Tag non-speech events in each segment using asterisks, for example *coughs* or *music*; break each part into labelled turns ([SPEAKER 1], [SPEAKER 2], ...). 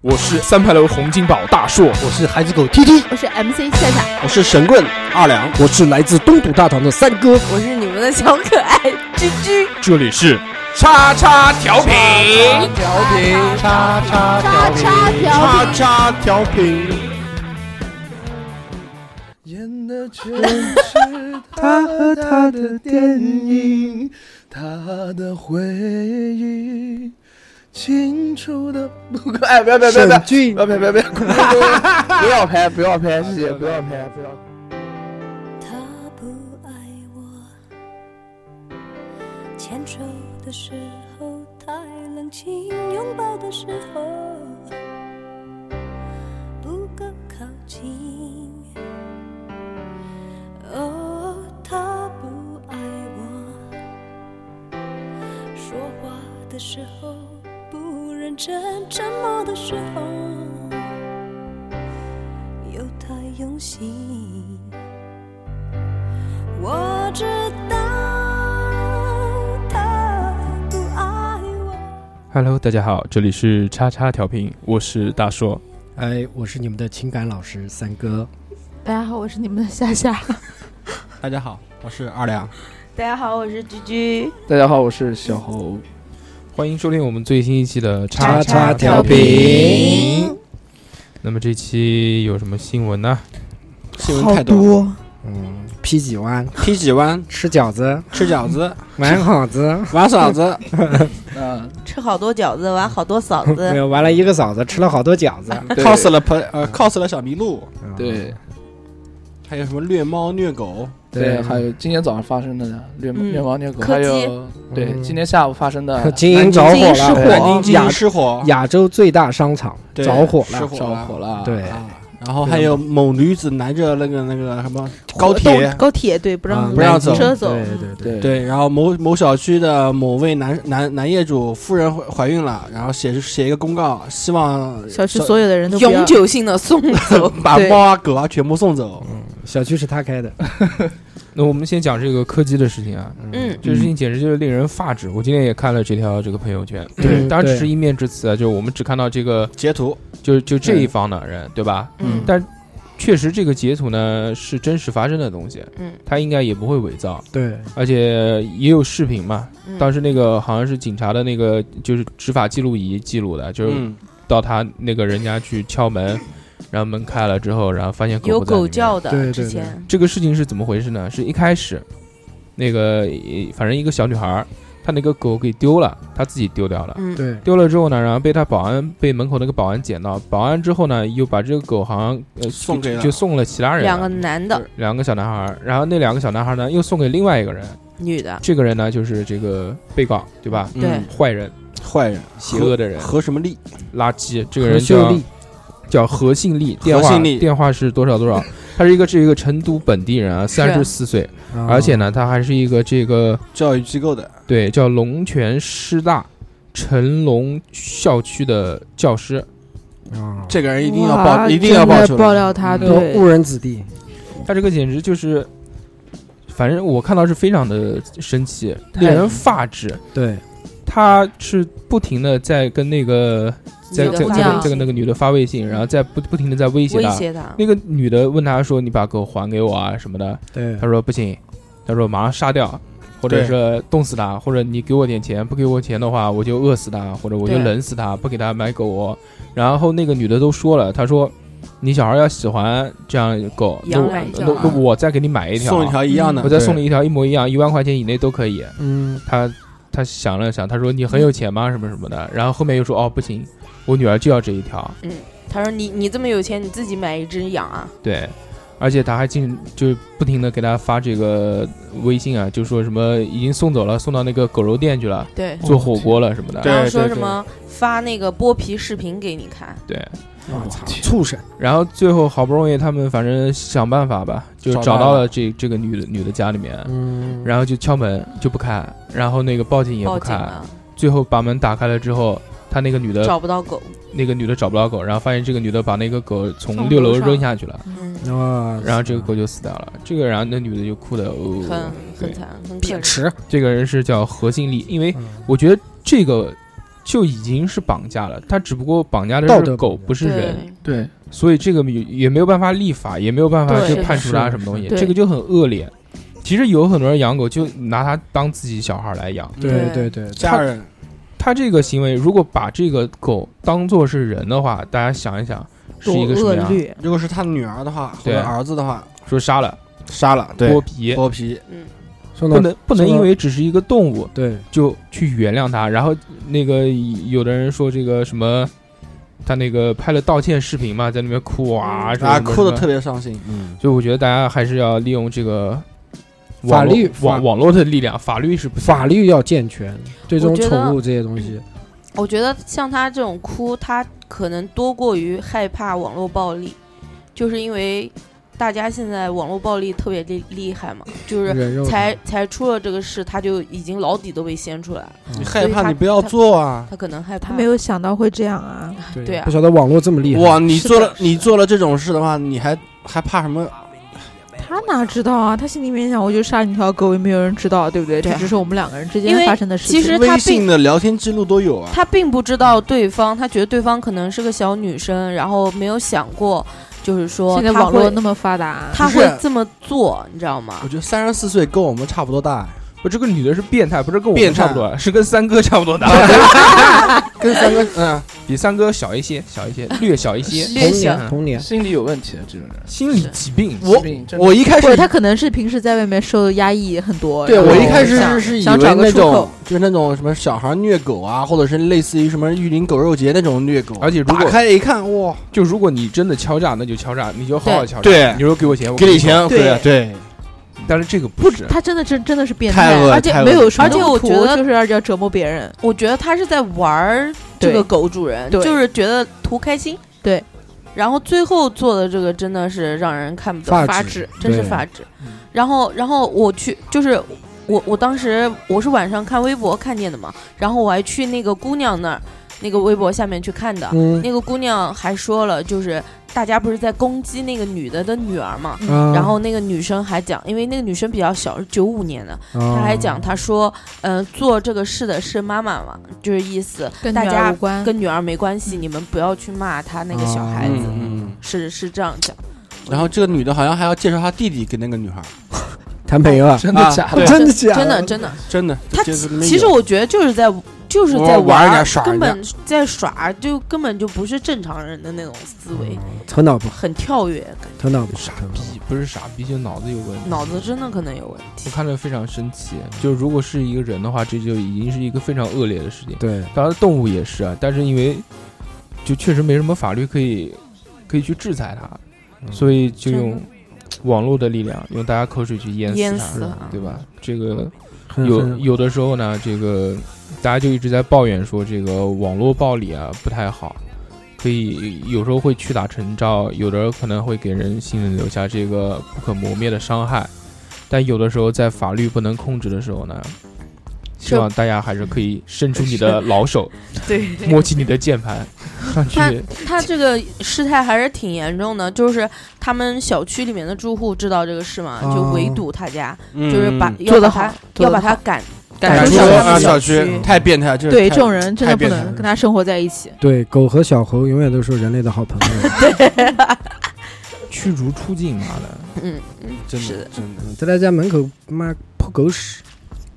[SPEAKER 1] 我是三牌楼洪金宝大硕，
[SPEAKER 2] 我是孩子狗 T T，
[SPEAKER 3] 我是 MC 夏夏，
[SPEAKER 4] 我是神棍二两，
[SPEAKER 5] 我是来自东土大唐的三哥，
[SPEAKER 3] 我是你们的小可爱
[SPEAKER 6] *laughs*
[SPEAKER 3] 居居，
[SPEAKER 1] 这里是叉叉调频，
[SPEAKER 2] 调频，叉叉
[SPEAKER 3] 叉叉调
[SPEAKER 4] 叉
[SPEAKER 3] 皮，
[SPEAKER 4] 叉调频。
[SPEAKER 7] 演的全是他和他的电影，他的回忆，清楚的不可。哎，不要不要不要不要
[SPEAKER 5] 沈！俊
[SPEAKER 7] 不要拍，不要不要！不要拍，不要拍，谢谢，不要拍，不要。
[SPEAKER 8] 他不爱我，牵手的时候太冷清，拥抱的时候不够靠近。哦，他不爱我，说话的时候不认真，沉默的时候又太用心。我知道他不爱我。
[SPEAKER 1] Hello，大家好，这里是叉叉调频，我是大硕。
[SPEAKER 2] 哎，我是你们的情感老师三哥，
[SPEAKER 3] 大家好，我是你们的夏夏，
[SPEAKER 2] 大家好，我是二两，
[SPEAKER 3] 大家好，我是居居，
[SPEAKER 7] 大家好，我是小侯。
[SPEAKER 1] 欢迎收听我们最新一期的
[SPEAKER 2] 叉叉调
[SPEAKER 1] 频。那么这期有什么新闻呢？
[SPEAKER 4] 新闻太多，
[SPEAKER 2] 嗯，批几湾，
[SPEAKER 4] 踢几弯，
[SPEAKER 2] 吃饺子，
[SPEAKER 4] 吃饺子，
[SPEAKER 2] 玩好子，
[SPEAKER 4] 玩嫂子，
[SPEAKER 7] 嗯，
[SPEAKER 6] 吃好多饺子，玩好多嫂
[SPEAKER 2] 没 *laughs*
[SPEAKER 6] 子，
[SPEAKER 2] 有玩了一个嫂子，吃了好多饺子，
[SPEAKER 7] 对
[SPEAKER 4] cos 了朋呃 cos 了小麋鹿，
[SPEAKER 2] 嗯
[SPEAKER 7] 对
[SPEAKER 4] 还有什么虐猫虐狗，
[SPEAKER 7] 对，还
[SPEAKER 2] *laughs*
[SPEAKER 7] 有今天早上发生的呢，虐
[SPEAKER 6] 嗯
[SPEAKER 7] 虐猫虐狗，
[SPEAKER 6] 柯
[SPEAKER 7] 还
[SPEAKER 6] 基
[SPEAKER 7] 有对
[SPEAKER 2] 嗯
[SPEAKER 7] 今天下午发生的
[SPEAKER 2] 金银着
[SPEAKER 7] 呃南京
[SPEAKER 2] 火了，
[SPEAKER 7] 失
[SPEAKER 4] 南
[SPEAKER 7] 火
[SPEAKER 4] 京
[SPEAKER 2] 对亚
[SPEAKER 4] 金失火，
[SPEAKER 2] 亚洲最大商场
[SPEAKER 4] 对
[SPEAKER 2] 着火
[SPEAKER 4] 失
[SPEAKER 2] 了，
[SPEAKER 4] 火
[SPEAKER 7] 着火了，
[SPEAKER 2] 对
[SPEAKER 4] 啊，然后还有某女子拿着那个那个什么高
[SPEAKER 6] 动
[SPEAKER 4] 铁，
[SPEAKER 6] 高铁对，不让
[SPEAKER 2] 啊
[SPEAKER 4] 不让走
[SPEAKER 6] 车走，
[SPEAKER 2] 对对对，
[SPEAKER 7] 对
[SPEAKER 4] 对，然后某某小区的某位男男男业主夫人怀怀孕了，然后写写一个公告，希望，
[SPEAKER 6] 小区所有的人都不要
[SPEAKER 3] 永久性的送走
[SPEAKER 4] 把
[SPEAKER 6] 对
[SPEAKER 4] 猫啊狗啊全部送走。
[SPEAKER 2] 小区是他开的，
[SPEAKER 1] 那我们先讲这个柯基的事情啊，
[SPEAKER 6] 嗯，
[SPEAKER 1] 这个事情简直就是令人发指。我今天也看了这条这个朋友圈，
[SPEAKER 2] 对
[SPEAKER 1] 当然只
[SPEAKER 2] 对
[SPEAKER 1] 是一面之词啊，就我们只看到这个，
[SPEAKER 4] 截图，
[SPEAKER 1] 就就这一方的人，对吧？
[SPEAKER 6] 嗯
[SPEAKER 1] 但确实这个截图呢是真实发生的东西，
[SPEAKER 6] 嗯
[SPEAKER 1] 他应该也不会伪造，
[SPEAKER 2] 对，
[SPEAKER 1] 而且也有视频嘛。
[SPEAKER 6] 嗯，
[SPEAKER 1] 当时那个好像是警察的那个就是执法记录仪记录的，就是
[SPEAKER 4] 嗯，
[SPEAKER 1] 到他那个人家去敲门，然后门开了之后，然后发现狗
[SPEAKER 6] 有
[SPEAKER 1] 不在里
[SPEAKER 6] 狗
[SPEAKER 1] 面
[SPEAKER 6] 叫的，
[SPEAKER 2] 对对
[SPEAKER 6] 之
[SPEAKER 2] 对
[SPEAKER 6] 前
[SPEAKER 1] 这个事情是怎么回事呢？是一开始，那个呃反正一个小女孩儿，她那个狗给丢了，她自己丢掉了。
[SPEAKER 6] 嗯
[SPEAKER 2] 对，
[SPEAKER 1] 丢了之后呢，然后被她保安被门口那个保安捡到，保安之后呢，又把这个狗好像呃
[SPEAKER 4] 送给
[SPEAKER 1] 就
[SPEAKER 4] 了
[SPEAKER 1] 就送了其他人了，
[SPEAKER 6] 两个男的，
[SPEAKER 1] 两个小男孩儿，然后那两个小男孩儿呢又送给另外一个人，
[SPEAKER 6] 女的，
[SPEAKER 1] 这个人呢就是这个被告对吧？
[SPEAKER 4] 嗯
[SPEAKER 6] 对
[SPEAKER 1] 坏人、
[SPEAKER 4] 坏人，
[SPEAKER 1] 邪恶的人、
[SPEAKER 4] 何什么力？
[SPEAKER 1] 垃圾，这个
[SPEAKER 2] 何
[SPEAKER 1] 人
[SPEAKER 2] 秀
[SPEAKER 1] 叫
[SPEAKER 2] 丽，
[SPEAKER 1] 叫何信利，电话
[SPEAKER 4] 信利
[SPEAKER 1] 电话是多少多少？他是一个这个成都本地人啊，
[SPEAKER 6] 是
[SPEAKER 1] 三十四岁，
[SPEAKER 2] 啊
[SPEAKER 1] 而且呢，他还是一个这个
[SPEAKER 4] 教育机构的，
[SPEAKER 1] 对叫龙泉师大成龙校区的教师，
[SPEAKER 2] 啊，
[SPEAKER 4] 这个人一定要
[SPEAKER 3] 哇
[SPEAKER 4] 报，一定要报嗯
[SPEAKER 3] 真
[SPEAKER 4] 仇了。
[SPEAKER 3] 的爆料他，
[SPEAKER 2] 这个误
[SPEAKER 3] 对，
[SPEAKER 2] 人子弟，
[SPEAKER 1] 他这个简直就是，反正我看到是非常的生气，
[SPEAKER 2] 太
[SPEAKER 1] 令人发指。
[SPEAKER 2] 对，
[SPEAKER 1] 他是不停的在跟那个在
[SPEAKER 6] 女
[SPEAKER 1] 在
[SPEAKER 6] 的
[SPEAKER 1] 在
[SPEAKER 6] 互
[SPEAKER 1] 在
[SPEAKER 6] 相
[SPEAKER 1] 跟在跟那个女的发微信，然后在不不停的在威胁
[SPEAKER 6] 威
[SPEAKER 1] 她。
[SPEAKER 6] 胁他，
[SPEAKER 1] 那个女的问他说：“你把狗还给我啊什么的。”
[SPEAKER 2] 对
[SPEAKER 1] 他，说不行，他说马上杀掉，或者是冻死他，或者你给我点钱，不给我钱的话，我就饿死他，或者我就
[SPEAKER 6] 对
[SPEAKER 1] 冷死他，不给他买狗窝。然后那个女的都说了，她说你小孩要喜欢这样狗，那
[SPEAKER 6] 养
[SPEAKER 1] 我
[SPEAKER 6] 两
[SPEAKER 1] 那
[SPEAKER 6] 条啊
[SPEAKER 1] 那我再给你买一条，啊
[SPEAKER 4] 送一条嗯一样
[SPEAKER 1] 我
[SPEAKER 4] 的，
[SPEAKER 1] 再送你一条一模一样，一万块钱以内都可以。
[SPEAKER 2] 嗯，
[SPEAKER 1] 他他想了想，他说你很有钱吗？什么什么的。然后后面又说哦不行，我女儿就要这一条。
[SPEAKER 6] 他说你你这么有钱，你自己买一只养啊，
[SPEAKER 1] 对，而且他还进就是不停的给他发这个微信啊，就说什么已经送走了，送到那个狗肉店去了，
[SPEAKER 6] 对，
[SPEAKER 1] 做火锅了什么的。
[SPEAKER 4] 哦对
[SPEAKER 6] 然后说
[SPEAKER 4] 对
[SPEAKER 6] 什
[SPEAKER 4] 对
[SPEAKER 6] 么发那个剥皮视频给你看，
[SPEAKER 1] 对
[SPEAKER 2] 我操，啊畜生，
[SPEAKER 1] 然后最后好不容易他们反正想办法吧，就
[SPEAKER 4] 找
[SPEAKER 1] 找
[SPEAKER 4] 到
[SPEAKER 1] 到
[SPEAKER 4] 了
[SPEAKER 1] 了这这个女的女的家里面，
[SPEAKER 2] 嗯，
[SPEAKER 1] 然后就敲门就不开，然后那个报警也
[SPEAKER 6] 报
[SPEAKER 1] 不
[SPEAKER 6] 警
[SPEAKER 1] 开，
[SPEAKER 6] 了，
[SPEAKER 1] 最后把门打开了之后。他那个女的，
[SPEAKER 6] 找不到狗，
[SPEAKER 1] 那个女的找不到狗，然后发现这个女的把那个狗从
[SPEAKER 3] 从
[SPEAKER 1] 六楼
[SPEAKER 3] 楼上
[SPEAKER 1] 扔下去了，
[SPEAKER 6] 嗯，
[SPEAKER 2] 哇
[SPEAKER 1] 然后这个
[SPEAKER 4] 嗯
[SPEAKER 1] 狗就死掉了。这个，然后那女的就哭的，哦，
[SPEAKER 6] 很
[SPEAKER 1] 对
[SPEAKER 6] 很惨，很可
[SPEAKER 2] 骗
[SPEAKER 6] 怜，
[SPEAKER 2] 吃，嗯
[SPEAKER 1] 这个人是叫何信利，因为我觉得这个就已经是绑架了，他只不过绑架的
[SPEAKER 2] 道
[SPEAKER 1] 是
[SPEAKER 2] 德
[SPEAKER 1] 狗，
[SPEAKER 2] 绑架
[SPEAKER 1] 不是人，
[SPEAKER 6] 对，
[SPEAKER 7] 对，
[SPEAKER 1] 所以这个也也没有办法立法，也没有办法
[SPEAKER 6] 对
[SPEAKER 1] 就是判处
[SPEAKER 2] 的
[SPEAKER 1] 他
[SPEAKER 2] 是
[SPEAKER 1] 什么东西，
[SPEAKER 6] 的
[SPEAKER 1] 这个就很恶劣。其实有很多人养狗就拿它当自己小孩来养，
[SPEAKER 2] 对
[SPEAKER 6] 对
[SPEAKER 2] 对对，
[SPEAKER 4] 家人
[SPEAKER 1] 他这个行为如果把这个狗当做是人的话，大家想一想是
[SPEAKER 6] 多
[SPEAKER 1] 一个什么
[SPEAKER 6] 恶
[SPEAKER 1] 样？
[SPEAKER 6] 劣，
[SPEAKER 4] 如果是他女儿的话，或
[SPEAKER 1] 对
[SPEAKER 4] 者儿子的话，
[SPEAKER 1] 说杀了、
[SPEAKER 4] 杀了，对
[SPEAKER 1] 剥，皮，
[SPEAKER 4] 剥皮，
[SPEAKER 2] 说
[SPEAKER 1] 不
[SPEAKER 2] 到
[SPEAKER 1] 能不能因为只是一个动物
[SPEAKER 2] 对
[SPEAKER 1] 就去原谅他。然后那个有的人说这个什么，他那个拍了道歉视频嘛，在那边哭啊，什么
[SPEAKER 4] 啊，
[SPEAKER 1] 什么
[SPEAKER 4] 哭的特别伤心。
[SPEAKER 5] 嗯，
[SPEAKER 1] 所以我觉得大家还是要利用这个
[SPEAKER 2] 法
[SPEAKER 1] 网络
[SPEAKER 2] 律法
[SPEAKER 1] 网网络的力量，法律是不行的
[SPEAKER 2] 法律要健全，对这种
[SPEAKER 6] 我觉得
[SPEAKER 2] 宠物这些东西，
[SPEAKER 6] 我觉得像他这种哭，他可能多过于害怕网络暴力，就是因为大家现在网络暴力特别厉厉害嘛，嗯就是
[SPEAKER 2] 人肉
[SPEAKER 6] 才才出了这个事，他就已经老底都被掀出来了，所
[SPEAKER 4] 你嗯害
[SPEAKER 6] 以
[SPEAKER 4] 怕，
[SPEAKER 6] 他
[SPEAKER 4] 你不要
[SPEAKER 6] 他
[SPEAKER 4] 做啊！
[SPEAKER 6] 他可能害
[SPEAKER 3] 他
[SPEAKER 6] 怕
[SPEAKER 3] 没有想到会这样啊！
[SPEAKER 2] 对
[SPEAKER 6] 对啊
[SPEAKER 2] 不晓得网络这么厉害，
[SPEAKER 4] 哇，你
[SPEAKER 6] 是
[SPEAKER 4] 做
[SPEAKER 6] 的
[SPEAKER 4] 了
[SPEAKER 6] 是
[SPEAKER 4] 你
[SPEAKER 6] 的
[SPEAKER 4] 做了这种事的话，你还还怕什么？
[SPEAKER 6] 哎
[SPEAKER 3] 他哪知道啊？他心里面想，我就杀你条狗，也没有人知道，对不对？
[SPEAKER 6] 对啊
[SPEAKER 3] 这只是我们两个人之
[SPEAKER 6] 因
[SPEAKER 3] 间
[SPEAKER 6] 为
[SPEAKER 3] 发生的事情。
[SPEAKER 6] 其实他
[SPEAKER 4] 微
[SPEAKER 6] 并
[SPEAKER 4] 信的聊天记录都有啊。
[SPEAKER 6] 他并不知道对方，他觉得对方可能是个小女生，然后没有想过，就是说
[SPEAKER 3] 现在
[SPEAKER 6] 他
[SPEAKER 3] 网络
[SPEAKER 6] 会
[SPEAKER 3] 那么发达，
[SPEAKER 6] 他
[SPEAKER 4] 不是
[SPEAKER 6] 会这么做，你知道吗
[SPEAKER 4] 我？觉得三十四岁跟我们差不多大，
[SPEAKER 1] 不，这个女的是变态，不是跟我
[SPEAKER 4] 变
[SPEAKER 1] 们
[SPEAKER 4] 态啊
[SPEAKER 1] 差不多，是跟三哥差不多大，
[SPEAKER 4] 跟三
[SPEAKER 6] *laughs*
[SPEAKER 4] 哥嗯，
[SPEAKER 1] *laughs* 比三哥小一些，小一些，略小一些。
[SPEAKER 6] 略
[SPEAKER 2] 童
[SPEAKER 6] 小
[SPEAKER 2] 年童年，
[SPEAKER 7] 心理有问题的这种人，
[SPEAKER 1] 心理疾病，
[SPEAKER 4] 我
[SPEAKER 7] 病真的
[SPEAKER 4] 我一开
[SPEAKER 3] 不
[SPEAKER 4] 始
[SPEAKER 3] 是他可能是平时在外面受压抑很多。
[SPEAKER 4] 对
[SPEAKER 3] 然后
[SPEAKER 4] 我一开始
[SPEAKER 3] 想
[SPEAKER 4] 是以
[SPEAKER 3] 想
[SPEAKER 4] 为
[SPEAKER 3] 找
[SPEAKER 4] 那
[SPEAKER 3] 个出
[SPEAKER 4] 种
[SPEAKER 3] 口，
[SPEAKER 4] 就是那种什么小孩虐狗啊，或者是类似于什么玉林狗肉节那种虐狗，
[SPEAKER 1] 而且如
[SPEAKER 4] 打
[SPEAKER 1] 果
[SPEAKER 4] 开一看，哇，
[SPEAKER 1] 就如果你真的敲诈，那就敲诈，你就好好敲诈。
[SPEAKER 4] 对
[SPEAKER 1] 你说给我钱，我
[SPEAKER 4] 给你
[SPEAKER 1] 你
[SPEAKER 4] 钱，
[SPEAKER 3] 对
[SPEAKER 4] 对对，
[SPEAKER 1] 钱。但是这个不是，
[SPEAKER 3] 他真的真真的是变
[SPEAKER 4] 太
[SPEAKER 3] 态
[SPEAKER 4] 恶，
[SPEAKER 3] 而且
[SPEAKER 4] 太恶
[SPEAKER 3] 没有什么
[SPEAKER 6] 而且我
[SPEAKER 3] 图
[SPEAKER 6] 觉得
[SPEAKER 3] 就是要要折磨别人。
[SPEAKER 6] 我觉得他是在玩儿这
[SPEAKER 3] 对
[SPEAKER 6] 个狗主人，
[SPEAKER 3] 对
[SPEAKER 6] 就是觉得图开心。
[SPEAKER 3] 对，
[SPEAKER 6] 然后最后做的这个真的是让人看不
[SPEAKER 2] 发
[SPEAKER 6] 得，
[SPEAKER 2] 指
[SPEAKER 6] 发指，真是
[SPEAKER 2] 对嗯
[SPEAKER 6] 发指。然后，然后我去，就是我我当时我是晚上看微博看见的嘛，然后我还去那个姑娘那儿，那个微博下面去看的，
[SPEAKER 2] 嗯
[SPEAKER 6] 那个姑娘还说了，就是大家不是在攻击那个女的的女儿嘛，
[SPEAKER 2] 啊，
[SPEAKER 6] 嗯然后那个女生还讲，因为那个女生比较小，是九五年的，
[SPEAKER 2] 他
[SPEAKER 6] 她还讲，她说，嗯、做这个事的是妈妈嘛，就是意思
[SPEAKER 3] 跟
[SPEAKER 6] 大
[SPEAKER 3] 女儿
[SPEAKER 6] 家
[SPEAKER 3] 无关嗯
[SPEAKER 6] 跟女儿没关系，你们不要去骂她那个小孩子，
[SPEAKER 2] 啊
[SPEAKER 4] 嗯。
[SPEAKER 6] 是是这样讲，
[SPEAKER 4] 然后这个女的好像还要介绍她弟弟给那个女孩，
[SPEAKER 2] 谈朋友啊，
[SPEAKER 7] 真的
[SPEAKER 4] 啊
[SPEAKER 7] 假
[SPEAKER 4] 对
[SPEAKER 7] 的？
[SPEAKER 2] 真的假
[SPEAKER 6] 真的真的，
[SPEAKER 4] 真的，
[SPEAKER 6] 她
[SPEAKER 4] 就是没有
[SPEAKER 6] 其实我觉得就是在就是在
[SPEAKER 4] 玩玩
[SPEAKER 6] 玩
[SPEAKER 4] 人家
[SPEAKER 6] 儿
[SPEAKER 4] 耍人
[SPEAKER 6] 根
[SPEAKER 4] 家
[SPEAKER 6] 本在耍，就根本就不是正常人的那种思维，
[SPEAKER 4] 嗯
[SPEAKER 2] 头脑不好，
[SPEAKER 6] 很跳跃，
[SPEAKER 2] 头脑不好
[SPEAKER 1] 傻逼不是傻逼，就脑子有问题。
[SPEAKER 6] 脑子真的可能有问
[SPEAKER 1] 我
[SPEAKER 6] 题。 *laughs*
[SPEAKER 1] 看了非常生气，就如果是一个人的话，这就已经是一个非常恶劣的事情。
[SPEAKER 2] 对，
[SPEAKER 1] 当然，动物也是啊，但是因为就确实没什么法律可以可以去制裁它，所以就用网络的力量，用大家口水去淹
[SPEAKER 6] 淹
[SPEAKER 1] 死
[SPEAKER 6] 死啊
[SPEAKER 1] 它，
[SPEAKER 6] 它
[SPEAKER 1] 对吧？这个
[SPEAKER 2] 很
[SPEAKER 1] 有
[SPEAKER 2] 很
[SPEAKER 1] 有的时候呢，这个大家就一直在抱怨说这个网络暴力啊不太好，可以有时候会屈打成招，有的可能会给人心里留下这个不可磨灭的伤害，但有的时候在法律不能控制的时候呢。希
[SPEAKER 6] 这
[SPEAKER 1] 望大家还是可以伸出你的老手，
[SPEAKER 6] 对，
[SPEAKER 1] *laughs* 摸起你的键盘，上去
[SPEAKER 6] 他 *laughs* 他这个事态还是挺严重的，就是他们小区里面的住户知道这个事嘛，就
[SPEAKER 4] 嗯
[SPEAKER 6] 围堵他家，就是把要把
[SPEAKER 3] 做得好
[SPEAKER 6] 他
[SPEAKER 3] 做
[SPEAKER 6] 要
[SPEAKER 3] 得
[SPEAKER 6] 把他
[SPEAKER 3] 好
[SPEAKER 6] 赶
[SPEAKER 4] 赶
[SPEAKER 3] 赶
[SPEAKER 4] 出
[SPEAKER 3] 出
[SPEAKER 6] 他
[SPEAKER 3] 小
[SPEAKER 4] 啊
[SPEAKER 6] 们
[SPEAKER 3] 区
[SPEAKER 4] 小区，太变态，就是
[SPEAKER 3] 对
[SPEAKER 4] 太
[SPEAKER 3] 这种人真
[SPEAKER 4] 太
[SPEAKER 3] 的不
[SPEAKER 4] 变态
[SPEAKER 3] 能
[SPEAKER 4] 了
[SPEAKER 3] 跟他生活在一起。
[SPEAKER 2] 对狗和小猴永远都是人类的好朋
[SPEAKER 6] *laughs*
[SPEAKER 2] 友。
[SPEAKER 1] 驱逐出境，妈的！
[SPEAKER 3] *laughs*
[SPEAKER 6] 嗯，
[SPEAKER 4] 真
[SPEAKER 6] 是的
[SPEAKER 4] 的真的
[SPEAKER 2] 嗯在他家门口妈泼狗屎，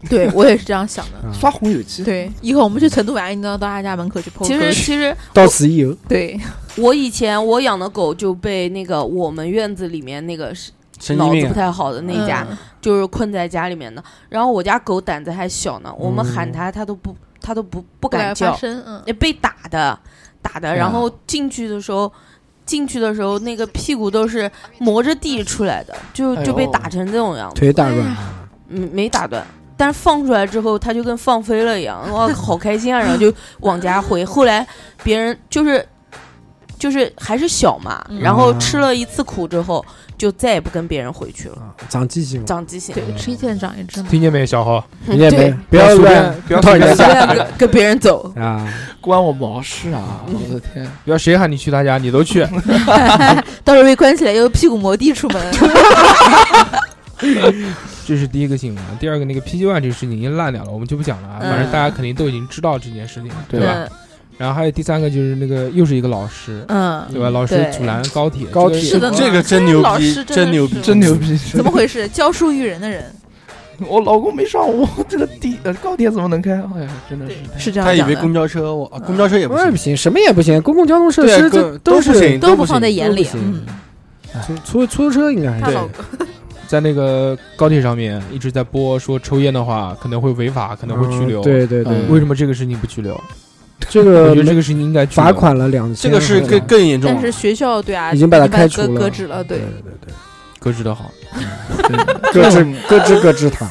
[SPEAKER 2] 啊
[SPEAKER 3] 对我也是这样想的。
[SPEAKER 7] *laughs* 刷红油机，
[SPEAKER 3] 对，以后我们去成都玩，一定要到他家门口去碰。
[SPEAKER 6] 其实其实
[SPEAKER 2] 到此
[SPEAKER 6] 哎
[SPEAKER 2] 一游。
[SPEAKER 3] 对，
[SPEAKER 6] 我以前我养的狗就被那个我们院子里面那个是
[SPEAKER 4] 神经
[SPEAKER 6] 脑子
[SPEAKER 4] 病啊
[SPEAKER 6] 不，太好的那家，
[SPEAKER 3] 嗯
[SPEAKER 6] 就是困在家里面的。然后我家狗胆子还小呢，我们
[SPEAKER 2] 嗯
[SPEAKER 6] 喊它它都不它都不不
[SPEAKER 3] 不
[SPEAKER 6] 敢
[SPEAKER 3] 敢
[SPEAKER 6] 叫
[SPEAKER 3] 发，声，嗯，
[SPEAKER 6] 也被打的，打的。然
[SPEAKER 4] 嗯
[SPEAKER 6] 后进去的时候，进去的时候那个屁股都是磨着地出来的，就
[SPEAKER 7] 哎呦
[SPEAKER 6] 就被打成这种样子，
[SPEAKER 2] 腿打软，
[SPEAKER 6] 嗯，没打断。但是放出来之后，它就跟放飞了一样，哇，好开心啊！然后就往家回。后来别人就是就是还是小嘛，
[SPEAKER 3] 嗯
[SPEAKER 6] 然后吃了一次苦之后，就再也不跟别人回去了，
[SPEAKER 2] 啊长记性了。
[SPEAKER 6] 长记性。
[SPEAKER 3] 对，吃一堑长一智嘛。
[SPEAKER 1] 听见没，小豪？
[SPEAKER 2] 你也没
[SPEAKER 6] 对
[SPEAKER 2] 不要
[SPEAKER 1] 随便
[SPEAKER 2] 乱，
[SPEAKER 1] 不要
[SPEAKER 2] 到
[SPEAKER 1] 随便
[SPEAKER 2] 人
[SPEAKER 6] 随
[SPEAKER 2] 家
[SPEAKER 6] 便跟跟别人走，
[SPEAKER 2] 啊！
[SPEAKER 7] 关我毛事啊！我的天，
[SPEAKER 1] 不要谁喊你去他家，你都去。
[SPEAKER 3] *laughs* 到时候被关起来，又屁股磨地出门。
[SPEAKER 1] 这是第一个新闻。啊第二个，那个 PG One 这个事情已经烂掉了，我们就不讲了啊，
[SPEAKER 6] 嗯
[SPEAKER 1] 反正大家肯定都已经知道这件事情了，对吧？
[SPEAKER 3] 嗯
[SPEAKER 1] 然后还有第三个就是那个又是一个老师，
[SPEAKER 3] 嗯，
[SPEAKER 1] 对吧？老师
[SPEAKER 3] 对
[SPEAKER 1] 阻拦高铁，
[SPEAKER 2] 高
[SPEAKER 1] 这个
[SPEAKER 2] 铁
[SPEAKER 3] 是的呢
[SPEAKER 4] 这个真牛
[SPEAKER 6] 老
[SPEAKER 4] 逼，
[SPEAKER 6] 师真的
[SPEAKER 4] 牛逼，
[SPEAKER 6] 是
[SPEAKER 7] 真牛逼！
[SPEAKER 3] 怎么回事？教书育人的人
[SPEAKER 7] 我老公没上我 *laughs* 这个地呃高铁怎么能开？哎呀，真 *laughs* 的是太
[SPEAKER 3] 是这
[SPEAKER 4] 他
[SPEAKER 3] 样
[SPEAKER 4] 以
[SPEAKER 3] 讲
[SPEAKER 4] 为
[SPEAKER 3] 的，
[SPEAKER 4] 公交车，我啊公交车也不
[SPEAKER 2] 那
[SPEAKER 4] 行
[SPEAKER 2] 不，行，什么也不行，公共交通设
[SPEAKER 4] 对啊
[SPEAKER 2] 施
[SPEAKER 4] 各
[SPEAKER 2] 这
[SPEAKER 4] 都不
[SPEAKER 2] 是
[SPEAKER 4] 行，
[SPEAKER 3] 都
[SPEAKER 4] 不
[SPEAKER 3] 不放在
[SPEAKER 4] 行
[SPEAKER 3] 眼里
[SPEAKER 2] 都。不行
[SPEAKER 3] 嗯，
[SPEAKER 2] 出出租车应该还
[SPEAKER 3] 他
[SPEAKER 2] 是
[SPEAKER 3] 老
[SPEAKER 1] 在那个高铁上面一直在播说抽烟的话可能会违法，可能会拘留。
[SPEAKER 2] 嗯，对对对
[SPEAKER 1] *laughs*
[SPEAKER 4] 嗯，
[SPEAKER 1] 为什么这个事情不拘留？
[SPEAKER 2] 这
[SPEAKER 1] 我
[SPEAKER 2] 个
[SPEAKER 1] 觉得这个事情应该拘留
[SPEAKER 2] 罚。款了两千，
[SPEAKER 4] 这个是更更严重
[SPEAKER 3] 但
[SPEAKER 4] 了
[SPEAKER 3] 是，学校对啊，
[SPEAKER 2] 已经把它
[SPEAKER 3] 它
[SPEAKER 2] 开除了
[SPEAKER 3] 革革职了，对
[SPEAKER 2] 对，对对，
[SPEAKER 1] 搁置的好，
[SPEAKER 2] 咯吱咯吱咯吱他，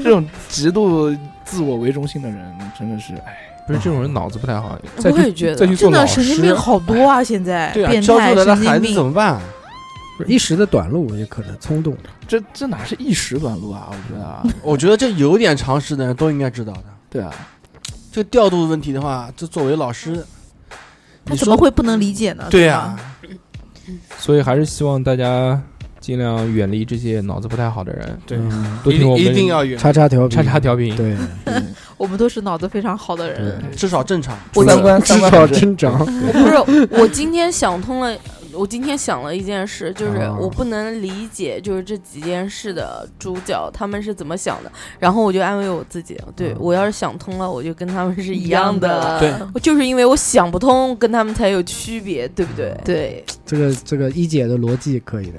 [SPEAKER 7] 这种极度自我为中心的人，真的是哎，
[SPEAKER 1] 不是这种人脑子不太好。再
[SPEAKER 6] 我
[SPEAKER 1] 去
[SPEAKER 6] 也觉
[SPEAKER 1] 再
[SPEAKER 6] 得
[SPEAKER 1] 去做
[SPEAKER 3] 真
[SPEAKER 1] 老
[SPEAKER 3] 的神经
[SPEAKER 1] 师
[SPEAKER 3] 病，好多啊！现在
[SPEAKER 4] 对啊，
[SPEAKER 3] 变
[SPEAKER 4] 教出
[SPEAKER 3] 态
[SPEAKER 4] 来的
[SPEAKER 3] 神
[SPEAKER 4] 孩
[SPEAKER 3] 经
[SPEAKER 4] 子怎
[SPEAKER 3] 病，
[SPEAKER 4] 么办？
[SPEAKER 2] 一时的短路也可能冲动，
[SPEAKER 7] 这这哪是一时短路啊？我觉得啊，
[SPEAKER 4] 我觉得这有点常识的人都应该知道的。
[SPEAKER 7] 对啊，
[SPEAKER 4] 这个调度问题的话，这作为老师，
[SPEAKER 3] 他
[SPEAKER 4] 你
[SPEAKER 3] 怎
[SPEAKER 4] 说
[SPEAKER 3] 么会不能理解呢？
[SPEAKER 4] 对啊
[SPEAKER 3] 呀
[SPEAKER 4] 呀，？
[SPEAKER 1] 所以还是希望大家尽量远离这些脑子不太好的人，
[SPEAKER 4] 对
[SPEAKER 2] 嗯
[SPEAKER 1] 多
[SPEAKER 4] 一
[SPEAKER 1] 听
[SPEAKER 4] 定
[SPEAKER 1] 我们
[SPEAKER 4] 一定要远，
[SPEAKER 2] 叉叉调皮，
[SPEAKER 1] 叉叉调频。
[SPEAKER 2] 对，
[SPEAKER 3] 我们都是脑子非常好的人，嗯
[SPEAKER 4] 至少正常。
[SPEAKER 3] 我
[SPEAKER 7] 三观
[SPEAKER 2] 至
[SPEAKER 7] 三观
[SPEAKER 2] 少
[SPEAKER 7] 很正
[SPEAKER 2] 听长，
[SPEAKER 6] *laughs* 不是，我今天想通了，我今天想了一件事，就是
[SPEAKER 2] 啊
[SPEAKER 6] 我不能理解，就是这几件事的主角他们是怎么想的，然后我就安慰我自己，对
[SPEAKER 2] 嗯
[SPEAKER 6] 我要是想通了，我就跟他们是一样的，
[SPEAKER 4] 对
[SPEAKER 6] 我就是因为我想不通，跟他们才有区别，对不对？
[SPEAKER 3] 对，
[SPEAKER 2] 这个这个一姐的逻辑可以的，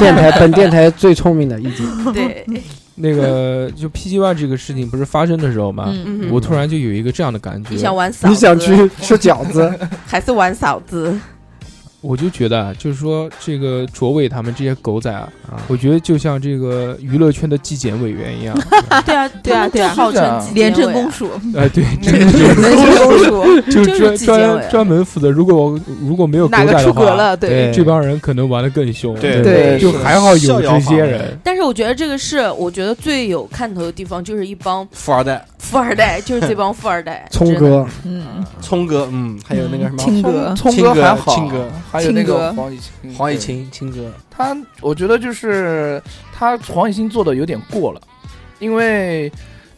[SPEAKER 2] 电台本电台最聪明的一姐，
[SPEAKER 6] 对，
[SPEAKER 2] *laughs*
[SPEAKER 1] 那个就 PG One 这个事情不是发生的时候
[SPEAKER 4] 啊
[SPEAKER 1] 嘛，
[SPEAKER 6] 嗯，
[SPEAKER 3] 嗯，
[SPEAKER 1] 我突然就有一个这样的感觉
[SPEAKER 6] 你，想玩嫂子，
[SPEAKER 2] 你想去吃饺子，
[SPEAKER 6] 还是玩嫂子？
[SPEAKER 1] 我就觉得啊就是说这个卓伟他们这些狗仔啊，我觉得就像这个娱乐圈的纪检委员一样，
[SPEAKER 6] *laughs* 对啊，对啊，对啊，号
[SPEAKER 7] 是这样
[SPEAKER 6] 称纪
[SPEAKER 3] 廉
[SPEAKER 6] 检
[SPEAKER 3] 政
[SPEAKER 6] 委
[SPEAKER 3] 公署，
[SPEAKER 1] 哎，对，
[SPEAKER 7] 那
[SPEAKER 1] 真的是
[SPEAKER 6] *laughs* 廉政公署，
[SPEAKER 1] 就
[SPEAKER 6] 就是
[SPEAKER 1] 专
[SPEAKER 6] 纪检委
[SPEAKER 1] 专专门负责，如果我如果没有狗仔
[SPEAKER 3] 哪个
[SPEAKER 1] 的
[SPEAKER 3] 出格
[SPEAKER 1] 话，
[SPEAKER 3] 了？对，
[SPEAKER 1] 这帮人可能玩的更凶。
[SPEAKER 4] 对
[SPEAKER 2] 对
[SPEAKER 1] 就还好有
[SPEAKER 4] 逍遥
[SPEAKER 1] 这
[SPEAKER 4] 法
[SPEAKER 1] 些
[SPEAKER 4] 外
[SPEAKER 1] 人，
[SPEAKER 6] 但是我觉得这个是我觉得最有看头的地方，就是一帮
[SPEAKER 4] 富二代，
[SPEAKER 6] 富二代，就是这帮富二代，
[SPEAKER 2] *laughs* 聪
[SPEAKER 6] 真的
[SPEAKER 2] 哥，
[SPEAKER 3] 嗯，
[SPEAKER 4] 聪哥，嗯，还有那个什么
[SPEAKER 3] 亲哥，
[SPEAKER 7] 聪
[SPEAKER 4] 亲
[SPEAKER 7] 哥
[SPEAKER 4] 哥
[SPEAKER 7] 还好，
[SPEAKER 4] 亲哥
[SPEAKER 7] 还有那
[SPEAKER 3] 亲
[SPEAKER 7] 个
[SPEAKER 3] 哥
[SPEAKER 7] 黄雨晴，
[SPEAKER 4] 黄雨
[SPEAKER 7] 对，
[SPEAKER 4] 晴，青哥，
[SPEAKER 7] 他我觉得就是他黄雨晴做的有点过了，因为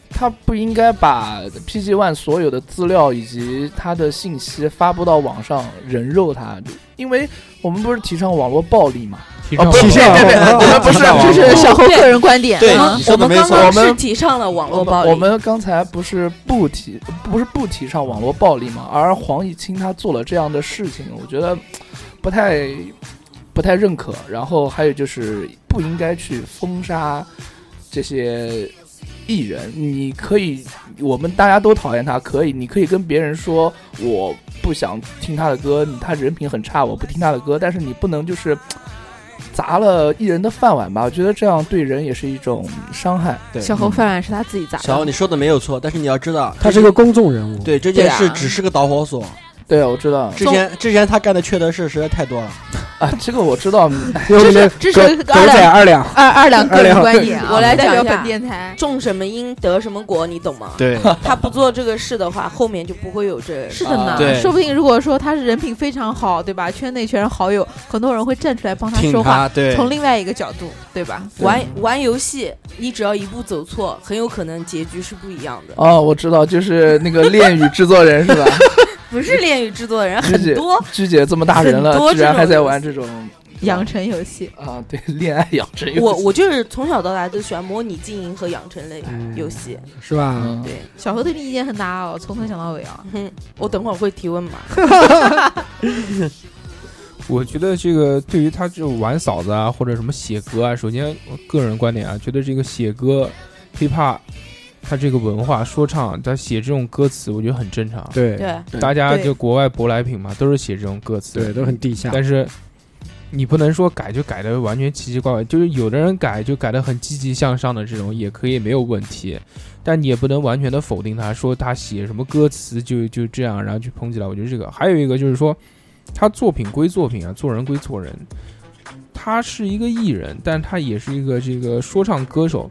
[SPEAKER 7] 他不应该把 PG One 所有的资料以及他的信息发布到网上人肉他，因为我们不是提倡网络暴力嘛？
[SPEAKER 1] 提
[SPEAKER 7] 哦，
[SPEAKER 1] 倡
[SPEAKER 7] 不是，
[SPEAKER 1] 网
[SPEAKER 7] 别别别，我们不是，
[SPEAKER 3] 这是小侯个人观点，
[SPEAKER 4] 对
[SPEAKER 3] 嗯
[SPEAKER 4] 你说
[SPEAKER 6] 我
[SPEAKER 4] 的
[SPEAKER 6] 们
[SPEAKER 4] 没
[SPEAKER 6] 刚
[SPEAKER 4] 错
[SPEAKER 6] 刚
[SPEAKER 7] 我
[SPEAKER 6] 是
[SPEAKER 7] 们
[SPEAKER 6] 提倡了网络
[SPEAKER 7] 我
[SPEAKER 6] 暴
[SPEAKER 7] 们
[SPEAKER 6] 力，
[SPEAKER 7] 我们刚才不是不提，不是不提倡网络暴力嘛？而黄以清他做了这样的事情，我觉得不太不太认可。然后还有就是不应该去封杀这些艺人。你可以，我们大家都讨厌他，可以，你可以跟别人说我不想听他的歌，他人品很差，我不听他的歌。但是你不能就是砸了艺人的饭碗吧？我觉得这样对人也是一种伤害。
[SPEAKER 4] 对，
[SPEAKER 3] 小侯饭碗是他自己砸
[SPEAKER 4] 小欧，
[SPEAKER 3] 的，
[SPEAKER 4] 你说的没有错，但是你要知道，
[SPEAKER 2] 他是个公众人物，
[SPEAKER 4] 对这
[SPEAKER 3] 对
[SPEAKER 4] 件
[SPEAKER 3] 啊
[SPEAKER 4] 事只是个导火索。
[SPEAKER 7] 对，我知道。
[SPEAKER 4] 之前之前他干的缺德事实在太多了，
[SPEAKER 7] 啊，这个我知道，
[SPEAKER 2] 有你们
[SPEAKER 3] 这是
[SPEAKER 2] 狗
[SPEAKER 3] 这是
[SPEAKER 2] 狗
[SPEAKER 3] 二
[SPEAKER 2] 仔
[SPEAKER 3] 两
[SPEAKER 2] 二两，
[SPEAKER 3] 二二两个人观点啊，
[SPEAKER 6] 我来
[SPEAKER 3] 代
[SPEAKER 6] 讲
[SPEAKER 3] 表
[SPEAKER 6] 一下
[SPEAKER 3] 本电台，
[SPEAKER 6] 种什么因得什么果，你懂吗？
[SPEAKER 4] 对，
[SPEAKER 6] 他不做这个事的话，后面就不会有这。呃
[SPEAKER 3] 是的
[SPEAKER 7] 啊
[SPEAKER 3] 呢
[SPEAKER 4] 对，
[SPEAKER 3] 说不定如果说他是人品非常好，对吧？圈内全是好友，很多人会站出来帮他
[SPEAKER 4] 挺
[SPEAKER 3] 说
[SPEAKER 4] 他，
[SPEAKER 3] 话，
[SPEAKER 4] 对，
[SPEAKER 3] 从另外一个角度，对吧？
[SPEAKER 6] 玩玩游戏，你只要一步走错，很有可能结局是不一样的。
[SPEAKER 7] 哦，我知道，就是那个恋与制作人是吧？ *laughs*
[SPEAKER 6] 不是恋与制作人，
[SPEAKER 7] 自己
[SPEAKER 6] 很多
[SPEAKER 7] 鞠姐这么大人
[SPEAKER 6] 很
[SPEAKER 7] 了，
[SPEAKER 6] 多
[SPEAKER 7] 居然还
[SPEAKER 6] 这
[SPEAKER 7] 在
[SPEAKER 6] 种
[SPEAKER 7] 玩这种
[SPEAKER 3] 养成游戏，
[SPEAKER 7] 啊，对，恋爱养成游
[SPEAKER 6] 我
[SPEAKER 7] 戏
[SPEAKER 6] 我就是从小到大就喜欢模拟经营和养成类
[SPEAKER 2] 嗯
[SPEAKER 6] 游戏。
[SPEAKER 2] 是吧？
[SPEAKER 7] 嗯
[SPEAKER 6] 对，
[SPEAKER 3] 小何对你意见很大哦，从头讲到尾啊。
[SPEAKER 6] 哼，我等会儿会提问嘛。
[SPEAKER 1] 我觉得这个对于他这种玩嫂子啊，或者什么写歌啊，首先我个人观点啊，觉得这个写歌、hiphop，他这个文化说唱，他写这种歌词，我觉得很正常。
[SPEAKER 2] 对
[SPEAKER 6] 对，
[SPEAKER 1] 大家
[SPEAKER 3] 对
[SPEAKER 1] 就国外舶来品嘛，都是写这种歌词。
[SPEAKER 2] 对，都很地下，
[SPEAKER 1] 但是你不能说改就改的完全奇奇怪怪，就是有的人改就改的很积极向上的这种也可以没有问题，但你也不能完全的否定他，说他写什么歌词就就这样，然后去抨击他。我觉得这个还有一个就是说，他作品归作品啊，做人归做人。他是一个艺人，但他也是一个这个说唱歌手，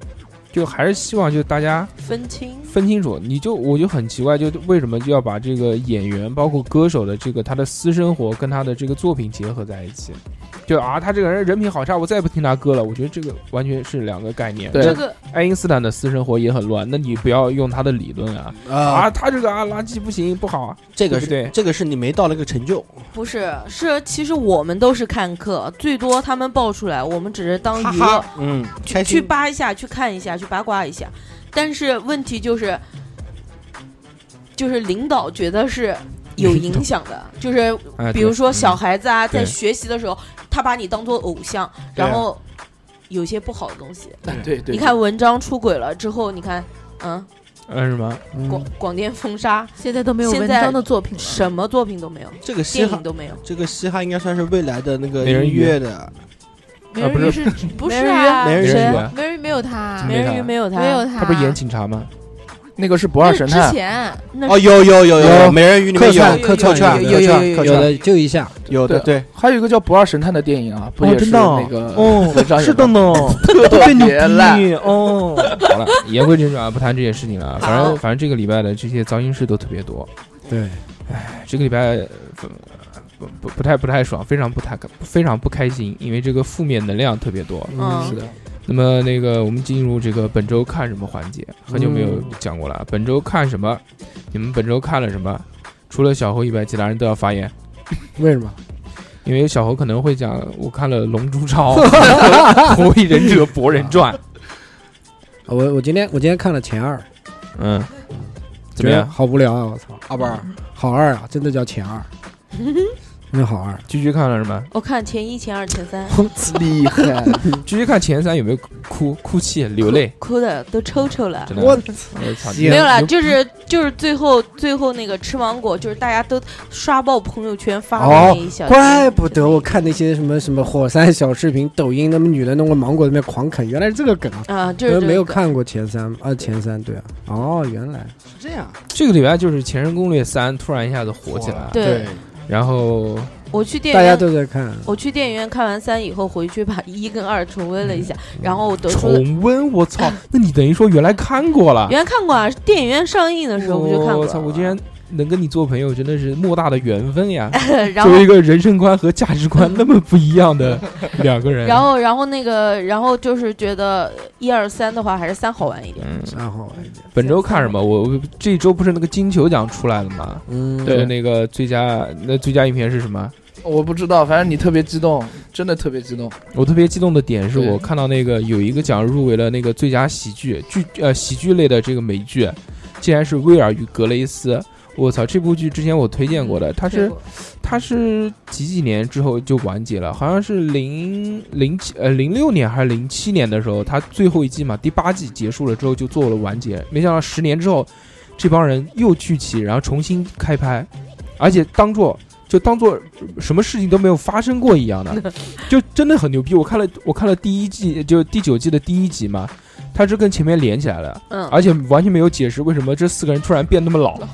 [SPEAKER 1] 就还是希望就大家
[SPEAKER 6] 分清。
[SPEAKER 1] 分清楚，你就我就很奇怪，就为什么就要把这个演员包括歌手的这个他的私生活跟他的这个作品结合在一起？就啊，他这个人人品好差，我再也不听他歌了。我觉得这个完全是两个概念。
[SPEAKER 4] 对
[SPEAKER 6] 这个
[SPEAKER 1] 爱因斯坦的私生活也很乱，那你不要用他的理论啊
[SPEAKER 4] 啊
[SPEAKER 1] 啊，，他这个啊垃圾不行不好啊。
[SPEAKER 4] 这个
[SPEAKER 1] 对不对
[SPEAKER 4] 是这个是你没到那个成就，
[SPEAKER 6] 不是是，其实我们都是看客，最多他们爆出来，我们只是当娱乐
[SPEAKER 4] 嗯，开
[SPEAKER 6] 去
[SPEAKER 4] 心
[SPEAKER 6] 扒一下，去看一下，去八卦一下。但是问题就是，就是领导觉得是有影响的，就是
[SPEAKER 1] 哎，
[SPEAKER 6] 比如
[SPEAKER 1] 对
[SPEAKER 6] 说
[SPEAKER 1] 嗯
[SPEAKER 6] 小孩子啊，
[SPEAKER 1] 对
[SPEAKER 6] 在学习的时候，他把你当做偶像，
[SPEAKER 4] 对啊
[SPEAKER 6] 然后有些不好的东西。
[SPEAKER 4] 哎
[SPEAKER 7] 对对
[SPEAKER 6] 嗯你看文章出轨了之后，你看，嗯，
[SPEAKER 1] 嗯什么
[SPEAKER 6] 广广电封杀，
[SPEAKER 3] 现在都没有
[SPEAKER 6] 现
[SPEAKER 3] 文
[SPEAKER 6] 在
[SPEAKER 3] 章的作品了。
[SPEAKER 6] 什么作品都没有，
[SPEAKER 4] 这个嘻
[SPEAKER 6] 电
[SPEAKER 4] 哈
[SPEAKER 6] 影，都没有。
[SPEAKER 4] 这个嘻哈应该算是未来的那个
[SPEAKER 1] 美人
[SPEAKER 4] 音
[SPEAKER 1] 鱼
[SPEAKER 4] 乐的，
[SPEAKER 3] 美
[SPEAKER 1] 啊不
[SPEAKER 3] 人鱼是不是
[SPEAKER 6] 美人鱼
[SPEAKER 3] 啊？
[SPEAKER 4] 美人
[SPEAKER 1] 鱼
[SPEAKER 3] 谁
[SPEAKER 1] 啊
[SPEAKER 3] 美人鱼没有他，
[SPEAKER 1] 没
[SPEAKER 6] 美
[SPEAKER 1] 他
[SPEAKER 6] 人鱼啊没有他，
[SPEAKER 3] 没有他，
[SPEAKER 1] 他不是演警察
[SPEAKER 4] *laughs*
[SPEAKER 1] 吗？
[SPEAKER 7] 那个是不
[SPEAKER 3] 那
[SPEAKER 7] 二
[SPEAKER 3] 是
[SPEAKER 7] 神
[SPEAKER 3] 之
[SPEAKER 7] 探，
[SPEAKER 3] 前
[SPEAKER 6] 那
[SPEAKER 4] 哦，有有有
[SPEAKER 2] 有
[SPEAKER 4] 美人鱼里面
[SPEAKER 2] 客串
[SPEAKER 4] 有
[SPEAKER 2] 客
[SPEAKER 4] 客
[SPEAKER 2] 串
[SPEAKER 4] 串
[SPEAKER 2] 有
[SPEAKER 4] 客
[SPEAKER 3] 有
[SPEAKER 4] 串
[SPEAKER 3] 有
[SPEAKER 4] 客
[SPEAKER 2] 有
[SPEAKER 4] 串
[SPEAKER 2] 的就一下，
[SPEAKER 4] 有的对，
[SPEAKER 7] 还有一个叫不二神探的电影啊，不也是那个
[SPEAKER 1] 哦
[SPEAKER 7] 文章有
[SPEAKER 1] 是的
[SPEAKER 7] 吗
[SPEAKER 1] 呢，
[SPEAKER 7] 特别烂，
[SPEAKER 1] 逼哦。好了，言归正传啊，不谈这些事情了啊。反正反正这个礼拜的这些糟心事都特别多。
[SPEAKER 2] 对，
[SPEAKER 1] 这个礼拜不不不不太不太爽，非常不太非常不开心，因为这个负面能量特别多。
[SPEAKER 6] 嗯
[SPEAKER 2] 是的，
[SPEAKER 1] 那么那个我们进入这个本周看什么环节，很久没有讲过了。本周看什么？你们本周看了什么？除了小侯以外，其他人都要发言，
[SPEAKER 2] 为什么？啊
[SPEAKER 1] 因为小侯可能会讲我看了《龙珠超》 *laughs* 《火影忍者》《博人传》。
[SPEAKER 2] 啊我我今天我今天看了前二，
[SPEAKER 1] 嗯，怎
[SPEAKER 2] 觉
[SPEAKER 1] 么
[SPEAKER 2] 得
[SPEAKER 1] 样？
[SPEAKER 2] 好无聊啊！我操，
[SPEAKER 4] 阿宝
[SPEAKER 2] 好二啊，真的叫前
[SPEAKER 1] *laughs*
[SPEAKER 2] 二，真的好二。
[SPEAKER 1] 居居看了什么？
[SPEAKER 6] 我看前一、前二、前三，
[SPEAKER 7] 厉
[SPEAKER 2] *laughs*
[SPEAKER 7] 害，
[SPEAKER 1] 居居看前三有没有哭哭泣流泪？
[SPEAKER 6] 哭的都抽抽了。
[SPEAKER 1] 真的，我操！
[SPEAKER 2] 天
[SPEAKER 6] 没有啦，
[SPEAKER 2] 有
[SPEAKER 6] 就是就是最后最后那个吃芒果，就是大家都刷爆朋友圈发的
[SPEAKER 2] 哦
[SPEAKER 6] 那一小，
[SPEAKER 2] 怪不得我看那些什么什么火山小视频、抖音，那么女的弄个芒果在那边狂啃，原来是这个梗啊！
[SPEAKER 6] 啊，就
[SPEAKER 2] 我
[SPEAKER 6] 是这
[SPEAKER 2] 也
[SPEAKER 6] 个
[SPEAKER 2] 没有看过前三啊，前三对啊，哦，原来
[SPEAKER 4] 是这样，
[SPEAKER 1] 这个礼拜就是《前任攻略三》突然一下子火起来了，
[SPEAKER 6] 对，
[SPEAKER 1] 然后
[SPEAKER 6] 我去电
[SPEAKER 2] 大
[SPEAKER 6] 影
[SPEAKER 2] 家
[SPEAKER 6] 院，
[SPEAKER 2] 都在看，
[SPEAKER 6] 我去电影院看完三以后，回去把一跟二重温了一下，
[SPEAKER 2] 嗯
[SPEAKER 6] 然后我得出了
[SPEAKER 1] 重温，我操！那你等于说原来看过了？
[SPEAKER 6] 哎原来看过啊，电影院上映的时候我就看过了。
[SPEAKER 1] 我操！我竟然能跟你做朋友，真的是莫大的缘分呀！
[SPEAKER 6] *laughs* 哎
[SPEAKER 1] 作
[SPEAKER 6] 然后嗯
[SPEAKER 1] 为一个人生观和价值观那么不一样
[SPEAKER 6] *laughs*
[SPEAKER 1] 的两个人，
[SPEAKER 6] 然后然后那个然后就是觉得一二三的话还是三好玩一点。
[SPEAKER 1] 嗯，
[SPEAKER 2] 然后哎
[SPEAKER 1] 本周看什么？我我这周不是那个金球奖出来了吗？
[SPEAKER 2] 嗯，
[SPEAKER 1] 就是那个最佳那最佳影片是什么？
[SPEAKER 7] 我不知道，反正你特别激动，真的特别激动。
[SPEAKER 1] 我特别激动的点是
[SPEAKER 7] 对
[SPEAKER 1] 我看到那个有一个奖入围了那个最佳喜剧剧呃喜剧类的这个美剧，竟然是《威尔与格雷斯》。我操，这部剧之前我推荐过的，它是它是几几年之后就完结了，好像是零零七呃零六年还是零七年的时候，它最后一季嘛，第八季结束了之后就做了完结。没想到十年之后，这帮人又聚齐，然后重新开拍，而且当做就当做什么事情都没有发生过一样的，就真的很牛逼。我看了我看了第一季，就第九季的第一集嘛，它是跟前面连起来了，
[SPEAKER 6] 嗯，
[SPEAKER 1] 而且完全没有解释为什么这四个人突然变那么老 *laughs* 了。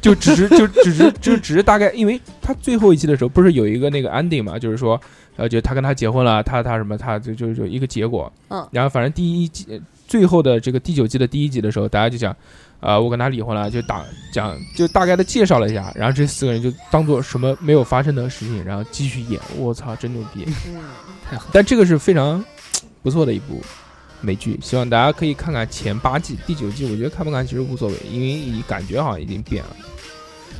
[SPEAKER 1] 就只是就只是就只是大概，因为他最后一季的时候不是有一个那个 ending 嘛，就是说，呃，就他跟他结婚了，他他什么，他就就就一个结果，
[SPEAKER 6] 嗯
[SPEAKER 1] 然后反正第一季呃最后的这个第九季的第一集的时候，大家就讲，呃，我跟他离婚了，就打讲就大概的介绍了一下，然后这四个人就当做什么没有发生的事情，然后继续演，我操，真牛逼！但这个是非常不错的一部美剧，希望大家可以看看前八季、第九季，我觉得看不看其实无所谓，因为你感觉好像已经变了。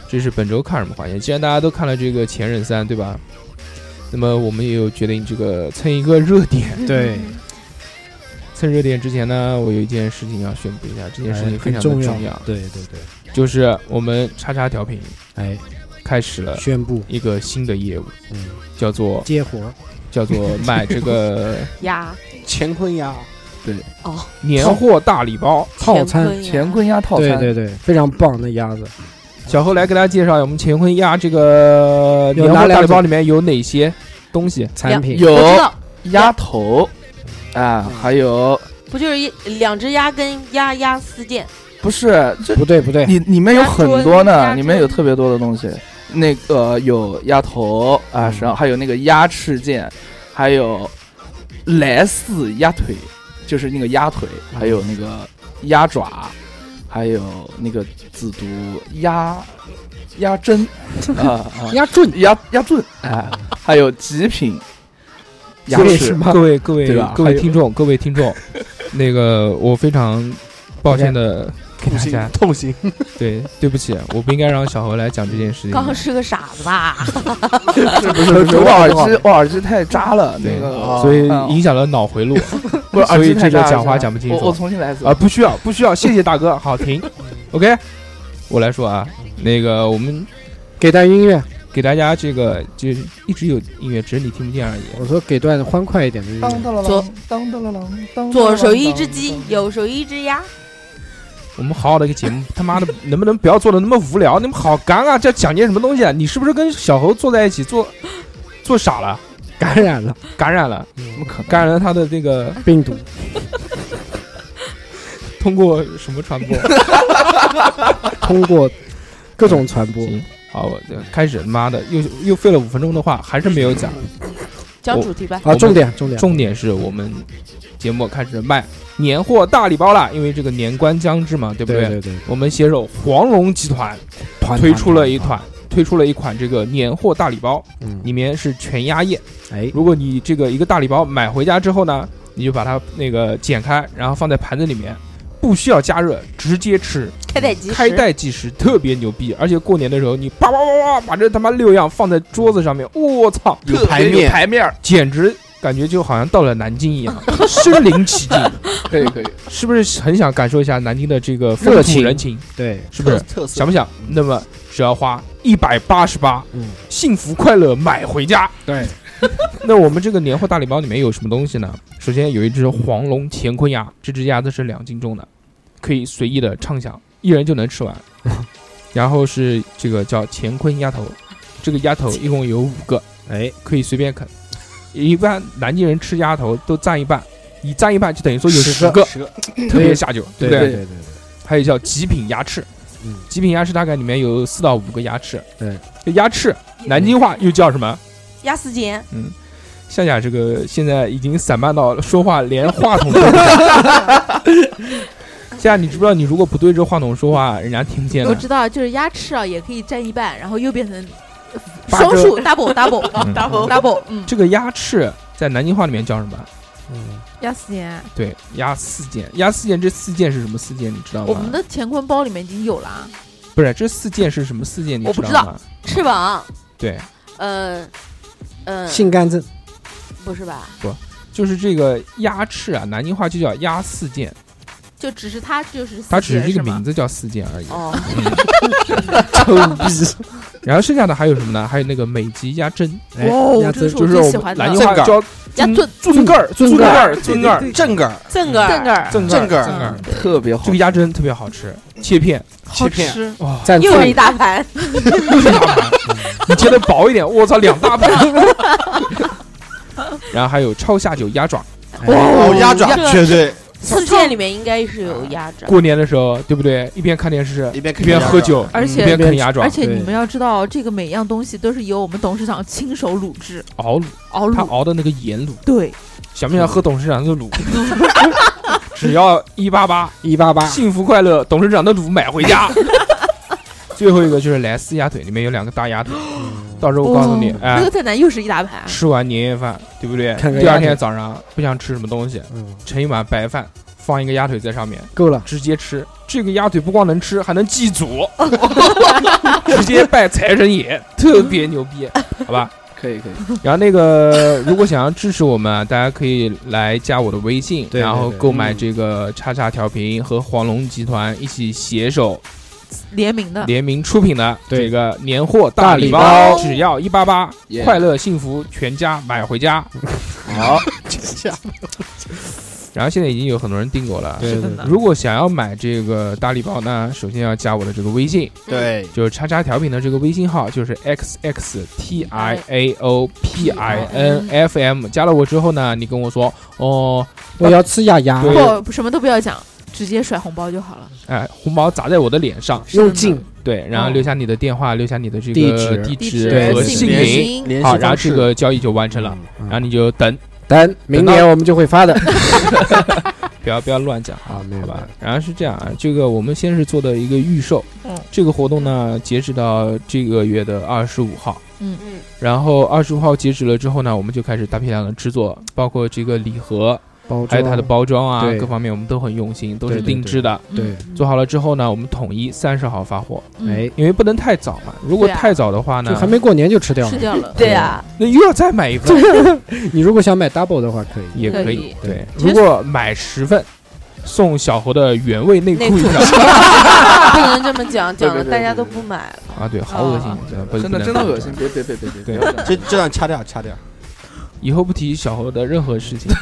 [SPEAKER 1] 这是本周看什么环节？既然大家都看了这个《前任三》，对吧？那么我们也有决定这个蹭一个热点。
[SPEAKER 2] 对，
[SPEAKER 1] 蹭热点之前呢，我有一件事情要宣布一下，这件事情非常的
[SPEAKER 2] 哎很
[SPEAKER 1] 重
[SPEAKER 2] 要
[SPEAKER 1] 要，，
[SPEAKER 2] 对对对，
[SPEAKER 1] 就是我们叉叉调频
[SPEAKER 2] 哎，
[SPEAKER 1] 开始了
[SPEAKER 2] 宣布
[SPEAKER 1] 一个新的业务，
[SPEAKER 2] 嗯
[SPEAKER 1] 叫做
[SPEAKER 2] 接活，
[SPEAKER 1] 叫做卖这个
[SPEAKER 6] 呀，
[SPEAKER 4] 乾坤呀，
[SPEAKER 1] 年货大礼包。
[SPEAKER 2] 套餐
[SPEAKER 6] 哎呀
[SPEAKER 7] 乾坤鸭套
[SPEAKER 2] 对
[SPEAKER 7] 餐，
[SPEAKER 2] 对对，非常棒的鸭子，
[SPEAKER 1] 小侯来给大家介绍一下，我们乾坤鸭这个
[SPEAKER 2] 有
[SPEAKER 1] 年
[SPEAKER 2] 哪
[SPEAKER 1] 货大
[SPEAKER 2] 两
[SPEAKER 1] 礼
[SPEAKER 2] 种
[SPEAKER 1] 包里面有哪些东西？
[SPEAKER 2] 产品
[SPEAKER 7] 有
[SPEAKER 6] 我知道，
[SPEAKER 7] 鸭头啊，还有
[SPEAKER 6] 不就是一两只鸭跟鸭鸭丝腱，
[SPEAKER 7] 不是这
[SPEAKER 2] 不对不
[SPEAKER 1] 哎
[SPEAKER 2] 对，
[SPEAKER 7] 里里面有很多
[SPEAKER 6] 鸭
[SPEAKER 7] 呢，
[SPEAKER 6] 胗
[SPEAKER 7] 里面有特别多的东西，那个有鸭头
[SPEAKER 1] 嗯
[SPEAKER 7] 啊，然后还有那个鸭翅腱，还有莱丝鸭腿，就是那个鸭腿，还有那个鸭爪，还有那个紫竹鸭鸭胗啊啊
[SPEAKER 2] 鸭炖
[SPEAKER 7] 鸭鸭炖啊，还有极
[SPEAKER 1] *laughs*
[SPEAKER 7] 品雅
[SPEAKER 1] 各位
[SPEAKER 7] 士，
[SPEAKER 1] 各位各
[SPEAKER 7] 对
[SPEAKER 1] 位
[SPEAKER 7] 吧
[SPEAKER 1] 各
[SPEAKER 7] 还
[SPEAKER 1] 位
[SPEAKER 7] 有
[SPEAKER 1] 听众，各位听众，那个我非常抱歉的给
[SPEAKER 4] 痛
[SPEAKER 1] 大
[SPEAKER 4] 心
[SPEAKER 1] 家，
[SPEAKER 4] 痛心，
[SPEAKER 1] 对对不起，我不应该让小何来讲这件事情
[SPEAKER 6] 刚刚
[SPEAKER 1] 的，
[SPEAKER 6] 是个傻子吧？
[SPEAKER 7] 不是不是，我耳机我耳机太渣了，
[SPEAKER 1] 对
[SPEAKER 7] 那个
[SPEAKER 1] 所以
[SPEAKER 7] 嗯
[SPEAKER 1] 影响了脑
[SPEAKER 7] *laughs*
[SPEAKER 1] 回路
[SPEAKER 7] 不是
[SPEAKER 1] 所以
[SPEAKER 7] 耳机太
[SPEAKER 1] 这个
[SPEAKER 7] 渣了，
[SPEAKER 1] 讲话
[SPEAKER 7] 是吧
[SPEAKER 1] 讲不清
[SPEAKER 7] 我
[SPEAKER 1] 楚
[SPEAKER 7] 我重新来一次
[SPEAKER 1] 啊，不需要不需要，谢谢大哥，好
[SPEAKER 7] *laughs*
[SPEAKER 1] 停，OK，我来说啊，那个我们
[SPEAKER 2] 给段音乐，
[SPEAKER 1] 给大家这个就是一直有音乐，只是你听不见而已。
[SPEAKER 2] 我说给段欢快一点的音
[SPEAKER 7] 当
[SPEAKER 2] 乐。
[SPEAKER 7] 当啷啷
[SPEAKER 6] 左
[SPEAKER 7] 当当啷啷当当啷啷
[SPEAKER 6] 左手一只鸡，右手一只鸭。
[SPEAKER 1] 我们好好的一个节目，他妈的能不能不要做的那么无聊？你们好尴尬，这讲些什么东西啊？你是不是跟小猴坐在一起做做傻了，
[SPEAKER 2] 感染了
[SPEAKER 1] 感染了，
[SPEAKER 7] 怎么可能？
[SPEAKER 1] 感染了他的这个
[SPEAKER 2] 病毒，
[SPEAKER 1] 通过什么传
[SPEAKER 7] *laughs*
[SPEAKER 1] 播？
[SPEAKER 2] 通过各种传播，
[SPEAKER 1] 行，好，我就开始，妈的，又又费了五分钟的话，还是没有讲。
[SPEAKER 6] 讲
[SPEAKER 1] 我
[SPEAKER 6] 主题吧，
[SPEAKER 1] 我
[SPEAKER 2] 啊，
[SPEAKER 1] 们
[SPEAKER 2] 重点重点，
[SPEAKER 1] 重点是我们节目开始卖年货大礼包了，因为这个年关将至嘛，对不
[SPEAKER 2] 对对对，
[SPEAKER 1] 我们携手黄蓉集团
[SPEAKER 2] 团
[SPEAKER 1] 推出了一，款推出了一款这个年货大礼包，
[SPEAKER 2] 嗯，
[SPEAKER 1] 里面是全鸭宴。
[SPEAKER 2] 哎，
[SPEAKER 1] 如果你这个一个大礼包买回家之后呢，你就把它那个剪开，然后放在盘子里面，不需要加热，直接吃，
[SPEAKER 6] 开袋即食。
[SPEAKER 1] 开袋即食，特别牛逼。而且过年的时候，你叭叭叭叭把这他妈六样放在桌子上面，我操，
[SPEAKER 4] 有
[SPEAKER 7] 特
[SPEAKER 4] 排
[SPEAKER 7] 别有
[SPEAKER 4] 面
[SPEAKER 7] 排面儿，
[SPEAKER 1] 简直感觉就好像到了南京一样， *laughs* 身临其境，
[SPEAKER 7] 可以可以，
[SPEAKER 1] 是不是很想感受一下南京的这个风
[SPEAKER 2] 热
[SPEAKER 1] 土
[SPEAKER 2] 情
[SPEAKER 1] 人情？
[SPEAKER 2] 对，
[SPEAKER 1] 是不是？
[SPEAKER 4] 特色
[SPEAKER 1] 想不想？那么只要花一百八十八
[SPEAKER 2] 嗯，
[SPEAKER 1] 幸福快乐买回家。
[SPEAKER 2] 对，
[SPEAKER 1] *laughs* 那我们这个年货大礼包里面有什么东西呢？首先有一只黄龙乾坤鸭，这只鸭子是两斤重的，可以随意的畅享，一人就能吃完。然后是这个叫乾坤鸭头，这个鸭头一共有五个，
[SPEAKER 2] 哎，
[SPEAKER 1] 可以随便啃。一般南京人吃鸭头都占一半，你占一半就等于说有十个，
[SPEAKER 4] 十个
[SPEAKER 1] 特别下酒，对
[SPEAKER 2] 对
[SPEAKER 1] 不对？
[SPEAKER 2] 对对，
[SPEAKER 1] 还有叫极品鸭翅。
[SPEAKER 2] 嗯
[SPEAKER 1] 极品鸭翅大概里面有四到五个鸭翅。
[SPEAKER 2] 对，
[SPEAKER 1] 这鸭翅南京话又叫什么？
[SPEAKER 6] 鸭丝尖，
[SPEAKER 1] 夏夏这个现在已经散漫到说话连话筒都
[SPEAKER 2] *laughs*
[SPEAKER 1] 不带。夏夏，你知不知道你如果不对着话筒说话，人家听不见
[SPEAKER 3] 我
[SPEAKER 1] 的。
[SPEAKER 3] 知道，就是鸭翅啊，也可以占一半，然后又变成
[SPEAKER 1] 八
[SPEAKER 3] 双
[SPEAKER 1] 折
[SPEAKER 3] 数 double double
[SPEAKER 1] 嗯
[SPEAKER 3] double double，嗯，
[SPEAKER 1] 这个鸭翅在南京话里面叫什么？
[SPEAKER 2] 嗯，
[SPEAKER 3] 鸭丝尖，
[SPEAKER 1] 对，鸭四件。鸭四件这四件是什么四件？你知道
[SPEAKER 3] 我们
[SPEAKER 1] 吗？
[SPEAKER 3] 的乾坤包里面已经有了啊，
[SPEAKER 1] 不是，这四件是什么四件？你
[SPEAKER 6] 我不知
[SPEAKER 1] 道吗？
[SPEAKER 6] 翅膀，
[SPEAKER 1] 对，
[SPEAKER 6] 嗯嗯，
[SPEAKER 2] 性干
[SPEAKER 1] *laughs*
[SPEAKER 2] 症，
[SPEAKER 6] 不是吧？
[SPEAKER 1] 就是这个鸭翅啊，南京话就叫鸭四件，
[SPEAKER 3] 就只是它就是
[SPEAKER 1] 它只是这个名
[SPEAKER 3] 字，
[SPEAKER 1] 字叫四件而已。
[SPEAKER 6] 哦，
[SPEAKER 2] 臭逼，
[SPEAKER 1] 然后剩下的还有什么呢？还有那个美极鸭胗，
[SPEAKER 2] *laughs* 哎
[SPEAKER 3] 哦
[SPEAKER 2] 鸭
[SPEAKER 3] 这个
[SPEAKER 2] 子
[SPEAKER 3] 是
[SPEAKER 1] 就是
[SPEAKER 3] 最
[SPEAKER 1] 我
[SPEAKER 3] 喜
[SPEAKER 1] 们
[SPEAKER 3] 欢
[SPEAKER 1] 南
[SPEAKER 3] 的
[SPEAKER 1] 京话叫
[SPEAKER 3] 鸭
[SPEAKER 1] 尊
[SPEAKER 3] 胗
[SPEAKER 1] 尊盖儿、尊盖儿、尊盖儿、
[SPEAKER 4] 正根儿
[SPEAKER 6] 正个
[SPEAKER 3] 正
[SPEAKER 6] 儿，
[SPEAKER 3] 个
[SPEAKER 7] 哎
[SPEAKER 3] 儿
[SPEAKER 1] 正
[SPEAKER 4] 正
[SPEAKER 1] 盖
[SPEAKER 4] 盖
[SPEAKER 1] 儿、
[SPEAKER 4] 儿
[SPEAKER 1] 正盖儿。
[SPEAKER 7] 特别好
[SPEAKER 1] 这个，鸭胗特别好吃，切片
[SPEAKER 4] 切片，
[SPEAKER 3] 吃，
[SPEAKER 1] 哇，
[SPEAKER 2] 赞助
[SPEAKER 6] 又是一大盘，
[SPEAKER 1] 又是大盘，
[SPEAKER 3] *laughs*
[SPEAKER 1] 你切的薄一点，我操，两大盘。然后还有超下酒鸭爪，
[SPEAKER 4] 哦，鸭爪
[SPEAKER 6] 这
[SPEAKER 4] 绝对
[SPEAKER 6] 四件里面应该是有鸭爪。
[SPEAKER 1] 过年的时候，对不对？一边看电视，
[SPEAKER 4] 一边
[SPEAKER 1] 一边喝酒，
[SPEAKER 3] 而
[SPEAKER 1] 一
[SPEAKER 3] 且
[SPEAKER 1] 边啃鸭爪
[SPEAKER 3] 而，且
[SPEAKER 2] 对
[SPEAKER 3] 你们要知道，这个每样东西都是由我们董事长亲手卤制
[SPEAKER 1] 熬卤，
[SPEAKER 3] 熬
[SPEAKER 1] 他
[SPEAKER 3] 卤，
[SPEAKER 1] 熬的那个盐卤，
[SPEAKER 3] 对，
[SPEAKER 1] 想不想喝董事长的卤？ *laughs* 只要一八八，
[SPEAKER 2] 一八八，
[SPEAKER 1] 幸福快乐，董事长的卤买回家。 *laughs* 最后一个就是来四鸭腿，里面有两个大鸭腿，到时候我告诉你，
[SPEAKER 3] 哇
[SPEAKER 1] 哎
[SPEAKER 3] 那个，在南又是一大盘，
[SPEAKER 1] 吃完年夜饭，对不对
[SPEAKER 2] 看？个
[SPEAKER 1] 第二
[SPEAKER 2] 鸭腿
[SPEAKER 1] 天早上不想吃什么东西，
[SPEAKER 2] 嗯，
[SPEAKER 1] 盛一碗白饭，放一个鸭腿在上面，
[SPEAKER 2] 够了，
[SPEAKER 1] 直接吃。这个鸭腿不光能吃，还能祭祖，直接拜财神爷，特别牛逼，好吧？
[SPEAKER 7] 可以可以，
[SPEAKER 1] 然后那个， *laughs* 如果想要支持我们，啊，大家可以来加我的微信，
[SPEAKER 2] 对
[SPEAKER 1] 然后
[SPEAKER 2] 对对
[SPEAKER 1] 购买
[SPEAKER 4] 嗯
[SPEAKER 1] 这个叉叉调频和黄龙集团一起携手
[SPEAKER 3] 联名的，
[SPEAKER 1] 联名出品的
[SPEAKER 2] 嗯对
[SPEAKER 1] 这个年货
[SPEAKER 2] 大
[SPEAKER 1] 礼
[SPEAKER 2] 礼
[SPEAKER 1] 包，
[SPEAKER 2] 包
[SPEAKER 1] 只要一八八，
[SPEAKER 7] Yeah
[SPEAKER 1] 快乐幸福全家买回家。
[SPEAKER 7] 好，
[SPEAKER 1] 然后现在已经有很多人订购了。
[SPEAKER 2] 对
[SPEAKER 3] 是的
[SPEAKER 2] 对
[SPEAKER 3] 呢
[SPEAKER 1] 如果想要买这个大礼包呢，首先要加我的这个微信，
[SPEAKER 4] 对，
[SPEAKER 1] 就是叉叉调频的这个微信号，就是 x x t i a o p i n f m。加了我之后呢，你跟我说哦，
[SPEAKER 2] 我要吃鸭鸭，
[SPEAKER 1] 对
[SPEAKER 3] 不什么都不要讲，直接甩红包就好了，
[SPEAKER 1] 哎，红包砸在我的脸上，
[SPEAKER 2] 用劲，
[SPEAKER 1] 对，然后
[SPEAKER 3] 哦
[SPEAKER 1] 留下你的电话，留下你的这个
[SPEAKER 2] 地址
[SPEAKER 1] 地
[SPEAKER 3] 地
[SPEAKER 1] 址
[SPEAKER 2] 址
[SPEAKER 1] 和
[SPEAKER 2] 对
[SPEAKER 1] 姓
[SPEAKER 2] 联
[SPEAKER 1] 名，
[SPEAKER 4] 系联系
[SPEAKER 1] 好，然后
[SPEAKER 4] 方式
[SPEAKER 1] 这个交易就完成了，
[SPEAKER 2] 嗯
[SPEAKER 1] 然后你就等。
[SPEAKER 2] 等明年我们就会发的，
[SPEAKER 1] 不要不要乱讲
[SPEAKER 2] 啊，没有
[SPEAKER 1] 好吧？然后是这样啊，这个我们先是做的一个预售，
[SPEAKER 3] 嗯
[SPEAKER 1] 这个活动呢截止到这个月的二十五号，
[SPEAKER 6] 嗯，
[SPEAKER 1] 然后二十五号截止了之后呢，我们就开始大批量的制作，包括这个礼盒，
[SPEAKER 2] 包装
[SPEAKER 1] 还有它的包装啊，
[SPEAKER 2] 对
[SPEAKER 1] 各方面我们都很用心，都是
[SPEAKER 2] 对对
[SPEAKER 1] 定制的。
[SPEAKER 2] 对，
[SPEAKER 1] 做好了之后呢，我们统一三十号发货，
[SPEAKER 3] 嗯
[SPEAKER 2] 哎，
[SPEAKER 1] 因为不能太早嘛，如果
[SPEAKER 6] 对啊
[SPEAKER 1] 太早的话
[SPEAKER 2] 就
[SPEAKER 1] 呢
[SPEAKER 2] 还，没过年就吃掉
[SPEAKER 6] 吃
[SPEAKER 2] 了。
[SPEAKER 6] 掉了。
[SPEAKER 3] 对呀，
[SPEAKER 1] 那又要再买一份，
[SPEAKER 2] 你如果想买 double 的话，可以。
[SPEAKER 1] 也
[SPEAKER 6] 可
[SPEAKER 1] 可
[SPEAKER 6] 以
[SPEAKER 1] 以。对，
[SPEAKER 3] 其实
[SPEAKER 1] 如果买十份，送小猴的原味内
[SPEAKER 6] 内
[SPEAKER 1] 裤一
[SPEAKER 6] 裤
[SPEAKER 1] 条
[SPEAKER 6] *laughs* 不能这么讲，讲了
[SPEAKER 7] 对对对
[SPEAKER 6] 大家都不买了。
[SPEAKER 1] *laughs* 啊，对，好恶心
[SPEAKER 3] 啊，
[SPEAKER 1] 真的不
[SPEAKER 7] 真
[SPEAKER 1] 不
[SPEAKER 7] 的
[SPEAKER 1] 能
[SPEAKER 7] 真的
[SPEAKER 1] 这样
[SPEAKER 7] 恶心，别别别别别
[SPEAKER 1] 对
[SPEAKER 7] 不要这样
[SPEAKER 4] 这这段掐掉，掐掉。
[SPEAKER 1] 以后不提小猴的任何事 *laughs* 情，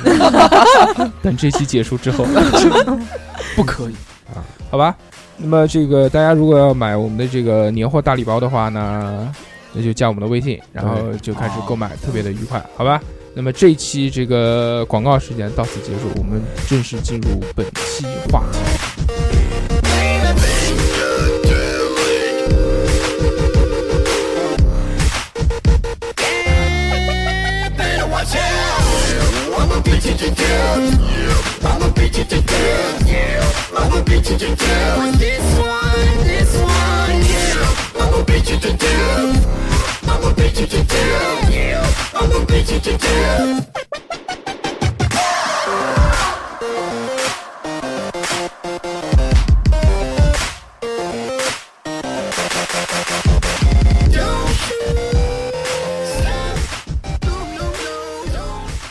[SPEAKER 1] 等这期结束之后，不可以啊，好吧？那么这个大家如果要买我们的这个年货大礼包的话呢，那就加我们的微信，然后就开始购买，特别的愉快，好吧？那么这一期这个广告时间到此结束，我们正式进入本期话题。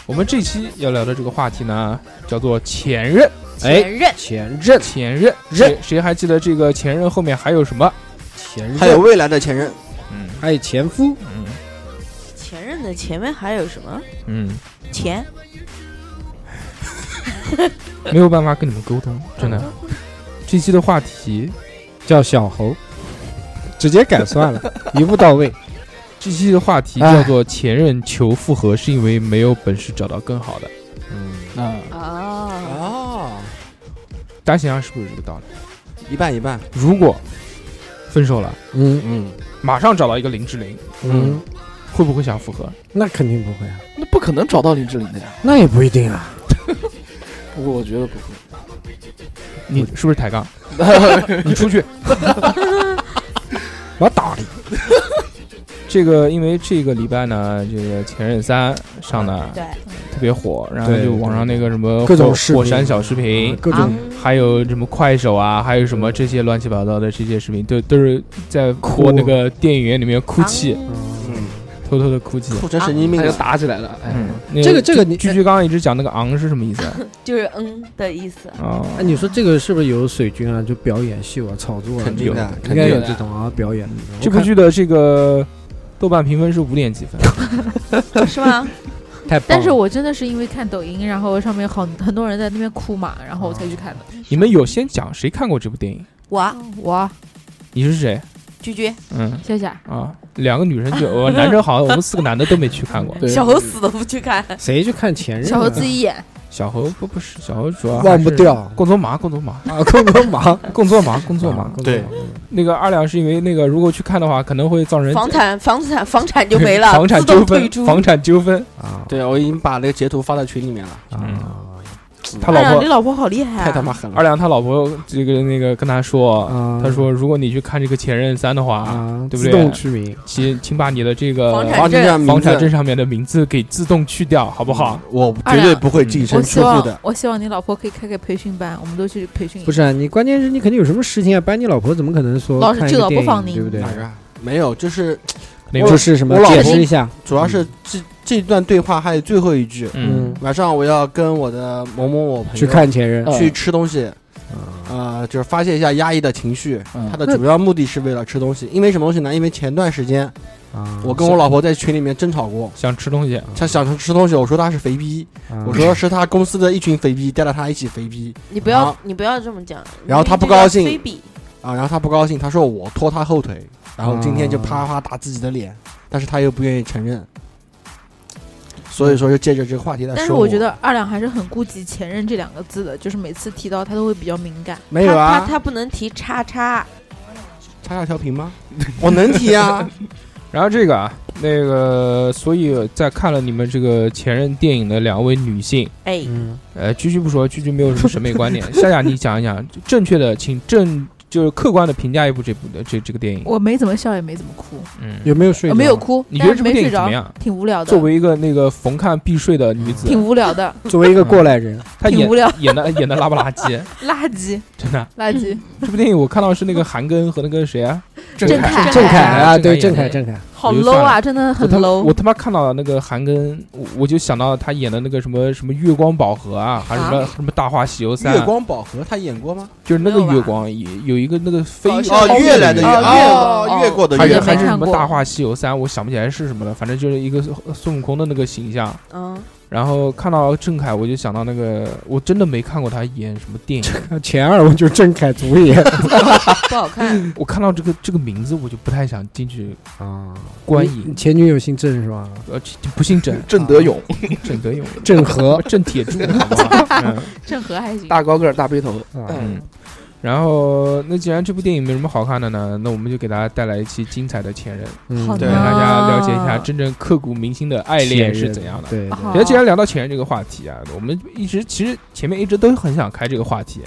[SPEAKER 1] 我们这期要聊的这个话题呢，叫做前任。
[SPEAKER 2] 哎，
[SPEAKER 6] 前任
[SPEAKER 2] 前任，
[SPEAKER 1] 前任，
[SPEAKER 2] 任
[SPEAKER 1] 谁谁还记得这个前任后面还有什么？
[SPEAKER 2] 前任，
[SPEAKER 4] 还有未来的前任，
[SPEAKER 1] 嗯
[SPEAKER 2] 还有前夫，
[SPEAKER 1] 嗯
[SPEAKER 6] 前任的前面还有什么
[SPEAKER 1] 嗯，
[SPEAKER 6] 钱？
[SPEAKER 1] 没有办法跟你们沟通，真的。
[SPEAKER 2] 嗯
[SPEAKER 1] 这期的话题，
[SPEAKER 2] 叫小猴，直接改算
[SPEAKER 4] *laughs*
[SPEAKER 2] 了，一步到位。
[SPEAKER 1] 这期的话题叫做“前任求复合是因为没有本事找到更好的
[SPEAKER 4] 嗯
[SPEAKER 6] 啊，
[SPEAKER 4] 哦，”，
[SPEAKER 1] 大家想想是不是这个道理？
[SPEAKER 4] 一半一半，
[SPEAKER 1] 如果分手了，
[SPEAKER 2] 嗯
[SPEAKER 4] 嗯，
[SPEAKER 1] 马上找到一个林志玲，
[SPEAKER 2] 嗯，
[SPEAKER 1] 会不会想复合？
[SPEAKER 2] 那肯定不会啊，
[SPEAKER 7] 那不可能找到林志玲的呀。
[SPEAKER 2] 那也不一定啊。
[SPEAKER 7] 不过我觉得不会。
[SPEAKER 1] 你是不是抬
[SPEAKER 2] *laughs*
[SPEAKER 1] 杠？你出去！ *laughs*
[SPEAKER 2] 我打你，
[SPEAKER 1] 这个因为这个礼拜呢，这个《前任三》上的
[SPEAKER 6] 对，
[SPEAKER 1] 特别火，然后
[SPEAKER 2] 对
[SPEAKER 1] 就网上那个什么
[SPEAKER 2] 各种
[SPEAKER 1] 火
[SPEAKER 2] 视频嗯
[SPEAKER 1] 火山小视频，
[SPEAKER 2] 各种
[SPEAKER 6] 嗯
[SPEAKER 1] 还有什么快手啊，还有什么这些乱七八糟的这些视频，都都是在
[SPEAKER 2] 哭
[SPEAKER 1] 播那个电影院里面哭泣，
[SPEAKER 4] 嗯，
[SPEAKER 1] 偷偷的哭
[SPEAKER 4] *laughs*
[SPEAKER 1] 泣。
[SPEAKER 4] 哭成神经病
[SPEAKER 7] 那就
[SPEAKER 4] 了。
[SPEAKER 7] 打起来了，哎，
[SPEAKER 1] 嗯，那
[SPEAKER 2] 这个这个你
[SPEAKER 1] 句句刚刚一直讲那个昂是什么意
[SPEAKER 2] *laughs*
[SPEAKER 1] 思啊？
[SPEAKER 6] 就是嗯的意思。
[SPEAKER 1] 啊，
[SPEAKER 2] 哎，你说这个是不是有水军啊？就表演秀啊、炒作啊，
[SPEAKER 4] 肯定的
[SPEAKER 2] 有应
[SPEAKER 4] 肯定
[SPEAKER 2] 该
[SPEAKER 4] 的嗯
[SPEAKER 2] 有这种啊，表演的。
[SPEAKER 1] 这部剧的这个豆瓣评分是五点几
[SPEAKER 2] *laughs*
[SPEAKER 1] 分，
[SPEAKER 6] 是吗？
[SPEAKER 2] 我看太棒了，
[SPEAKER 3] 但是我真的是因为看抖音，然后上面好很多人在那边哭嘛，然后我才去看的。
[SPEAKER 1] 你们有先讲谁看过这部电影？
[SPEAKER 6] 我
[SPEAKER 3] 我
[SPEAKER 1] 你是谁？
[SPEAKER 6] 拒绝
[SPEAKER 1] 嗯
[SPEAKER 3] 谢谢，
[SPEAKER 1] 啊，两个女人就，我男生好像我们四个男的都没去
[SPEAKER 2] *laughs*
[SPEAKER 1] 看过。
[SPEAKER 7] 对
[SPEAKER 6] 小猴死都不去看。
[SPEAKER 2] 谁去看前任啊？
[SPEAKER 3] 小猴自己演，
[SPEAKER 1] 小猴不不是小猴，主要
[SPEAKER 2] 忘不掉
[SPEAKER 1] 工作忙，工作
[SPEAKER 2] *laughs*
[SPEAKER 1] 忙，
[SPEAKER 2] 啊，工作忙，
[SPEAKER 1] 工作忙，工作忙
[SPEAKER 2] 啊。工作
[SPEAKER 4] 嗯对
[SPEAKER 2] 忙
[SPEAKER 1] 那个二两是因为那个，如果去看的话，可能会造成
[SPEAKER 6] 房
[SPEAKER 1] *laughs*
[SPEAKER 6] 产、房产、房产就
[SPEAKER 1] 对
[SPEAKER 6] 没了，
[SPEAKER 1] *laughs* 房产
[SPEAKER 6] 自
[SPEAKER 1] 纠
[SPEAKER 6] 动退
[SPEAKER 1] 纷，
[SPEAKER 6] 出。
[SPEAKER 1] 房产纠纷。
[SPEAKER 2] 啊
[SPEAKER 4] 对，我已经把那个截图发到群里面了，
[SPEAKER 1] 嗯
[SPEAKER 2] 啊
[SPEAKER 1] 他老
[SPEAKER 3] 哎呀，你
[SPEAKER 1] 婆，
[SPEAKER 3] 老婆好厉害
[SPEAKER 4] 太他
[SPEAKER 3] 啊！
[SPEAKER 4] 妈狠
[SPEAKER 1] 二
[SPEAKER 4] 了。
[SPEAKER 1] 两他老婆这个那个跟他说，
[SPEAKER 2] 啊！
[SPEAKER 1] 他说如果你去看这个《前任三》的话，
[SPEAKER 2] 啊，
[SPEAKER 1] 对不
[SPEAKER 2] 自
[SPEAKER 1] 对
[SPEAKER 2] 动取名，
[SPEAKER 1] 请请把你的这个
[SPEAKER 6] 房产
[SPEAKER 4] 房产证、
[SPEAKER 1] 房产证上面的名字给自动去掉，好不好？，
[SPEAKER 4] 我绝对不会净
[SPEAKER 3] 我
[SPEAKER 4] 身
[SPEAKER 3] 希
[SPEAKER 4] 出户
[SPEAKER 3] 望
[SPEAKER 4] 的。
[SPEAKER 3] 我希望你老婆可以开个培训班，我们都去培训一下。
[SPEAKER 2] 不是啊，你关键是你肯定有什么事情啊，把你老婆怎么可能说
[SPEAKER 3] 老是
[SPEAKER 2] 看一
[SPEAKER 3] 这
[SPEAKER 2] 个电
[SPEAKER 3] 不放
[SPEAKER 2] 影
[SPEAKER 3] 你
[SPEAKER 2] 对不对？
[SPEAKER 4] 哪个啊？没有，就是
[SPEAKER 1] 那
[SPEAKER 2] 就
[SPEAKER 1] 个，
[SPEAKER 2] 是什么
[SPEAKER 4] 我老
[SPEAKER 2] 解
[SPEAKER 4] 公
[SPEAKER 2] 释一下，
[SPEAKER 4] 主要是这这段对话还有最后一句，
[SPEAKER 1] 嗯，
[SPEAKER 4] 晚上我要跟我的某某某朋友
[SPEAKER 2] 去看前任
[SPEAKER 7] 嗯
[SPEAKER 4] 去吃东西，呃，就是发泄一下压抑的情绪。
[SPEAKER 7] 嗯
[SPEAKER 4] 他的主要目的是为了吃东西，因为什么东西呢？因为前段时间
[SPEAKER 2] 啊。
[SPEAKER 4] 我跟我老婆在群里面争吵过，
[SPEAKER 1] 想吃东西，
[SPEAKER 4] 她想吃东西，我说她是肥逼，
[SPEAKER 2] 啊
[SPEAKER 4] 我说是她公司的一群肥逼带着她一起肥逼
[SPEAKER 6] 你不要，你不要这么讲。
[SPEAKER 4] 啊然后他
[SPEAKER 6] 因为
[SPEAKER 4] 不
[SPEAKER 6] 这叫
[SPEAKER 4] 高兴
[SPEAKER 6] 非比
[SPEAKER 4] 啊，然后她不高兴，她说我拖她后腿，然后今天
[SPEAKER 2] 啊
[SPEAKER 4] 就啪啪打自己的脸，但是她又不愿意承认，
[SPEAKER 2] 嗯
[SPEAKER 4] 所以说就借着这个话题来
[SPEAKER 3] 但是
[SPEAKER 4] 说
[SPEAKER 3] 我觉得二两还是很顾及“前任”这两个字的，就是每次提到他都会比较敏感。
[SPEAKER 4] 没有
[SPEAKER 6] 他
[SPEAKER 4] 啊
[SPEAKER 6] 他，他不能提叉叉，
[SPEAKER 2] *laughs*
[SPEAKER 4] 叉叉调频吗？我能提啊，
[SPEAKER 1] 然后这个啊，那个，所以在看了你们这个前任电影的两位女性，
[SPEAKER 6] 哎，
[SPEAKER 2] 嗯， *laughs*
[SPEAKER 1] 呃，居居不说，居居没有什么审美观 *laughs* 点。夏夏，你讲一讲正确的，请正就是客观的评价一部这部的这这个电影。
[SPEAKER 3] 我没怎么笑，也没怎么哭，
[SPEAKER 1] 嗯，
[SPEAKER 2] *laughs* 有没有睡
[SPEAKER 3] 我
[SPEAKER 2] 着？
[SPEAKER 3] 啊呃没有哭，
[SPEAKER 1] 你觉
[SPEAKER 3] 但
[SPEAKER 1] 得
[SPEAKER 3] 是
[SPEAKER 1] 这部
[SPEAKER 3] 没
[SPEAKER 1] 电
[SPEAKER 3] 睡
[SPEAKER 1] 影怎
[SPEAKER 3] 着
[SPEAKER 1] 么，样？
[SPEAKER 3] 挺无聊的
[SPEAKER 1] 作，为一个那个逢看必睡的女子，
[SPEAKER 3] 挺无聊的，
[SPEAKER 2] 啊作为一个过来人，
[SPEAKER 1] 她
[SPEAKER 3] 挺
[SPEAKER 1] 演
[SPEAKER 3] 无聊，
[SPEAKER 1] 演的演的拉不拉几？
[SPEAKER 3] *laughs* 垃圾，
[SPEAKER 1] 真的，
[SPEAKER 3] 垃圾，
[SPEAKER 1] 这部电影我看到是那个韩庚和那个谁啊，
[SPEAKER 3] 嗯郑
[SPEAKER 1] 恺。
[SPEAKER 3] 恺，
[SPEAKER 2] 郑恺啊，对，
[SPEAKER 1] 郑恺
[SPEAKER 2] 郑恺，
[SPEAKER 1] 演
[SPEAKER 2] 郑恺，
[SPEAKER 3] 好
[SPEAKER 1] 我就
[SPEAKER 3] low
[SPEAKER 1] 算
[SPEAKER 3] 啊，真的
[SPEAKER 1] 我
[SPEAKER 3] 很
[SPEAKER 1] 他妈
[SPEAKER 3] low
[SPEAKER 1] 我。他妈看到那个韩庚，我我就想到他演的那个什么什么月光宝盒啊，还是什么什么大话西游三啊
[SPEAKER 4] 月，光宝盒他演过吗？
[SPEAKER 1] 就是那
[SPEAKER 6] 没
[SPEAKER 1] 个
[SPEAKER 6] 有吧
[SPEAKER 1] 月光有有一个那个飞
[SPEAKER 3] 哦是
[SPEAKER 1] 超
[SPEAKER 3] 哦
[SPEAKER 1] 越
[SPEAKER 3] 月
[SPEAKER 7] 亮的
[SPEAKER 1] 月
[SPEAKER 7] 月
[SPEAKER 1] 亮
[SPEAKER 7] 哦
[SPEAKER 6] 哦
[SPEAKER 7] 越过的
[SPEAKER 1] 还
[SPEAKER 7] 月
[SPEAKER 1] 是
[SPEAKER 3] 没
[SPEAKER 1] 还是什
[SPEAKER 3] 看
[SPEAKER 1] 么
[SPEAKER 3] 过
[SPEAKER 1] 《大话西游三》，我想不起来是什么了，反正就是一个孙孙悟空的那个形象。
[SPEAKER 6] 嗯，
[SPEAKER 1] 然后看到郑恺，我就想到那个，我真的没看过他演什么电影。
[SPEAKER 2] 前二我就是郑恺主演
[SPEAKER 6] 不好
[SPEAKER 1] *laughs*
[SPEAKER 6] 看。
[SPEAKER 1] 我看到这个这个名字，我就不太想进去
[SPEAKER 2] 啊。
[SPEAKER 1] *laughs* 观
[SPEAKER 2] 你
[SPEAKER 1] 影。
[SPEAKER 2] 前女友姓郑是吧？
[SPEAKER 1] 呃，不姓 *laughs* 郑，
[SPEAKER 7] 郑德勇，
[SPEAKER 1] 郑德勇，，
[SPEAKER 2] 郑和
[SPEAKER 1] 郑铁柱，好不好？嗯
[SPEAKER 3] 郑和还行，
[SPEAKER 7] 大高个儿大背头，
[SPEAKER 1] 嗯，然后，那既然这部电影没什么好看的呢，那我们就给大家带来一期精彩的前任，
[SPEAKER 2] 嗯
[SPEAKER 3] 好
[SPEAKER 1] 对
[SPEAKER 3] 的
[SPEAKER 1] 大家了解一下
[SPEAKER 3] 啊
[SPEAKER 1] 真正刻骨铭心的爱恋是怎样的。
[SPEAKER 2] 对，对
[SPEAKER 3] 好
[SPEAKER 1] 其实，既然聊到前任这个话题啊，我们一直其实前面一直都很想开这个话题，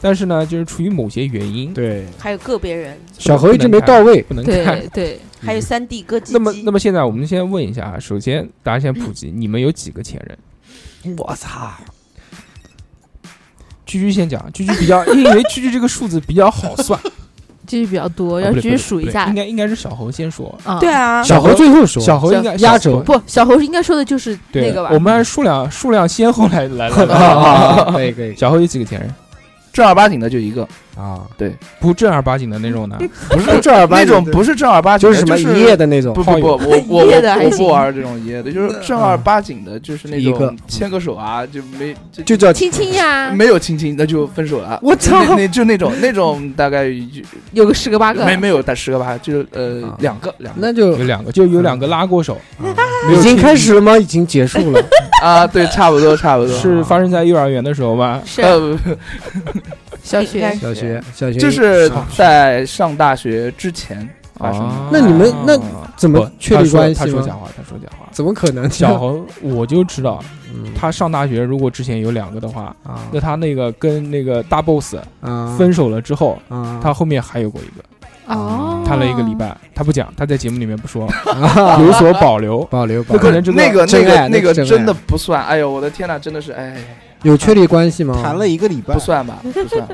[SPEAKER 1] 但是呢，就是出于某些原因，
[SPEAKER 2] 对，
[SPEAKER 6] 还有个别人，
[SPEAKER 2] 小何一直没到位，
[SPEAKER 1] 不能开
[SPEAKER 3] 对。对，
[SPEAKER 6] 还有三 D 哥唧唧。
[SPEAKER 1] 那么，那么现在我们先问一下啊，首先大家先普及，你们有几个前任？
[SPEAKER 4] 我操！
[SPEAKER 1] 居居先讲，居居比较，因为居居这个数字比较好算，
[SPEAKER 3] 继续比较多，
[SPEAKER 1] 啊
[SPEAKER 3] 要
[SPEAKER 1] 不对
[SPEAKER 3] 继
[SPEAKER 1] 不对
[SPEAKER 3] 续数
[SPEAKER 1] 不
[SPEAKER 3] 一
[SPEAKER 1] 对
[SPEAKER 3] 下
[SPEAKER 1] 应。该应该是小猴先说，
[SPEAKER 3] 啊
[SPEAKER 6] 对，啊，
[SPEAKER 2] 小何最后说，
[SPEAKER 1] 小猴应该
[SPEAKER 2] 压轴
[SPEAKER 3] 不，小猴应该说的就是
[SPEAKER 1] 对，嗯
[SPEAKER 3] 那个吧
[SPEAKER 1] 我？们按数量数量先后来来来来。
[SPEAKER 2] *laughs* 啊，可以可以
[SPEAKER 1] 小侯有几个前任？
[SPEAKER 7] 正儿八经的就一个，
[SPEAKER 2] 啊，
[SPEAKER 1] 不正儿八经的那种
[SPEAKER 2] *laughs*
[SPEAKER 1] 的，
[SPEAKER 7] 不是
[SPEAKER 2] 正儿八
[SPEAKER 7] 那
[SPEAKER 2] 经的
[SPEAKER 7] 种不是正儿八经
[SPEAKER 2] 就
[SPEAKER 7] 的，
[SPEAKER 2] 是什么一夜的那种
[SPEAKER 7] 不，不不，我我
[SPEAKER 3] 一夜的还
[SPEAKER 7] 我
[SPEAKER 3] 行
[SPEAKER 7] 不玩这种一夜的，就是正儿八经的，就是那
[SPEAKER 2] 一个
[SPEAKER 7] 种牵个手啊，就没就
[SPEAKER 2] 就叫
[SPEAKER 3] 亲亲呀，
[SPEAKER 7] 没有亲亲，那就分手了。
[SPEAKER 2] 我操
[SPEAKER 7] 那那就那种那种大概就
[SPEAKER 3] 有个十个八个，
[SPEAKER 7] 没没有打十个吧，就是呃
[SPEAKER 2] 啊
[SPEAKER 7] 两个两个
[SPEAKER 2] 那就
[SPEAKER 1] 有两个，就有两个拉过手，没有
[SPEAKER 2] 已
[SPEAKER 1] 亲
[SPEAKER 2] 经开始了吗？已经结束了， *laughs*
[SPEAKER 7] 啊，对，差不多
[SPEAKER 2] 嗯
[SPEAKER 7] 差不多。
[SPEAKER 1] 是发生在幼儿园的时候吧？
[SPEAKER 6] 是
[SPEAKER 7] 呃，不不
[SPEAKER 3] 小
[SPEAKER 6] 应该是
[SPEAKER 2] 小
[SPEAKER 3] 雪
[SPEAKER 2] 学小学
[SPEAKER 7] 就是在上大学之前发生的。
[SPEAKER 1] 啊
[SPEAKER 2] 那你们那怎么
[SPEAKER 1] 不
[SPEAKER 2] 确
[SPEAKER 1] 他
[SPEAKER 2] 立
[SPEAKER 1] 说
[SPEAKER 2] 关系
[SPEAKER 1] 他说假
[SPEAKER 2] 吗？
[SPEAKER 1] 话，他说假话。
[SPEAKER 2] 怎么可能？ *laughs*
[SPEAKER 1] 小侯，我就知道
[SPEAKER 2] 嗯
[SPEAKER 1] 他上大学，如果之前有两个的话，
[SPEAKER 2] 啊
[SPEAKER 1] 那他那个跟那个大 boss
[SPEAKER 2] 啊
[SPEAKER 1] 分手了之后，
[SPEAKER 2] 啊
[SPEAKER 1] 他后面还有过一个，
[SPEAKER 3] 哦，
[SPEAKER 1] 谈了一个礼拜，
[SPEAKER 2] 嗯
[SPEAKER 1] 他不讲，他在节目里面不说，
[SPEAKER 2] 啊
[SPEAKER 1] 有所保留。
[SPEAKER 2] 保留
[SPEAKER 1] 那
[SPEAKER 2] 保留
[SPEAKER 1] 可能这
[SPEAKER 7] 那个那
[SPEAKER 2] 真爱
[SPEAKER 7] 个那
[SPEAKER 2] 那
[SPEAKER 7] 个
[SPEAKER 2] 是真爱
[SPEAKER 7] 真的不算，哎呦我的天呐，真的是哎，
[SPEAKER 2] 有确立关系吗？
[SPEAKER 4] 谈了一个礼拜
[SPEAKER 7] 不，算吧，不
[SPEAKER 3] *laughs*
[SPEAKER 7] 算，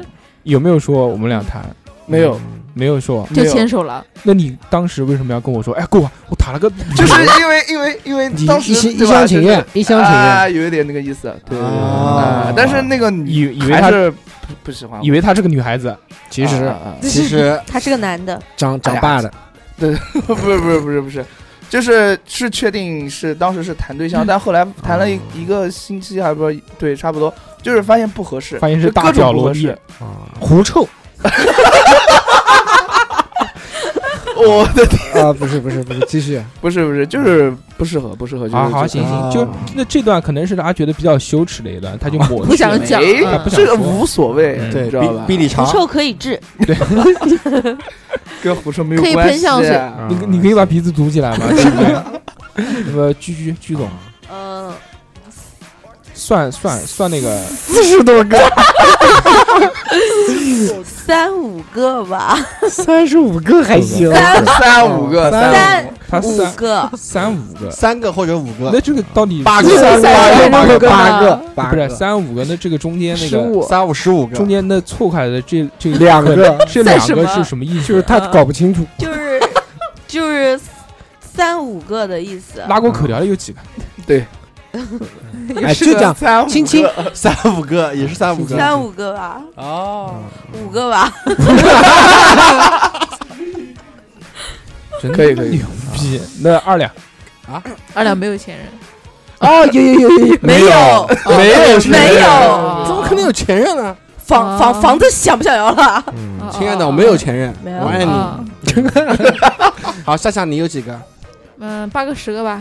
[SPEAKER 1] 有没有说我们俩谈？
[SPEAKER 7] 没有，
[SPEAKER 1] 没有说。
[SPEAKER 3] 就
[SPEAKER 7] 没有
[SPEAKER 3] 牵手了，
[SPEAKER 1] 那你当时为什么要跟我说？哎，哥，我打了个，
[SPEAKER 7] 就是因为因为因为
[SPEAKER 2] 你
[SPEAKER 7] 当时
[SPEAKER 2] 一厢
[SPEAKER 7] 对吧
[SPEAKER 2] 一厢情愿
[SPEAKER 7] 就是
[SPEAKER 2] 一厢情愿
[SPEAKER 7] 啊有一点那个意思，对对对
[SPEAKER 4] 啊
[SPEAKER 7] 啊但是那个女
[SPEAKER 1] 以以为
[SPEAKER 7] 还
[SPEAKER 1] 他
[SPEAKER 7] 是不不喜欢我，
[SPEAKER 1] 以为他是个女孩子，
[SPEAKER 2] 其实
[SPEAKER 7] 啊啊啊
[SPEAKER 4] 其实
[SPEAKER 6] 他是个男的，
[SPEAKER 2] 长
[SPEAKER 7] 哎
[SPEAKER 2] 长
[SPEAKER 7] 呀
[SPEAKER 2] 大的
[SPEAKER 7] 不是不是不是不是，就是是确定是当时是谈对象，但后来谈了一一个星期，还不对，差不多，就是发现不合适，
[SPEAKER 1] 发现是
[SPEAKER 7] 就
[SPEAKER 1] 大
[SPEAKER 7] 各种
[SPEAKER 1] 脚
[SPEAKER 7] 不
[SPEAKER 1] 萝
[SPEAKER 7] 合
[SPEAKER 1] 莉
[SPEAKER 7] 适。
[SPEAKER 2] 啊，狐臭
[SPEAKER 7] 我的
[SPEAKER 2] 啊，不是不是不是，继续
[SPEAKER 7] 不是不是，就是不适合，不适合。就是
[SPEAKER 1] 啊。好，行
[SPEAKER 4] 啊
[SPEAKER 1] 行，就那这段可能是他觉得比较羞耻的一段，他
[SPEAKER 7] *laughs*
[SPEAKER 1] 就抹
[SPEAKER 3] 不
[SPEAKER 1] 去了
[SPEAKER 3] 想讲，
[SPEAKER 7] 哎
[SPEAKER 1] 他不
[SPEAKER 3] 嗯
[SPEAKER 1] 想
[SPEAKER 7] 这
[SPEAKER 1] 说
[SPEAKER 7] 个无所谓，
[SPEAKER 1] 嗯
[SPEAKER 7] 你
[SPEAKER 4] 对
[SPEAKER 7] 知道吧
[SPEAKER 4] 比？比你
[SPEAKER 6] 狐
[SPEAKER 4] 长，
[SPEAKER 6] 臭可以治，
[SPEAKER 7] 跟狐臭没有
[SPEAKER 3] 可以
[SPEAKER 7] 关
[SPEAKER 3] 喷
[SPEAKER 7] 系。
[SPEAKER 3] 香水
[SPEAKER 1] 嗯你你可以把鼻子堵起来吗？奇怪那么居居居总，
[SPEAKER 6] 嗯，
[SPEAKER 1] 算算算那个，
[SPEAKER 2] 四十多个，
[SPEAKER 6] 三五个吧，
[SPEAKER 2] 三十五个还行，
[SPEAKER 7] 三五个，
[SPEAKER 2] 三
[SPEAKER 7] 三
[SPEAKER 1] 他
[SPEAKER 7] 五个
[SPEAKER 6] 三五
[SPEAKER 1] 三
[SPEAKER 6] 个，
[SPEAKER 1] *laughs* 三五个，
[SPEAKER 4] 三个或者五
[SPEAKER 1] 那
[SPEAKER 4] 个，
[SPEAKER 1] 这个到底
[SPEAKER 4] 八个
[SPEAKER 2] 三个八个八个八
[SPEAKER 1] 不是
[SPEAKER 2] 个，
[SPEAKER 1] 三五个？那这个中间那
[SPEAKER 3] 十
[SPEAKER 1] 个
[SPEAKER 3] 五，
[SPEAKER 4] 三五十五个，
[SPEAKER 1] 中间那错开的这这
[SPEAKER 2] 两个
[SPEAKER 1] *laughs* 这两个
[SPEAKER 3] 算什么啊
[SPEAKER 1] 是什么意思？
[SPEAKER 2] 就是他搞不清楚，
[SPEAKER 6] 就是就是三五个的意
[SPEAKER 3] 啊
[SPEAKER 6] 思。
[SPEAKER 1] 拉过口条的有几个？
[SPEAKER 2] 哎，就讲
[SPEAKER 7] 三五
[SPEAKER 2] 亲亲
[SPEAKER 7] 个，
[SPEAKER 4] 三五个也是三五个，
[SPEAKER 6] 三五个吧，
[SPEAKER 7] 哦，
[SPEAKER 6] 五个吧，
[SPEAKER 1] 真的
[SPEAKER 7] 可以可以
[SPEAKER 1] 牛逼！那二两
[SPEAKER 3] 二两没有前任，
[SPEAKER 2] 哦，有有有有，
[SPEAKER 6] 没有
[SPEAKER 4] 没有是
[SPEAKER 6] 没有哦
[SPEAKER 3] 哦
[SPEAKER 4] 怎么可能有前任呢？
[SPEAKER 6] 房房房子想不想要了？
[SPEAKER 3] 哦
[SPEAKER 4] 亲爱的，我没有，前任，
[SPEAKER 6] 没有
[SPEAKER 4] 我爱
[SPEAKER 3] 哦
[SPEAKER 4] 你。好，夏夏你有几个？
[SPEAKER 3] 嗯，八个十个吧，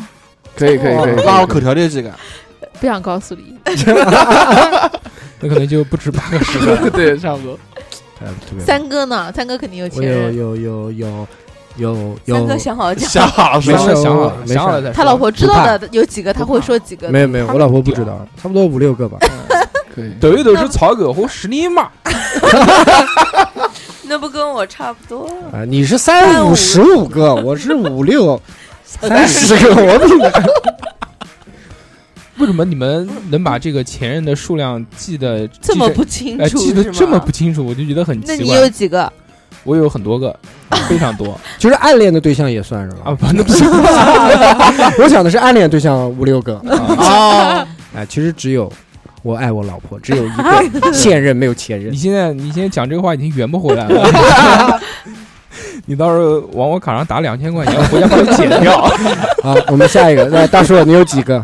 [SPEAKER 7] 可以可以可以，
[SPEAKER 4] 拉我口条的有几个？
[SPEAKER 3] 不想告诉 *laughs* 你，
[SPEAKER 1] 那可能就不止八个
[SPEAKER 7] *laughs*
[SPEAKER 3] *laughs*
[SPEAKER 1] 十个。
[SPEAKER 7] 对，差不多。
[SPEAKER 2] 有，
[SPEAKER 3] 三哥呢？三哥肯定有
[SPEAKER 2] 我
[SPEAKER 3] 前
[SPEAKER 2] 有
[SPEAKER 3] 任，
[SPEAKER 2] 有有有有
[SPEAKER 6] 三
[SPEAKER 2] 有
[SPEAKER 6] 哥想好讲，
[SPEAKER 4] 想好了
[SPEAKER 1] 没
[SPEAKER 4] 是
[SPEAKER 2] 没
[SPEAKER 4] 吧
[SPEAKER 2] 事
[SPEAKER 1] 事，
[SPEAKER 2] 儿
[SPEAKER 1] 想好
[SPEAKER 2] 没
[SPEAKER 1] 了，
[SPEAKER 2] 事
[SPEAKER 1] 想好了再说。
[SPEAKER 6] 他老婆知道
[SPEAKER 2] 怕
[SPEAKER 6] 的有几个，他会说几个。
[SPEAKER 2] 没有没有，
[SPEAKER 6] 他
[SPEAKER 2] 我老婆不知道，差不多五六
[SPEAKER 6] *laughs*
[SPEAKER 2] 个吧。
[SPEAKER 7] 可以。
[SPEAKER 1] 抖一抖是草狗，我是你妈。
[SPEAKER 6] 那不跟我差不多？
[SPEAKER 2] 啊，你是
[SPEAKER 6] 三
[SPEAKER 2] 三
[SPEAKER 6] 五
[SPEAKER 2] 五十五个，我是五六
[SPEAKER 6] 哎
[SPEAKER 2] 三十个，我比你还
[SPEAKER 1] 为什么你们能把这个前任的数量记得
[SPEAKER 6] 这么
[SPEAKER 1] 记着
[SPEAKER 6] 不清
[SPEAKER 1] 哎
[SPEAKER 6] 楚
[SPEAKER 1] 记
[SPEAKER 6] 是
[SPEAKER 1] 得
[SPEAKER 6] 吗？
[SPEAKER 1] 这么不清楚，我就觉得很
[SPEAKER 3] 那
[SPEAKER 1] 奇
[SPEAKER 3] 你有
[SPEAKER 1] 怪。
[SPEAKER 3] 几个？
[SPEAKER 1] 我有很多个，非常
[SPEAKER 3] *laughs*
[SPEAKER 1] 多
[SPEAKER 2] 就是暗恋的对象也算是
[SPEAKER 1] 啊，
[SPEAKER 2] 吧？
[SPEAKER 1] 不，那不是
[SPEAKER 2] 我想的是暗恋对象五六个，
[SPEAKER 4] *laughs* 啊，
[SPEAKER 2] 哎，其实只有我爱我老婆，只
[SPEAKER 6] *laughs*
[SPEAKER 2] 有一个现任，没有前任
[SPEAKER 1] 你。现在你现在讲这个话已经圆不回来了。
[SPEAKER 3] *laughs*
[SPEAKER 1] 你到时候往我卡上打两千块钱，回家把它剪掉。
[SPEAKER 2] 好，啊我们下一个，来大叔，你有几个？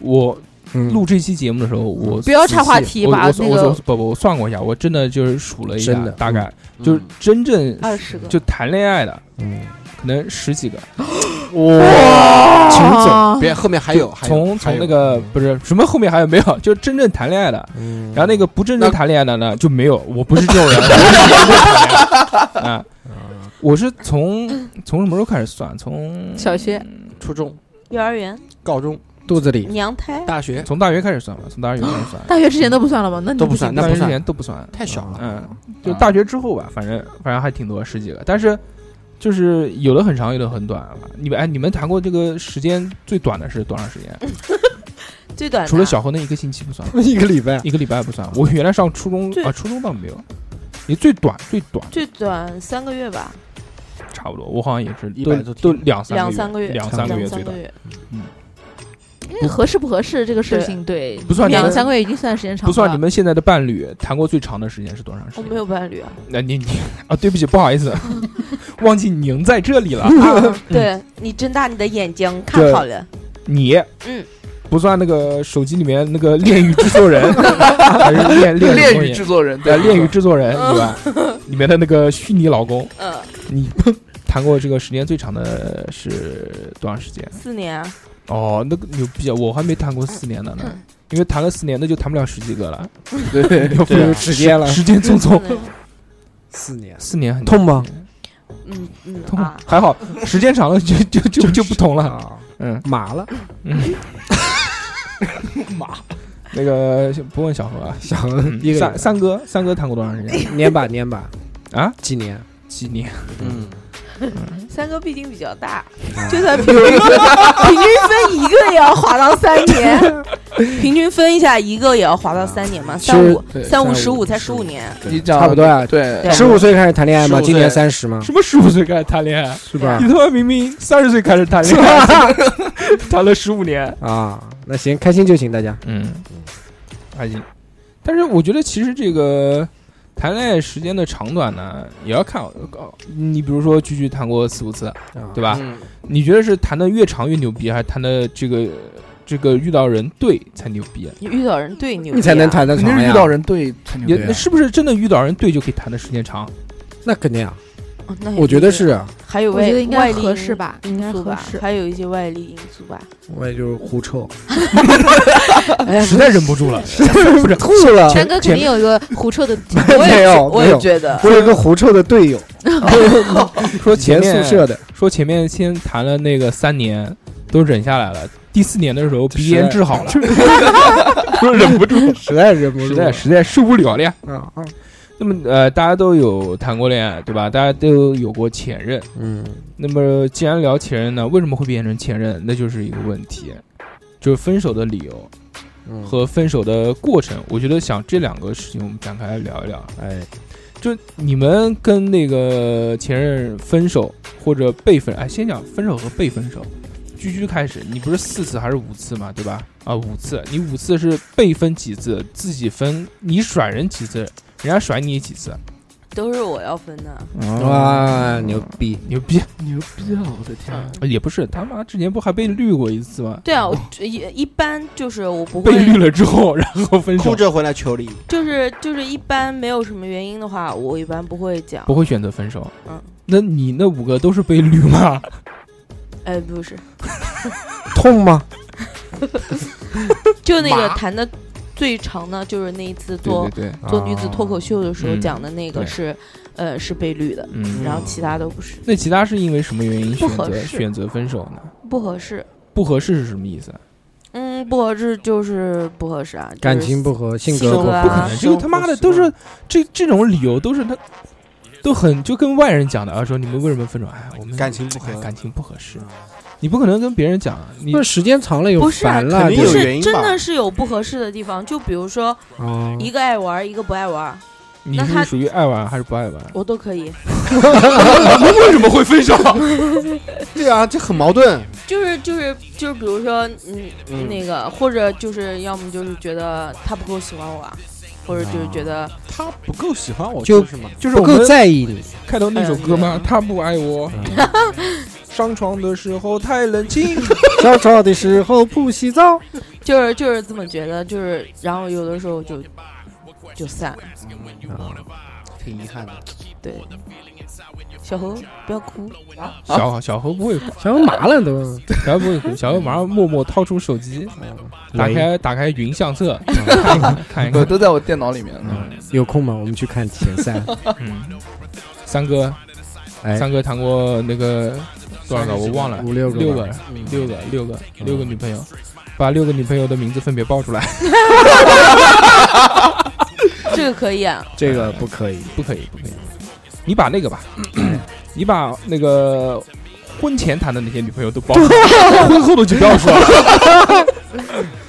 [SPEAKER 1] 我
[SPEAKER 2] 嗯，
[SPEAKER 1] 录这期节目的时候，我
[SPEAKER 3] 不要岔话
[SPEAKER 1] 仔细
[SPEAKER 3] 题，把
[SPEAKER 1] 我
[SPEAKER 3] 那
[SPEAKER 1] 我我
[SPEAKER 3] 个
[SPEAKER 1] 不不，我算过一下，我真的嗯就是数了一下
[SPEAKER 2] 真的，
[SPEAKER 1] 大概就是
[SPEAKER 4] 嗯
[SPEAKER 1] 真正
[SPEAKER 6] 二十个，
[SPEAKER 1] 就谈恋爱的，
[SPEAKER 2] 嗯，
[SPEAKER 1] 可能十几个。
[SPEAKER 2] 哇，秦总，
[SPEAKER 4] 别后面还有，还有
[SPEAKER 1] 从
[SPEAKER 4] 还
[SPEAKER 1] 从
[SPEAKER 4] 有
[SPEAKER 1] 那个不是什么后面还有没有？ *laughs* 就真正谈恋爱的，然后那个不真正谈恋爱的呢就没有。我不是这种人， *laughs* 我不谈恋爱啊，我是从从什么时候开始算？从
[SPEAKER 3] 小学
[SPEAKER 4] 初中、
[SPEAKER 6] 幼儿园、
[SPEAKER 4] 高中、
[SPEAKER 2] 肚子里
[SPEAKER 6] 娘胎，
[SPEAKER 4] 大学
[SPEAKER 1] 从大学开始算吧，从大学开始算，
[SPEAKER 3] 大学之前都不算了吗？那你
[SPEAKER 4] 都不
[SPEAKER 3] 不行
[SPEAKER 4] 算，那
[SPEAKER 1] 大学
[SPEAKER 4] 不
[SPEAKER 1] 之
[SPEAKER 4] 算
[SPEAKER 1] 前都不算，
[SPEAKER 4] 太小了。
[SPEAKER 1] 嗯，就大学之后吧，反正反正还挺多，十几个，但是。就是有的很长，有的很短吧。你们哎，你们谈过这个时间最短的是多长时间？
[SPEAKER 6] 最短的
[SPEAKER 1] 除了小何那一个星期不算，
[SPEAKER 2] 一个礼拜，
[SPEAKER 1] 一个礼拜不算。我原来上初中
[SPEAKER 6] 最
[SPEAKER 1] 啊，初中倒没有，也最短最短
[SPEAKER 6] 最短三个月吧，
[SPEAKER 1] 差不多，我好像也是
[SPEAKER 4] 一
[SPEAKER 1] 都
[SPEAKER 4] 百多
[SPEAKER 1] 都
[SPEAKER 4] 天
[SPEAKER 1] 两三
[SPEAKER 6] 两三个
[SPEAKER 1] 个
[SPEAKER 6] 月，
[SPEAKER 1] 两
[SPEAKER 2] 差
[SPEAKER 1] 三
[SPEAKER 2] 不
[SPEAKER 1] 个
[SPEAKER 2] 多
[SPEAKER 1] 月
[SPEAKER 6] 三
[SPEAKER 1] 最
[SPEAKER 6] 个
[SPEAKER 1] 短，
[SPEAKER 6] 月，
[SPEAKER 3] 因为合适不合适这个事情，对，
[SPEAKER 1] 不算你
[SPEAKER 3] 两
[SPEAKER 1] 们
[SPEAKER 3] 三个月已经算时间长了。
[SPEAKER 1] 不算你们现在的伴侣谈过最长的时间是多长时
[SPEAKER 6] 我
[SPEAKER 1] 间？
[SPEAKER 6] 没有伴侣啊，
[SPEAKER 1] 那你你啊，对不起，不好意 *laughs* 思，忘记您在这里了。
[SPEAKER 6] 啊对你睁大你的眼睛看好了，
[SPEAKER 1] 你
[SPEAKER 6] 嗯，
[SPEAKER 1] 不算那个手机里面那个恋与制作人，还是恋恋
[SPEAKER 7] 恋
[SPEAKER 1] 与
[SPEAKER 7] 与制作人，
[SPEAKER 1] 对
[SPEAKER 7] 对，
[SPEAKER 1] 恋与制作人以 *laughs* 外，里面的那个虚拟老公，
[SPEAKER 6] 嗯，
[SPEAKER 1] 你 *laughs* 谈过这个时间最长的是多长时间？
[SPEAKER 6] 四年啊，
[SPEAKER 1] 哦，那个牛逼啊！我还没谈过四年的呢，因为谈了四年，那就谈不了十几个了，
[SPEAKER 7] 对，
[SPEAKER 1] 要不
[SPEAKER 2] 有时间了，
[SPEAKER 1] 时间匆匆，
[SPEAKER 2] 四年，
[SPEAKER 1] 四年很
[SPEAKER 2] 痛吗？
[SPEAKER 6] 嗯嗯
[SPEAKER 1] 痛
[SPEAKER 6] 啊，
[SPEAKER 1] 还好，时间长了就就就就不同了。
[SPEAKER 2] 啊，
[SPEAKER 1] 嗯，
[SPEAKER 2] 麻了，
[SPEAKER 1] 那个不问 *laughs* 小何啊，
[SPEAKER 2] 想
[SPEAKER 1] 嗯
[SPEAKER 2] 一个礼拜
[SPEAKER 1] 三三哥，三哥谈过多长时
[SPEAKER 2] *laughs*
[SPEAKER 1] 间
[SPEAKER 2] 年吧年吧，
[SPEAKER 1] *laughs* 啊？
[SPEAKER 2] 几年？
[SPEAKER 1] 几年？啊
[SPEAKER 4] 嗯，
[SPEAKER 6] 三哥毕竟比较大，
[SPEAKER 2] 啊
[SPEAKER 6] 就算平均平均分一个也要划到三
[SPEAKER 2] *laughs*
[SPEAKER 6] 年，平均分一下一个也要划到三年嘛，
[SPEAKER 2] 其
[SPEAKER 6] 三
[SPEAKER 2] 实
[SPEAKER 6] 五
[SPEAKER 7] 对
[SPEAKER 6] 三五
[SPEAKER 2] 三五
[SPEAKER 6] 十五才十
[SPEAKER 2] 十
[SPEAKER 6] 五
[SPEAKER 2] 五
[SPEAKER 6] 年，
[SPEAKER 7] 你讲
[SPEAKER 2] 差不多啊
[SPEAKER 7] 对
[SPEAKER 6] 对，
[SPEAKER 2] 十五岁开始谈恋爱
[SPEAKER 4] 15
[SPEAKER 2] 嘛，
[SPEAKER 4] 岁
[SPEAKER 2] 今年三十嘛，
[SPEAKER 1] 什么十五岁开始谈恋爱？
[SPEAKER 2] 是吧
[SPEAKER 1] 你？他妈明明三十岁开始谈恋 *laughs* 爱，谈了十五年。
[SPEAKER 2] 啊，那行，开心就行，大家。
[SPEAKER 1] 嗯，还行。但是我觉得其实这个谈恋爱时间的长短呢，也要看。呃你比如说，句句谈过四五次，
[SPEAKER 2] 啊
[SPEAKER 1] 对吧？
[SPEAKER 4] 嗯
[SPEAKER 1] 你觉得是谈的越长越牛逼，还是谈的这个这个遇到人对啊才牛逼？
[SPEAKER 6] 你遇到人对你、啊
[SPEAKER 2] 你才
[SPEAKER 4] 哎
[SPEAKER 2] 能，谈得
[SPEAKER 7] 肯定
[SPEAKER 2] 长
[SPEAKER 7] 是
[SPEAKER 2] 呀
[SPEAKER 7] 遇。到人对啊才牛
[SPEAKER 1] 也
[SPEAKER 7] 逼
[SPEAKER 1] 那是不是真的遇到人对就可以谈的时间长？
[SPEAKER 2] 那肯定啊，
[SPEAKER 6] 哦那也
[SPEAKER 2] 我觉得
[SPEAKER 6] 对
[SPEAKER 2] 是啊，
[SPEAKER 6] 还有
[SPEAKER 3] 我
[SPEAKER 6] 外
[SPEAKER 3] 觉得应
[SPEAKER 6] 外
[SPEAKER 3] 该
[SPEAKER 6] 力
[SPEAKER 3] 合适吧，应该
[SPEAKER 6] 因素
[SPEAKER 3] 合
[SPEAKER 6] 吧
[SPEAKER 3] 适，。
[SPEAKER 6] 还有一些外力因素吧。
[SPEAKER 2] 我也就是
[SPEAKER 6] *laughs*
[SPEAKER 2] 狐臭，
[SPEAKER 1] 实在忍不
[SPEAKER 2] *laughs*
[SPEAKER 1] 住了，
[SPEAKER 2] 不是吐
[SPEAKER 6] *laughs*
[SPEAKER 2] 了。
[SPEAKER 3] 三哥肯定有一个狐 *laughs* 臭的，
[SPEAKER 6] 我也
[SPEAKER 2] *laughs* 没有
[SPEAKER 6] 觉我
[SPEAKER 2] 没
[SPEAKER 6] 也
[SPEAKER 2] 有
[SPEAKER 6] 觉得
[SPEAKER 2] 我有个狐臭的队
[SPEAKER 6] *laughs*
[SPEAKER 2] 友，
[SPEAKER 1] 说
[SPEAKER 2] 以
[SPEAKER 1] 前
[SPEAKER 2] 前
[SPEAKER 1] 面
[SPEAKER 2] 宿舍 *laughs* 的，
[SPEAKER 1] 说前面先谈了那个三年，都忍下来了，第四年的时候鼻
[SPEAKER 2] 实在
[SPEAKER 1] 炎治好了， *laughs* 说忍不住，
[SPEAKER 2] 实在忍不住
[SPEAKER 1] 实
[SPEAKER 2] 了
[SPEAKER 1] 在实在受不了了呀。
[SPEAKER 2] 啊啊，
[SPEAKER 1] 那么呃，大家都有谈过恋爱，对吧？大家都有过前任。
[SPEAKER 2] 嗯，
[SPEAKER 1] 那么既然聊前任呢，为什么会变成前任？那就是一个问题，就是分手的理由
[SPEAKER 2] 嗯
[SPEAKER 1] 和分手的过程。我觉得想这两个事情，我们展开来聊一聊。
[SPEAKER 2] 哎，
[SPEAKER 1] 就你们跟那个前任分手或者被分，哎，先讲分手和被分手。居居开始，你不是四次还是五次嘛，对吧？啊，五次，你五次是被分几次，自己分，你甩人几次，人家甩你几次？
[SPEAKER 6] 都是我要分的，
[SPEAKER 4] 嗯
[SPEAKER 2] 哇，牛逼！
[SPEAKER 1] 牛逼！
[SPEAKER 7] 牛逼啊！我的天，
[SPEAKER 1] 也不是，他妈之前不还被绿过一次吗？
[SPEAKER 6] 对啊，我一一般就是我不会
[SPEAKER 1] 被绿了之后，然后分
[SPEAKER 4] 哭
[SPEAKER 1] 手，
[SPEAKER 4] 着回来求你，
[SPEAKER 6] 就是就是一般没有什么原因的话，我一般不会讲
[SPEAKER 1] 不。会选择分手。
[SPEAKER 6] 嗯，
[SPEAKER 1] 那你那五个都是被绿
[SPEAKER 6] *laughs*
[SPEAKER 1] 吗？
[SPEAKER 6] 哎，不是， *laughs*
[SPEAKER 2] 痛吗？
[SPEAKER 6] 就那
[SPEAKER 1] 麻
[SPEAKER 6] 个谈的最长的，就是那一次
[SPEAKER 1] 对
[SPEAKER 6] 做
[SPEAKER 1] 对对，
[SPEAKER 6] 做女子脱口秀的时候
[SPEAKER 1] 嗯
[SPEAKER 6] 讲的那个
[SPEAKER 1] 对
[SPEAKER 6] 是，呃是被绿的，
[SPEAKER 1] 嗯，
[SPEAKER 6] 然后其他都不是
[SPEAKER 1] 那其他是因为什么原因选
[SPEAKER 6] 不合
[SPEAKER 1] 择
[SPEAKER 6] 适
[SPEAKER 1] 选择分手呢？
[SPEAKER 6] 不合适。
[SPEAKER 1] 不合适是什么意思啊？
[SPEAKER 6] 嗯，不合适就是不合适啊，就是
[SPEAKER 2] 感情不合，性格
[SPEAKER 6] 性
[SPEAKER 2] 不
[SPEAKER 6] 格
[SPEAKER 2] 合
[SPEAKER 6] 啊
[SPEAKER 1] 不可能，这个他妈的都是这这种理由都是他都很就跟外人讲的啊，说你们为什么分手？哎，我们
[SPEAKER 4] 感情不合
[SPEAKER 1] 哎感情不合适，你不可能跟别人讲，你
[SPEAKER 2] 那时间长了有
[SPEAKER 6] 不是啊
[SPEAKER 2] 烦了，
[SPEAKER 4] 肯定
[SPEAKER 6] 不
[SPEAKER 2] 就是
[SPEAKER 4] 有原
[SPEAKER 6] 是
[SPEAKER 4] 因
[SPEAKER 6] 真
[SPEAKER 4] 吧
[SPEAKER 6] 的是有不合适的地方，就比如说
[SPEAKER 2] 哦
[SPEAKER 6] 一个爱玩儿，一个不爱玩儿，
[SPEAKER 1] 你
[SPEAKER 6] 那
[SPEAKER 1] 是
[SPEAKER 6] 他
[SPEAKER 1] 属于爱玩还是不爱玩？
[SPEAKER 6] 我都可以。
[SPEAKER 4] 为什么会分手？对啊，这很矛盾。
[SPEAKER 6] 就是就是就是，比如说，嗯，
[SPEAKER 4] 嗯
[SPEAKER 6] 那个，或者就是要么就是觉得他不够喜欢我啊，或者就是觉得
[SPEAKER 4] 他不够喜欢我，
[SPEAKER 2] 就
[SPEAKER 4] 就是嘛。
[SPEAKER 1] 就是
[SPEAKER 2] 不
[SPEAKER 1] 我
[SPEAKER 2] 够
[SPEAKER 1] 们
[SPEAKER 2] 在意你。
[SPEAKER 1] 开头那首歌
[SPEAKER 6] 哎呀
[SPEAKER 1] 吗？他不爱 *laughs* 我，上床的时候太冷清。
[SPEAKER 2] 高潮的时候不洗澡，
[SPEAKER 6] 就是就是这么觉得，就是然后有的时候就就散了。
[SPEAKER 4] 挺遗憾的。
[SPEAKER 6] 对，小猴不要哭，
[SPEAKER 1] *laughs* 小小何不会哭，
[SPEAKER 2] 想麻了都。
[SPEAKER 1] 小何不会哭，小何马上默默掏出手机，打开打开云相册，看一
[SPEAKER 7] *laughs* 都
[SPEAKER 1] 看。
[SPEAKER 7] 都在我电脑里面。
[SPEAKER 2] 嗯有空吗？我们去看前
[SPEAKER 1] *laughs*
[SPEAKER 2] 三。
[SPEAKER 1] 嗯，三哥，
[SPEAKER 2] 哎，
[SPEAKER 1] 三哥谈过那个多少个我忘了，
[SPEAKER 2] 五六个吧
[SPEAKER 1] 六个，嗯六个，六个，六个女朋友，把六个女朋友的名字分别报出来，
[SPEAKER 6] 这个可以啊。
[SPEAKER 2] 这个不可以。
[SPEAKER 1] *laughs* 不可以，不可以。你把那个 *clears throat* 吧，你把那个婚前谈的那些女朋友都报出来， *laughs* 婚后的就不要说了。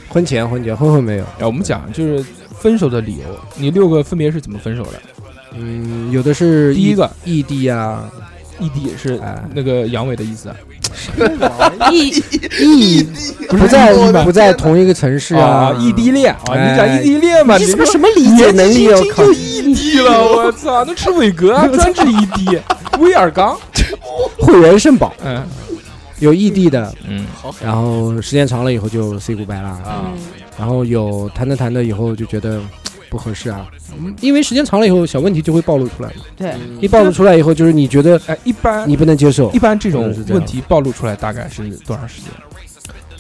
[SPEAKER 2] 婚前、婚前、婚后没有。
[SPEAKER 1] 哎，我们讲就是分手的理由，你六个分别是怎么分手的？
[SPEAKER 2] 嗯，有的是
[SPEAKER 1] 第一个
[SPEAKER 2] 异地啊，
[SPEAKER 1] 异地是
[SPEAKER 2] 哎
[SPEAKER 1] 那个阳痿的意思啊，
[SPEAKER 6] 一
[SPEAKER 2] 异
[SPEAKER 1] 啊
[SPEAKER 2] 不在不在同一个城市啊，
[SPEAKER 1] 异地恋啊，
[SPEAKER 2] 哎
[SPEAKER 1] 你讲异地恋嘛？
[SPEAKER 2] 你
[SPEAKER 1] 你
[SPEAKER 2] 是
[SPEAKER 1] 这
[SPEAKER 2] 个什么理解能力啊？我靠！
[SPEAKER 1] 异地了，我操，那吃伟哥啊专治异地，威尔刚，
[SPEAKER 2] 会员肾宝
[SPEAKER 1] 嗯
[SPEAKER 2] 有异地的，
[SPEAKER 1] 嗯
[SPEAKER 2] 然后时间长了以后就 say goodbye 啦，
[SPEAKER 6] 嗯，
[SPEAKER 2] 然后有谈着谈着以后就觉得。嘖不合适啊，因为时间长了以后，小问题就会暴露出来。
[SPEAKER 6] 对，
[SPEAKER 2] 一暴露出来以后，就是你觉得
[SPEAKER 1] 哎，一般
[SPEAKER 2] 你不能接受
[SPEAKER 1] 一。般这种
[SPEAKER 2] 是这样
[SPEAKER 1] 问题暴露出来大概是多长时间？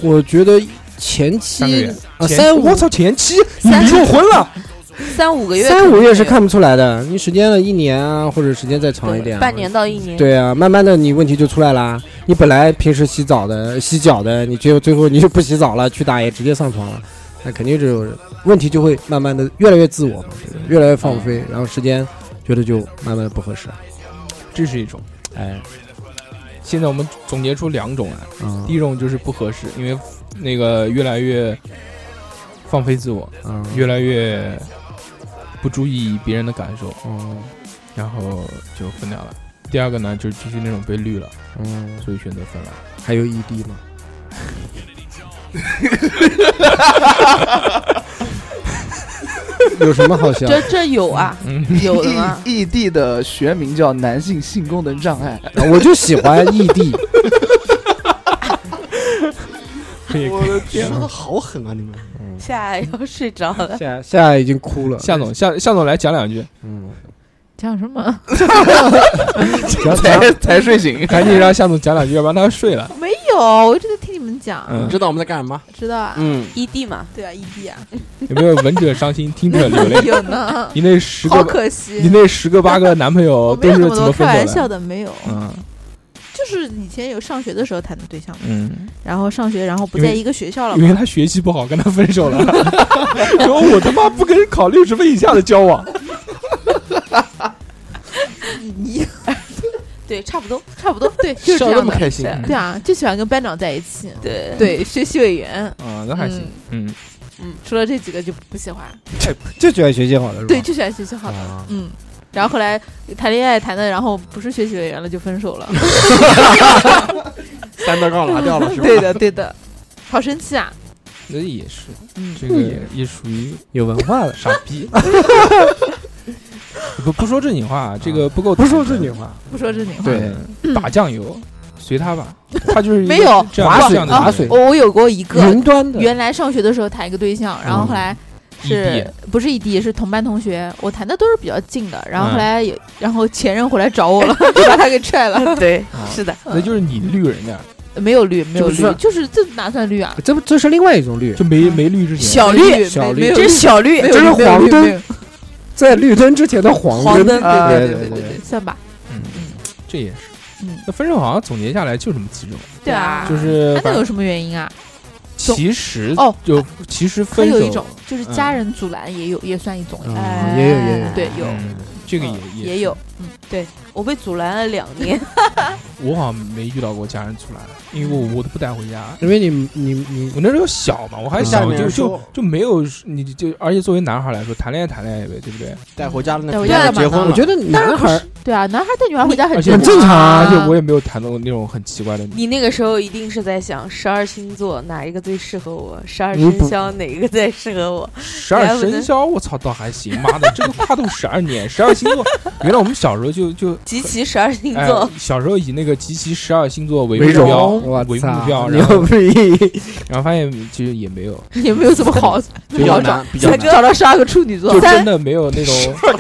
[SPEAKER 2] 我觉得前
[SPEAKER 1] 三个
[SPEAKER 2] 期
[SPEAKER 1] 月
[SPEAKER 2] 啊，
[SPEAKER 1] 前
[SPEAKER 2] 三五
[SPEAKER 1] 我操，前期你
[SPEAKER 6] 三
[SPEAKER 1] 离过婚了，
[SPEAKER 6] 三五个月，
[SPEAKER 2] 三五月是看不出来的，你时间了一年啊，或者时间再长一
[SPEAKER 6] 对
[SPEAKER 2] 点啊，
[SPEAKER 6] 半年到一年，
[SPEAKER 2] 对啊，慢慢的你问题就出来啦。你本来平时洗澡的、洗脚的，你结果最后你就不洗澡了，去打野直接上床了，那肯定这种问题就会慢慢的越来越自我嘛，对不对越来越放
[SPEAKER 1] 嗯
[SPEAKER 2] 飞，然后时间觉得就慢慢的不合适。
[SPEAKER 1] 这是一种。
[SPEAKER 2] 哎，
[SPEAKER 1] 现在我们总结出两种来，啊
[SPEAKER 2] 嗯
[SPEAKER 1] 第一种就是不合适，因为那个越来越放飞自我，
[SPEAKER 2] 嗯
[SPEAKER 1] 越来越不注意别人的感受，
[SPEAKER 2] 嗯
[SPEAKER 1] 然后就分掉了。第二个呢，就是继续那种被绿了，
[SPEAKER 2] 嗯，
[SPEAKER 1] 所以选择分了。
[SPEAKER 2] 还有异地吗？ *laughs* 有什么好笑？
[SPEAKER 6] 这这有啊，
[SPEAKER 1] 嗯，
[SPEAKER 6] 有的吗？ *laughs*
[SPEAKER 7] 异异地的学名叫男性性功能障碍。
[SPEAKER 2] 啊我就喜欢 E 异
[SPEAKER 1] *laughs*
[SPEAKER 2] 地，
[SPEAKER 1] 可以。
[SPEAKER 4] 我 *laughs* 的天，说的好狠啊！你们 *laughs*
[SPEAKER 6] 夏要睡着了，
[SPEAKER 2] 夏夏已经哭了。
[SPEAKER 1] 夏总，夏夏总来讲 *laughs* 两句，
[SPEAKER 2] 嗯，
[SPEAKER 3] 讲什么？
[SPEAKER 1] 嗯
[SPEAKER 2] 讲讲
[SPEAKER 7] *laughs* 才才睡
[SPEAKER 1] *laughs*
[SPEAKER 7] 醒，
[SPEAKER 1] 赶紧让夏总讲两句，要不然他睡了。
[SPEAKER 3] 没有，我一直在听你们讲，
[SPEAKER 1] 嗯，
[SPEAKER 4] 知道我们在干什么？
[SPEAKER 3] 知道啊？
[SPEAKER 4] 嗯，
[SPEAKER 6] 异地，E 嘛，
[SPEAKER 3] 对啊，异
[SPEAKER 1] *laughs*
[SPEAKER 3] 地啊，
[SPEAKER 1] 有没有闻者伤心，听者流泪？
[SPEAKER 3] *laughs* 有呢，
[SPEAKER 1] 你那十
[SPEAKER 3] 好
[SPEAKER 1] 个，
[SPEAKER 3] 可
[SPEAKER 1] 你
[SPEAKER 3] 惜。
[SPEAKER 1] 那十个八个男朋友
[SPEAKER 3] 我
[SPEAKER 1] 都
[SPEAKER 3] 没有
[SPEAKER 1] 是
[SPEAKER 3] 那
[SPEAKER 1] 怎
[SPEAKER 3] 么多
[SPEAKER 1] 么
[SPEAKER 3] 开
[SPEAKER 1] 分
[SPEAKER 3] 玩
[SPEAKER 1] 手
[SPEAKER 3] 笑
[SPEAKER 1] 的？
[SPEAKER 3] 的，没有，
[SPEAKER 1] 嗯
[SPEAKER 3] 就是以前有上学的时候谈的对象嘛，
[SPEAKER 1] 嗯，
[SPEAKER 3] 然后上学，然后不
[SPEAKER 1] 因为
[SPEAKER 3] 在一个学校了
[SPEAKER 1] 因
[SPEAKER 3] 嘛，
[SPEAKER 1] 为他学习不好，跟他分手了。 *laughs* 然后我他妈不跟考六十分以下的交往。
[SPEAKER 3] 你
[SPEAKER 1] *laughs*
[SPEAKER 6] 对，差不多，
[SPEAKER 3] 差不多，对，就是
[SPEAKER 4] 笑
[SPEAKER 3] 这
[SPEAKER 4] 那
[SPEAKER 3] 样
[SPEAKER 4] 么
[SPEAKER 3] 的。
[SPEAKER 4] 开心，
[SPEAKER 6] 对
[SPEAKER 3] 对啊，就喜欢跟班长在一起。
[SPEAKER 6] 对，
[SPEAKER 3] 对，学习委员，
[SPEAKER 1] 啊，那嗯还行。嗯，
[SPEAKER 3] 除了这几个就不喜欢。
[SPEAKER 2] 就喜欢学习好的是吧？
[SPEAKER 3] 对，就喜欢学习好的。
[SPEAKER 2] 啊，
[SPEAKER 3] 嗯，然后后来谈恋爱谈的，然后不是学习委员了，就分手
[SPEAKER 1] *laughs*
[SPEAKER 3] 了。
[SPEAKER 4] 三道杠拿掉
[SPEAKER 3] *laughs*
[SPEAKER 4] 了是吧？
[SPEAKER 3] 对的，对的，好生气啊！
[SPEAKER 1] 那也是，
[SPEAKER 3] 嗯，
[SPEAKER 1] 这个也也属于
[SPEAKER 2] 有文化了。
[SPEAKER 1] 傻逼。 *laughs* 不不说正经话，啊这个不够。
[SPEAKER 2] 不说正经话，
[SPEAKER 3] 不说正经话。
[SPEAKER 1] 对，打酱油，随他吧，他就是一个
[SPEAKER 3] 没有
[SPEAKER 1] 这样
[SPEAKER 2] 划
[SPEAKER 1] 这
[SPEAKER 2] 水
[SPEAKER 1] 样的
[SPEAKER 2] 划
[SPEAKER 1] 人
[SPEAKER 2] 水
[SPEAKER 3] 哦我我有过一个，
[SPEAKER 2] 云端的，
[SPEAKER 3] 原来上学的时候谈一个对象，然后后来
[SPEAKER 1] 嗯异
[SPEAKER 3] 是
[SPEAKER 1] 地
[SPEAKER 3] 不是异地，是同班同学，我谈的都是比较近的，然后
[SPEAKER 1] 嗯
[SPEAKER 3] 后来有，然后前任回来找我了， *laughs* 就把他给踹了。
[SPEAKER 6] 对
[SPEAKER 1] 啊，
[SPEAKER 6] *laughs* 是的，
[SPEAKER 1] 那就是你绿人家，
[SPEAKER 3] 没有绿，没有
[SPEAKER 2] 这不
[SPEAKER 3] 绿
[SPEAKER 2] 算，
[SPEAKER 3] 就是这哪算绿啊？
[SPEAKER 2] 这不这是另外一种绿，
[SPEAKER 1] 就没没绿之前，
[SPEAKER 6] 小绿，
[SPEAKER 3] 没
[SPEAKER 2] 小绿
[SPEAKER 3] 没有
[SPEAKER 6] 这是小绿，
[SPEAKER 3] 没有
[SPEAKER 2] 这是
[SPEAKER 3] 没有
[SPEAKER 2] 黄
[SPEAKER 3] 绿
[SPEAKER 2] 灯
[SPEAKER 3] 没有
[SPEAKER 2] 在绿灯之前的
[SPEAKER 6] 黄
[SPEAKER 2] 灯
[SPEAKER 6] 灯，
[SPEAKER 7] 啊
[SPEAKER 6] 对
[SPEAKER 2] 对
[SPEAKER 6] 对
[SPEAKER 2] 对
[SPEAKER 6] 对对
[SPEAKER 3] 算吧，
[SPEAKER 1] 嗯，这也是。
[SPEAKER 3] 嗯
[SPEAKER 1] 那分手好像总结下来就这么几种，
[SPEAKER 3] 对啊
[SPEAKER 1] 就
[SPEAKER 3] 哎
[SPEAKER 1] 是
[SPEAKER 3] 那有什么原因啊？
[SPEAKER 1] 其实
[SPEAKER 3] 哦
[SPEAKER 1] 就其实
[SPEAKER 3] 还
[SPEAKER 1] 分手
[SPEAKER 3] 有一种就是家
[SPEAKER 1] 嗯
[SPEAKER 3] 人阻拦也有，也算一种呀。
[SPEAKER 2] 哦也有也有
[SPEAKER 6] 哎对有
[SPEAKER 1] 嗯这个也
[SPEAKER 6] 嗯
[SPEAKER 1] 是
[SPEAKER 6] 也有，嗯，对我被阻拦了两年，
[SPEAKER 1] 我好像没遇到过家人阻拦，因为我我都不带回家。
[SPEAKER 2] 因为你你你
[SPEAKER 1] 我那时候小嘛，我还
[SPEAKER 2] 嗯
[SPEAKER 1] 小，
[SPEAKER 4] 下面
[SPEAKER 1] 就就
[SPEAKER 4] 说
[SPEAKER 1] 就没有你就，而且作为男孩来说，谈恋爱谈恋爱呗，对不对？
[SPEAKER 4] 带回家了，
[SPEAKER 3] 带
[SPEAKER 4] 那
[SPEAKER 3] 回
[SPEAKER 4] 肯
[SPEAKER 3] 家
[SPEAKER 4] 定是
[SPEAKER 3] 干嘛
[SPEAKER 4] 结
[SPEAKER 3] 呢
[SPEAKER 4] 婚
[SPEAKER 2] 我
[SPEAKER 4] 了。
[SPEAKER 2] 觉得男孩儿
[SPEAKER 3] 对啊，男孩带女孩回家很
[SPEAKER 1] 而且
[SPEAKER 2] 很正常啊
[SPEAKER 1] 而且我
[SPEAKER 3] 也
[SPEAKER 1] 也没有谈到那种很奇怪的女。
[SPEAKER 6] 你那个时候一定是在想十二星座哪一个最适合我，十二
[SPEAKER 2] 你
[SPEAKER 6] 生
[SPEAKER 2] 不
[SPEAKER 6] 肖哪一个最适合我？
[SPEAKER 1] 十二
[SPEAKER 6] 来我
[SPEAKER 1] 生
[SPEAKER 6] 的
[SPEAKER 1] 肖，我操，倒还行。妈的，这个跨度十二年，十二星座，原来我们小时候就就。
[SPEAKER 6] 集齐十二星
[SPEAKER 1] 哎
[SPEAKER 6] 座，，
[SPEAKER 1] 小时候以那个集齐十二星座为
[SPEAKER 2] 为
[SPEAKER 1] 目标，
[SPEAKER 2] 荣，我
[SPEAKER 1] 为
[SPEAKER 2] 操
[SPEAKER 1] 目标，然
[SPEAKER 2] 牛
[SPEAKER 1] 后
[SPEAKER 2] 逼！
[SPEAKER 1] 然后发现其实也没有，
[SPEAKER 3] 也没有什么好
[SPEAKER 4] 比较难，比较
[SPEAKER 3] 才
[SPEAKER 4] 难。
[SPEAKER 3] 找到十二个处女座
[SPEAKER 1] 就，真的没有那种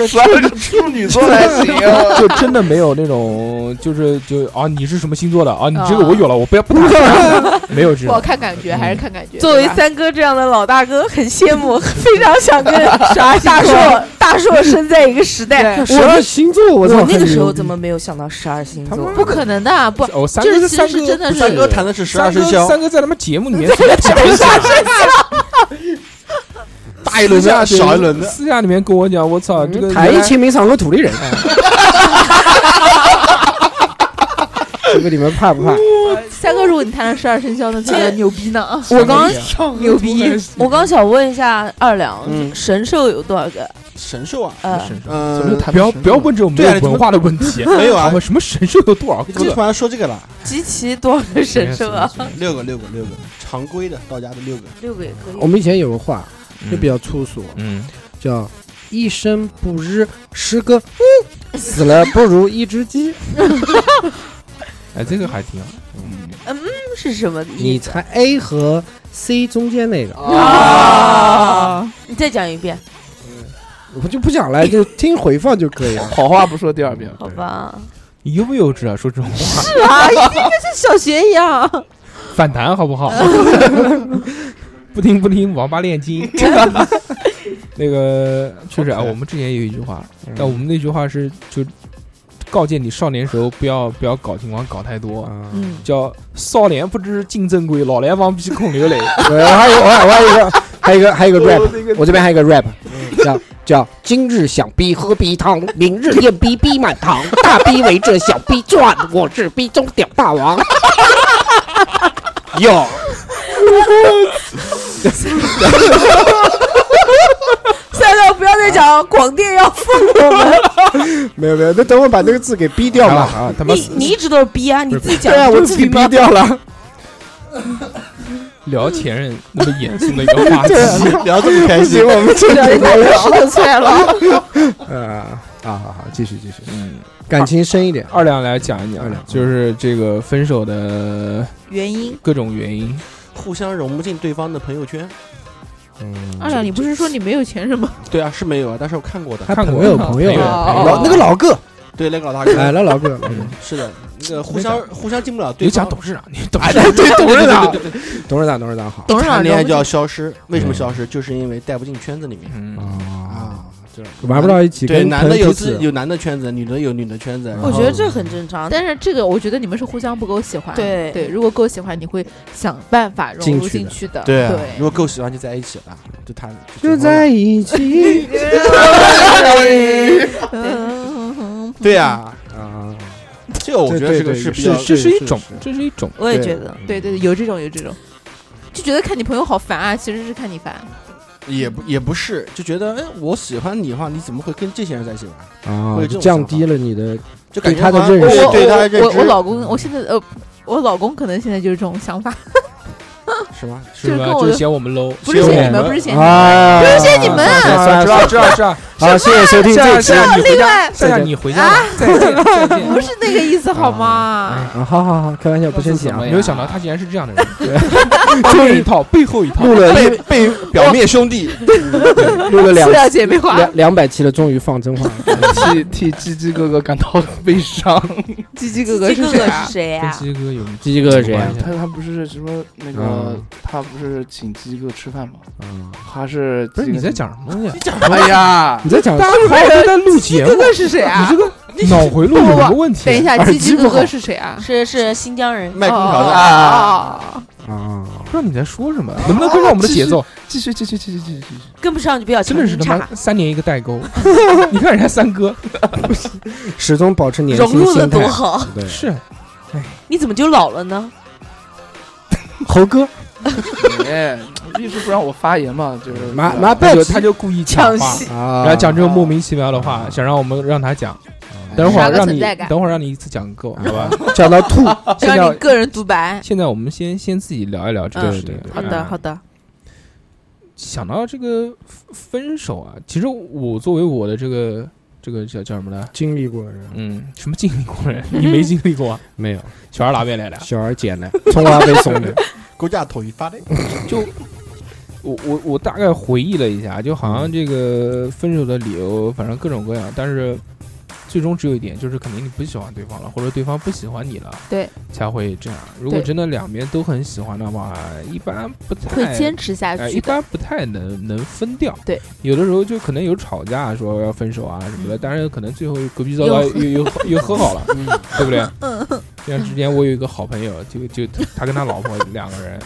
[SPEAKER 7] 十二个处女座才行啊！
[SPEAKER 1] 就真的没有那种，就是就啊，你是什么星座的啊？你
[SPEAKER 3] 啊
[SPEAKER 1] 这个我有了，我不要不打了，没有这
[SPEAKER 3] 我
[SPEAKER 1] 种。
[SPEAKER 3] 看感觉还是看感觉。
[SPEAKER 6] 作为
[SPEAKER 3] 对吧
[SPEAKER 6] 三哥这样的老大哥，很羡慕，非常想跟大硕大硕生在一个时代。
[SPEAKER 2] 十二星座，我操！
[SPEAKER 6] 我那个时候
[SPEAKER 2] 很牛逼
[SPEAKER 6] 怎么没有想到十二星
[SPEAKER 1] 他
[SPEAKER 6] 座
[SPEAKER 1] 们？
[SPEAKER 3] 不可能的，不
[SPEAKER 1] 哦，三
[SPEAKER 3] 这
[SPEAKER 1] 哥
[SPEAKER 3] 个其实
[SPEAKER 1] 三
[SPEAKER 3] 是
[SPEAKER 1] 哥
[SPEAKER 3] 真的是
[SPEAKER 4] 三哥谈的是十二
[SPEAKER 1] 三
[SPEAKER 4] 生
[SPEAKER 1] 哥
[SPEAKER 4] 肖，
[SPEAKER 1] 三哥在他们节目
[SPEAKER 3] *laughs*
[SPEAKER 1] 里面随便讲一讲，
[SPEAKER 4] 大一轮的，
[SPEAKER 1] 私下
[SPEAKER 4] 小一轮的。
[SPEAKER 1] 私下里面跟我讲，我操，
[SPEAKER 6] 嗯
[SPEAKER 1] 这个
[SPEAKER 2] 台
[SPEAKER 1] 原
[SPEAKER 2] 一
[SPEAKER 1] 来
[SPEAKER 2] 清明上个土里人， *laughs* 这个你们怕不怕？
[SPEAKER 3] 三哥，如果你谈了十二生肖，那才
[SPEAKER 6] 这
[SPEAKER 3] 牛逼呢。
[SPEAKER 6] 我刚
[SPEAKER 3] 牛逼，
[SPEAKER 6] 我刚想问一下二两，
[SPEAKER 4] 嗯
[SPEAKER 6] 神兽有多少个？
[SPEAKER 4] 神兽啊，
[SPEAKER 6] 呃，
[SPEAKER 1] 神兽
[SPEAKER 4] 嗯
[SPEAKER 1] 神兽不要不要问这种没
[SPEAKER 4] 对啊
[SPEAKER 1] 有
[SPEAKER 4] 你怎么
[SPEAKER 1] 文化的问题，
[SPEAKER 4] *laughs* 没有
[SPEAKER 1] 我
[SPEAKER 4] 啊
[SPEAKER 1] 们？什么神兽有多少
[SPEAKER 4] 你怎么
[SPEAKER 1] 个？
[SPEAKER 4] 突然说这个了？
[SPEAKER 6] 集齐多少个神兽啊？
[SPEAKER 4] 六个，六个，六个，常规的到家的 *laughs* 六个。
[SPEAKER 6] 六个也可
[SPEAKER 2] 我
[SPEAKER 6] 以。
[SPEAKER 2] 们以前有个话
[SPEAKER 1] 嗯
[SPEAKER 2] 就比较粗俗，
[SPEAKER 1] 嗯，
[SPEAKER 2] 叫“一生不知十个嗯，死了不如一只鸡
[SPEAKER 1] 哎，这个还挺好。
[SPEAKER 6] 是什么”。
[SPEAKER 2] 你
[SPEAKER 6] 意思？
[SPEAKER 2] 猜 A 和 C 中间那个，
[SPEAKER 6] 啊！你再讲一遍，
[SPEAKER 2] 我就不讲了，就听回放就可 *laughs* 以了。
[SPEAKER 7] *laughs* 好话不说第二遍，
[SPEAKER 6] 好吧？
[SPEAKER 1] 你幼不幼稚啊？说这种话，
[SPEAKER 3] 跟小学一样。
[SPEAKER 1] 反弹好不
[SPEAKER 4] *laughs*
[SPEAKER 1] 好？不听不听，王八炼
[SPEAKER 4] *laughs*
[SPEAKER 1] 金。那个确实啊，
[SPEAKER 4] OK
[SPEAKER 1] 我们之前也有一句话，
[SPEAKER 4] 嗯
[SPEAKER 1] 但我们那句话是就告诫你少年时候不要不要搞情况搞太多，
[SPEAKER 2] 啊
[SPEAKER 3] 嗯，
[SPEAKER 1] 叫少年不知敬正规，老来放屁空流泪。
[SPEAKER 2] 我还有我还我还有一个还有一个还有一个 rap，我这边还有一个 rap，叫叫
[SPEAKER 5] 今日想逼喝逼汤，明日验逼逼满
[SPEAKER 2] *laughs*
[SPEAKER 5] 堂，大逼围着小逼转，我是逼中屌大王。
[SPEAKER 2] *laughs* 哟，
[SPEAKER 6] 三哥，不要再讲广电要疯
[SPEAKER 2] 没有没有，那等我把那个字给逼掉
[SPEAKER 1] 啊
[SPEAKER 2] 嘛。
[SPEAKER 1] 啊，他妈
[SPEAKER 6] 你，你一直都是逼啊！你自己讲
[SPEAKER 2] 对啊，我自己逼掉了。
[SPEAKER 1] 聊前任那么严肃的一个话题，
[SPEAKER 4] 聊这么开
[SPEAKER 2] 不
[SPEAKER 4] 心
[SPEAKER 2] 行，，我们这
[SPEAKER 3] 这
[SPEAKER 2] 里
[SPEAKER 3] 太吃的菜了。
[SPEAKER 2] 啊啊， *laughs* 好好，继续继续，
[SPEAKER 1] 嗯，
[SPEAKER 2] 感情深一点。
[SPEAKER 1] 二两来讲一
[SPEAKER 2] 二
[SPEAKER 1] 讲
[SPEAKER 2] 两，
[SPEAKER 1] 就是这个分手的
[SPEAKER 3] 原因，
[SPEAKER 1] 各种原因。
[SPEAKER 4] 互相融不进对方的朋友圈。
[SPEAKER 2] 嗯
[SPEAKER 3] 二两，你不是说你没有钱什么？
[SPEAKER 4] 对啊，是没有啊，但是我看过的。
[SPEAKER 2] 他
[SPEAKER 1] 看过
[SPEAKER 2] 朋友
[SPEAKER 1] 朋
[SPEAKER 2] 朋友
[SPEAKER 1] 友
[SPEAKER 3] 哦
[SPEAKER 2] 老那个老哥，
[SPEAKER 4] *laughs* 对，那个老大 *laughs* 哥
[SPEAKER 2] 哎，那老哥，
[SPEAKER 1] 嗯
[SPEAKER 4] 是的，那个互相互相进不了
[SPEAKER 1] 你
[SPEAKER 4] 对
[SPEAKER 1] 讲
[SPEAKER 4] 方。
[SPEAKER 1] 董事长，你董
[SPEAKER 4] 哎，
[SPEAKER 1] 事
[SPEAKER 4] 对
[SPEAKER 1] 长
[SPEAKER 4] 对
[SPEAKER 2] 董事长
[SPEAKER 4] 对对对对
[SPEAKER 2] 董事长，董事长好。
[SPEAKER 3] 董事长
[SPEAKER 4] 谈恋爱就
[SPEAKER 3] 聊
[SPEAKER 4] 要
[SPEAKER 3] 不
[SPEAKER 4] 消失，为什么
[SPEAKER 1] 嗯
[SPEAKER 4] 消失？就是因为带不进圈子里面
[SPEAKER 1] 嗯，
[SPEAKER 2] 啊，
[SPEAKER 4] 啊。对，
[SPEAKER 2] 玩不到一起，
[SPEAKER 4] 对，
[SPEAKER 2] 跟
[SPEAKER 4] 男的
[SPEAKER 2] 朋友
[SPEAKER 4] 有
[SPEAKER 2] 彼此
[SPEAKER 4] 自有男的圈子，女的有女的圈子。然后
[SPEAKER 6] 我觉得这很正常。
[SPEAKER 3] 但是这个，我觉得你们是互相不够喜欢。
[SPEAKER 6] 对
[SPEAKER 3] 对，如果够喜欢，你会想办法融入进去的。
[SPEAKER 4] 对啊，如
[SPEAKER 3] 对，
[SPEAKER 4] 果够喜欢就在一起了，就谈
[SPEAKER 2] 就
[SPEAKER 4] 结婚了
[SPEAKER 2] 在一起
[SPEAKER 6] 呃
[SPEAKER 3] 嗯，
[SPEAKER 4] 对啊，
[SPEAKER 2] 啊。
[SPEAKER 4] 这个我觉得
[SPEAKER 2] 对
[SPEAKER 4] 是个
[SPEAKER 2] 对
[SPEAKER 4] 是
[SPEAKER 2] 对
[SPEAKER 4] 比较
[SPEAKER 2] 是
[SPEAKER 1] 这是一
[SPEAKER 2] 是
[SPEAKER 1] 种
[SPEAKER 2] 是，
[SPEAKER 1] 这是一种。
[SPEAKER 6] 我也觉得，
[SPEAKER 3] 对对对，有这种有这种，就觉得看你朋友好烦啊，其实是看你烦。
[SPEAKER 4] 也不也不是，就觉得哎，我喜欢你的话，你怎么会跟这些人在一起玩？
[SPEAKER 2] 啊
[SPEAKER 4] 会，有
[SPEAKER 2] 就
[SPEAKER 4] 这种
[SPEAKER 2] 降
[SPEAKER 4] 想法
[SPEAKER 2] 低了你的
[SPEAKER 4] 就感
[SPEAKER 2] 对
[SPEAKER 4] 觉
[SPEAKER 2] 他的
[SPEAKER 4] 好像
[SPEAKER 2] 认识
[SPEAKER 4] 对对他的认
[SPEAKER 3] 我我我
[SPEAKER 4] 知
[SPEAKER 3] 老公，我现在呃，我老公可能现在就是这种想法，
[SPEAKER 4] 是吗？
[SPEAKER 1] 是
[SPEAKER 3] 就是
[SPEAKER 1] 吧
[SPEAKER 3] 跟？我
[SPEAKER 1] 就是
[SPEAKER 3] 的
[SPEAKER 1] 嫌我们 low，
[SPEAKER 3] 不是
[SPEAKER 2] 嫌
[SPEAKER 3] 嫌
[SPEAKER 2] 我
[SPEAKER 3] 你
[SPEAKER 2] 们
[SPEAKER 3] 们，不是嫌你们。
[SPEAKER 2] 啊，
[SPEAKER 3] 不是谢谢你们
[SPEAKER 2] 算
[SPEAKER 1] 知
[SPEAKER 2] 了算了
[SPEAKER 1] 道知道知道。
[SPEAKER 2] 好，谢谢收听这
[SPEAKER 1] 下下你
[SPEAKER 2] 一期。
[SPEAKER 1] 回家，
[SPEAKER 2] 再
[SPEAKER 1] 下
[SPEAKER 2] 见
[SPEAKER 1] 你回家吧，再见再见。
[SPEAKER 3] 不是那个意思好吗？
[SPEAKER 2] 啊，好好好，开玩笑，不生气啊
[SPEAKER 1] 没。有想到他竟然是这样的人，前面一套，背后一套。
[SPEAKER 2] 录了一
[SPEAKER 4] 被表面兄弟，
[SPEAKER 2] 录了两
[SPEAKER 3] 塑料姐妹花，
[SPEAKER 2] 两两百期了，终于放真话
[SPEAKER 7] *laughs*
[SPEAKER 2] 了。
[SPEAKER 7] 替替鸡鸡哥哥感到悲伤。
[SPEAKER 3] 鸡鸡
[SPEAKER 6] 鸡
[SPEAKER 3] 哥哥
[SPEAKER 6] 哥
[SPEAKER 3] 是谁
[SPEAKER 6] 哥
[SPEAKER 3] 啊
[SPEAKER 6] 是？
[SPEAKER 1] 跟
[SPEAKER 6] 谁呀？
[SPEAKER 1] 鸡哥有
[SPEAKER 2] 鸡鸡哥是谁啊
[SPEAKER 1] 关系
[SPEAKER 7] *laughs* 他他不是什么那个
[SPEAKER 2] 嗯，
[SPEAKER 7] 他不是请鸡哥吃饭吗？
[SPEAKER 2] 嗯
[SPEAKER 7] 他是
[SPEAKER 1] 不是
[SPEAKER 7] 鸡哥
[SPEAKER 1] 你在讲什么东西？
[SPEAKER 4] 啊
[SPEAKER 7] 哎呀，
[SPEAKER 1] 你在讲，
[SPEAKER 3] 大
[SPEAKER 1] 好
[SPEAKER 3] 家不是
[SPEAKER 1] 好地在录节目
[SPEAKER 3] 哥，哥是谁
[SPEAKER 1] 你
[SPEAKER 3] 啊
[SPEAKER 1] 这？个脑回路有什么问题？
[SPEAKER 3] 等一下，
[SPEAKER 2] 耳
[SPEAKER 3] 鸡
[SPEAKER 2] 机
[SPEAKER 3] 鸡
[SPEAKER 2] 不
[SPEAKER 3] 哥
[SPEAKER 2] 好
[SPEAKER 3] 哥是谁啊？哦
[SPEAKER 6] 是是新疆人，
[SPEAKER 4] 卖空调的啊，
[SPEAKER 3] 啊！
[SPEAKER 2] 啊，
[SPEAKER 1] 不知道你在说什么，能不能跟上我们的节奏？
[SPEAKER 7] 继续继续继续继续继续，
[SPEAKER 6] 跟不上就不要强
[SPEAKER 1] 真的是
[SPEAKER 6] 行
[SPEAKER 1] 他
[SPEAKER 6] 插
[SPEAKER 1] 妈，三年一个代沟。 *laughs* 你看人家三哥
[SPEAKER 2] 始终保持年
[SPEAKER 6] 融
[SPEAKER 2] 轻
[SPEAKER 6] 入的
[SPEAKER 2] 心态
[SPEAKER 6] 多。好，
[SPEAKER 2] 对，
[SPEAKER 1] 是
[SPEAKER 6] 你怎么就老了呢？
[SPEAKER 2] 猴哥，
[SPEAKER 7] *laughs* 哎，一直不让我发言嘛，就是
[SPEAKER 2] 马
[SPEAKER 7] 对吧
[SPEAKER 1] 他
[SPEAKER 2] 马贝
[SPEAKER 1] 就他就故意
[SPEAKER 3] 抢
[SPEAKER 1] 抢话，
[SPEAKER 3] 戏，
[SPEAKER 2] 啊，
[SPEAKER 1] 然后讲这种莫名其妙的话，想让我们让他讲。等会
[SPEAKER 3] 刷
[SPEAKER 1] 儿
[SPEAKER 3] 个
[SPEAKER 1] 让
[SPEAKER 3] 存
[SPEAKER 1] 你
[SPEAKER 3] 在感
[SPEAKER 1] 等会儿让你一次讲够，好吧？
[SPEAKER 2] 讲到吐，
[SPEAKER 1] 现
[SPEAKER 3] 让你
[SPEAKER 1] 在
[SPEAKER 3] 个人独白。
[SPEAKER 1] 现在我们先先自己聊一聊这个
[SPEAKER 6] 嗯
[SPEAKER 1] 事情。哎
[SPEAKER 6] 好的，好的，
[SPEAKER 1] 想到这个分分手啊，其实我作为我的这个这个叫叫什么呢？
[SPEAKER 2] 经历过的人
[SPEAKER 1] 嗯，什么经历过人？你没经历过啊？
[SPEAKER 2] 没有，
[SPEAKER 1] 小孩哪边来的？
[SPEAKER 2] 小孩捡的，从来没怂
[SPEAKER 4] *laughs*
[SPEAKER 2] 的。
[SPEAKER 4] 国家统一发的，
[SPEAKER 1] 我我我大概回忆了一下，就好像这个分手的理由，反正各种各样，但是最终只有一点，就是肯定你不喜欢对方了，或者对方不喜欢你了，
[SPEAKER 3] 对，
[SPEAKER 1] 才会这样。如果
[SPEAKER 3] 对
[SPEAKER 1] 真的两边都很喜欢的话，一般不太
[SPEAKER 3] 会坚持下
[SPEAKER 1] 哎，
[SPEAKER 3] 去
[SPEAKER 1] 一
[SPEAKER 3] 的。
[SPEAKER 1] 般不太能能分掉。
[SPEAKER 3] 对，嗯
[SPEAKER 1] 有的时候就可能有吵架，说要分手啊什么的，但是可能最后隔壁糟糕
[SPEAKER 3] 又
[SPEAKER 1] 又又又和好了，对
[SPEAKER 3] *laughs*
[SPEAKER 1] 不对？
[SPEAKER 3] 嗯
[SPEAKER 1] 像之前我有一个好朋友，就就他他跟他老婆两个人，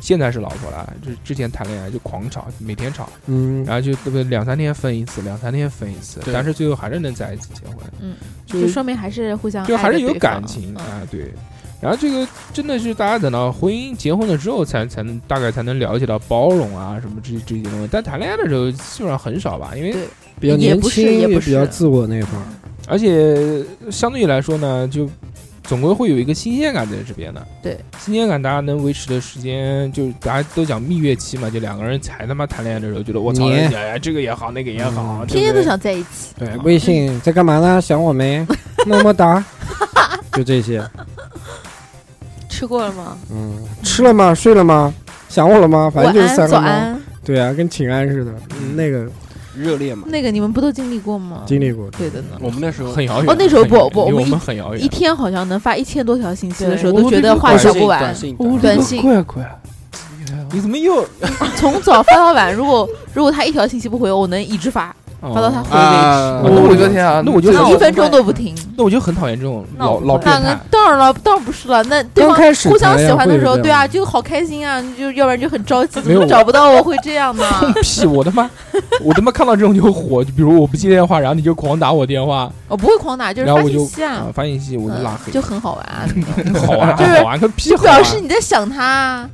[SPEAKER 1] 现在是老婆了，就是之前谈恋爱就狂吵，每天吵，
[SPEAKER 2] 嗯，
[SPEAKER 1] 然后就对不对两三天分一次，两三天分一次，但是最后还是能在一起结婚，
[SPEAKER 3] 嗯，
[SPEAKER 1] 就
[SPEAKER 3] 就说明还是互相
[SPEAKER 1] 就还
[SPEAKER 3] 爱
[SPEAKER 1] 是
[SPEAKER 3] 着
[SPEAKER 1] 有
[SPEAKER 3] 对
[SPEAKER 1] 感
[SPEAKER 3] 方
[SPEAKER 1] 情
[SPEAKER 3] 嗯
[SPEAKER 1] 啊，对。然后这个真的是大家等到婚姻结婚了之后才，才能大概才能了解到包容啊什么这这些东西。但谈恋爱的时候基本上很少吧，因为
[SPEAKER 3] 对
[SPEAKER 2] 比较
[SPEAKER 3] 也
[SPEAKER 2] 年
[SPEAKER 3] 不是
[SPEAKER 2] 轻，
[SPEAKER 3] 也
[SPEAKER 2] 也
[SPEAKER 3] 不
[SPEAKER 2] 比较
[SPEAKER 3] 是
[SPEAKER 2] 自我那会儿。
[SPEAKER 1] 而且相对来说呢，就总归会有一个新鲜感在这边的。
[SPEAKER 3] 对，
[SPEAKER 1] 新鲜感大家能维持的时间，就大家都讲蜜月期嘛，就两个人才他妈谈恋爱的时候，觉得我操，
[SPEAKER 2] 你
[SPEAKER 1] 哎这个也好，那个也好，对
[SPEAKER 2] 嗯
[SPEAKER 1] 不
[SPEAKER 3] 天天都
[SPEAKER 1] 对
[SPEAKER 3] 想在一起。
[SPEAKER 2] 对，微信在干嘛呢？想我
[SPEAKER 4] *laughs*
[SPEAKER 2] 没？么么哒，就这些。
[SPEAKER 6] 吃过了吗？
[SPEAKER 2] 嗯，吃了吗？睡了吗？想我了吗？反正
[SPEAKER 3] 晚
[SPEAKER 2] 就是
[SPEAKER 3] 安，
[SPEAKER 2] 三
[SPEAKER 3] 早
[SPEAKER 2] 个吗？
[SPEAKER 3] 安，
[SPEAKER 2] 对啊，跟请安似的，那个
[SPEAKER 4] 嗯热烈嘛。
[SPEAKER 3] 那个你们不都经历过吗？
[SPEAKER 2] 经历过。
[SPEAKER 3] 对的呢。
[SPEAKER 4] 我们那时候
[SPEAKER 1] 很遥远。
[SPEAKER 3] 哦那时候不
[SPEAKER 1] 很遥远
[SPEAKER 3] 不我
[SPEAKER 1] 离
[SPEAKER 3] 们
[SPEAKER 1] 我
[SPEAKER 3] 一
[SPEAKER 1] 们很遥
[SPEAKER 3] 一
[SPEAKER 1] 远。
[SPEAKER 3] 天好像能发一千多条信息的
[SPEAKER 6] 对
[SPEAKER 3] 时候，
[SPEAKER 7] 我
[SPEAKER 3] 都
[SPEAKER 7] 这
[SPEAKER 3] 觉
[SPEAKER 7] 个
[SPEAKER 3] 得话
[SPEAKER 1] 短
[SPEAKER 3] 说
[SPEAKER 1] 信
[SPEAKER 3] 不完。短信
[SPEAKER 7] 快啊快，
[SPEAKER 4] 哎
[SPEAKER 1] 你怎么又
[SPEAKER 3] 从早发到晚，如果如果他一条信息不回，我能一直发，发到他回为
[SPEAKER 4] 啊，
[SPEAKER 1] 哦那
[SPEAKER 7] 我
[SPEAKER 1] 我
[SPEAKER 7] 的天啊，
[SPEAKER 1] 那我就
[SPEAKER 7] 这
[SPEAKER 1] 那
[SPEAKER 3] 止，
[SPEAKER 1] 我
[SPEAKER 3] 一分钟都不停。
[SPEAKER 1] 那我就很讨厌这种
[SPEAKER 6] 那
[SPEAKER 1] 老
[SPEAKER 6] 我不
[SPEAKER 1] 老
[SPEAKER 6] 会
[SPEAKER 1] 变
[SPEAKER 3] 那
[SPEAKER 1] 态 *laughs*
[SPEAKER 3] 个。当然了，当然不是了，那对
[SPEAKER 2] 刚
[SPEAKER 3] 方
[SPEAKER 2] 开始
[SPEAKER 3] 互相
[SPEAKER 2] 谈
[SPEAKER 3] 喜
[SPEAKER 2] 恋爱
[SPEAKER 3] 欢的
[SPEAKER 2] 会
[SPEAKER 3] 时候，
[SPEAKER 2] 这
[SPEAKER 3] 对
[SPEAKER 2] 样
[SPEAKER 3] 啊，就好开心啊，就要不然就很着急，怎
[SPEAKER 1] 没有
[SPEAKER 3] 么找不到我会这样呢？
[SPEAKER 1] *laughs* 屁！我他妈，我他妈看到这种就火，就比如我不接电话，然后你就狂打我电话，
[SPEAKER 3] 我不会狂打，就是
[SPEAKER 1] 然
[SPEAKER 3] 发
[SPEAKER 1] 后我就
[SPEAKER 3] 信息
[SPEAKER 1] 啊
[SPEAKER 3] 啊，
[SPEAKER 1] 发信息我就
[SPEAKER 3] 嗯
[SPEAKER 1] 拉黑，
[SPEAKER 3] 就很好玩啊，那种
[SPEAKER 1] 好玩
[SPEAKER 3] *laughs* 就是
[SPEAKER 1] 好玩个屁
[SPEAKER 3] 就
[SPEAKER 1] 好玩！
[SPEAKER 3] 表示你在想他啊。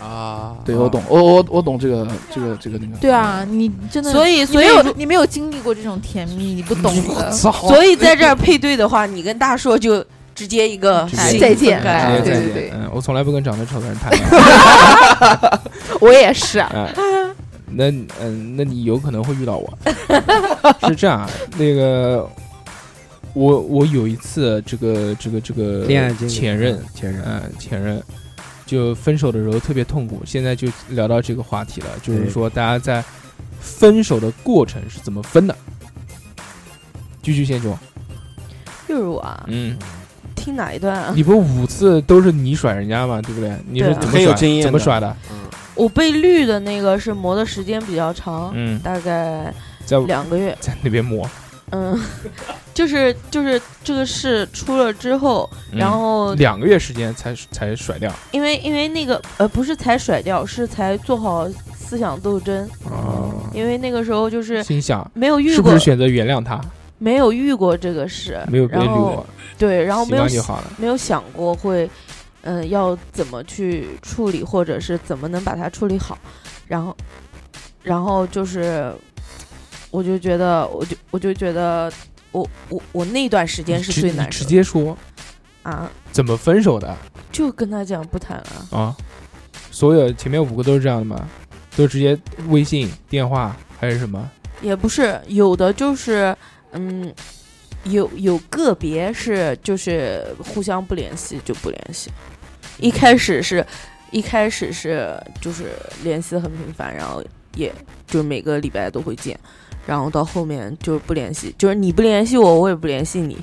[SPEAKER 4] 啊，
[SPEAKER 7] 对我懂，我我我懂这个这个这个那个，
[SPEAKER 3] 对啊，你真的，
[SPEAKER 6] 所以
[SPEAKER 3] 你
[SPEAKER 6] 所
[SPEAKER 3] 没
[SPEAKER 6] 以
[SPEAKER 3] 有你没有经历过这种甜蜜，你不懂的。
[SPEAKER 1] 操！
[SPEAKER 6] 所以在这儿配对的话，你跟大硕就直接一个
[SPEAKER 1] 直接
[SPEAKER 6] 新
[SPEAKER 3] 再见
[SPEAKER 6] 分
[SPEAKER 1] 直
[SPEAKER 6] 开
[SPEAKER 1] 接
[SPEAKER 3] 对
[SPEAKER 1] 再
[SPEAKER 3] 对
[SPEAKER 1] 见
[SPEAKER 3] 对。
[SPEAKER 1] 嗯，我从来不跟长得丑的人
[SPEAKER 3] *laughs*
[SPEAKER 1] 谈恋爱。 *laughs*
[SPEAKER 3] 我也是啊，
[SPEAKER 1] 哎那嗯，那你有可能会遇到我。是这样啊，那个我我有一次这个这个这个
[SPEAKER 3] 啊
[SPEAKER 2] 恋爱经历，
[SPEAKER 1] 前任，
[SPEAKER 2] 前任，
[SPEAKER 1] 嗯，前任就分手的时候特别痛苦。现在就聊到这个话题了，就是
[SPEAKER 2] 对
[SPEAKER 1] 说大家在分手的过程是怎么分的。句句先说，
[SPEAKER 6] 又是我啊，
[SPEAKER 1] 嗯，
[SPEAKER 6] 听哪一段 *laughs* 啊？
[SPEAKER 1] 你不五次都是你甩人家吗？对不对？你是
[SPEAKER 6] 对啊
[SPEAKER 1] 怎么
[SPEAKER 4] 很有
[SPEAKER 1] 甩？
[SPEAKER 4] 经验
[SPEAKER 1] 怎么
[SPEAKER 4] 的
[SPEAKER 1] 甩的？
[SPEAKER 6] 我被绿的那个是磨的时间比较长，
[SPEAKER 1] 嗯，
[SPEAKER 6] 大概
[SPEAKER 1] 在
[SPEAKER 6] 两个月。
[SPEAKER 1] 在那边磨，哦
[SPEAKER 6] 嗯， *laughs* 就是就是这个事出了之后，
[SPEAKER 1] 嗯
[SPEAKER 6] 然后
[SPEAKER 1] 两个月时间才才甩掉。
[SPEAKER 6] 因为因为那个呃不是才甩掉，是才做好思想斗争，
[SPEAKER 1] 哦，
[SPEAKER 6] 因为那个时候就是
[SPEAKER 1] 心想
[SPEAKER 6] 没有遇
[SPEAKER 1] 是不
[SPEAKER 6] 过
[SPEAKER 1] 是选择原谅他，
[SPEAKER 6] 没有遇过这个事，
[SPEAKER 1] 没有被绿
[SPEAKER 6] 然后
[SPEAKER 1] 我，
[SPEAKER 6] 对，然后
[SPEAKER 1] 习
[SPEAKER 6] 没有
[SPEAKER 1] 惯就好了。
[SPEAKER 6] 没有想过会，嗯、要怎么去处理，或者是怎么能把它处理好，然后，然后就是，我就觉得，我就我就觉得我，我我那段时间
[SPEAKER 1] 你
[SPEAKER 6] 是
[SPEAKER 1] 直
[SPEAKER 6] 最
[SPEAKER 1] 你
[SPEAKER 6] 难
[SPEAKER 1] 直
[SPEAKER 6] 受的
[SPEAKER 1] 接说
[SPEAKER 6] 啊，
[SPEAKER 1] 怎么分手的
[SPEAKER 6] 就跟他讲不谈了，
[SPEAKER 1] 啊？所有前面五个都是这样的嘛，都直接微信、电话还是什么？
[SPEAKER 6] 也不是有的就是，嗯。有有个别是就是互相不联系就不联系，一开始是，一开始是就是联系的很频繁，然后也就是每个礼拜都会见，然后到后面就是不联系，就是你不联系我，我也不联系你，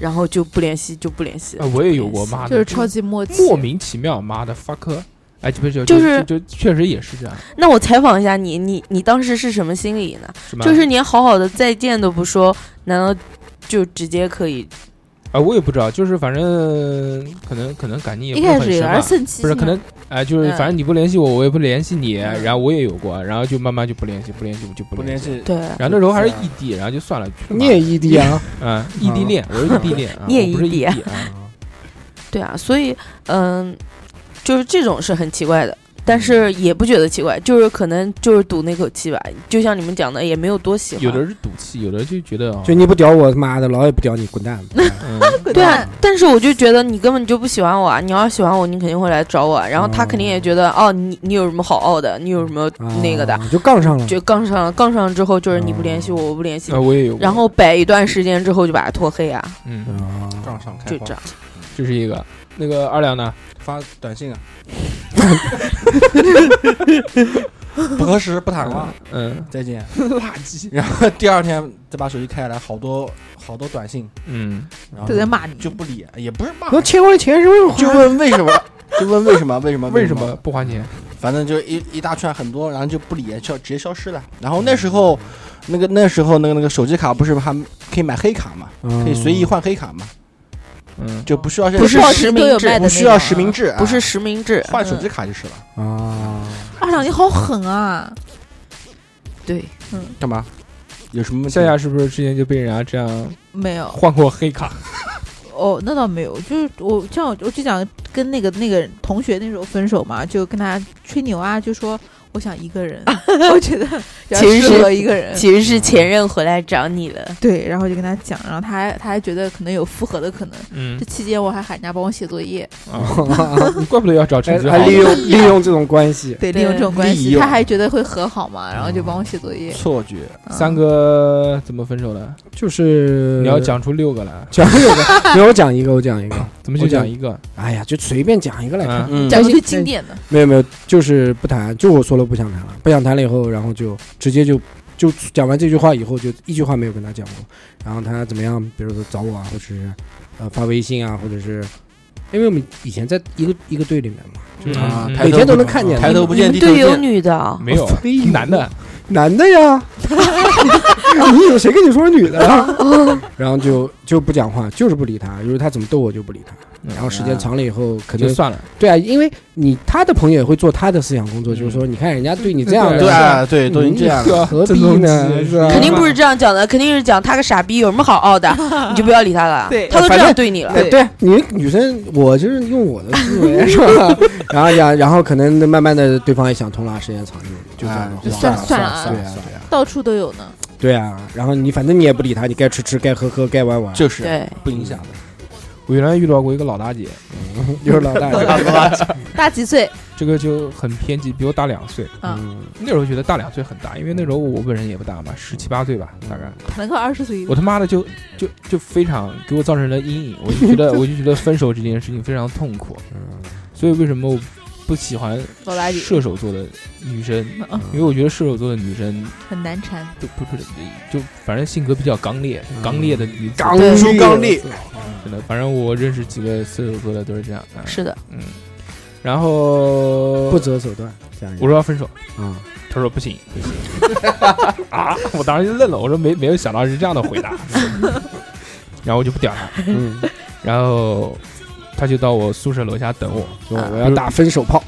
[SPEAKER 6] 然后就不联系就不联系。
[SPEAKER 1] 啊，我也有过，
[SPEAKER 6] 不联系
[SPEAKER 1] 妈
[SPEAKER 3] 就
[SPEAKER 1] 的，
[SPEAKER 3] 是超级默契。
[SPEAKER 1] 莫名其妙，妈的 fuck，哎，这不就
[SPEAKER 6] 就是
[SPEAKER 1] 就就确实也是这样，
[SPEAKER 6] 那我采访一下你，你你当时是什么心理呢？
[SPEAKER 1] 是吗？
[SPEAKER 6] 就是连好好的再见都不说，难道就直接可以？
[SPEAKER 1] 啊，我也不知道，就是反正可能可能感情也
[SPEAKER 3] 一
[SPEAKER 1] 不是
[SPEAKER 3] 开
[SPEAKER 1] 很
[SPEAKER 3] 始
[SPEAKER 1] 深
[SPEAKER 3] 有
[SPEAKER 1] 吧
[SPEAKER 3] 点，生气，
[SPEAKER 1] 不是可能哎，就是
[SPEAKER 6] 嗯
[SPEAKER 1] 反正你不联系我，我也不联系你，然后我也有过，然后就慢慢就不联系，不联系就不
[SPEAKER 4] 不
[SPEAKER 1] 联
[SPEAKER 4] 联
[SPEAKER 1] 系。
[SPEAKER 4] 系，
[SPEAKER 6] 对，
[SPEAKER 1] 然后那时候还是异地，然后就算了，去
[SPEAKER 2] 你也异地
[SPEAKER 4] *laughs*
[SPEAKER 2] 啊？
[SPEAKER 1] 啊，异地恋，我是异地
[SPEAKER 6] *laughs*
[SPEAKER 1] 恋，啊
[SPEAKER 6] 你也
[SPEAKER 1] 我不是
[SPEAKER 6] 异地
[SPEAKER 1] 异
[SPEAKER 6] 啊
[SPEAKER 1] 地
[SPEAKER 6] *laughs*
[SPEAKER 1] 啊，
[SPEAKER 6] 对啊，所以嗯，就是这种是很奇怪的，但是也不觉得奇怪，就是可能就是赌那口气吧。就像你们讲的，也没有多喜欢。
[SPEAKER 1] 有的是赌气，有的就觉得啊
[SPEAKER 2] 就你不屌我，他妈的，老也不屌你，滚
[SPEAKER 3] *laughs*
[SPEAKER 2] 蛋！
[SPEAKER 1] 嗯
[SPEAKER 6] 对啊，但是我就觉得你根本就不喜欢我啊！你要是喜欢我，你肯定会来找我啊。然后他肯定也觉得，哦，你你有什么好傲的？你有什么
[SPEAKER 2] 啊
[SPEAKER 6] 那个的？
[SPEAKER 2] 就杠上了。
[SPEAKER 6] 就杠上了，杠上了之后就是你不联系我，我不联系你
[SPEAKER 1] 啊，，我也有过，
[SPEAKER 6] 然后摆一段时间之后就把他拖黑啊，
[SPEAKER 1] 嗯，
[SPEAKER 2] 啊，
[SPEAKER 4] 杠上开
[SPEAKER 6] 就
[SPEAKER 4] 花
[SPEAKER 6] 这样。
[SPEAKER 1] 这是一个。那个二两呢？
[SPEAKER 4] 发短信啊，不核实不谈了，
[SPEAKER 1] 嗯
[SPEAKER 4] 再见，垃圾。然后第二天再把手机开来，好多好多短信，
[SPEAKER 1] 嗯，
[SPEAKER 4] 然后
[SPEAKER 3] 都在骂你，
[SPEAKER 4] 就不理，也不是骂，
[SPEAKER 2] 那欠我的钱是为
[SPEAKER 4] 就问为什么，就问为什么，为什么，
[SPEAKER 1] 为什么？不花钱？
[SPEAKER 4] 反正就一一大串很多，然后就不理，消直接消失了。然后那时候，那个那时候那个那个手机卡不是还可以买黑卡嘛，可以随意换黑卡嘛，
[SPEAKER 1] 嗯，
[SPEAKER 4] 就嗯不需要现在
[SPEAKER 6] 不是
[SPEAKER 3] 报纸
[SPEAKER 6] 实
[SPEAKER 3] 都
[SPEAKER 6] 名
[SPEAKER 3] 有
[SPEAKER 6] 制
[SPEAKER 3] 卖，的
[SPEAKER 4] 不需要实名制，
[SPEAKER 6] 不是
[SPEAKER 4] 啊
[SPEAKER 6] 实名制，
[SPEAKER 4] 换手
[SPEAKER 6] 嗯
[SPEAKER 4] 机卡就是了。
[SPEAKER 2] 啊。
[SPEAKER 3] 二两你好狠啊！
[SPEAKER 6] 对，
[SPEAKER 4] 干嘛？有什么问题
[SPEAKER 1] 夏夏是不是之前就被人家这样
[SPEAKER 3] 没有
[SPEAKER 1] 换过黑卡？
[SPEAKER 3] 哦，那倒没有，就是我像我我就讲跟那个那个同学那时候分手嘛，就跟他吹牛啊，就说我想一个 *laughs* 人，我觉得比较
[SPEAKER 6] 其实
[SPEAKER 3] 适合一个人。
[SPEAKER 6] 其实是前任回来找你了，
[SPEAKER 3] 对，然后就跟他讲，然后他还他还觉得可能有复合的可能。
[SPEAKER 1] 嗯
[SPEAKER 3] 这期间我还喊人家帮我写作业，
[SPEAKER 1] 啊，你怪不得要找陈
[SPEAKER 2] 还
[SPEAKER 1] 志
[SPEAKER 2] 哎还
[SPEAKER 1] 豪。
[SPEAKER 2] 利用利用这种关系，
[SPEAKER 3] 对，利
[SPEAKER 6] 对
[SPEAKER 3] 用这种关
[SPEAKER 4] 利
[SPEAKER 3] 系，
[SPEAKER 4] 用
[SPEAKER 3] 他还觉得会和好嘛，然后就帮我写作业。
[SPEAKER 4] 错觉？
[SPEAKER 3] 嗯
[SPEAKER 1] 三哥怎么分手的？
[SPEAKER 2] 就是
[SPEAKER 1] 你要讲出六个来，
[SPEAKER 2] *laughs* 讲一个，你要讲一个，我讲一个。
[SPEAKER 1] 怎么就讲一个？
[SPEAKER 2] 哎呀，就随便讲一个来看。
[SPEAKER 1] 嗯，
[SPEAKER 4] 嗯
[SPEAKER 3] 讲一句经典的，
[SPEAKER 2] 没有没有，就是不谈，就我说了不想谈了，不想谈了以后，然后就直接就就讲完这句话以后，就一句话没有跟他讲过。然后他怎么样，比如说找我啊，或者是呃发微信啊，或者是因为我们以前在一个一个队里面嘛，
[SPEAKER 1] 嗯
[SPEAKER 4] 啊
[SPEAKER 1] 嗯
[SPEAKER 4] 抬
[SPEAKER 2] 每
[SPEAKER 4] 头
[SPEAKER 2] 天都
[SPEAKER 4] 不
[SPEAKER 2] 能看见
[SPEAKER 4] 抬头不见低
[SPEAKER 6] 你们
[SPEAKER 4] 头
[SPEAKER 6] 队有
[SPEAKER 4] 见。
[SPEAKER 6] 女的啊，
[SPEAKER 1] 没有啊
[SPEAKER 2] 哎呦
[SPEAKER 1] 男的，
[SPEAKER 2] 男的呀， *laughs* 你有谁跟你说是女的了？然后就就不讲话，就是不理他，就是他怎么逗我就不理他。然后时间长了以后，可
[SPEAKER 1] 就
[SPEAKER 2] 能
[SPEAKER 1] 算了。
[SPEAKER 2] 对啊，因为你他的朋友也会做他的思想工作，就是说，你看人家对你这样，
[SPEAKER 4] 对啊，对，都已经这样了。
[SPEAKER 1] 啊
[SPEAKER 2] 何
[SPEAKER 1] 这
[SPEAKER 2] 必
[SPEAKER 1] 种
[SPEAKER 2] 呢？
[SPEAKER 1] 急
[SPEAKER 2] 是吧
[SPEAKER 6] 肯定不是这样讲的，肯定是讲他个傻逼，有什么好傲的？你就不要理他了，
[SPEAKER 3] 对
[SPEAKER 6] 他都这
[SPEAKER 2] 反
[SPEAKER 6] 样
[SPEAKER 2] 正
[SPEAKER 6] 对你了，
[SPEAKER 2] 对对，你女生，我就是用我的思维是吧？然后呀，然后可能慢慢的对方也想通了，时间长了就这样
[SPEAKER 4] 啊
[SPEAKER 2] 了
[SPEAKER 4] 就
[SPEAKER 3] 算
[SPEAKER 4] 了
[SPEAKER 3] 算
[SPEAKER 4] 了
[SPEAKER 3] 了啊
[SPEAKER 4] 算
[SPEAKER 2] 对啊
[SPEAKER 4] 了算了，
[SPEAKER 3] 到处都有呢。
[SPEAKER 2] 对啊，然后你反正你也不理他，你该吃吃，该喝喝，该玩玩，
[SPEAKER 4] 就是
[SPEAKER 6] 对，
[SPEAKER 4] 不影响的。
[SPEAKER 1] 我原来遇到过一个老大姐，
[SPEAKER 2] 就是老大人。
[SPEAKER 3] 大几岁？
[SPEAKER 1] 这个就很偏激，比我大两岁。
[SPEAKER 3] 啊
[SPEAKER 2] 嗯
[SPEAKER 1] 那时候觉得大两岁很大，因为那时候我本人也不大嘛，十七八岁吧，大概。
[SPEAKER 3] 谈了个二十岁
[SPEAKER 1] 我他妈的就就就非常给我造成了阴影，我就觉得 *laughs* 我就觉得分手这件事情非常痛苦，
[SPEAKER 2] 嗯
[SPEAKER 1] 所以为什么我不喜欢
[SPEAKER 3] 老大姐
[SPEAKER 1] 射手座的女生？
[SPEAKER 3] 嗯
[SPEAKER 1] 因为我觉得射手座的女生
[SPEAKER 3] 很难缠，
[SPEAKER 1] 就不是就反正性格比较刚烈，刚烈的女子，
[SPEAKER 2] 刚
[SPEAKER 6] 对
[SPEAKER 2] 出刚
[SPEAKER 4] 力，
[SPEAKER 1] 真的，反正我认识几个射手座的都是这样啊。
[SPEAKER 6] 是的，
[SPEAKER 1] 嗯，然后
[SPEAKER 2] 不择手段，这样一个
[SPEAKER 1] 我说要分手，
[SPEAKER 2] 啊，
[SPEAKER 1] 他说不行，啊！我当时就愣了，我说没没有想到是这样的回答， *laughs* 然后我就不屌他，
[SPEAKER 2] 嗯，
[SPEAKER 1] 然后他就到我宿舍楼下等我，
[SPEAKER 2] 说我要打分手炮，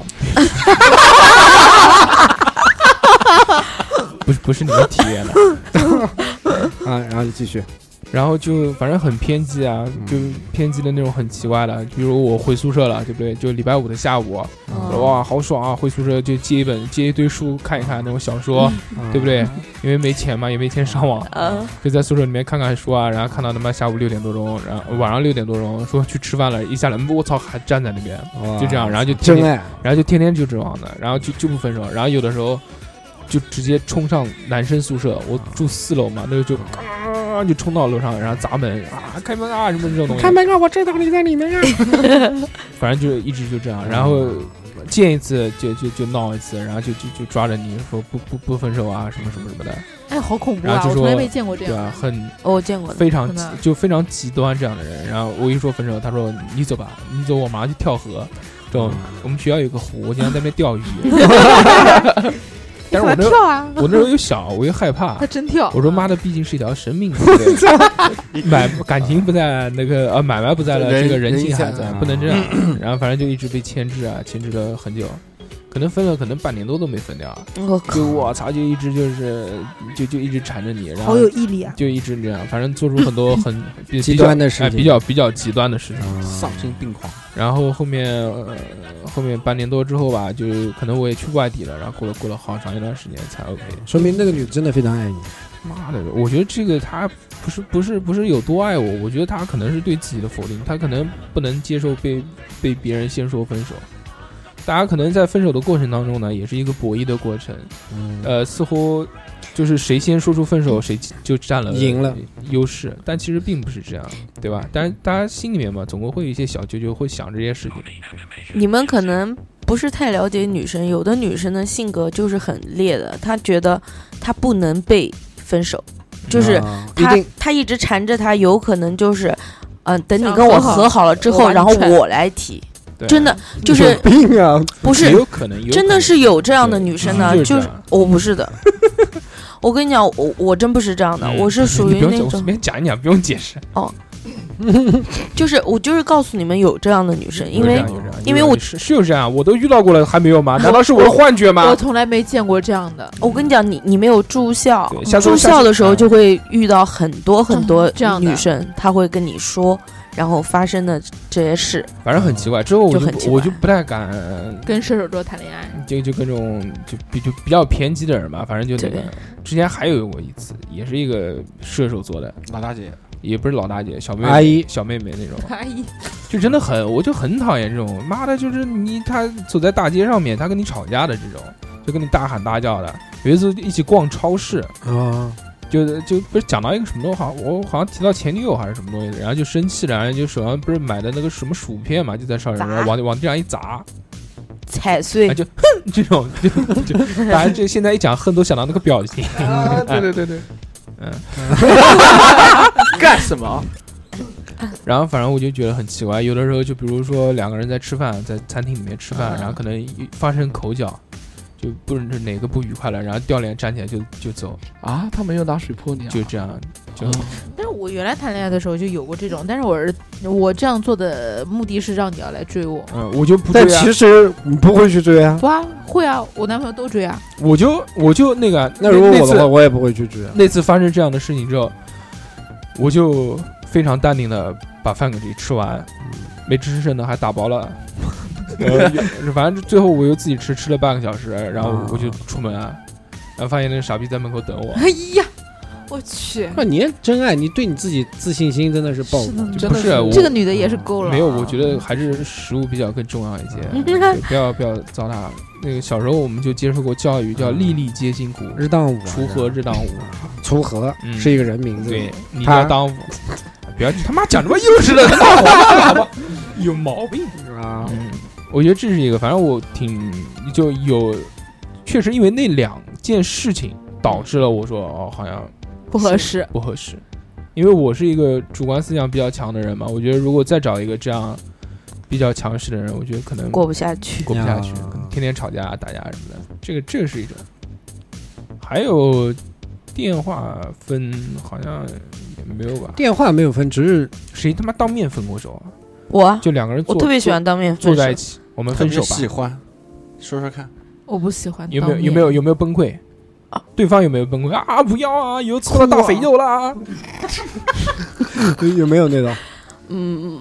[SPEAKER 1] 不是不是你们体验的，
[SPEAKER 2] 啊，然后你继续，
[SPEAKER 1] 然后就反正很偏激啊，就偏激的那种很奇怪的，比如我回宿舍了，对不对？就礼拜五的下午，啊哇，好爽啊！回宿舍就借一本借一堆书看一看那种小
[SPEAKER 5] 嗯
[SPEAKER 1] 说，对不对？因为没钱嘛，也没钱上网，
[SPEAKER 6] 嗯，
[SPEAKER 1] 就在宿舍里面看看书啊，然后看到他妈下午六点多钟，然后晚上六点多钟说去吃饭了，一下来我操还站在那边，
[SPEAKER 2] 哇？
[SPEAKER 1] 就这样，然后就天
[SPEAKER 2] 真
[SPEAKER 1] 天，
[SPEAKER 2] 爱，
[SPEAKER 1] 然后就天天就这样的，然后就就不分手，然后有的时候就直接冲上男生宿舍，我
[SPEAKER 5] 嗯
[SPEAKER 1] 住四楼嘛，那个就啊就冲到楼上，然后砸门啊开门啊什么这种东西，
[SPEAKER 5] 开门啊！我知道你在里面
[SPEAKER 1] 哎
[SPEAKER 5] 啊！
[SPEAKER 6] 嗯
[SPEAKER 1] 反正就一直就这样，然后见一次就就就闹一次，然后就就就抓着你说不不不分手啊什么什么什么的，
[SPEAKER 3] 哎，好恐怖
[SPEAKER 1] 然
[SPEAKER 3] 啊！
[SPEAKER 1] 后就
[SPEAKER 3] 我从
[SPEAKER 1] 说
[SPEAKER 3] 来没见过这
[SPEAKER 1] 对
[SPEAKER 3] 样
[SPEAKER 1] 啊，
[SPEAKER 3] 的。
[SPEAKER 1] 很
[SPEAKER 6] 哦我见过的，
[SPEAKER 1] 非常
[SPEAKER 3] 真的
[SPEAKER 1] 极就非常极端这样的人。然后我一说分手，他说你走吧，你走我马上就跳河。懂？我们学校有个湖，我经常在那边 *laughs* 钓鱼。但是我
[SPEAKER 3] 快
[SPEAKER 1] 那
[SPEAKER 3] 跳啊！
[SPEAKER 1] 我那时
[SPEAKER 3] *laughs*
[SPEAKER 1] 候又小，我又害怕 *laughs*
[SPEAKER 3] 他。真跳，
[SPEAKER 1] 我说妈的，毕竟是一条生
[SPEAKER 3] *laughs*
[SPEAKER 1] 命，对不对 *laughs* 买感情不在，那个呃买卖不在了，
[SPEAKER 4] 人
[SPEAKER 1] 这个人
[SPEAKER 4] 人
[SPEAKER 1] 性还
[SPEAKER 4] 性
[SPEAKER 1] 在
[SPEAKER 4] 啊，
[SPEAKER 1] 不能这样。然后反正就一直被牵制啊，牵制了很久，可能分了，可能半年多都没分掉。啊
[SPEAKER 6] 我靠
[SPEAKER 1] 就我操，就一直就是就就一直缠着你，然
[SPEAKER 3] 好
[SPEAKER 1] 后
[SPEAKER 3] 有毅力啊！
[SPEAKER 1] 就一直这样，反正做出很多很比
[SPEAKER 2] 极
[SPEAKER 1] 比较
[SPEAKER 2] 端的事
[SPEAKER 1] 哎
[SPEAKER 2] 情
[SPEAKER 1] 比较比较极端的事情。
[SPEAKER 2] 嗯
[SPEAKER 4] 丧心病狂，
[SPEAKER 1] 然后后面、呃、后面半年多之后吧，就可能我也去外地了，然后过了过了好长一段时间才 OK。
[SPEAKER 2] 说明那个女的真的非常爱你。
[SPEAKER 1] 妈的，我觉得这个他不是不是不是有多爱我，我觉得他可能是对自己的否定，他可能不能接受被被别人先说分手。大家可能在分手的过程当中呢，也是一个博弈的过程，
[SPEAKER 2] 嗯，
[SPEAKER 1] 呃，似乎就是谁先说出分手，谁就占了
[SPEAKER 2] 赢了
[SPEAKER 1] 优势，但其实并不是这样，对吧？但是大家心里面嘛，总归会有一些小九九会想这些事情。
[SPEAKER 6] 你们可能不是太了解女生，有的女生的性格就是很烈的，她觉得她不能被分手，就是
[SPEAKER 2] 啊一
[SPEAKER 6] 她
[SPEAKER 2] 定
[SPEAKER 6] 她一直缠着他，有可能就是，嗯、等你
[SPEAKER 3] 想
[SPEAKER 6] 跟我
[SPEAKER 3] 和好
[SPEAKER 6] 和好了之
[SPEAKER 3] 我
[SPEAKER 6] 后，
[SPEAKER 3] 完
[SPEAKER 6] 然后
[SPEAKER 3] 全
[SPEAKER 6] 我来提，
[SPEAKER 1] 对啊
[SPEAKER 6] 真的就
[SPEAKER 2] 有
[SPEAKER 6] 是
[SPEAKER 2] 病啊！
[SPEAKER 6] 不
[SPEAKER 1] 也
[SPEAKER 6] 是
[SPEAKER 1] 有可能，有
[SPEAKER 6] 真
[SPEAKER 1] 可
[SPEAKER 6] 的
[SPEAKER 1] 能
[SPEAKER 6] 是有这样的
[SPEAKER 1] 对
[SPEAKER 6] 女生
[SPEAKER 1] 嗯
[SPEAKER 6] 的，
[SPEAKER 1] 就是
[SPEAKER 6] 就
[SPEAKER 1] 这
[SPEAKER 6] 是
[SPEAKER 1] 样
[SPEAKER 6] 我不
[SPEAKER 1] *laughs*
[SPEAKER 6] 是的，我跟你讲，我我真不是这样的，
[SPEAKER 1] 嗯
[SPEAKER 6] 我是
[SPEAKER 1] *laughs*
[SPEAKER 6] 属
[SPEAKER 1] 你
[SPEAKER 6] 于
[SPEAKER 1] 不用
[SPEAKER 6] 那
[SPEAKER 1] 讲，我随
[SPEAKER 6] 种，
[SPEAKER 1] 便讲一讲，不用解释。
[SPEAKER 6] 就是我就是告诉你们有这样的女生，因
[SPEAKER 1] 有这
[SPEAKER 6] 为
[SPEAKER 1] 样有这样
[SPEAKER 6] 因为
[SPEAKER 1] 有
[SPEAKER 6] 我
[SPEAKER 1] 是是有这样，我都遇到过了，还没有
[SPEAKER 6] *laughs*
[SPEAKER 1] 吗？难道是我的幻觉
[SPEAKER 3] 我
[SPEAKER 1] 吗？
[SPEAKER 3] 从来没见过这样的，
[SPEAKER 6] 我跟你讲，你你没有住校
[SPEAKER 1] 对，下次嗯
[SPEAKER 6] 住
[SPEAKER 1] 下
[SPEAKER 6] 校
[SPEAKER 1] 次
[SPEAKER 6] 的时候就会遇到很多很多
[SPEAKER 3] 嗯这样的
[SPEAKER 6] 女生，她会跟你说，然后发生的这些事，
[SPEAKER 1] 反正很奇怪，之后我
[SPEAKER 6] 就
[SPEAKER 1] 就
[SPEAKER 6] 很
[SPEAKER 1] 不
[SPEAKER 6] 奇怪
[SPEAKER 1] 我就不太敢，
[SPEAKER 3] 跟射手座谈恋 *laughs* 爱，
[SPEAKER 1] 就就跟这种就比就比较偏激的人吧，反正就那个
[SPEAKER 6] 对。
[SPEAKER 1] 之前还有过一次，也是一个射手座的，
[SPEAKER 4] 老大姐，
[SPEAKER 1] 也不是老大姐，小妹妹
[SPEAKER 2] 阿姨
[SPEAKER 1] 小妹妹那种，
[SPEAKER 3] 阿姨
[SPEAKER 1] 就真的很，我就很讨厌这种，妈的，就是你他走在大街上面，他跟你吵架的这种，就跟你大喊大叫的。有一次一起逛超市，
[SPEAKER 2] 啊，
[SPEAKER 1] 就就不是讲到一个什么东西，好像我好像提到前女友还是什么东西，然后就生气了，然后就手上不是买的那个什么薯片嘛，就在上面，
[SPEAKER 6] 砸
[SPEAKER 1] 然后往往地上一砸，
[SPEAKER 6] 踩碎
[SPEAKER 1] 哎就这种就就，反正这现在一讲恨都想到那个表情，
[SPEAKER 7] 啊，对对对 *laughs* 对，嗯
[SPEAKER 4] 干什么？
[SPEAKER 1] 然后反正我就觉得很奇怪，有的时候就比如说两个人在吃饭，在餐厅里面吃
[SPEAKER 2] 嗯
[SPEAKER 1] 饭，然后可能一发生口角，就不是哪个不愉快了，然后掉脸站起来就就走，
[SPEAKER 7] 啊，他没有拿水泼你啊，哦
[SPEAKER 1] 就这样就。
[SPEAKER 3] 但是我原来谈恋爱的时候就有过这种，但是我是我这样做的目的是让你要来追我。
[SPEAKER 1] 嗯，我就不
[SPEAKER 2] 但
[SPEAKER 1] 追啊，
[SPEAKER 2] 其实你不会去追啊。
[SPEAKER 1] 嗯
[SPEAKER 3] 哇，会啊，我男朋友都追啊， *laughs*
[SPEAKER 1] 我就我就那个，
[SPEAKER 2] 那如果我
[SPEAKER 1] 次
[SPEAKER 2] 的话，我也不会去追啊。
[SPEAKER 1] 那次发生这样的事情之后，我就非常淡定的把饭给自己吃完，嗯没吃剩的还打包了。 *laughs* 呃啊反正最后我又自己吃，吃了半个小时，然后我就出门了，然后发现那个傻逼在门口等我，
[SPEAKER 3] 哎呀，我去，
[SPEAKER 2] 那你真爱，你对你自己自信心真的是爆
[SPEAKER 3] 是的
[SPEAKER 2] 棚。
[SPEAKER 1] 就不是啊我
[SPEAKER 3] 这个女的也是够了。
[SPEAKER 1] 没有，我觉得还是食物比较更重要一些，对不要不要糟蹋。那个小时候我们就接受过教育，叫粒粒皆辛苦，
[SPEAKER 2] 日当午啊，
[SPEAKER 1] 锄禾日当午。
[SPEAKER 2] 锄禾
[SPEAKER 1] 嗯
[SPEAKER 2] 是一个人名字。
[SPEAKER 1] 对，你
[SPEAKER 2] 他
[SPEAKER 1] 要当午， *laughs* 不要他妈讲这么幼 *laughs* 稚的大话，好吧？ *laughs* 有毛病。
[SPEAKER 2] 啊，
[SPEAKER 1] 嗯，我觉得这是一个，反正我挺就有，确实因为那两件事情导致了我说哦，好像
[SPEAKER 3] 不合适，
[SPEAKER 1] 不合适，因为我是一个主观思想比较强的人嘛，我觉得如果再找一个这样比较强势的人，我觉得可能
[SPEAKER 6] 过不下去。
[SPEAKER 1] 过不下去
[SPEAKER 2] 呀，
[SPEAKER 1] 可能天天吵架打架什么的，这个这个是一种，还有电话分好像也没有吧，
[SPEAKER 2] 电话没有分，只是
[SPEAKER 1] 谁他妈当面分过手啊？
[SPEAKER 6] 我啊
[SPEAKER 1] 就两个人坐
[SPEAKER 6] 我特别喜欢当面
[SPEAKER 1] 坐
[SPEAKER 6] 分手
[SPEAKER 1] 在一，起，我们
[SPEAKER 4] 特
[SPEAKER 1] 分
[SPEAKER 4] 别
[SPEAKER 1] 手吧
[SPEAKER 4] 喜。欢，说说看，
[SPEAKER 3] 我不喜欢。
[SPEAKER 1] 有没有有没有？有没有崩溃？
[SPEAKER 3] 啊
[SPEAKER 1] 对方有没有崩溃啊？不要啊！有搓了啊大肥肉啦！
[SPEAKER 2] 有没有
[SPEAKER 1] *laughs*
[SPEAKER 2] 那种
[SPEAKER 6] 嗯，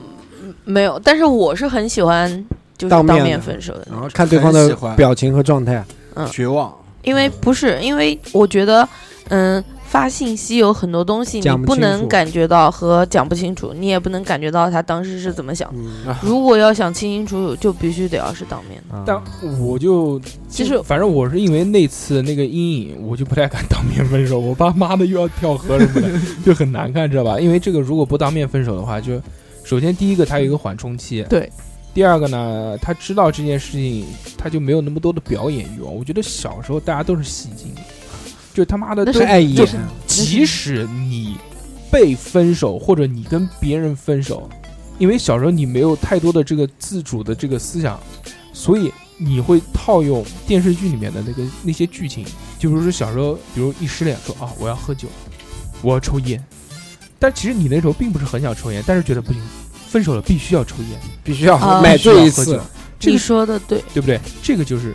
[SPEAKER 6] 没有，但是我是很喜欢就是
[SPEAKER 2] 当
[SPEAKER 6] 当
[SPEAKER 2] 面的
[SPEAKER 6] 面分手
[SPEAKER 1] 啊
[SPEAKER 6] 的，
[SPEAKER 2] 然后看对方
[SPEAKER 4] 很喜
[SPEAKER 2] 的
[SPEAKER 4] 欢
[SPEAKER 2] 表情和状态，
[SPEAKER 4] 绝望，
[SPEAKER 6] 因为不是因为我觉得，嗯，发信息有很多东西你
[SPEAKER 2] 讲不
[SPEAKER 6] 不
[SPEAKER 2] 清
[SPEAKER 6] 能
[SPEAKER 2] 楚
[SPEAKER 6] 感觉到和讲不清楚，你也不能感觉到他当时是怎么想的。
[SPEAKER 2] 嗯，
[SPEAKER 6] 如果要想清清楚楚，就必须得要是当面的。
[SPEAKER 1] 但我就
[SPEAKER 3] 其实
[SPEAKER 1] 反正我是因为那次那个阴影，我就不太敢当面分手。我爸妈的又要跳河什
[SPEAKER 3] *laughs*
[SPEAKER 1] 么的，就很难看，知道吧？因为这个如果不当面分手的话，就首先第一个它有一个缓冲期，
[SPEAKER 3] 对。
[SPEAKER 1] 第二个呢，他知道这件事情，他就没有那么多的表演欲望。我觉得小时候大家都是戏精，就他妈的
[SPEAKER 3] 那
[SPEAKER 1] 都
[SPEAKER 2] 是爱意啊
[SPEAKER 1] 就，即使你被分手，或者你跟别人分手，因为小时候你没有太多的这个自主的这个思想，所以你会套用电视剧里面的那个那些剧情，就比如说小时候，比如一失恋说啊我要喝酒，我要抽烟，但其实你那时候并不是很想抽烟，但是觉得不行，分手了必须要抽烟，
[SPEAKER 2] 必须要
[SPEAKER 6] 啊
[SPEAKER 2] 买
[SPEAKER 1] 必须要
[SPEAKER 2] 醉一
[SPEAKER 1] 喝
[SPEAKER 2] 次
[SPEAKER 1] 酒，，这
[SPEAKER 6] 你
[SPEAKER 1] 个
[SPEAKER 6] 说的对，
[SPEAKER 1] 对不对？这个就是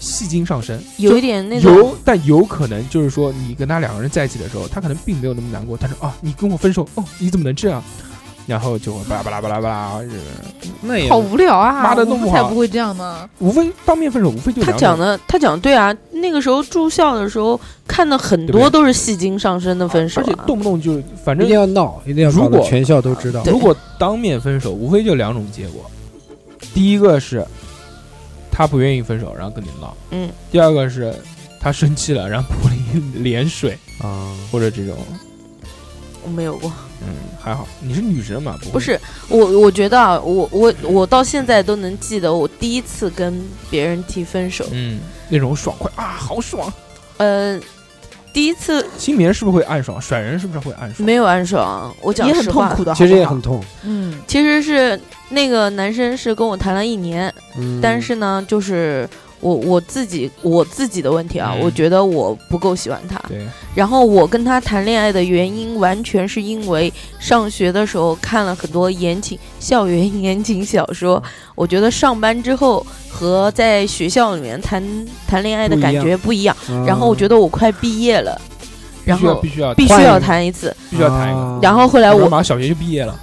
[SPEAKER 1] 戏精上身，
[SPEAKER 6] 有一点那种
[SPEAKER 1] 有，但有可能就是说，你跟他两个人在一起的时候，他可能并没有那么难过。他说：“啊，你跟我分手，哦，你怎么能这样？”然后就会巴拉巴拉巴拉巴拉，呃
[SPEAKER 2] 那也
[SPEAKER 3] 好无聊啊！
[SPEAKER 1] 妈的
[SPEAKER 3] 我
[SPEAKER 1] 弄不
[SPEAKER 3] 们才
[SPEAKER 1] 好
[SPEAKER 3] 不会这样呢。
[SPEAKER 1] 无非当面分手，无非就
[SPEAKER 6] 他
[SPEAKER 1] 两
[SPEAKER 6] 讲
[SPEAKER 1] 种
[SPEAKER 6] 的，他讲的对啊。那个时候住校的时候，看的很
[SPEAKER 1] 对不对
[SPEAKER 6] 多都是戏精上身的分手、
[SPEAKER 1] 而且
[SPEAKER 6] 啊，
[SPEAKER 1] 动不动就反
[SPEAKER 2] 一
[SPEAKER 1] 正
[SPEAKER 2] 定要闹，一定要搞
[SPEAKER 1] 如
[SPEAKER 2] 得
[SPEAKER 1] 果
[SPEAKER 2] 全校都知道。
[SPEAKER 6] 对
[SPEAKER 1] 如果当面分手，无非就两种结果：第一个是他不愿意分手，然后跟你闹；
[SPEAKER 6] 嗯，
[SPEAKER 1] 第二个是他生气了，然后泼了一脸水
[SPEAKER 2] 啊，
[SPEAKER 1] 或者这种。
[SPEAKER 6] 我没有过。
[SPEAKER 1] 嗯，还好你是女生嘛，不
[SPEAKER 6] 不
[SPEAKER 1] 会
[SPEAKER 6] 是我，我觉得啊，我我我到现在都能记得我第一次跟别人提分手，
[SPEAKER 1] 嗯那种爽快啊，好爽。
[SPEAKER 6] 呃，第一次
[SPEAKER 1] 新棉是不是会暗爽？甩人是不是会暗爽？
[SPEAKER 6] 没有暗爽，我讲
[SPEAKER 3] 也很
[SPEAKER 6] 实
[SPEAKER 3] 痛
[SPEAKER 6] 话，
[SPEAKER 3] 苦的，
[SPEAKER 2] 其实也
[SPEAKER 3] 好不
[SPEAKER 2] 很
[SPEAKER 3] 好
[SPEAKER 2] 痛，
[SPEAKER 3] 嗯，
[SPEAKER 6] 其实是那个男生是跟我谈了一年，
[SPEAKER 2] 嗯
[SPEAKER 6] 但是呢，就是我我自己我自己的问题啊，
[SPEAKER 1] 嗯
[SPEAKER 6] 我觉得我不够喜欢他。
[SPEAKER 1] 对，
[SPEAKER 6] 然后我跟他谈恋爱的原因，完全是因为上学的时候看了很多言情校园言情小说，我觉得上班之后和在学校里面谈谈恋爱的
[SPEAKER 2] 不一
[SPEAKER 6] 感
[SPEAKER 2] 样
[SPEAKER 6] 觉不一样。
[SPEAKER 2] 嗯
[SPEAKER 6] 然后我觉得我快毕业了，然
[SPEAKER 1] 必须要
[SPEAKER 6] 后
[SPEAKER 1] 必须嗯要
[SPEAKER 6] 必须
[SPEAKER 2] 换一
[SPEAKER 6] 要
[SPEAKER 2] 个
[SPEAKER 6] 谈一次。
[SPEAKER 1] 必须要谈一个。
[SPEAKER 2] 啊
[SPEAKER 6] 然后后来
[SPEAKER 1] 要不然
[SPEAKER 6] 我，
[SPEAKER 1] 马上小学就毕业了，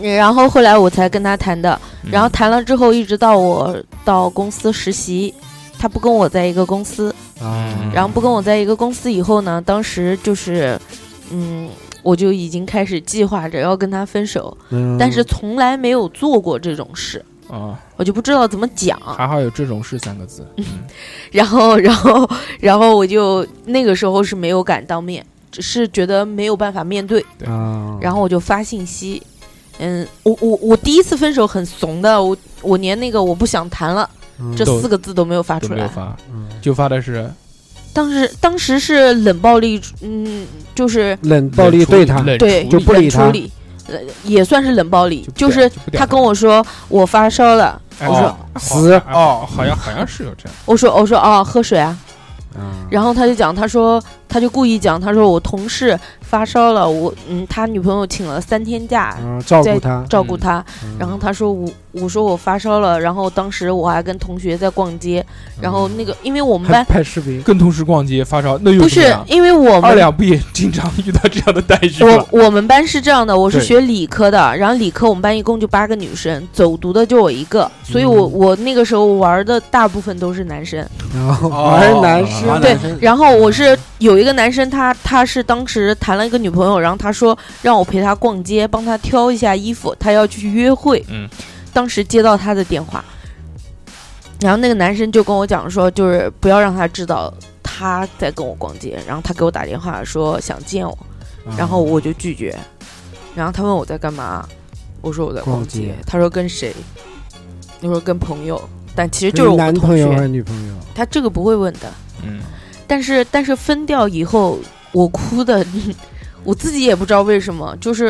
[SPEAKER 6] 然后后来我才跟他谈的。然后
[SPEAKER 1] 嗯
[SPEAKER 6] 谈了之后，一直到我到公司实习，他不跟我在一个公司，
[SPEAKER 1] 嗯
[SPEAKER 4] 嗯
[SPEAKER 2] 啊，
[SPEAKER 6] 然后不跟我在一个公司以后呢，当时就是，嗯，我就已经开始计划着要跟他分手，
[SPEAKER 2] 嗯
[SPEAKER 6] 但是从来没有做过这种事，
[SPEAKER 1] 啊，
[SPEAKER 6] 我就不知道怎么讲。
[SPEAKER 1] 还好有这种事三个字。
[SPEAKER 6] 然后，然后，然后我就那个时候是没有敢当面，只是觉得没有办法面对，
[SPEAKER 1] 嗯
[SPEAKER 2] 啊，
[SPEAKER 6] 然后我就发信息。嗯，我我我第一次分手很怂的，我我连那个我不想谈了
[SPEAKER 2] 嗯
[SPEAKER 6] 这
[SPEAKER 1] 都
[SPEAKER 6] 四个字都没有发
[SPEAKER 1] 都
[SPEAKER 6] 出
[SPEAKER 1] 没有
[SPEAKER 6] 来，
[SPEAKER 1] 发，
[SPEAKER 2] 嗯
[SPEAKER 1] 就发的是
[SPEAKER 6] 当时当时是冷暴力，嗯，就是
[SPEAKER 2] 冷暴力
[SPEAKER 1] 冷处
[SPEAKER 2] 对他，
[SPEAKER 1] 冷
[SPEAKER 6] 对
[SPEAKER 1] 处
[SPEAKER 2] 就
[SPEAKER 1] 理
[SPEAKER 2] 不理
[SPEAKER 6] 冷
[SPEAKER 2] 他
[SPEAKER 6] 处理，呃，也算是冷暴力，
[SPEAKER 1] 就
[SPEAKER 6] 就
[SPEAKER 1] 不
[SPEAKER 6] 是
[SPEAKER 1] 就不屌
[SPEAKER 6] 他跟我说我发烧了，
[SPEAKER 1] 哎
[SPEAKER 6] 我
[SPEAKER 1] 好
[SPEAKER 6] 说
[SPEAKER 1] 像
[SPEAKER 2] 死
[SPEAKER 1] 哦，好像好像是有这样，
[SPEAKER 6] 我说我说哦喝水啊，
[SPEAKER 2] 啊
[SPEAKER 6] 然后他就讲他说他就故意讲他说我同事发烧了，我嗯他女朋友请了三天假
[SPEAKER 2] 啊照顾
[SPEAKER 6] 在
[SPEAKER 2] 他，
[SPEAKER 6] 照顾
[SPEAKER 1] 嗯
[SPEAKER 6] 他，
[SPEAKER 2] 嗯
[SPEAKER 6] 然后他说我我说我发烧了，然后当时我还跟同学在逛街，
[SPEAKER 1] 嗯
[SPEAKER 6] 然后那个因为我们
[SPEAKER 2] 还
[SPEAKER 6] 班
[SPEAKER 2] 拍嗯视频，
[SPEAKER 1] 跟同事逛街发烧，那又怎
[SPEAKER 6] 不
[SPEAKER 1] 么
[SPEAKER 6] 是
[SPEAKER 1] 样
[SPEAKER 6] 因为我
[SPEAKER 1] 二
[SPEAKER 6] 们
[SPEAKER 1] 两不也经常遇到这样的待遇吗
[SPEAKER 6] 我？我们班是这样的，我是
[SPEAKER 1] 对
[SPEAKER 6] 学理科的，然后理科我们班一共就八个女生，走读的就我一个，所以我、
[SPEAKER 2] 嗯
[SPEAKER 6] 我那个时候玩的大部分都是男生。
[SPEAKER 2] 然后
[SPEAKER 4] 哦
[SPEAKER 2] 玩男生，
[SPEAKER 4] 玩
[SPEAKER 6] 对
[SPEAKER 4] 男生
[SPEAKER 6] 然后我是有一个男生他，他是当时谈了一个女朋友，然后他说让我陪他逛街，帮他挑一下衣服，他要去约会。
[SPEAKER 1] 嗯，
[SPEAKER 6] 当时接到他的电话，然后那个男生就跟我讲说，就是不要让他知道他在跟我逛街，然后他给我打电话说想见我。 *laughs*
[SPEAKER 2] 嗯
[SPEAKER 6] 然后我就拒绝。然后他问我在干嘛，我说我在
[SPEAKER 2] 逛
[SPEAKER 6] 逛街
[SPEAKER 2] 街。
[SPEAKER 6] 他说跟谁？我说跟朋友，但其实
[SPEAKER 2] 跟
[SPEAKER 6] 就是我
[SPEAKER 2] 男
[SPEAKER 6] 们同
[SPEAKER 2] 朋友还
[SPEAKER 6] 学。
[SPEAKER 2] 是女朋友，
[SPEAKER 6] 他这个不会问的，
[SPEAKER 1] 嗯，
[SPEAKER 6] 但是但是分掉以后，我哭的， *laughs* 我自己也不知道为什么，就是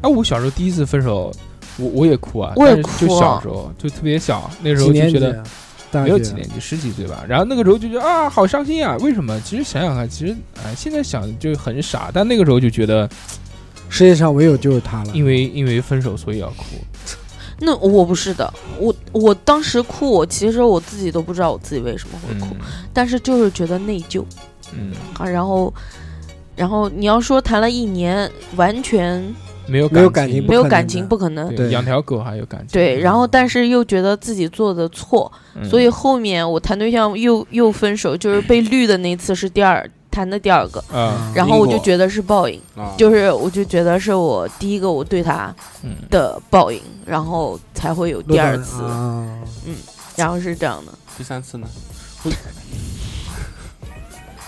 [SPEAKER 1] 哎，我小时候第一次分手，我我也哭啊，
[SPEAKER 6] 我也
[SPEAKER 1] 但是
[SPEAKER 6] 哭
[SPEAKER 1] 就
[SPEAKER 6] 啊
[SPEAKER 1] 小时候就特别小，那时
[SPEAKER 2] 几
[SPEAKER 1] 候就
[SPEAKER 2] 年级
[SPEAKER 1] 觉得
[SPEAKER 2] 啊？大
[SPEAKER 1] 没有
[SPEAKER 2] 学
[SPEAKER 1] 几年级，十几岁吧。然后那个时候就觉得啊，好伤心啊！为什么？其实想想看，其实啊、哎现在想就很傻，但那个时候就觉得，
[SPEAKER 2] 世界上唯有就是他了，
[SPEAKER 1] 因为因为分手所以要哭。
[SPEAKER 6] 那我不是的，我我当时哭，我其实我自己都不知道我自己为什么会哭，
[SPEAKER 1] 嗯
[SPEAKER 6] 但是就是觉得内疚。
[SPEAKER 1] 嗯，
[SPEAKER 6] 啊，然后，然后你要说谈了一年，完全
[SPEAKER 1] 没有
[SPEAKER 2] 没有
[SPEAKER 1] 感
[SPEAKER 2] 感情不
[SPEAKER 6] 没有
[SPEAKER 2] 可
[SPEAKER 6] 感
[SPEAKER 2] 能
[SPEAKER 6] 情，
[SPEAKER 2] 的
[SPEAKER 6] 不可能。
[SPEAKER 1] 对
[SPEAKER 2] 对
[SPEAKER 1] 养条狗还有感情。
[SPEAKER 6] 对，然后但是又觉得自己做的错，
[SPEAKER 1] 嗯
[SPEAKER 6] 所以后面我谈对象又又分手，就是被绿的那次是第二谈的第二个，
[SPEAKER 1] 啊，
[SPEAKER 6] 然后我
[SPEAKER 4] 因
[SPEAKER 6] 就
[SPEAKER 4] 果
[SPEAKER 6] 觉得是报应，
[SPEAKER 4] 啊
[SPEAKER 6] 就是我就觉得是我第一个我对他
[SPEAKER 1] 嗯，
[SPEAKER 6] 的报应，然后才会有
[SPEAKER 2] 落
[SPEAKER 6] 第
[SPEAKER 2] 到
[SPEAKER 6] 二
[SPEAKER 2] 人
[SPEAKER 6] 次，
[SPEAKER 2] 啊
[SPEAKER 6] 然后是这样的。
[SPEAKER 4] 第三次呢？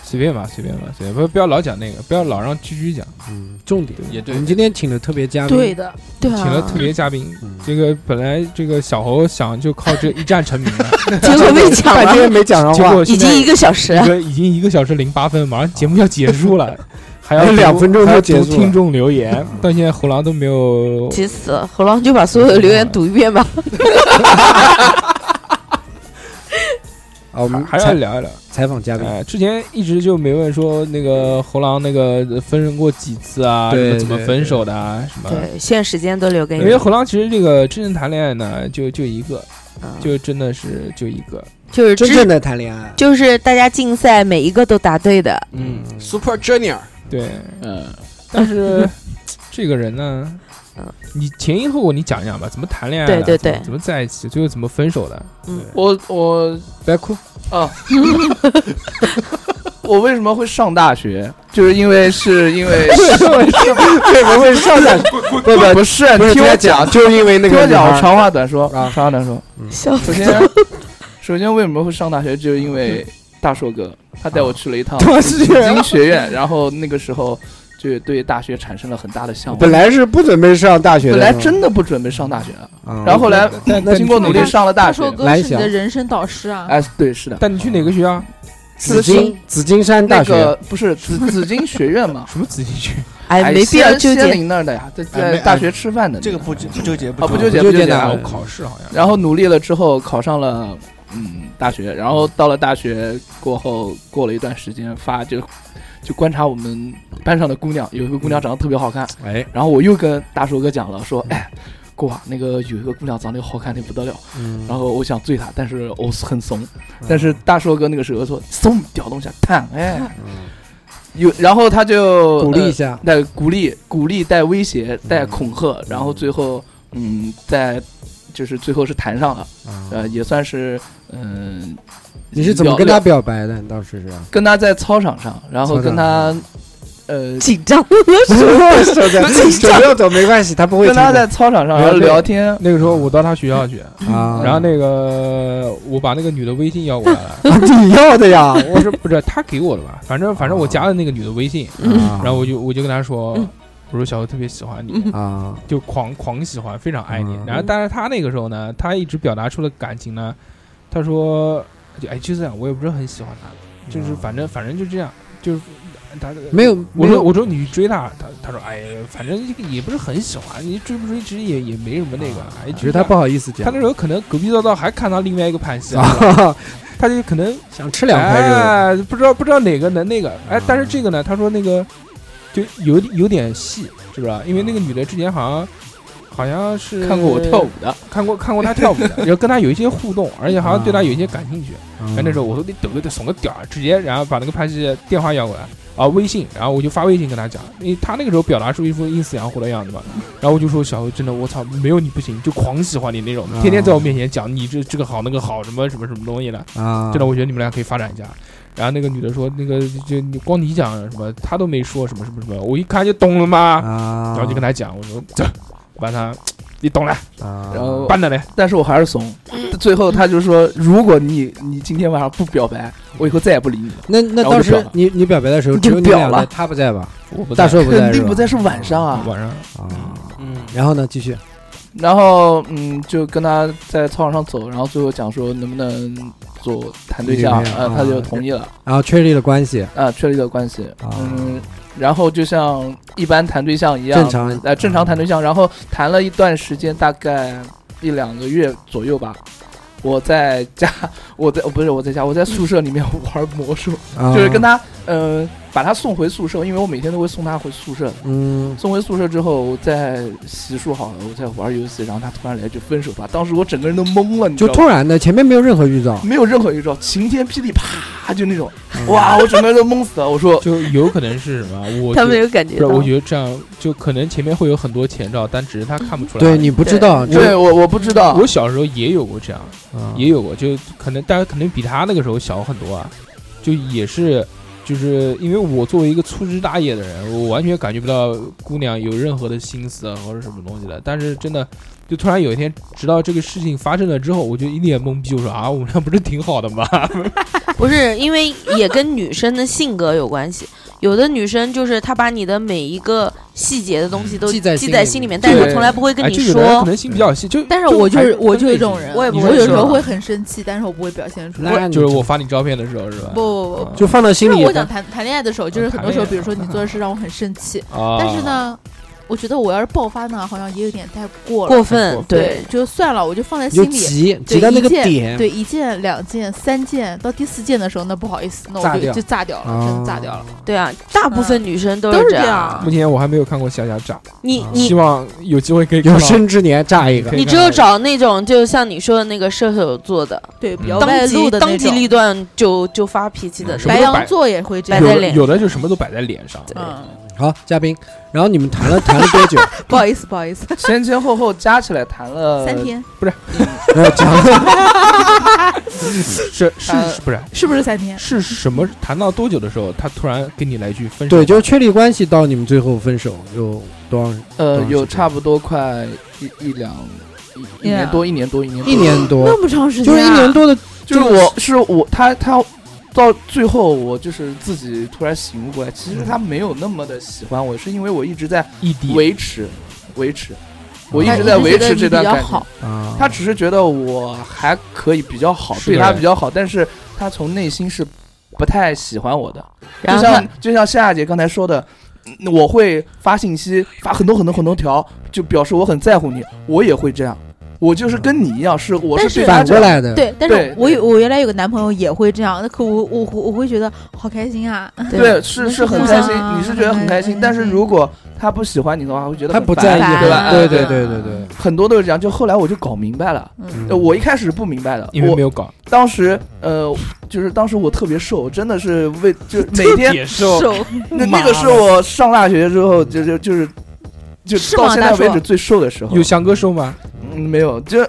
[SPEAKER 1] 随便吧，随便吧，随便不不要老讲那个，不要老让居居讲，
[SPEAKER 2] 嗯，重点。
[SPEAKER 4] 也对
[SPEAKER 2] 我们，今天请了特别嘉宾，
[SPEAKER 6] 的，对
[SPEAKER 1] 请了
[SPEAKER 6] 啊
[SPEAKER 1] 特，别嘉宾。
[SPEAKER 2] 嗯
[SPEAKER 1] 这个本来这个小猴想就靠这一战成名
[SPEAKER 6] *laughs*
[SPEAKER 1] 的，
[SPEAKER 6] 结果被抢
[SPEAKER 2] 半
[SPEAKER 6] 了，
[SPEAKER 2] 天没讲上
[SPEAKER 1] 结
[SPEAKER 2] 话，
[SPEAKER 1] 果
[SPEAKER 6] 已
[SPEAKER 1] 现在
[SPEAKER 2] *laughs*
[SPEAKER 6] 经一个小时
[SPEAKER 1] 一
[SPEAKER 6] 了，
[SPEAKER 1] 个已经一个小时零八分，马上节目要结束了。还要读
[SPEAKER 2] 哎两分钟就
[SPEAKER 1] 还要
[SPEAKER 2] 结
[SPEAKER 1] 读
[SPEAKER 2] 束了
[SPEAKER 1] 听众留
[SPEAKER 2] *laughs*
[SPEAKER 1] 言，到现在猴狼都没有
[SPEAKER 6] 急死了！猴狼就把所有的留言读一遍吧。
[SPEAKER 2] 啊，我们
[SPEAKER 1] 还要
[SPEAKER 2] 采
[SPEAKER 1] 聊一聊。
[SPEAKER 2] 采访嘉宾，
[SPEAKER 1] 哎，之前一直就没问说那个猴狼那个分手过几次啊，
[SPEAKER 2] 对
[SPEAKER 1] 什么怎么
[SPEAKER 2] 对
[SPEAKER 1] 分手的啊，什么。
[SPEAKER 6] 对，现时间都留给
[SPEAKER 1] 因为
[SPEAKER 6] 你，
[SPEAKER 1] 猴狼其实这个真正谈恋爱呢，就就一个，
[SPEAKER 2] 啊
[SPEAKER 6] 嗯
[SPEAKER 1] 就真的是就一个。
[SPEAKER 6] 就是
[SPEAKER 2] 真
[SPEAKER 6] 知
[SPEAKER 2] 正的谈恋爱，
[SPEAKER 6] 就是大家竞赛每一个都答对的，
[SPEAKER 4] 嗯，Super Junior， *laughs*
[SPEAKER 2] *laughs*
[SPEAKER 1] 对，
[SPEAKER 4] 嗯，
[SPEAKER 1] 但是这个人呢
[SPEAKER 6] 嗯，
[SPEAKER 1] 你前因后果你讲一讲吧，怎么谈恋爱的？啊
[SPEAKER 6] 对对对
[SPEAKER 1] 怎么怎么在一起，最后怎么分手的？
[SPEAKER 7] 我我哦
[SPEAKER 2] 别哭，
[SPEAKER 7] *laughs* 我为什么会上大学？就是因为是因 *laughs* 为
[SPEAKER 2] 为什么会上来？
[SPEAKER 7] 不不不是，
[SPEAKER 2] *laughs* 不
[SPEAKER 7] 你
[SPEAKER 2] 是
[SPEAKER 7] 听我
[SPEAKER 2] 在
[SPEAKER 7] 讲，
[SPEAKER 2] 讲，就是因为那
[SPEAKER 7] 听
[SPEAKER 2] 个
[SPEAKER 7] 我
[SPEAKER 2] 女
[SPEAKER 7] 讲，我
[SPEAKER 2] 孩
[SPEAKER 7] 长话短说，
[SPEAKER 2] 啊
[SPEAKER 7] 长话短说。
[SPEAKER 6] 笑
[SPEAKER 7] 嗯首
[SPEAKER 6] 死！
[SPEAKER 7] 先，首先为什么会上大学，就是因 *laughs* 为大硕哥他带我去了一趟
[SPEAKER 1] 他是
[SPEAKER 7] 紫金学院，然后那个时候就对大学产生了很大的向往。
[SPEAKER 2] 本来是不准备上大学的，
[SPEAKER 7] 本来真的不准备上大学，
[SPEAKER 2] 啊，
[SPEAKER 7] 然后后来
[SPEAKER 1] 但但
[SPEAKER 7] 经过努力上了大
[SPEAKER 3] 大
[SPEAKER 7] 学
[SPEAKER 3] 硕。哥
[SPEAKER 2] 蓝
[SPEAKER 3] 是你
[SPEAKER 2] 翔
[SPEAKER 3] 的人生导师啊，
[SPEAKER 7] 哎，对，是的，
[SPEAKER 1] 但你去哪个学校？？
[SPEAKER 2] 紫金紫金山大
[SPEAKER 7] 那
[SPEAKER 2] 学
[SPEAKER 7] 个不是紫紫金学院嘛
[SPEAKER 1] 什么紫金学？
[SPEAKER 6] 哎，没必要
[SPEAKER 7] 仙
[SPEAKER 6] 纠
[SPEAKER 7] 仙
[SPEAKER 6] 结。
[SPEAKER 7] 林那儿的呀，在
[SPEAKER 4] 哎没
[SPEAKER 7] 在大学吃饭的那
[SPEAKER 4] 这个不纠不纠结，
[SPEAKER 7] 啊不纠结
[SPEAKER 4] 结，
[SPEAKER 2] 不纠
[SPEAKER 7] 不纠
[SPEAKER 2] 结
[SPEAKER 7] 结
[SPEAKER 2] 的
[SPEAKER 1] 啊
[SPEAKER 7] 啊
[SPEAKER 1] 我。考试好像。
[SPEAKER 7] 然后努力了之后考上了嗯大学，然后到了大学过后过了一段时间发就就观察我们班上的姑娘，有一个姑娘长得特别好看，
[SPEAKER 1] 哎，
[SPEAKER 7] 然后我又跟大叔哥讲了，说哎。过啊，那个有一个姑娘长得好看的不得了，
[SPEAKER 2] 嗯
[SPEAKER 7] 然后我想追她，但是我很怂，但是大硕哥那个时候说怂，屌东西，看，哎，
[SPEAKER 2] 嗯
[SPEAKER 7] 有，然后他就
[SPEAKER 2] 鼓励嗯
[SPEAKER 7] 呃
[SPEAKER 2] 一下，
[SPEAKER 7] 带鼓励、鼓励、带威胁、带恐吓，然后最后，嗯，在就是最后是谈上了，呃，也算是嗯、
[SPEAKER 2] 啊你是怎么
[SPEAKER 7] 聊
[SPEAKER 2] 跟他
[SPEAKER 7] 聊
[SPEAKER 2] 表白的？你当时是
[SPEAKER 7] 跟他在操场上，然后
[SPEAKER 2] 操
[SPEAKER 7] 跟
[SPEAKER 2] 场
[SPEAKER 7] 他呃
[SPEAKER 6] 紧张， *laughs*
[SPEAKER 2] 手在手 *laughs* 不要走没关系，他不会
[SPEAKER 7] 跟他
[SPEAKER 2] 听
[SPEAKER 7] 在操场上
[SPEAKER 1] 没
[SPEAKER 7] 然
[SPEAKER 1] 有
[SPEAKER 7] 后聊天，
[SPEAKER 1] 那个时候我到他学校去，
[SPEAKER 2] 的啊，
[SPEAKER 1] 然后 *laughs* 那个我把那个女的微信要过来了，
[SPEAKER 2] 你要的呀，
[SPEAKER 1] 我说不是他给我的吧？反正反正我加了那个女的微信，
[SPEAKER 2] 啊
[SPEAKER 1] 然后我就我就跟他说，我说小何特别喜欢你，
[SPEAKER 2] 啊，
[SPEAKER 1] 就狂狂喜欢，非常爱你
[SPEAKER 2] 嗯。
[SPEAKER 1] 然后但是他那个时候呢，他一直表达出了感情呢，他说，就哎就这样，我也不是很喜欢他，就是反正反正就这样，就是他
[SPEAKER 2] 没有，
[SPEAKER 1] 我
[SPEAKER 2] 没
[SPEAKER 1] 说
[SPEAKER 2] 有
[SPEAKER 1] 我说你追他，他他说哎反正也不是很喜欢，你追不追其实也也没什么那个，哎
[SPEAKER 2] 只是他不好意思讲，
[SPEAKER 1] 他那时候可能狗屁叨叨还看到另外一个盘戏，
[SPEAKER 2] 啊，
[SPEAKER 1] 他就可能
[SPEAKER 2] *laughs* 想吃两块肉，
[SPEAKER 1] 哎，不知道不知道哪个能那个，哎，但是这个呢，他说那个就有有点戏，知不知道？因为那个女的之前好像好像是
[SPEAKER 7] 看过我跳舞，的，
[SPEAKER 1] 看过看过他跳舞的，然后跟他有一些互动，而且好像对他有一些感兴趣。
[SPEAKER 2] 嗯
[SPEAKER 1] 然哎后那时候我说你抖个抖怂个屌儿，直接然后把那个潘西电话要过来啊，微信，然后我就发微信跟他讲，因为他那个时候表达出一副阴死阳活的样子嘛，然后我就说小何真的我操没有你不行，就狂喜欢你那种，天天在我面前讲你这这个好那个好什么什么什么东西的，
[SPEAKER 2] 啊，
[SPEAKER 1] 真的我觉得你们俩可以发展一下。然后那个女的说那个就你光你讲什么，她都没说什么什么什么，我一看就懂了嘛，
[SPEAKER 2] 啊，
[SPEAKER 1] 然后就跟他讲，我说走，把他你懂了，
[SPEAKER 2] 他，然
[SPEAKER 7] 然后
[SPEAKER 1] 办的嘞，
[SPEAKER 7] 但是我还是怂。最后他就说，如果你你今天晚上不表白，我以后再也不理你了。
[SPEAKER 2] 那那
[SPEAKER 7] 然后
[SPEAKER 2] 当
[SPEAKER 7] 就表
[SPEAKER 2] 时
[SPEAKER 7] 了
[SPEAKER 2] 你你表白的时候
[SPEAKER 7] 你
[SPEAKER 2] 只
[SPEAKER 7] 就
[SPEAKER 2] 有你俩
[SPEAKER 7] 表了
[SPEAKER 2] 在，他不在吧？
[SPEAKER 1] 我不
[SPEAKER 2] 大硕不在，
[SPEAKER 7] 肯定不
[SPEAKER 2] 在
[SPEAKER 7] 在，是晚上啊。
[SPEAKER 1] 晚上
[SPEAKER 2] 啊。
[SPEAKER 4] 嗯，
[SPEAKER 2] 然后呢，继续
[SPEAKER 7] 然后嗯，就跟他在操场上走，然后最后讲说能不能做谈对象
[SPEAKER 2] 女朋，友
[SPEAKER 7] 呃，
[SPEAKER 2] 啊
[SPEAKER 7] 他就同意了，
[SPEAKER 2] 然后确立了关系，
[SPEAKER 7] 啊，确立了关系
[SPEAKER 2] 啊，
[SPEAKER 7] 嗯，然后就像一般谈对象一样，
[SPEAKER 2] 正常
[SPEAKER 7] 呃，正常谈对象，然后谈了一段时间，大概一两个月左右吧。我在家， *laughs* 我在哦不是我在家，我在宿舍里面玩魔兽，
[SPEAKER 2] 啊
[SPEAKER 7] 就是跟他，嗯，把他送回宿舍，因为我每天都会送他回宿舍的。
[SPEAKER 2] 嗯
[SPEAKER 7] 送回宿舍之后，我再洗漱好了，我再玩游戏，然后他突然来一句分手吧，当时我整个人都懵了，你知
[SPEAKER 2] 就
[SPEAKER 7] 道吗？
[SPEAKER 2] 突然的，前面没有任何预兆，
[SPEAKER 7] 没有任何预兆，晴天霹雳，啪，就那种，哇，我整个人都懵死了。我说，
[SPEAKER 1] 就有可能是什么？我
[SPEAKER 6] 他
[SPEAKER 1] 觉
[SPEAKER 6] 没有感觉
[SPEAKER 1] 不是，
[SPEAKER 6] 到。
[SPEAKER 1] 我觉得这样就可能前面会有很多前兆，但只是他看不出来。
[SPEAKER 2] 对你不知道，
[SPEAKER 7] 对我我不知道，
[SPEAKER 1] 我小时候也有过这样，也有过，就可能大家可能比他那个时候小很多啊，就也是，就是因为我作为一个粗枝大叶的人，我完全感觉不到姑娘有任何的心思啊或者什么东西的。但是真的，就突然有一天，直到这个事情发生了之后，我就一脸懵逼，我说啊，我们俩不是挺好的吗？
[SPEAKER 6] 不是因为也跟女生的性格有关系，有的女生就是她把你的每一个细节的东西都
[SPEAKER 2] 记在心里
[SPEAKER 6] 心里面，
[SPEAKER 2] 面
[SPEAKER 6] 但是她
[SPEAKER 1] 对
[SPEAKER 6] 从来不会
[SPEAKER 1] *laughs*
[SPEAKER 6] 跟
[SPEAKER 1] 哎
[SPEAKER 6] 你
[SPEAKER 1] 这有的人
[SPEAKER 6] 说
[SPEAKER 1] 可。能心比较细，就
[SPEAKER 3] 但是我就
[SPEAKER 1] 还
[SPEAKER 3] 是我
[SPEAKER 1] 分
[SPEAKER 3] 就有
[SPEAKER 1] 类
[SPEAKER 3] 一种
[SPEAKER 1] 型
[SPEAKER 3] 人，啊
[SPEAKER 6] 我也不
[SPEAKER 1] 你
[SPEAKER 6] 会
[SPEAKER 3] 我有时
[SPEAKER 6] 说
[SPEAKER 3] 候会很生气，但是我不会表现出来。
[SPEAKER 2] 那你
[SPEAKER 1] 就是我发你照片的时候是吧？
[SPEAKER 3] 不不不不，
[SPEAKER 2] 就放到心
[SPEAKER 3] 就是
[SPEAKER 2] 里
[SPEAKER 3] 我，想谈谈恋爱的时候，就是
[SPEAKER 1] 哦
[SPEAKER 3] 很多时候，
[SPEAKER 1] 谈恋爱
[SPEAKER 3] 比如说你做的事让我很生气，
[SPEAKER 1] 啊，
[SPEAKER 3] 但是，呢，我觉得我要是爆发呢，好像也有点太过了。
[SPEAKER 6] 过分，
[SPEAKER 1] 过分
[SPEAKER 6] 对
[SPEAKER 3] 对，就算了，我就放在
[SPEAKER 2] 你就
[SPEAKER 3] 心里。
[SPEAKER 2] 急
[SPEAKER 3] 对
[SPEAKER 2] 急到那个
[SPEAKER 3] 一件
[SPEAKER 2] 点，
[SPEAKER 3] 对一件、两件、三件，到第四件的时候，那不好意思，那
[SPEAKER 2] 炸
[SPEAKER 3] 我就
[SPEAKER 2] 掉
[SPEAKER 3] 就炸掉了，真的炸掉了。
[SPEAKER 6] 对啊，大部分女生都
[SPEAKER 3] 都是
[SPEAKER 6] 这
[SPEAKER 3] 这
[SPEAKER 6] 样
[SPEAKER 3] 样。
[SPEAKER 1] 目前我还没有看过霞霞炸，
[SPEAKER 6] 你
[SPEAKER 1] 希
[SPEAKER 6] 你
[SPEAKER 1] 望有机会可以看
[SPEAKER 2] 有
[SPEAKER 1] 到
[SPEAKER 2] 生之年炸一个
[SPEAKER 1] 可以，
[SPEAKER 6] 你只有找那种，就像你说的那个射手座的，
[SPEAKER 3] 对，比较
[SPEAKER 1] 嗯
[SPEAKER 3] 外
[SPEAKER 6] 当
[SPEAKER 3] 露
[SPEAKER 6] 机
[SPEAKER 3] 的
[SPEAKER 6] 当
[SPEAKER 3] 那
[SPEAKER 6] 机立
[SPEAKER 3] 种。
[SPEAKER 6] 断就就发脾气的
[SPEAKER 1] 嗯什
[SPEAKER 6] 那
[SPEAKER 1] 么
[SPEAKER 6] 种
[SPEAKER 3] 白
[SPEAKER 1] 都
[SPEAKER 3] 羊
[SPEAKER 1] 摆
[SPEAKER 3] 座也会这
[SPEAKER 6] 摆
[SPEAKER 3] 样
[SPEAKER 1] 有。
[SPEAKER 6] 在
[SPEAKER 1] 的
[SPEAKER 6] 脸
[SPEAKER 1] 有的就什么都摆在脸上，
[SPEAKER 3] 嗯，
[SPEAKER 2] 好，嘉宾，然后你们谈了谈了多久？
[SPEAKER 3] 不好意思，不好意思，
[SPEAKER 7] 前前后后加起来谈了
[SPEAKER 3] 三，天
[SPEAKER 2] 没有讲
[SPEAKER 1] 是是
[SPEAKER 7] 呃
[SPEAKER 1] 是不是？
[SPEAKER 3] 是不是三天？
[SPEAKER 1] 是什么？谈到多久的时候，他突然跟你来一句分手？
[SPEAKER 2] 对，就是确立关系到你们最后分手有多长？
[SPEAKER 7] 呃
[SPEAKER 2] 多，长
[SPEAKER 7] 有
[SPEAKER 2] 时间
[SPEAKER 7] 差不多快一一两一一年
[SPEAKER 3] Yeah
[SPEAKER 7] 多，一年多，一年多
[SPEAKER 2] 一年多，
[SPEAKER 3] 那么长时间，啊
[SPEAKER 2] 就是一年。多的，
[SPEAKER 7] 就是
[SPEAKER 2] 这个
[SPEAKER 7] 我是我他他到最后我就是自己突然醒悟过来，其实他没有那么的喜欢我，是因为我一直在
[SPEAKER 1] 异地
[SPEAKER 7] 维持维持，我一
[SPEAKER 3] 他
[SPEAKER 7] 直
[SPEAKER 3] 一
[SPEAKER 7] 在
[SPEAKER 3] 直
[SPEAKER 7] 维
[SPEAKER 3] 觉得
[SPEAKER 7] 持
[SPEAKER 3] 你
[SPEAKER 7] 这
[SPEAKER 3] 比
[SPEAKER 7] 段
[SPEAKER 3] 较
[SPEAKER 7] 感情
[SPEAKER 3] 好。
[SPEAKER 2] 啊，
[SPEAKER 7] 他只是觉得我还可以比较好，
[SPEAKER 1] 是的
[SPEAKER 7] 对他比较好，但是他从内心是不太喜欢我的。
[SPEAKER 6] 然
[SPEAKER 7] 就
[SPEAKER 6] 后
[SPEAKER 7] 像就像夏夏姐刚才说的，嗯我会发信息，发很多很多很多条，就表示我很在乎你。我也会这样，我就是跟你一样，是我
[SPEAKER 3] 但
[SPEAKER 7] 对
[SPEAKER 3] 是
[SPEAKER 7] 他
[SPEAKER 2] 反
[SPEAKER 7] 这
[SPEAKER 2] 过
[SPEAKER 7] 样
[SPEAKER 2] 来的，
[SPEAKER 3] 对，但
[SPEAKER 7] 嗯对
[SPEAKER 3] 是我有我原来有个男朋友也会这样，那可我我我会觉得好开心啊，
[SPEAKER 7] 对，是是很
[SPEAKER 3] 互
[SPEAKER 7] 开
[SPEAKER 3] 相
[SPEAKER 7] 心，
[SPEAKER 3] 啊
[SPEAKER 7] 你是觉得很开心，
[SPEAKER 3] 很
[SPEAKER 7] 但是
[SPEAKER 3] 开心
[SPEAKER 7] 如果他不喜欢你的话，会觉得
[SPEAKER 2] 他
[SPEAKER 7] 很
[SPEAKER 2] 不
[SPEAKER 7] 烦
[SPEAKER 2] 在意
[SPEAKER 3] 烦
[SPEAKER 7] 对吧？
[SPEAKER 2] 了，对对
[SPEAKER 3] 啊
[SPEAKER 2] 对对对，
[SPEAKER 7] 很多都是这样。就后来我就搞明白了，
[SPEAKER 3] 嗯，
[SPEAKER 7] 呃我一开始是不明白的，
[SPEAKER 1] 因为没
[SPEAKER 7] 我
[SPEAKER 1] 有搞，
[SPEAKER 7] 当时呃，就是当时我特别瘦，真的是为就是每天
[SPEAKER 1] 野兽
[SPEAKER 6] *laughs*
[SPEAKER 3] 瘦
[SPEAKER 7] 那那个是我上大学之后，就就就是。就是到
[SPEAKER 3] 吗
[SPEAKER 7] 现在
[SPEAKER 3] 大
[SPEAKER 7] 为
[SPEAKER 3] 硕
[SPEAKER 7] 止最瘦的时候
[SPEAKER 1] 有，翔哥瘦吗？
[SPEAKER 7] 嗯没有，就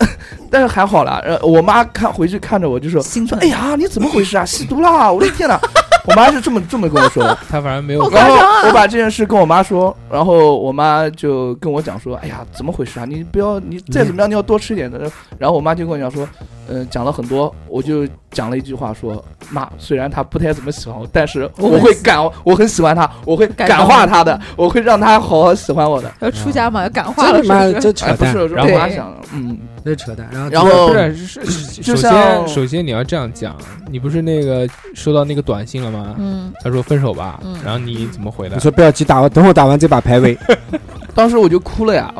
[SPEAKER 7] 但是还好啦。呃，我妈看回去看着我就说
[SPEAKER 3] 兴奋，：“
[SPEAKER 7] 哎，呀，你怎么回事啊？吸毒啦！我的天呐！”我妈是这么这么跟我说的。
[SPEAKER 1] 他反正没有搞。
[SPEAKER 7] 然
[SPEAKER 3] 啊
[SPEAKER 7] 后我把这件事跟我妈说，然后我妈就跟我讲说：“哎呀，怎么回事啊？你不要，你再怎么样，你要多吃一点的。”然后我妈就跟我讲说：“嗯、讲了很多，我就讲了一句话说，妈，虽然她不太怎么喜欢我，但是
[SPEAKER 3] 我
[SPEAKER 7] 我
[SPEAKER 3] 很
[SPEAKER 7] 会
[SPEAKER 3] 喜
[SPEAKER 7] 感，我很喜欢她，我会
[SPEAKER 3] 感
[SPEAKER 7] 感
[SPEAKER 3] 动
[SPEAKER 7] 化她的，我会让她好好喜欢我的。
[SPEAKER 3] 要出家嘛，要感化
[SPEAKER 2] 这
[SPEAKER 3] 了，
[SPEAKER 2] 他妈
[SPEAKER 3] 是不是？
[SPEAKER 2] 这
[SPEAKER 7] 哎，
[SPEAKER 2] 扯
[SPEAKER 7] 不是，是
[SPEAKER 2] 淡，
[SPEAKER 1] 然
[SPEAKER 7] 我
[SPEAKER 1] 后
[SPEAKER 7] 妈
[SPEAKER 3] 对
[SPEAKER 7] 想的，嗯，
[SPEAKER 2] 这扯淡，然后
[SPEAKER 7] 然
[SPEAKER 2] 这
[SPEAKER 7] 后
[SPEAKER 1] 不是，啊是是
[SPEAKER 7] 就
[SPEAKER 1] 首
[SPEAKER 7] 像
[SPEAKER 1] 先首先你要这样讲，你不是那个收到那个短信了吗？
[SPEAKER 3] 嗯，
[SPEAKER 1] 他说分手吧
[SPEAKER 3] 嗯，
[SPEAKER 1] 然后你怎么回的
[SPEAKER 2] 你？说不要急，打完等我打完这把排
[SPEAKER 7] *laughs*
[SPEAKER 2] 位，
[SPEAKER 7] 当时我就哭了呀，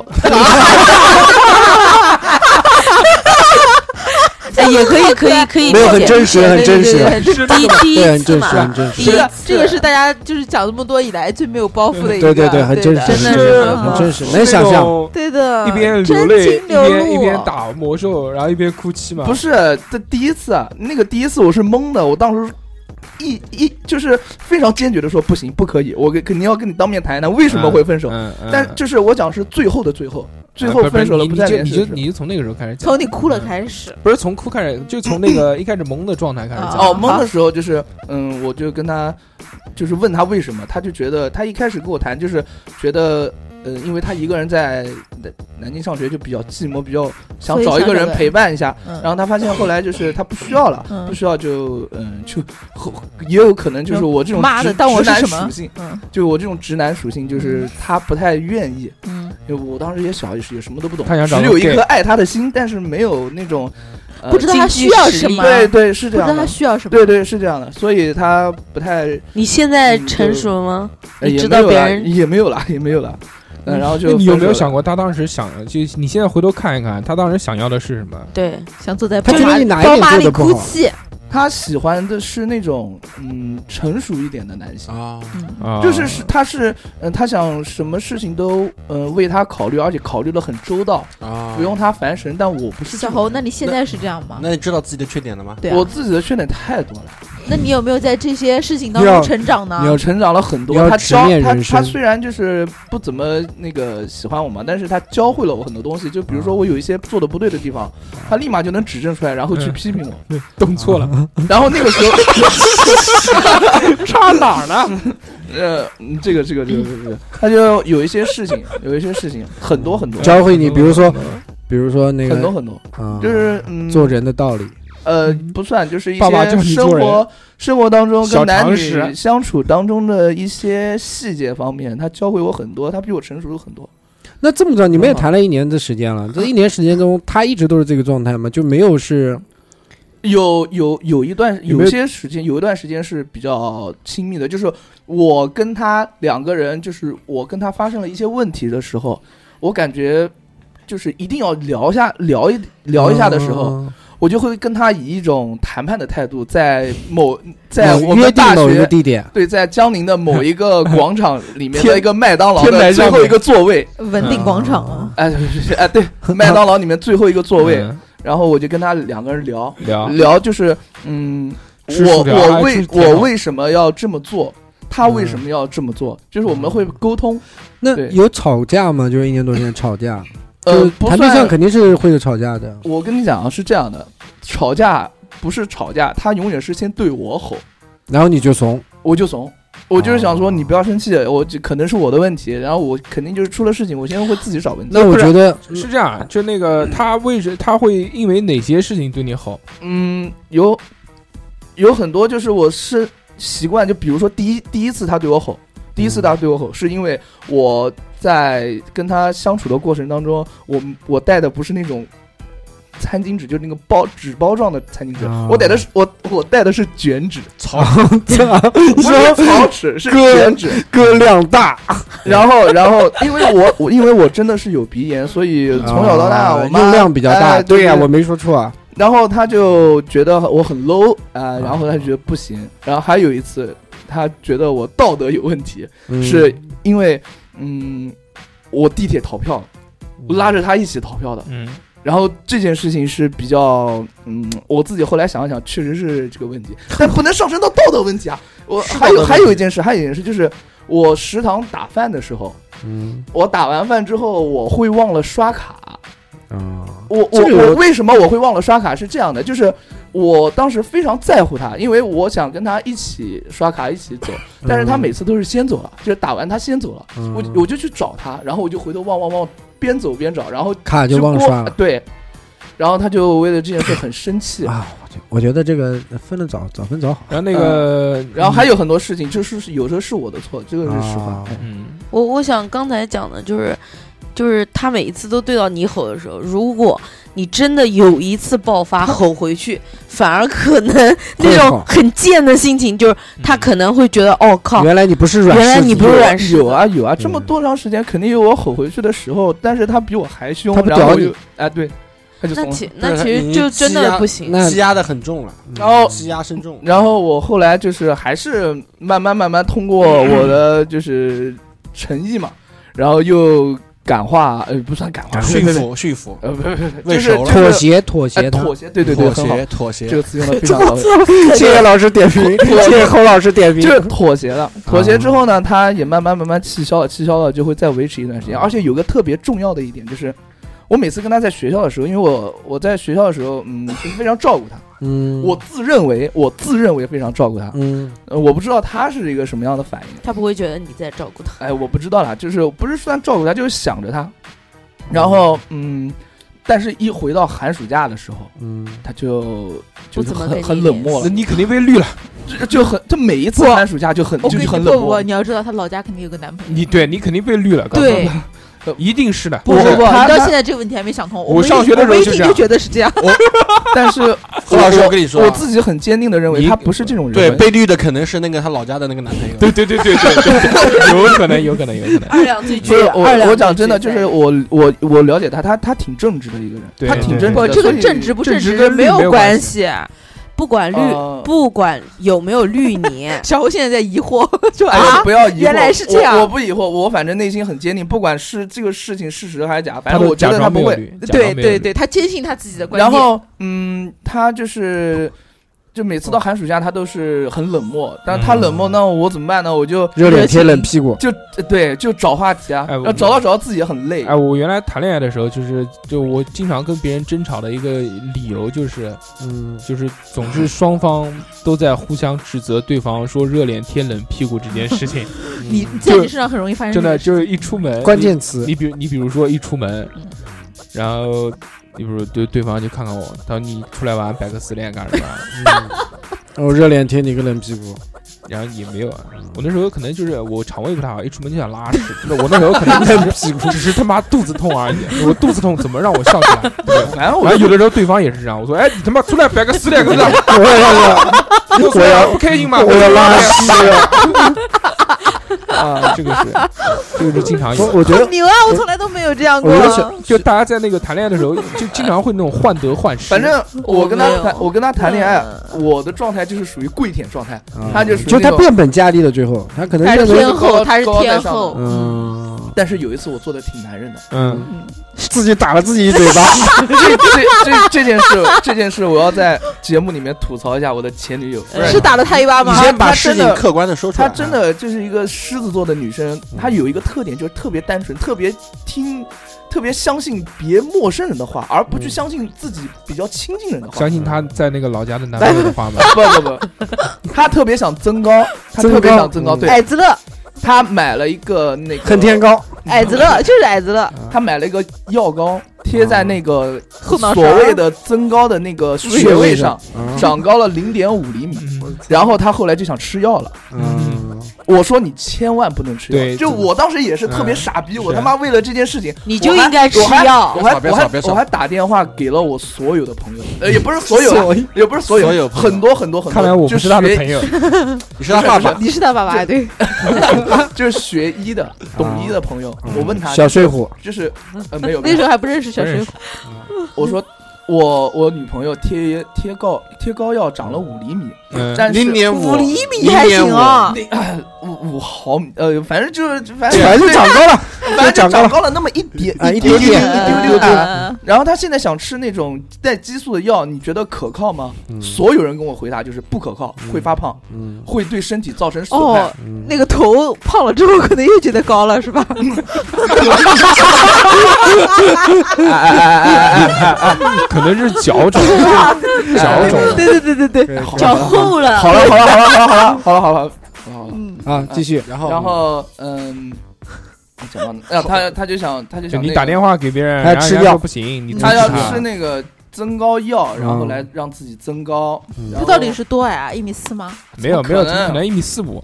[SPEAKER 6] 哎也可以可以可以
[SPEAKER 2] 没有很
[SPEAKER 6] 理解
[SPEAKER 2] 真实，很真
[SPEAKER 6] 啊
[SPEAKER 2] 实，
[SPEAKER 3] 实
[SPEAKER 6] 第一第
[SPEAKER 2] 对，
[SPEAKER 6] 一
[SPEAKER 2] 很
[SPEAKER 6] 次
[SPEAKER 2] 真实，
[SPEAKER 6] 嘛
[SPEAKER 2] 很，真实。
[SPEAKER 6] 第一
[SPEAKER 3] 这个
[SPEAKER 6] 次
[SPEAKER 3] 这个是大家就是讲这么多以来最没有包袱的一
[SPEAKER 2] 对
[SPEAKER 3] 个，
[SPEAKER 2] 对对，很真实，
[SPEAKER 3] 的
[SPEAKER 2] 很
[SPEAKER 6] 真的
[SPEAKER 2] 真实，
[SPEAKER 6] 是
[SPEAKER 2] 很真实，
[SPEAKER 1] 是
[SPEAKER 2] 能想
[SPEAKER 1] 那
[SPEAKER 2] 象。
[SPEAKER 1] 种
[SPEAKER 3] 对的，
[SPEAKER 1] 一边流
[SPEAKER 3] 真
[SPEAKER 1] 泪
[SPEAKER 3] 情
[SPEAKER 1] 啊一
[SPEAKER 3] 流露，
[SPEAKER 1] 边一边打魔兽，然后一边哭泣嘛？
[SPEAKER 7] 不是，这第一次啊，那个第一次我是懵的，我当时一一就是非常坚决的说不行，不可以，我跟肯定要跟你当面谈一谈为
[SPEAKER 1] 为
[SPEAKER 7] 什么会分手。
[SPEAKER 1] 嗯嗯。
[SPEAKER 7] 但就是我讲是最后的最后，最后分手了
[SPEAKER 1] 啊不
[SPEAKER 7] 不
[SPEAKER 1] 是
[SPEAKER 7] 在
[SPEAKER 1] 不是
[SPEAKER 7] 联
[SPEAKER 1] 你
[SPEAKER 7] 系
[SPEAKER 1] 就你
[SPEAKER 7] 的时
[SPEAKER 1] 就
[SPEAKER 7] 候。
[SPEAKER 1] 你就从那个时候开始讲，嗯
[SPEAKER 3] 从你哭了开始，
[SPEAKER 1] 不是从哭开始，就从那
[SPEAKER 3] *laughs*
[SPEAKER 1] 个一开始懵的状态开始讲。
[SPEAKER 7] 哦，
[SPEAKER 3] 啊
[SPEAKER 7] 懵的时候就是，嗯，我就跟他，就是问他为什么，他就觉得他一开始跟我谈就是觉得，呃，因为他一个人在南南京上学就比较寂寞，比较想
[SPEAKER 3] 所以
[SPEAKER 7] 找一个
[SPEAKER 3] 想找
[SPEAKER 7] 人
[SPEAKER 3] 个
[SPEAKER 7] 陪伴一下，
[SPEAKER 3] 嗯，
[SPEAKER 7] 然后他发现后来就是他不需要了，
[SPEAKER 3] 嗯
[SPEAKER 7] 不需要就嗯就后也有可能就是我这种
[SPEAKER 3] 妈的
[SPEAKER 7] 直
[SPEAKER 3] 当我
[SPEAKER 7] 直
[SPEAKER 3] 是
[SPEAKER 7] 男
[SPEAKER 3] 什么
[SPEAKER 7] 属性，
[SPEAKER 3] 嗯
[SPEAKER 7] 就我这种直男属性，就是他不太愿意。
[SPEAKER 3] 嗯，
[SPEAKER 7] 因为我当时也小，也是也什么都不懂，
[SPEAKER 1] 他想找
[SPEAKER 7] 只
[SPEAKER 1] 个
[SPEAKER 7] 有一
[SPEAKER 1] gay
[SPEAKER 7] 颗爱他的心，但是没有那种呃
[SPEAKER 3] 不知道他需要什么，
[SPEAKER 7] 对对是这
[SPEAKER 3] 不知道
[SPEAKER 7] 样
[SPEAKER 3] 他
[SPEAKER 7] 的，
[SPEAKER 3] 需要什么，
[SPEAKER 7] 对对是这样的，所以他不太
[SPEAKER 6] 你现在成熟了吗？
[SPEAKER 7] 呃
[SPEAKER 6] 你
[SPEAKER 7] 也
[SPEAKER 6] 知
[SPEAKER 7] 没
[SPEAKER 6] 道
[SPEAKER 7] 有
[SPEAKER 6] 别
[SPEAKER 7] 了，
[SPEAKER 6] 人
[SPEAKER 7] 也没有了， *laughs* 也没有了。嗯，然后
[SPEAKER 1] 那
[SPEAKER 7] 就
[SPEAKER 1] 你有
[SPEAKER 7] 分
[SPEAKER 1] 没有
[SPEAKER 7] 手
[SPEAKER 1] 想过，他当时想，就你现在回头看一看，他当时想要的是什么？
[SPEAKER 6] 对，
[SPEAKER 3] 想坐在
[SPEAKER 2] 他
[SPEAKER 3] 宝
[SPEAKER 2] 觉得
[SPEAKER 3] 马
[SPEAKER 2] 你哪一
[SPEAKER 3] 宝
[SPEAKER 2] 点
[SPEAKER 3] 马
[SPEAKER 2] 做得
[SPEAKER 3] 里
[SPEAKER 2] 不
[SPEAKER 3] 哭
[SPEAKER 2] 好
[SPEAKER 3] 泣，
[SPEAKER 7] 了他喜欢的是那种嗯成熟一点的男性。
[SPEAKER 2] 啊，
[SPEAKER 3] 嗯
[SPEAKER 1] 啊， *laughs*
[SPEAKER 7] 就是是他是嗯、呃他想什么事情都嗯、呃为他考虑，而且考虑的很周到，
[SPEAKER 2] 啊
[SPEAKER 7] 不用他烦神。但我不是这
[SPEAKER 3] 小
[SPEAKER 7] 种
[SPEAKER 3] 侯，
[SPEAKER 7] 人
[SPEAKER 3] 那你现在是这样吗？
[SPEAKER 4] 那你知道自己的缺点了吗？
[SPEAKER 3] 对啊
[SPEAKER 7] 我，自己的缺点太多了，
[SPEAKER 3] 那你有没有在这些事情当
[SPEAKER 2] 你要
[SPEAKER 3] 中成长呢
[SPEAKER 2] 你？要
[SPEAKER 7] 我成长了很
[SPEAKER 2] 你
[SPEAKER 7] 多。
[SPEAKER 2] 要
[SPEAKER 7] 他
[SPEAKER 2] 直
[SPEAKER 7] 教
[SPEAKER 2] 面
[SPEAKER 7] 他
[SPEAKER 2] 人
[SPEAKER 7] 他
[SPEAKER 2] 生
[SPEAKER 7] 虽然就是不怎么那个喜欢我嘛，但是他教会了我很多东西。就比如说我有一些做的不对的地方，他立马就能指正出来，然后去
[SPEAKER 1] 嗯
[SPEAKER 7] 批评我。
[SPEAKER 1] 动错了， *laughs*
[SPEAKER 7] 然后那个时候， *laughs*
[SPEAKER 1] 差哪儿了？
[SPEAKER 7] 呃，嗯这个这个这个这个，他就有一些事情，有一些事情很多很多
[SPEAKER 1] 嗯
[SPEAKER 2] 教会你，比如说，比如说那
[SPEAKER 7] 很多
[SPEAKER 2] 个，
[SPEAKER 7] 很多，
[SPEAKER 2] 啊，
[SPEAKER 7] 就是嗯，
[SPEAKER 2] 做人的道理，
[SPEAKER 7] 呃
[SPEAKER 1] 嗯
[SPEAKER 7] 不算，就是一
[SPEAKER 1] 爸爸教
[SPEAKER 7] 些
[SPEAKER 1] 你
[SPEAKER 7] 生
[SPEAKER 1] 做人
[SPEAKER 7] 活生活当中
[SPEAKER 1] 小
[SPEAKER 7] 跟男
[SPEAKER 1] 常
[SPEAKER 7] 女
[SPEAKER 1] 识
[SPEAKER 7] 相处当中的一些细节方面，他教会我很多，他比我成熟很多。
[SPEAKER 2] 那这么着，你们也谈了一年的时间了，
[SPEAKER 7] 嗯
[SPEAKER 2] 这一年时间中，他一直都是这个状态吗？就没有是
[SPEAKER 7] 有有有一段
[SPEAKER 2] 有没有
[SPEAKER 7] 有些时间有一段时间是比较亲密的，就是我跟他两个人，就是我跟他发生了一些问题的时候，我感觉就是一定要聊一下聊一聊一下的时候，
[SPEAKER 2] 嗯
[SPEAKER 7] 我就会跟他以一种谈判的态度，在某在
[SPEAKER 2] 某
[SPEAKER 7] 我
[SPEAKER 2] 嗯
[SPEAKER 7] 们
[SPEAKER 2] 约定
[SPEAKER 7] 大
[SPEAKER 2] 某一个
[SPEAKER 7] 学
[SPEAKER 2] 地点，
[SPEAKER 7] 对，在江宁的某
[SPEAKER 1] *laughs*
[SPEAKER 7] 一个广场里面
[SPEAKER 1] 天
[SPEAKER 7] 的一个麦当劳
[SPEAKER 1] 天台
[SPEAKER 7] 的
[SPEAKER 1] 上
[SPEAKER 7] 最后
[SPEAKER 1] 面
[SPEAKER 7] 一个座位，
[SPEAKER 3] 文鼎广场啊，
[SPEAKER 7] 哎，对 *laughs* 对对哎
[SPEAKER 1] *laughs*
[SPEAKER 7] 对，麦当劳里面最后一个座位，
[SPEAKER 1] 啊嗯
[SPEAKER 7] 然后我就跟他两个人聊，
[SPEAKER 1] 聊
[SPEAKER 7] 聊就是嗯，
[SPEAKER 1] 吃
[SPEAKER 7] 我
[SPEAKER 1] 薯条啊
[SPEAKER 7] 我为
[SPEAKER 1] 吃甜
[SPEAKER 7] 我
[SPEAKER 1] 筒
[SPEAKER 7] 为什么要这么做，他为什么要这么
[SPEAKER 1] 嗯
[SPEAKER 7] 做，就是我们会沟通，
[SPEAKER 2] 那
[SPEAKER 7] 对
[SPEAKER 2] 有吵架吗？就是一年多时间吵架，
[SPEAKER 7] 呃
[SPEAKER 2] 就，
[SPEAKER 7] 不
[SPEAKER 2] 谈对象
[SPEAKER 7] 算。
[SPEAKER 2] 肯定是会有吵架的。
[SPEAKER 7] 我跟你讲啊，是这样的，吵架不是吵架，他永远是先对我吼，
[SPEAKER 2] 然后你就怂，
[SPEAKER 7] 我就怂。我就是想
[SPEAKER 1] 哦
[SPEAKER 7] 说，你不要生气，我就可能是我的问题，然后我肯定就是出了事情，我先会自己找问题。
[SPEAKER 2] 那我觉得
[SPEAKER 1] 是这样，就那个他为什他会因为哪些事情对你好？
[SPEAKER 7] 嗯，有有很多就是我是习惯，就比如说第一第一次他对我吼，第一次他对我吼，是因为我在跟他相处的过程当中，我我带的不是那种餐巾纸，就是那个包纸包状的餐巾纸，
[SPEAKER 2] 啊
[SPEAKER 7] 我带的是我我带的是卷纸，
[SPEAKER 2] 吵架，
[SPEAKER 7] 不
[SPEAKER 2] 你
[SPEAKER 7] 是
[SPEAKER 2] 说
[SPEAKER 7] 草
[SPEAKER 2] *laughs*
[SPEAKER 7] 纸，是
[SPEAKER 2] 哥
[SPEAKER 7] 卷纸。
[SPEAKER 2] 哥量大，
[SPEAKER 7] 然后然后因为我我因为我真的是有鼻炎，所以从小到大
[SPEAKER 2] 啊
[SPEAKER 7] 我妈
[SPEAKER 2] 用量比较大。
[SPEAKER 7] 哎
[SPEAKER 2] 对呀，
[SPEAKER 7] 就是
[SPEAKER 2] 我没说错啊。
[SPEAKER 7] 然后他就觉得我很 low 啊、然后他就觉得不行。然后还有一次，他觉得我道德有问题，
[SPEAKER 2] 嗯
[SPEAKER 7] 是因为嗯，我地铁逃票了，我拉着他一起逃票的。
[SPEAKER 1] 嗯，
[SPEAKER 7] 然后这件事情是比较嗯，我自己后来想一想，确实是这个问 *laughs* 题，但不能上升到道德问题啊。我还有还有一件事，还有一件事就是我食堂打饭的时候，
[SPEAKER 2] 嗯
[SPEAKER 7] 我打完饭之后我会忘了刷卡。
[SPEAKER 2] 啊，
[SPEAKER 7] 我我
[SPEAKER 2] 这个
[SPEAKER 7] 我为什么我会忘了刷卡？是这样的，就是我当时非常在乎他，因为我想跟他一起刷卡一起走，
[SPEAKER 2] *laughs*
[SPEAKER 7] 但是他每次都是先走了，就是打完他先走了，
[SPEAKER 2] 嗯
[SPEAKER 7] 我我就去找他，然后我就回头望望望，边走边找，然后
[SPEAKER 2] 卡就忘
[SPEAKER 7] 过
[SPEAKER 2] 刷了
[SPEAKER 7] 对，然后他就为了这件事很生气。
[SPEAKER 2] 啊。我觉我觉得这个分的早，早分早好。
[SPEAKER 1] 然后那个，
[SPEAKER 7] 然后还有很多事情，就是是有时候是我的错，这呃个是实话。
[SPEAKER 2] 啊
[SPEAKER 7] 哎
[SPEAKER 1] 嗯，
[SPEAKER 6] 我我想刚才讲的就是，就是他每一次都对到你吼的时候，如果你真的有一次爆发吼回去，反而可能那种
[SPEAKER 2] 好
[SPEAKER 6] 很贱的心情，就是
[SPEAKER 1] 嗯
[SPEAKER 6] 他可能会觉得，哦靠，
[SPEAKER 2] 原来你不是软柿子，
[SPEAKER 6] 原来你不是软柿子
[SPEAKER 7] 有啊有啊，这么
[SPEAKER 2] 嗯
[SPEAKER 7] 多长时间，肯定有我吼回去的时候，但是他比我还凶，
[SPEAKER 2] 他不
[SPEAKER 7] 然后
[SPEAKER 2] 屌
[SPEAKER 7] 我
[SPEAKER 2] 你
[SPEAKER 7] 就哎对，他就
[SPEAKER 6] 那
[SPEAKER 7] 怂了。
[SPEAKER 6] 其那
[SPEAKER 4] 对
[SPEAKER 6] 其实
[SPEAKER 4] 你
[SPEAKER 6] 就真
[SPEAKER 4] 积
[SPEAKER 6] 的
[SPEAKER 4] 压
[SPEAKER 6] 不行。
[SPEAKER 2] 那
[SPEAKER 4] 积压的很重了，
[SPEAKER 7] 然后
[SPEAKER 4] 积压深重。
[SPEAKER 7] 然后我后来就是还是慢慢慢慢通过我的就是诚意嘛，然后又感化，呃，不算感化，
[SPEAKER 4] 啊驯服驯服，
[SPEAKER 7] 呃，不不不，
[SPEAKER 4] 喂
[SPEAKER 7] 就是
[SPEAKER 4] 熟了
[SPEAKER 7] 就是
[SPEAKER 2] 妥协妥
[SPEAKER 7] 哎
[SPEAKER 2] 协他，
[SPEAKER 7] 妥协，对对对，
[SPEAKER 4] 妥
[SPEAKER 7] 很好
[SPEAKER 4] 协，妥协
[SPEAKER 7] 这个词用的非常到位，
[SPEAKER 2] 谢谢老师点评，谢谢侯老师点评。嗯
[SPEAKER 7] 就是妥协了。妥协之后呢，他也慢慢慢慢气消了，气消了就会再维持一段时间。而且有个特别重要的一点就是，我每次跟他在学校的时候，因为我我在学校的时候，嗯，就是非常照顾他，
[SPEAKER 2] 嗯，
[SPEAKER 7] 我自认为我自认为非常照顾他，
[SPEAKER 2] 嗯，
[SPEAKER 7] 呃我不知道他是一个什么样的反应。
[SPEAKER 6] 他不会觉得你在照顾他，
[SPEAKER 7] 哎，我不知道啦，就是不是算照顾他，就是想着他。然后，嗯，但是一回到寒暑假的时候，
[SPEAKER 2] 嗯，
[SPEAKER 7] 他就就
[SPEAKER 6] 不
[SPEAKER 7] 是
[SPEAKER 6] 怎么
[SPEAKER 7] 很
[SPEAKER 6] 跟
[SPEAKER 7] 很
[SPEAKER 6] 你
[SPEAKER 7] 冷
[SPEAKER 6] 联
[SPEAKER 7] 漠
[SPEAKER 1] 那
[SPEAKER 7] 了，
[SPEAKER 1] 你肯定被绿
[SPEAKER 4] *laughs*
[SPEAKER 1] 了。
[SPEAKER 7] 就就很，就每一次寒暑假就很
[SPEAKER 3] 我
[SPEAKER 7] 就
[SPEAKER 3] 跟你
[SPEAKER 7] 很
[SPEAKER 3] 不
[SPEAKER 7] 冷
[SPEAKER 3] 不不，
[SPEAKER 7] 漠。
[SPEAKER 3] 你要知道，她老家肯定有个男朋友。
[SPEAKER 1] 你对你肯定被绿了，刚
[SPEAKER 3] 对，
[SPEAKER 1] 刚一定是的。
[SPEAKER 3] 不不不，你
[SPEAKER 7] 他
[SPEAKER 3] 到
[SPEAKER 7] 他
[SPEAKER 3] 现在这个问题还没想通。
[SPEAKER 1] 我
[SPEAKER 3] 们
[SPEAKER 1] 上
[SPEAKER 3] 一
[SPEAKER 1] 学的时候
[SPEAKER 3] 我们一
[SPEAKER 1] 就
[SPEAKER 3] 听
[SPEAKER 1] 这样
[SPEAKER 3] 就觉得是这样。
[SPEAKER 7] 但是
[SPEAKER 4] 何老师，我跟你说啊，
[SPEAKER 7] 我自己很坚定的认为
[SPEAKER 1] 你
[SPEAKER 7] 他不是这种人。
[SPEAKER 4] 对被绿的可能是那个她老家的那个男朋友。
[SPEAKER 1] 对对对对对对，
[SPEAKER 7] *laughs*
[SPEAKER 1] 有可能，有可能，有可能。
[SPEAKER 6] 二两最
[SPEAKER 7] 不是
[SPEAKER 6] 倔，
[SPEAKER 7] 我
[SPEAKER 6] 二两，
[SPEAKER 7] 我讲真的，就是我我我了解他，他他挺正直的一个人，
[SPEAKER 1] 对
[SPEAKER 7] 他挺
[SPEAKER 1] 对
[SPEAKER 7] 正直
[SPEAKER 1] 不
[SPEAKER 7] 的。
[SPEAKER 3] 呃这
[SPEAKER 7] 所
[SPEAKER 3] 个
[SPEAKER 7] 以
[SPEAKER 3] 正直不
[SPEAKER 1] 正
[SPEAKER 3] 正
[SPEAKER 1] 直
[SPEAKER 3] 直
[SPEAKER 1] 跟绿
[SPEAKER 3] 没
[SPEAKER 1] 没
[SPEAKER 3] 有
[SPEAKER 1] 有
[SPEAKER 3] 关
[SPEAKER 1] 关
[SPEAKER 3] 系。
[SPEAKER 6] 不管绿，
[SPEAKER 7] 呃
[SPEAKER 6] 不管有没有绿你，
[SPEAKER 3] 小侯现在在疑惑，
[SPEAKER 7] *laughs*
[SPEAKER 3] 说
[SPEAKER 7] 哎
[SPEAKER 3] 啊
[SPEAKER 7] 不，要疑惑，
[SPEAKER 3] 原来是这样
[SPEAKER 7] 我，我不疑惑，我反正内心很坚定，不管是这个事情事实还是假，反
[SPEAKER 1] 他
[SPEAKER 7] 正
[SPEAKER 1] 都
[SPEAKER 7] 我觉
[SPEAKER 1] 假
[SPEAKER 7] 得他
[SPEAKER 1] 装
[SPEAKER 7] 不
[SPEAKER 1] 没有
[SPEAKER 7] 会。
[SPEAKER 1] 绿，假
[SPEAKER 3] 对
[SPEAKER 1] 装没有
[SPEAKER 3] 对
[SPEAKER 1] 绿
[SPEAKER 3] 对，他坚信他自己的观
[SPEAKER 7] 然
[SPEAKER 3] 点。
[SPEAKER 7] 后，嗯，他就是，就每次到寒暑假，他都是很冷漠。但是他冷漠，
[SPEAKER 1] 嗯
[SPEAKER 7] 那我怎么办呢？我就
[SPEAKER 2] 热脸贴冷屁股，
[SPEAKER 7] 就对，就找话题啊，
[SPEAKER 1] 哎
[SPEAKER 7] 然
[SPEAKER 1] 我
[SPEAKER 7] 后找到找到自己也很累
[SPEAKER 1] 哎，。我原来谈恋爱的时候，就是就我经常跟别人争吵的一个理由就是，
[SPEAKER 2] 嗯，
[SPEAKER 1] 就是总是双方都在互相指责对方说热脸贴冷屁股这件事 *laughs* 情，
[SPEAKER 3] 你在你身上很容易发生这
[SPEAKER 1] 真
[SPEAKER 3] 个
[SPEAKER 1] 的 *laughs*
[SPEAKER 3] 事
[SPEAKER 1] 就是一出门，
[SPEAKER 2] 嗯关键词
[SPEAKER 1] 你，你比如你比如说一出门，然后比如对对方就看看我，他说你出来玩摆个死脸干什么？啊
[SPEAKER 2] 我嗯哦热脸贴你个冷屁股，
[SPEAKER 1] *laughs* 然后也没有啊。我那时候可能就是我肠胃不太好，一出门就想拉屎。那 *laughs* 我那时候可能只是只是他妈肚子痛而已。我肚子痛怎么让哎我笑啊起来？对不对然后有的时候对方也是这样，我说哎你他妈出来摆个死脸干啥？ *laughs*
[SPEAKER 2] 我要
[SPEAKER 1] 我说哎不开心吗？
[SPEAKER 2] 我要 *laughs* 拉稀了。
[SPEAKER 1] 啊，这个是这个是经常有
[SPEAKER 2] 我
[SPEAKER 1] 的。
[SPEAKER 2] 我觉得
[SPEAKER 3] 牛啊！我从来都没有这样过
[SPEAKER 2] 我。就想
[SPEAKER 1] 就大家在那个谈恋爱的时候，就经常会那种患得患失。
[SPEAKER 7] 反正我跟他
[SPEAKER 3] 我没有
[SPEAKER 7] 谈，我跟他谈恋爱啊
[SPEAKER 3] 嗯，
[SPEAKER 7] 我的状态就是属于跪舔状态，
[SPEAKER 1] 嗯
[SPEAKER 7] 他就属于
[SPEAKER 2] 啊就
[SPEAKER 7] 那
[SPEAKER 2] 他
[SPEAKER 7] 种
[SPEAKER 2] 变本加厉了，最后他可能
[SPEAKER 3] 他是
[SPEAKER 2] 变
[SPEAKER 7] 就是
[SPEAKER 2] 成
[SPEAKER 3] 天后
[SPEAKER 7] 高
[SPEAKER 3] 他是
[SPEAKER 7] 高
[SPEAKER 3] 天
[SPEAKER 7] 在上的
[SPEAKER 3] 后
[SPEAKER 2] 嗯，
[SPEAKER 7] 但是有一次我做的挺男人的，
[SPEAKER 1] 嗯，
[SPEAKER 2] 自己打了自己一嘴
[SPEAKER 4] *laughs*
[SPEAKER 2] 巴，
[SPEAKER 7] *laughs* 这这这这件事，这件事我要在节目里面吐槽一下我的前女友，不然
[SPEAKER 3] 是打了他一巴
[SPEAKER 7] 你
[SPEAKER 3] 吗？
[SPEAKER 7] 先把
[SPEAKER 4] 把
[SPEAKER 7] 他
[SPEAKER 4] 事
[SPEAKER 7] 真
[SPEAKER 4] 情
[SPEAKER 7] 的
[SPEAKER 4] 客观的说出来
[SPEAKER 7] 她
[SPEAKER 4] 啊。
[SPEAKER 7] 真的就是一个狮子座的女生，她有一个特点就是特别单纯，特别听，特别相信别陌生人的话，而不去相信自己比较亲近人的话
[SPEAKER 1] 相。信他在那个老家的男朋友的话吗？
[SPEAKER 7] 不不不，她特别想增高，她
[SPEAKER 2] 增
[SPEAKER 7] 特别
[SPEAKER 2] 高
[SPEAKER 7] 想增高。
[SPEAKER 2] 嗯
[SPEAKER 7] 对，
[SPEAKER 6] 哎
[SPEAKER 3] 矮子乐，
[SPEAKER 7] 她买了一个那个
[SPEAKER 2] 恨天高，
[SPEAKER 3] 矮子乐就是矮子乐，
[SPEAKER 7] 他买了一个药膏，贴在那个
[SPEAKER 3] 后脑勺
[SPEAKER 7] 所谓的增高的那个穴位上，
[SPEAKER 2] 嗯
[SPEAKER 7] 长高了零点五厘米。
[SPEAKER 1] 嗯
[SPEAKER 7] 然后他后来就想吃药了。
[SPEAKER 2] 嗯，
[SPEAKER 7] 我说你千万不能吃
[SPEAKER 1] 对
[SPEAKER 7] 药，就我当时也是特别
[SPEAKER 1] 嗯
[SPEAKER 7] 傻逼，我
[SPEAKER 1] 是
[SPEAKER 7] 他妈为了这件事情，
[SPEAKER 6] 你
[SPEAKER 7] 我
[SPEAKER 6] 就
[SPEAKER 7] 还
[SPEAKER 6] 应该吃
[SPEAKER 7] 我还
[SPEAKER 6] 药
[SPEAKER 7] 我。还
[SPEAKER 4] 别
[SPEAKER 7] 我
[SPEAKER 4] 吵
[SPEAKER 7] 还
[SPEAKER 4] 别吵
[SPEAKER 7] 我还打电话给了我所有的朋友，呃，也不是所有啊，也不是所
[SPEAKER 4] 所有
[SPEAKER 7] 有，
[SPEAKER 4] 朋友
[SPEAKER 7] 很多很多很多。
[SPEAKER 1] 看来我
[SPEAKER 7] 就
[SPEAKER 1] 不是他的
[SPEAKER 7] 学
[SPEAKER 1] 朋友。
[SPEAKER 4] 你是他爸爸，
[SPEAKER 3] 你是他爸爸对？
[SPEAKER 7] *laughs* 就是学医的、懂医的朋友，我问他
[SPEAKER 2] 嗯小睡虎，
[SPEAKER 7] 就是
[SPEAKER 6] *laughs*
[SPEAKER 7] 呃没有，没
[SPEAKER 3] 那
[SPEAKER 7] 有
[SPEAKER 3] 时候还不认识小水
[SPEAKER 1] 认
[SPEAKER 3] 虎，
[SPEAKER 7] 我说我我女朋友贴贴膏贴膏药长了五厘米，
[SPEAKER 1] 嗯，
[SPEAKER 2] *laughs*
[SPEAKER 7] 但是
[SPEAKER 4] 零点五，
[SPEAKER 3] 厘米
[SPEAKER 4] 零
[SPEAKER 3] 还
[SPEAKER 4] 点
[SPEAKER 3] 行
[SPEAKER 4] 五
[SPEAKER 3] 啊，
[SPEAKER 7] 那哎五五毫米，呃，反正就是反正
[SPEAKER 2] 反正长高了，
[SPEAKER 7] 反正
[SPEAKER 2] 长高
[SPEAKER 7] 长
[SPEAKER 2] 了
[SPEAKER 7] 高了那么一点
[SPEAKER 2] 啊一
[SPEAKER 7] 丢
[SPEAKER 2] 丢
[SPEAKER 7] 丢
[SPEAKER 2] 丢
[SPEAKER 7] 一丢丢。
[SPEAKER 3] *laughs* 啊
[SPEAKER 7] 然后他现在想吃那种带激素的药，你觉得可靠吗？
[SPEAKER 2] 嗯
[SPEAKER 7] 所有人跟我回答就是不可靠，会发胖，
[SPEAKER 2] 嗯
[SPEAKER 7] 会对身体造成损害
[SPEAKER 3] 哦。，那个头胖了之后，可能又觉得高了，是吧？
[SPEAKER 7] 哎哎哎
[SPEAKER 3] *laughs*
[SPEAKER 7] 哎哎
[SPEAKER 1] 可能是脚
[SPEAKER 7] *laughs*
[SPEAKER 1] 肿，脚肿。
[SPEAKER 3] 啊对对对对
[SPEAKER 4] *laughs*
[SPEAKER 3] 对，
[SPEAKER 2] 对
[SPEAKER 6] 脚厚了，
[SPEAKER 7] 好了好了好了好了好了好了好了好了好了。
[SPEAKER 3] 嗯，
[SPEAKER 2] 啊，继续，
[SPEAKER 4] 然
[SPEAKER 7] 然
[SPEAKER 4] 后
[SPEAKER 7] 后嗯，讲到哪 *laughs* 呃他他就想他就
[SPEAKER 1] 就
[SPEAKER 7] 想
[SPEAKER 1] 你
[SPEAKER 7] 那
[SPEAKER 1] 打
[SPEAKER 7] 个
[SPEAKER 1] 电话给别人，
[SPEAKER 2] 还
[SPEAKER 1] 然后
[SPEAKER 2] 哎吃
[SPEAKER 1] 人家
[SPEAKER 2] 药
[SPEAKER 1] 说不行，你
[SPEAKER 3] 嗯
[SPEAKER 1] 自己
[SPEAKER 7] 他要
[SPEAKER 1] 吃
[SPEAKER 7] 吃那个增高药，然后
[SPEAKER 2] 嗯
[SPEAKER 7] 来让自己增高。
[SPEAKER 2] 嗯
[SPEAKER 7] 然
[SPEAKER 3] 他
[SPEAKER 7] 后
[SPEAKER 3] 到底是多矮啊？一米四吗？
[SPEAKER 1] 没有
[SPEAKER 7] 怎
[SPEAKER 1] 没
[SPEAKER 7] 么
[SPEAKER 1] 有，
[SPEAKER 7] 可
[SPEAKER 1] 怎么
[SPEAKER 7] 能
[SPEAKER 1] 可能一米四五，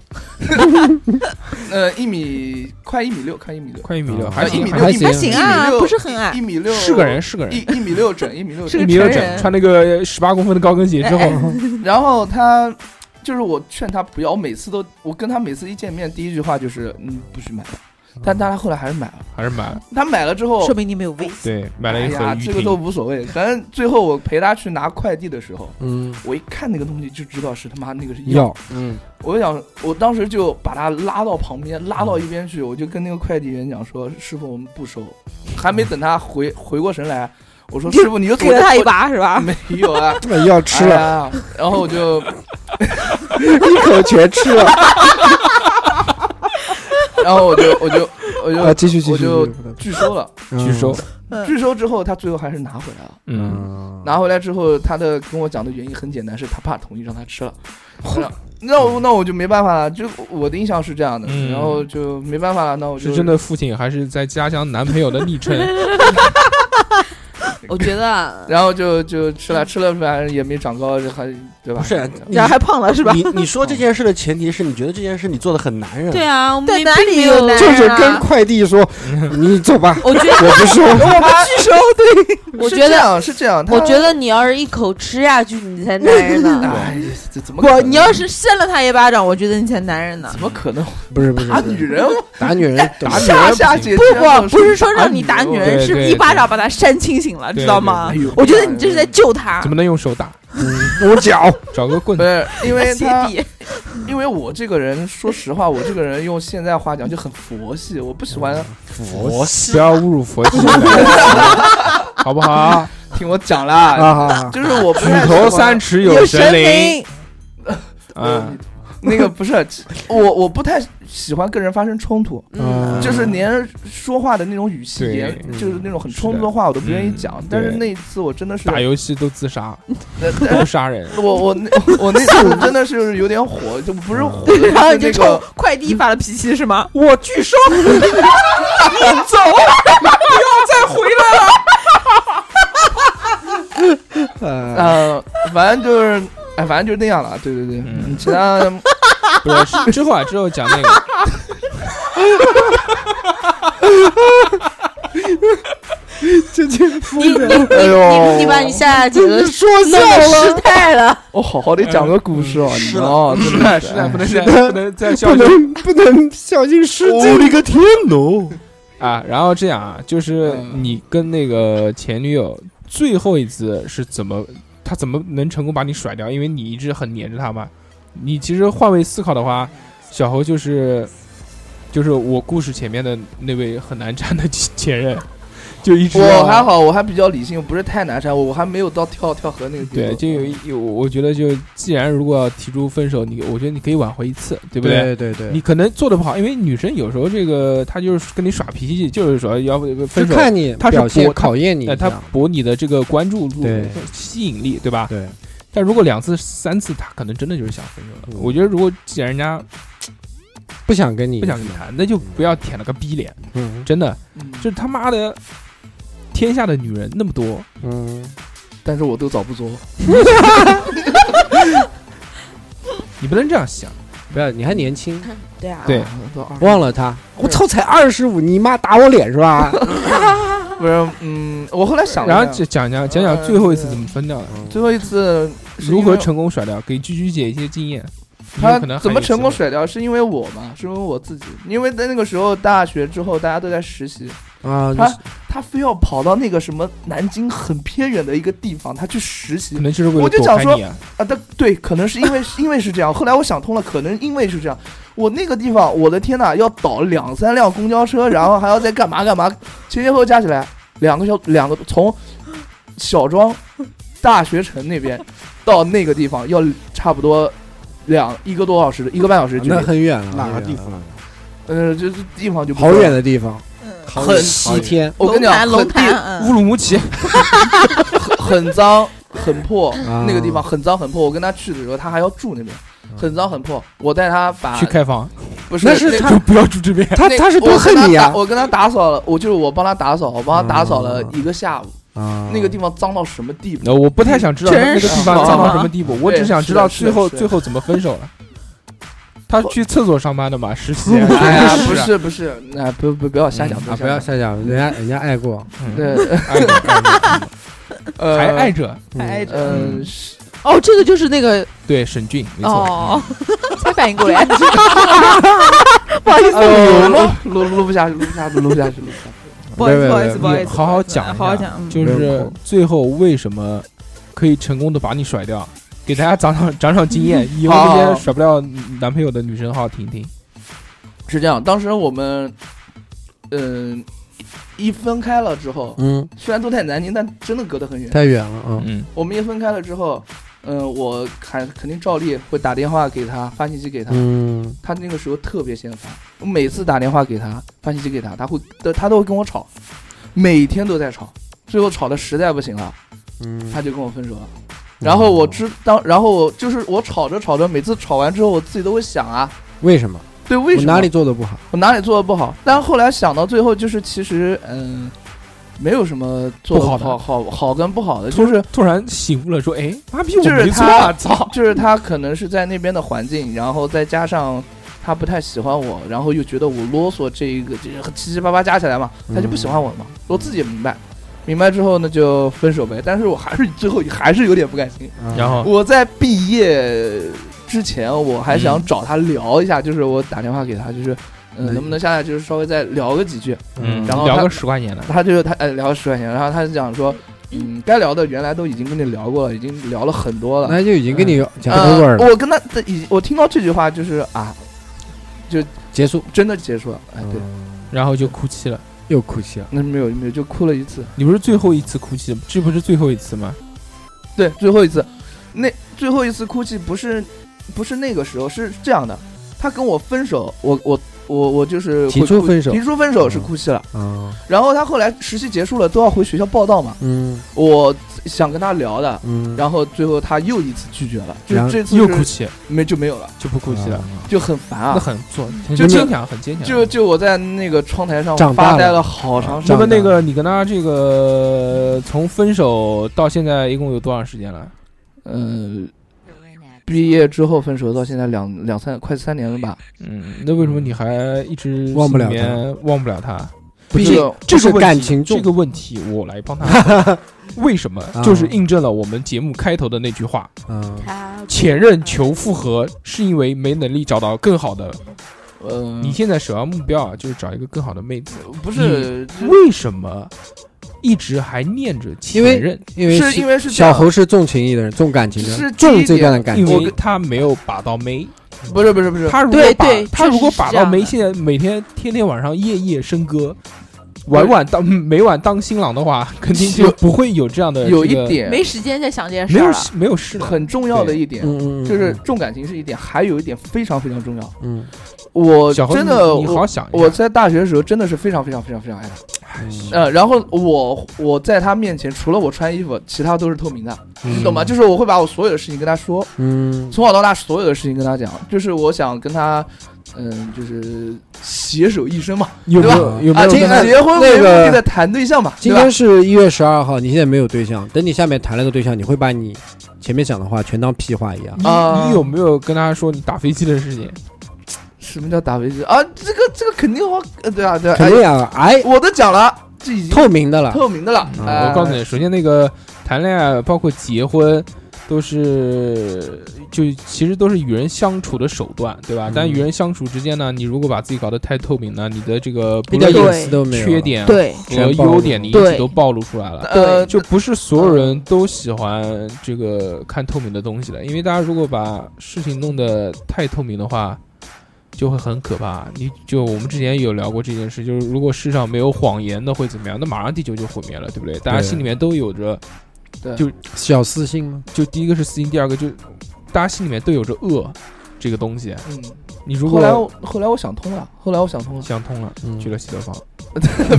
[SPEAKER 7] 呃一米快一米六，快一米六，
[SPEAKER 1] 快一米六，
[SPEAKER 2] 嗯
[SPEAKER 1] 还
[SPEAKER 7] 一
[SPEAKER 1] 行
[SPEAKER 7] 米六
[SPEAKER 1] 还
[SPEAKER 7] 一米
[SPEAKER 1] 行
[SPEAKER 3] 还，行
[SPEAKER 7] 一米
[SPEAKER 3] 啊
[SPEAKER 7] 六
[SPEAKER 3] 不是很矮
[SPEAKER 7] 一米六
[SPEAKER 1] 是个人是个人，
[SPEAKER 7] 一一米六整，一米六
[SPEAKER 3] 是
[SPEAKER 7] 整
[SPEAKER 1] 一
[SPEAKER 3] 个。
[SPEAKER 1] 米六
[SPEAKER 3] 成
[SPEAKER 1] 整，
[SPEAKER 3] 人
[SPEAKER 1] 穿那个十八公分的高跟鞋之后，
[SPEAKER 7] 然后他就是我劝他不要，每次都我跟他每次一见面，第一句话就是嗯不许买，但但他后来还是买了。
[SPEAKER 1] *laughs* 还是买了，
[SPEAKER 7] 他买了之后
[SPEAKER 3] 说，明你没有胃。
[SPEAKER 1] 对，买了
[SPEAKER 7] 哎
[SPEAKER 1] 一盒
[SPEAKER 7] 呀，
[SPEAKER 1] 鱼
[SPEAKER 7] 这个都
[SPEAKER 1] 婷，
[SPEAKER 7] 无所谓，反正最后我陪他去拿快递的时候，
[SPEAKER 2] 嗯，
[SPEAKER 7] 我一看那个东西就知道是他妈那个是药，
[SPEAKER 2] 药，嗯，
[SPEAKER 7] 我就想，我当时就把他拉到旁边，拉到一边去，我就跟那个快递员讲说：“师傅，我们不收。”还没等他回回过神来，我说：“师傅，你就
[SPEAKER 3] 给了他一巴是吧？
[SPEAKER 7] 没有啊？
[SPEAKER 2] 这个药吃了，
[SPEAKER 7] 哎呀然后我就，
[SPEAKER 2] *laughs*
[SPEAKER 7] *laughs*
[SPEAKER 2] 一口全吃了，
[SPEAKER 7] 然后我就，我就，我
[SPEAKER 2] 啊，
[SPEAKER 7] 就
[SPEAKER 2] 继续继
[SPEAKER 7] 我
[SPEAKER 2] 续，
[SPEAKER 7] 就
[SPEAKER 2] 继续嗯
[SPEAKER 7] 拒收
[SPEAKER 3] *laughs*
[SPEAKER 7] 了。
[SPEAKER 1] 拒收，，
[SPEAKER 3] 嗯
[SPEAKER 7] 拒收之后，他最后还是拿回来了。
[SPEAKER 1] 嗯，
[SPEAKER 2] 嗯，
[SPEAKER 7] 拿回来之后，他的跟我讲的原因很简单，是他爸同意让他吃
[SPEAKER 3] *laughs*
[SPEAKER 7] 了。那那我那我就没办法了，就我的印象是这样的，
[SPEAKER 1] 嗯
[SPEAKER 7] 然后就没办法了，那我就是
[SPEAKER 1] 真的父亲还是在家乡男朋友的昵称？
[SPEAKER 6] 我觉
[SPEAKER 3] *laughs*
[SPEAKER 6] 得
[SPEAKER 7] 然后就就吃了吃了，反正也没长高，就还对吧？
[SPEAKER 4] *laughs* 不是
[SPEAKER 2] 啊
[SPEAKER 4] 你
[SPEAKER 3] 然后还胖了是吧？
[SPEAKER 4] 你你说这件事的前提是你觉得这件事你做的很男人，
[SPEAKER 6] 对啊，我们
[SPEAKER 3] 对
[SPEAKER 6] 并
[SPEAKER 3] 哪里
[SPEAKER 6] 没
[SPEAKER 3] 有
[SPEAKER 6] 有
[SPEAKER 3] 男人啊
[SPEAKER 2] 就是跟快
[SPEAKER 7] *laughs*
[SPEAKER 2] 递说，你走吧，
[SPEAKER 6] 我觉得，
[SPEAKER 2] 我不收，
[SPEAKER 7] 拒收，对，
[SPEAKER 6] 我
[SPEAKER 7] 是
[SPEAKER 6] 觉
[SPEAKER 7] 这
[SPEAKER 6] 得
[SPEAKER 7] 样是这样，他
[SPEAKER 6] 我觉得你要是一口吃下去，你
[SPEAKER 3] *laughs*
[SPEAKER 6] 才男人呢。
[SPEAKER 7] 哎，这怎么可
[SPEAKER 3] 我，
[SPEAKER 7] 能
[SPEAKER 3] 你要是扇了他一巴掌，我觉得你才男人呢
[SPEAKER 7] 怎。么可能
[SPEAKER 2] 不是不是，
[SPEAKER 7] 打
[SPEAKER 2] 不是
[SPEAKER 7] 女人？
[SPEAKER 2] 啊打女人，
[SPEAKER 1] 打女
[SPEAKER 7] 下
[SPEAKER 1] 人
[SPEAKER 7] 下
[SPEAKER 1] 不行
[SPEAKER 7] 姐
[SPEAKER 3] 不不，不是说
[SPEAKER 7] 打
[SPEAKER 3] 让你打女
[SPEAKER 1] 对
[SPEAKER 3] 人，
[SPEAKER 1] 对
[SPEAKER 3] 是一巴掌把她扇清醒了，
[SPEAKER 1] 对
[SPEAKER 3] 知道吗
[SPEAKER 7] 哎？呦，
[SPEAKER 3] 我觉得你这是在救她
[SPEAKER 1] 怎。么能用手打？
[SPEAKER 2] 我脚，
[SPEAKER 1] *laughs* 找个棍
[SPEAKER 7] 不
[SPEAKER 1] 子，
[SPEAKER 7] 是因为
[SPEAKER 3] 鞋
[SPEAKER 7] 他，
[SPEAKER 3] 底
[SPEAKER 7] 因为我这个人，说实话，我这个人用现在话讲就很佛系，我不喜欢。
[SPEAKER 4] 佛系
[SPEAKER 1] 不要侮辱佛系，好不好？
[SPEAKER 7] 听我讲啦，
[SPEAKER 2] 啊好好，
[SPEAKER 7] 就是我不
[SPEAKER 1] 举
[SPEAKER 7] 太喜
[SPEAKER 1] 头
[SPEAKER 7] 欢
[SPEAKER 1] 三尺
[SPEAKER 3] 有
[SPEAKER 1] 神
[SPEAKER 3] 神
[SPEAKER 1] 灵
[SPEAKER 3] 灵，
[SPEAKER 1] 啊，
[SPEAKER 7] 那个不是我，我不太喜欢跟人发生冲突。
[SPEAKER 2] 嗯
[SPEAKER 4] 啊
[SPEAKER 7] 就是连说话的那种语气
[SPEAKER 1] 对
[SPEAKER 7] 言，
[SPEAKER 2] 嗯
[SPEAKER 7] 就是那种很冲突的话，我都不愿意讲。
[SPEAKER 1] 嗯
[SPEAKER 7] 但是
[SPEAKER 1] 对
[SPEAKER 7] 那一次我真的是，
[SPEAKER 1] 打游戏都自杀，
[SPEAKER 7] 呃
[SPEAKER 1] 都杀人，
[SPEAKER 7] 我我那我那次真的是有点火，就不是火，就是
[SPEAKER 3] 然后
[SPEAKER 7] 那
[SPEAKER 3] 你就
[SPEAKER 7] 个
[SPEAKER 3] 冲快递发了脾气是吗？
[SPEAKER 1] 我拒收，
[SPEAKER 3] 走，不要再回来了。
[SPEAKER 2] 呃，
[SPEAKER 7] 呃，反正就是，哎，反正就是那样了。对对对，
[SPEAKER 1] 嗯
[SPEAKER 7] 其他
[SPEAKER 1] 不是之后啊，之后讲那个，
[SPEAKER 6] 你你
[SPEAKER 7] 哎呦
[SPEAKER 3] 哦
[SPEAKER 6] 你你把你下节的说笑失态了，
[SPEAKER 7] 我哦好好的讲个故事哦，
[SPEAKER 4] 是
[SPEAKER 7] 你
[SPEAKER 4] 的
[SPEAKER 7] 哦，真
[SPEAKER 1] 是
[SPEAKER 7] 的
[SPEAKER 1] 嗯的，是啊的，不能再不能 *laughs* 再笑
[SPEAKER 2] 不能不能小心失
[SPEAKER 4] 我
[SPEAKER 2] 禁。
[SPEAKER 4] 的个天哦！
[SPEAKER 1] 啊。然后这样啊，就是你跟那个前女友最后一次是怎么，她怎么能成功把你甩掉？因为你一直很黏着她嘛。你其实换位思考的话，小侯就是就是我故事前面的那位很难缠的前任， *laughs* 就一直
[SPEAKER 7] 我还好，我还比较理性，不是太难缠，我我还没有到跳跳河那个地
[SPEAKER 1] 嗯
[SPEAKER 7] 步。
[SPEAKER 1] 对，就有一有，我觉得就既然如果要提出分手，你我觉得你可以挽回一次，对不对？
[SPEAKER 2] 对对对，
[SPEAKER 1] 你可能做的不好，因为女生有时候这个她就是跟你耍脾气，就是说要不
[SPEAKER 2] 就
[SPEAKER 1] 分手，
[SPEAKER 2] 看你
[SPEAKER 1] 他是
[SPEAKER 2] 表现
[SPEAKER 1] 博他啊
[SPEAKER 2] 考验你一
[SPEAKER 1] 呃，
[SPEAKER 2] 下，
[SPEAKER 1] 她博你的这个关注度
[SPEAKER 2] 对、
[SPEAKER 1] 吸引力，对吧？
[SPEAKER 2] 对
[SPEAKER 1] 但如果两次、三次，她可能真的就是想分手了。我觉得，如果既然人家
[SPEAKER 2] 不想跟你
[SPEAKER 1] 不想跟你谈，那就不要舔了个逼脸，
[SPEAKER 2] 嗯
[SPEAKER 1] 真的，
[SPEAKER 7] 嗯，
[SPEAKER 1] 这他妈的。天下的女人那么多，
[SPEAKER 2] 嗯，
[SPEAKER 7] 但是我都找不着。
[SPEAKER 1] 你不能这样想。
[SPEAKER 2] 不要，你还年轻，
[SPEAKER 6] *laughs* 对啊
[SPEAKER 1] 对
[SPEAKER 7] 都二十
[SPEAKER 2] 忘了他，我操，才二十五，你妈打我脸是吧？
[SPEAKER 7] 不是，嗯，我后来想了
[SPEAKER 1] 然
[SPEAKER 7] 一下，
[SPEAKER 1] 后讲讲讲讲讲最后一次怎么分掉的，
[SPEAKER 7] *laughs* 最后一次是因
[SPEAKER 1] 如何
[SPEAKER 7] 为
[SPEAKER 1] 成功甩掉，给居居姐一些经验。你有
[SPEAKER 7] 他
[SPEAKER 1] 可能还
[SPEAKER 7] 怎
[SPEAKER 1] 有
[SPEAKER 7] 么成功
[SPEAKER 1] 机会？
[SPEAKER 7] 甩掉？是因为我嘛？是因为我自己？因为在那个时候大学之后，大家都在实习，
[SPEAKER 2] 啊，
[SPEAKER 7] 他他非要跑到那个什么南京很偏远的一个地方，他去实习
[SPEAKER 1] 可能就是为了
[SPEAKER 7] 我就
[SPEAKER 1] 躲
[SPEAKER 7] 想
[SPEAKER 1] 开
[SPEAKER 7] 说
[SPEAKER 1] 你啊。
[SPEAKER 7] 啊。他对，可能是因为因为是这样。后来我想通了，可能因为是这样。我那个地方，我的天呐，要倒两三辆公交车，然后还要再干嘛干嘛，前前后后加起来两个小两个从小庄大学城那边到那个地方要差不多两一个多小时的一个半小时距离
[SPEAKER 2] 啊那。很远了，
[SPEAKER 4] 哪个
[SPEAKER 2] 很
[SPEAKER 4] 地
[SPEAKER 2] 远
[SPEAKER 4] 方
[SPEAKER 2] 了？
[SPEAKER 7] 呃，这这地方就不
[SPEAKER 2] 好
[SPEAKER 7] 说
[SPEAKER 2] 远
[SPEAKER 7] 了。
[SPEAKER 2] 的地方，
[SPEAKER 7] 很
[SPEAKER 2] 西天
[SPEAKER 7] 我跟你讲，
[SPEAKER 3] 龙
[SPEAKER 7] 很
[SPEAKER 3] 潭
[SPEAKER 7] 地
[SPEAKER 1] 乌
[SPEAKER 3] 嗯，
[SPEAKER 1] 鲁木齐，
[SPEAKER 7] 很脏，很
[SPEAKER 3] *laughs*
[SPEAKER 7] 破，
[SPEAKER 2] 啊
[SPEAKER 7] 那个地方很脏很破。我跟他去的时候，他还要住那边，很脏很破。我带他把
[SPEAKER 1] 去开房，
[SPEAKER 7] 不是
[SPEAKER 2] 那是
[SPEAKER 7] 那
[SPEAKER 2] 他
[SPEAKER 1] 就不要住这边。
[SPEAKER 2] *laughs* 他
[SPEAKER 7] 那
[SPEAKER 2] 他是
[SPEAKER 7] 我
[SPEAKER 2] 多
[SPEAKER 7] 跟他
[SPEAKER 2] 恨你啊
[SPEAKER 7] 打！我跟他打扫了，我就是我帮他打扫，我帮他打扫了
[SPEAKER 2] 嗯
[SPEAKER 7] 一个下午。
[SPEAKER 2] 啊
[SPEAKER 7] 那个地方脏到什么地步？
[SPEAKER 1] 呃，我不太想知道他那个地方
[SPEAKER 7] 真是
[SPEAKER 1] 脏到什么地步，我只想知道
[SPEAKER 7] 对是
[SPEAKER 1] 最
[SPEAKER 7] 的
[SPEAKER 1] 后
[SPEAKER 7] 是的
[SPEAKER 1] 最后怎么分手了。他去厕所上班的嘛，实习。
[SPEAKER 7] *laughs* 哎呀，
[SPEAKER 1] 是
[SPEAKER 7] 不
[SPEAKER 1] 啊，
[SPEAKER 7] 是不是，哎，不不不要瞎讲，
[SPEAKER 1] 嗯
[SPEAKER 2] 啊，不要
[SPEAKER 7] 瞎
[SPEAKER 2] 瞎讲，人家人家爱过，
[SPEAKER 1] 嗯
[SPEAKER 7] 讲。对，
[SPEAKER 1] *laughs* 爱着爱着
[SPEAKER 7] 呃
[SPEAKER 1] 还爱着，
[SPEAKER 3] 挨着
[SPEAKER 7] 嗯，
[SPEAKER 3] 哦，这个就是那个
[SPEAKER 1] 对沈俊，没错。嗯
[SPEAKER 3] 哦， *laughs* 才反应过来，不好意思，
[SPEAKER 7] 呃，录录录不下去，录不下去，录不下去，录不下去。
[SPEAKER 3] 不好意思，
[SPEAKER 2] 没
[SPEAKER 3] 不好
[SPEAKER 2] 没
[SPEAKER 3] 意
[SPEAKER 2] 没
[SPEAKER 3] 思，不好意
[SPEAKER 1] 呃你
[SPEAKER 3] 思，
[SPEAKER 1] 好好讲一下
[SPEAKER 3] 好好讲，嗯
[SPEAKER 1] 就是最后为什么可以成功的把你甩掉？给大家长长长长经
[SPEAKER 3] *laughs*
[SPEAKER 1] 验，以后这
[SPEAKER 7] 好
[SPEAKER 1] 些甩不了男朋友的女生好好听听。
[SPEAKER 7] 是这样，当时我们，嗯，一分开了之后，
[SPEAKER 2] 嗯，
[SPEAKER 7] 虽然都在南京，但真的隔得很远。
[SPEAKER 2] 太远了，嗯
[SPEAKER 1] 嗯，
[SPEAKER 7] 我们一分开了之后，嗯、我肯肯定照例会打电话给他，发信息给他。
[SPEAKER 2] 嗯，
[SPEAKER 7] 他那个时候特别嫌烦，我每次打电话给他，发信息给他，他会都他都会跟我吵，每天都在吵。最后吵的实在不行了，
[SPEAKER 2] 嗯
[SPEAKER 7] 他就跟我分手了。然后我知当，然后我就是我吵着吵着，每次吵完之后，我自己都会想啊，
[SPEAKER 2] 为什么？
[SPEAKER 7] 对，为
[SPEAKER 2] 我
[SPEAKER 7] 什么
[SPEAKER 2] 哪里做的不好？
[SPEAKER 7] 我哪里做的不好？但是后来想到最后，就是其实嗯、没有什么做得
[SPEAKER 1] 不好的
[SPEAKER 7] 好好好跟不好的，
[SPEAKER 1] 突
[SPEAKER 7] 就是
[SPEAKER 1] 突然醒悟了，说：“哎，妈逼，我
[SPEAKER 7] *laughs* 就是
[SPEAKER 1] 没错
[SPEAKER 7] 他
[SPEAKER 1] 啊，操！
[SPEAKER 7] *laughs* 就是他可能是在那边的环境，然后再加上他不太喜欢我，然后又觉得我啰嗦，这一个这个七七八八加起来嘛，他就不喜欢我了嘛。
[SPEAKER 1] 嗯
[SPEAKER 7] 我自己也明白，明白之后呢就分手呗。但是我还是最后还是有点不甘心。
[SPEAKER 2] 啊
[SPEAKER 1] 然后
[SPEAKER 7] 我在毕业之前，我还想
[SPEAKER 1] 嗯
[SPEAKER 7] 找他聊一下，就是我打电话给他，就是。嗯，
[SPEAKER 2] 嗯
[SPEAKER 7] 能不能下来就是稍微再聊个几句？
[SPEAKER 1] 嗯，
[SPEAKER 7] 然后
[SPEAKER 1] 聊
[SPEAKER 7] 他
[SPEAKER 1] 个十块钱的，
[SPEAKER 7] 他就他呃聊了十块钱，然后他就讲说，嗯，该聊的原来都已经跟你聊过了，已经聊了很多了。
[SPEAKER 2] 那就已经跟你讲
[SPEAKER 7] 呃
[SPEAKER 2] over 了，
[SPEAKER 7] 我跟他的已，我听到这句话就是啊，
[SPEAKER 2] 结束。
[SPEAKER 7] 真的结束了。哎，对，
[SPEAKER 2] 嗯
[SPEAKER 1] 然后就哭泣了。
[SPEAKER 2] 又哭泣了。
[SPEAKER 7] 那没有没有，就哭了一次。
[SPEAKER 1] 你不是最后一次哭泣，这不是最后一次吗？
[SPEAKER 7] 对，最后一次，那最后一次哭泣不是不是那个时候，是这样的，他跟我分手，我我我我就是会
[SPEAKER 2] 提出
[SPEAKER 7] 哭
[SPEAKER 2] 分手
[SPEAKER 7] 提出分手是哭泣了。
[SPEAKER 2] 啊，
[SPEAKER 7] 然后他后来实习结束了，都要回学校报道嘛。
[SPEAKER 2] 嗯
[SPEAKER 7] 我想跟他聊的，
[SPEAKER 2] 嗯，
[SPEAKER 7] 然后最后他又一次拒绝了，就
[SPEAKER 2] 然后
[SPEAKER 7] 这次
[SPEAKER 1] 又
[SPEAKER 7] 是
[SPEAKER 1] 哭泣，
[SPEAKER 7] 没就没有了，
[SPEAKER 1] 就不哭泣了，
[SPEAKER 2] 嗯
[SPEAKER 7] 就很烦
[SPEAKER 1] 那
[SPEAKER 7] 啊。
[SPEAKER 1] 很做很
[SPEAKER 7] 就
[SPEAKER 1] 坚强，很坚强。
[SPEAKER 7] 就就我在那个窗台上
[SPEAKER 2] 长大
[SPEAKER 7] 发呆
[SPEAKER 2] 了
[SPEAKER 7] 了好长时
[SPEAKER 1] 那
[SPEAKER 7] 间。
[SPEAKER 1] 么那个你跟他这个从分手到现在一共有多长时间了？
[SPEAKER 7] 嗯，毕业之后分手到现在两两三快三年了吧？
[SPEAKER 1] 嗯，那为什么你还一直
[SPEAKER 2] 忘不了他
[SPEAKER 1] 心里面忘不了他？
[SPEAKER 2] 不
[SPEAKER 7] 毕
[SPEAKER 2] 是
[SPEAKER 7] 竟
[SPEAKER 2] 这
[SPEAKER 1] 个
[SPEAKER 2] 是
[SPEAKER 1] 问题
[SPEAKER 2] 感情啊重
[SPEAKER 1] 这个问题我来帮
[SPEAKER 2] *laughs*
[SPEAKER 1] 他。为什么？就是印证了我们节目开头的那句话：
[SPEAKER 2] 啊，
[SPEAKER 7] 嗯
[SPEAKER 6] 他
[SPEAKER 1] 前任求复合是因为没能力找到更好的。
[SPEAKER 7] 嗯，
[SPEAKER 1] 你现在首要目标啊，就是找一个更好的妹子。
[SPEAKER 7] 呃不是
[SPEAKER 1] 为什么一直还念着前
[SPEAKER 2] 因为
[SPEAKER 1] 任？
[SPEAKER 2] 因为
[SPEAKER 7] 是因为是这
[SPEAKER 2] 小
[SPEAKER 7] 样
[SPEAKER 2] 侯是重情义的人，重感情的
[SPEAKER 7] 是
[SPEAKER 2] 人，重
[SPEAKER 7] 第一
[SPEAKER 2] 这
[SPEAKER 7] 点
[SPEAKER 2] 段感
[SPEAKER 1] 因
[SPEAKER 2] 情。
[SPEAKER 1] 为他没有把到妹，
[SPEAKER 7] 不是不是不是，
[SPEAKER 1] 他如果
[SPEAKER 3] 对
[SPEAKER 1] 把
[SPEAKER 3] 对
[SPEAKER 1] 他
[SPEAKER 3] 确
[SPEAKER 1] 如果
[SPEAKER 3] 实是
[SPEAKER 1] 把
[SPEAKER 3] 这
[SPEAKER 1] 到
[SPEAKER 3] 样
[SPEAKER 1] 没，
[SPEAKER 3] 的
[SPEAKER 1] 现在每天天天晚上夜夜笙歌，晚晚当每晚当新郎的话，肯定就
[SPEAKER 7] 有
[SPEAKER 1] 不会有这样的
[SPEAKER 7] 有
[SPEAKER 1] 这
[SPEAKER 7] 一
[SPEAKER 1] 个
[SPEAKER 7] 点
[SPEAKER 3] 没时间再想这件事
[SPEAKER 1] 没
[SPEAKER 3] 儿啊
[SPEAKER 1] 有
[SPEAKER 3] 了。
[SPEAKER 1] 事没有事了
[SPEAKER 7] 很重要的一点，
[SPEAKER 2] 嗯嗯，嗯
[SPEAKER 7] 就是重感情是一点，还有一点非常非常重要。
[SPEAKER 2] 嗯，
[SPEAKER 7] 我
[SPEAKER 1] 小何
[SPEAKER 7] 真的
[SPEAKER 1] 你你好
[SPEAKER 7] 我。
[SPEAKER 1] 想一
[SPEAKER 7] 我
[SPEAKER 1] 下
[SPEAKER 7] 在大学的时候真的是非常非常非常非常爱他，
[SPEAKER 2] 嗯
[SPEAKER 7] 呃，然后我我在他面前除了我穿衣服，其他都是透明的，你懂吗？
[SPEAKER 2] 嗯
[SPEAKER 7] 就是我会把我所有的事情跟他说，
[SPEAKER 2] 嗯
[SPEAKER 7] 从小到大所有的事情跟他讲，就是我想跟他，嗯，就是携手一生嘛，
[SPEAKER 2] 有没
[SPEAKER 7] 对吧
[SPEAKER 2] 有有没
[SPEAKER 7] 啊，
[SPEAKER 2] 有
[SPEAKER 7] 结
[SPEAKER 2] 那
[SPEAKER 7] 结婚为
[SPEAKER 2] 那
[SPEAKER 7] 目的的
[SPEAKER 2] 个？
[SPEAKER 7] 谈对象嘛，
[SPEAKER 2] 今
[SPEAKER 7] 对
[SPEAKER 2] 天
[SPEAKER 7] 吧
[SPEAKER 2] 是一月十二号，你现在没有对象，等你下面谈了个对象，你会把你前面讲的话全当屁话一样。
[SPEAKER 1] 你
[SPEAKER 7] 啊
[SPEAKER 1] 嗯你有没有跟他说你打飞机的事情？
[SPEAKER 7] 什么叫打飞机啊？这个这个肯定我，呃对啊对啊，
[SPEAKER 2] 肯定啊，哎
[SPEAKER 7] 哎，我都讲了，这已经
[SPEAKER 2] 透明的了，
[SPEAKER 7] 透明的了。哎
[SPEAKER 1] 嗯我告诉你，首先那个谈恋爱，包括结婚，都是就其实都是与人相处的手段，对吧？但
[SPEAKER 2] 嗯
[SPEAKER 1] 与人相处之间呢，你如论把自己搞得太透明呢，你的这个
[SPEAKER 2] 一
[SPEAKER 1] 不
[SPEAKER 2] 点
[SPEAKER 1] 论
[SPEAKER 2] 隐
[SPEAKER 3] 对
[SPEAKER 2] 私都没有。
[SPEAKER 1] 缺，点
[SPEAKER 3] 对，
[SPEAKER 1] 和
[SPEAKER 2] 全暴露
[SPEAKER 1] 优点，你一
[SPEAKER 3] 对
[SPEAKER 1] 起都暴露出来了。
[SPEAKER 7] 呃，
[SPEAKER 1] 就不是所有人都喜欢这个看透明的东西的，因为大家如果把事情弄得太透明的话，就会很可怕。你就我们之前有聊过这件事，就是如果世上没有谎言的会怎么样？那马上地球就毁灭了，对不对？大家
[SPEAKER 2] 对
[SPEAKER 1] 心里面都有着，
[SPEAKER 2] 小私信吗？
[SPEAKER 1] 就第一个是私心，第二个就大家心里面都有着恶这个东西。
[SPEAKER 7] 嗯，
[SPEAKER 1] 你如
[SPEAKER 7] 后来
[SPEAKER 1] 果
[SPEAKER 7] 我后来我想通了，后来我想通
[SPEAKER 2] *laughs*
[SPEAKER 7] 了，
[SPEAKER 1] 想通了，
[SPEAKER 2] 嗯
[SPEAKER 1] 去了洗头房，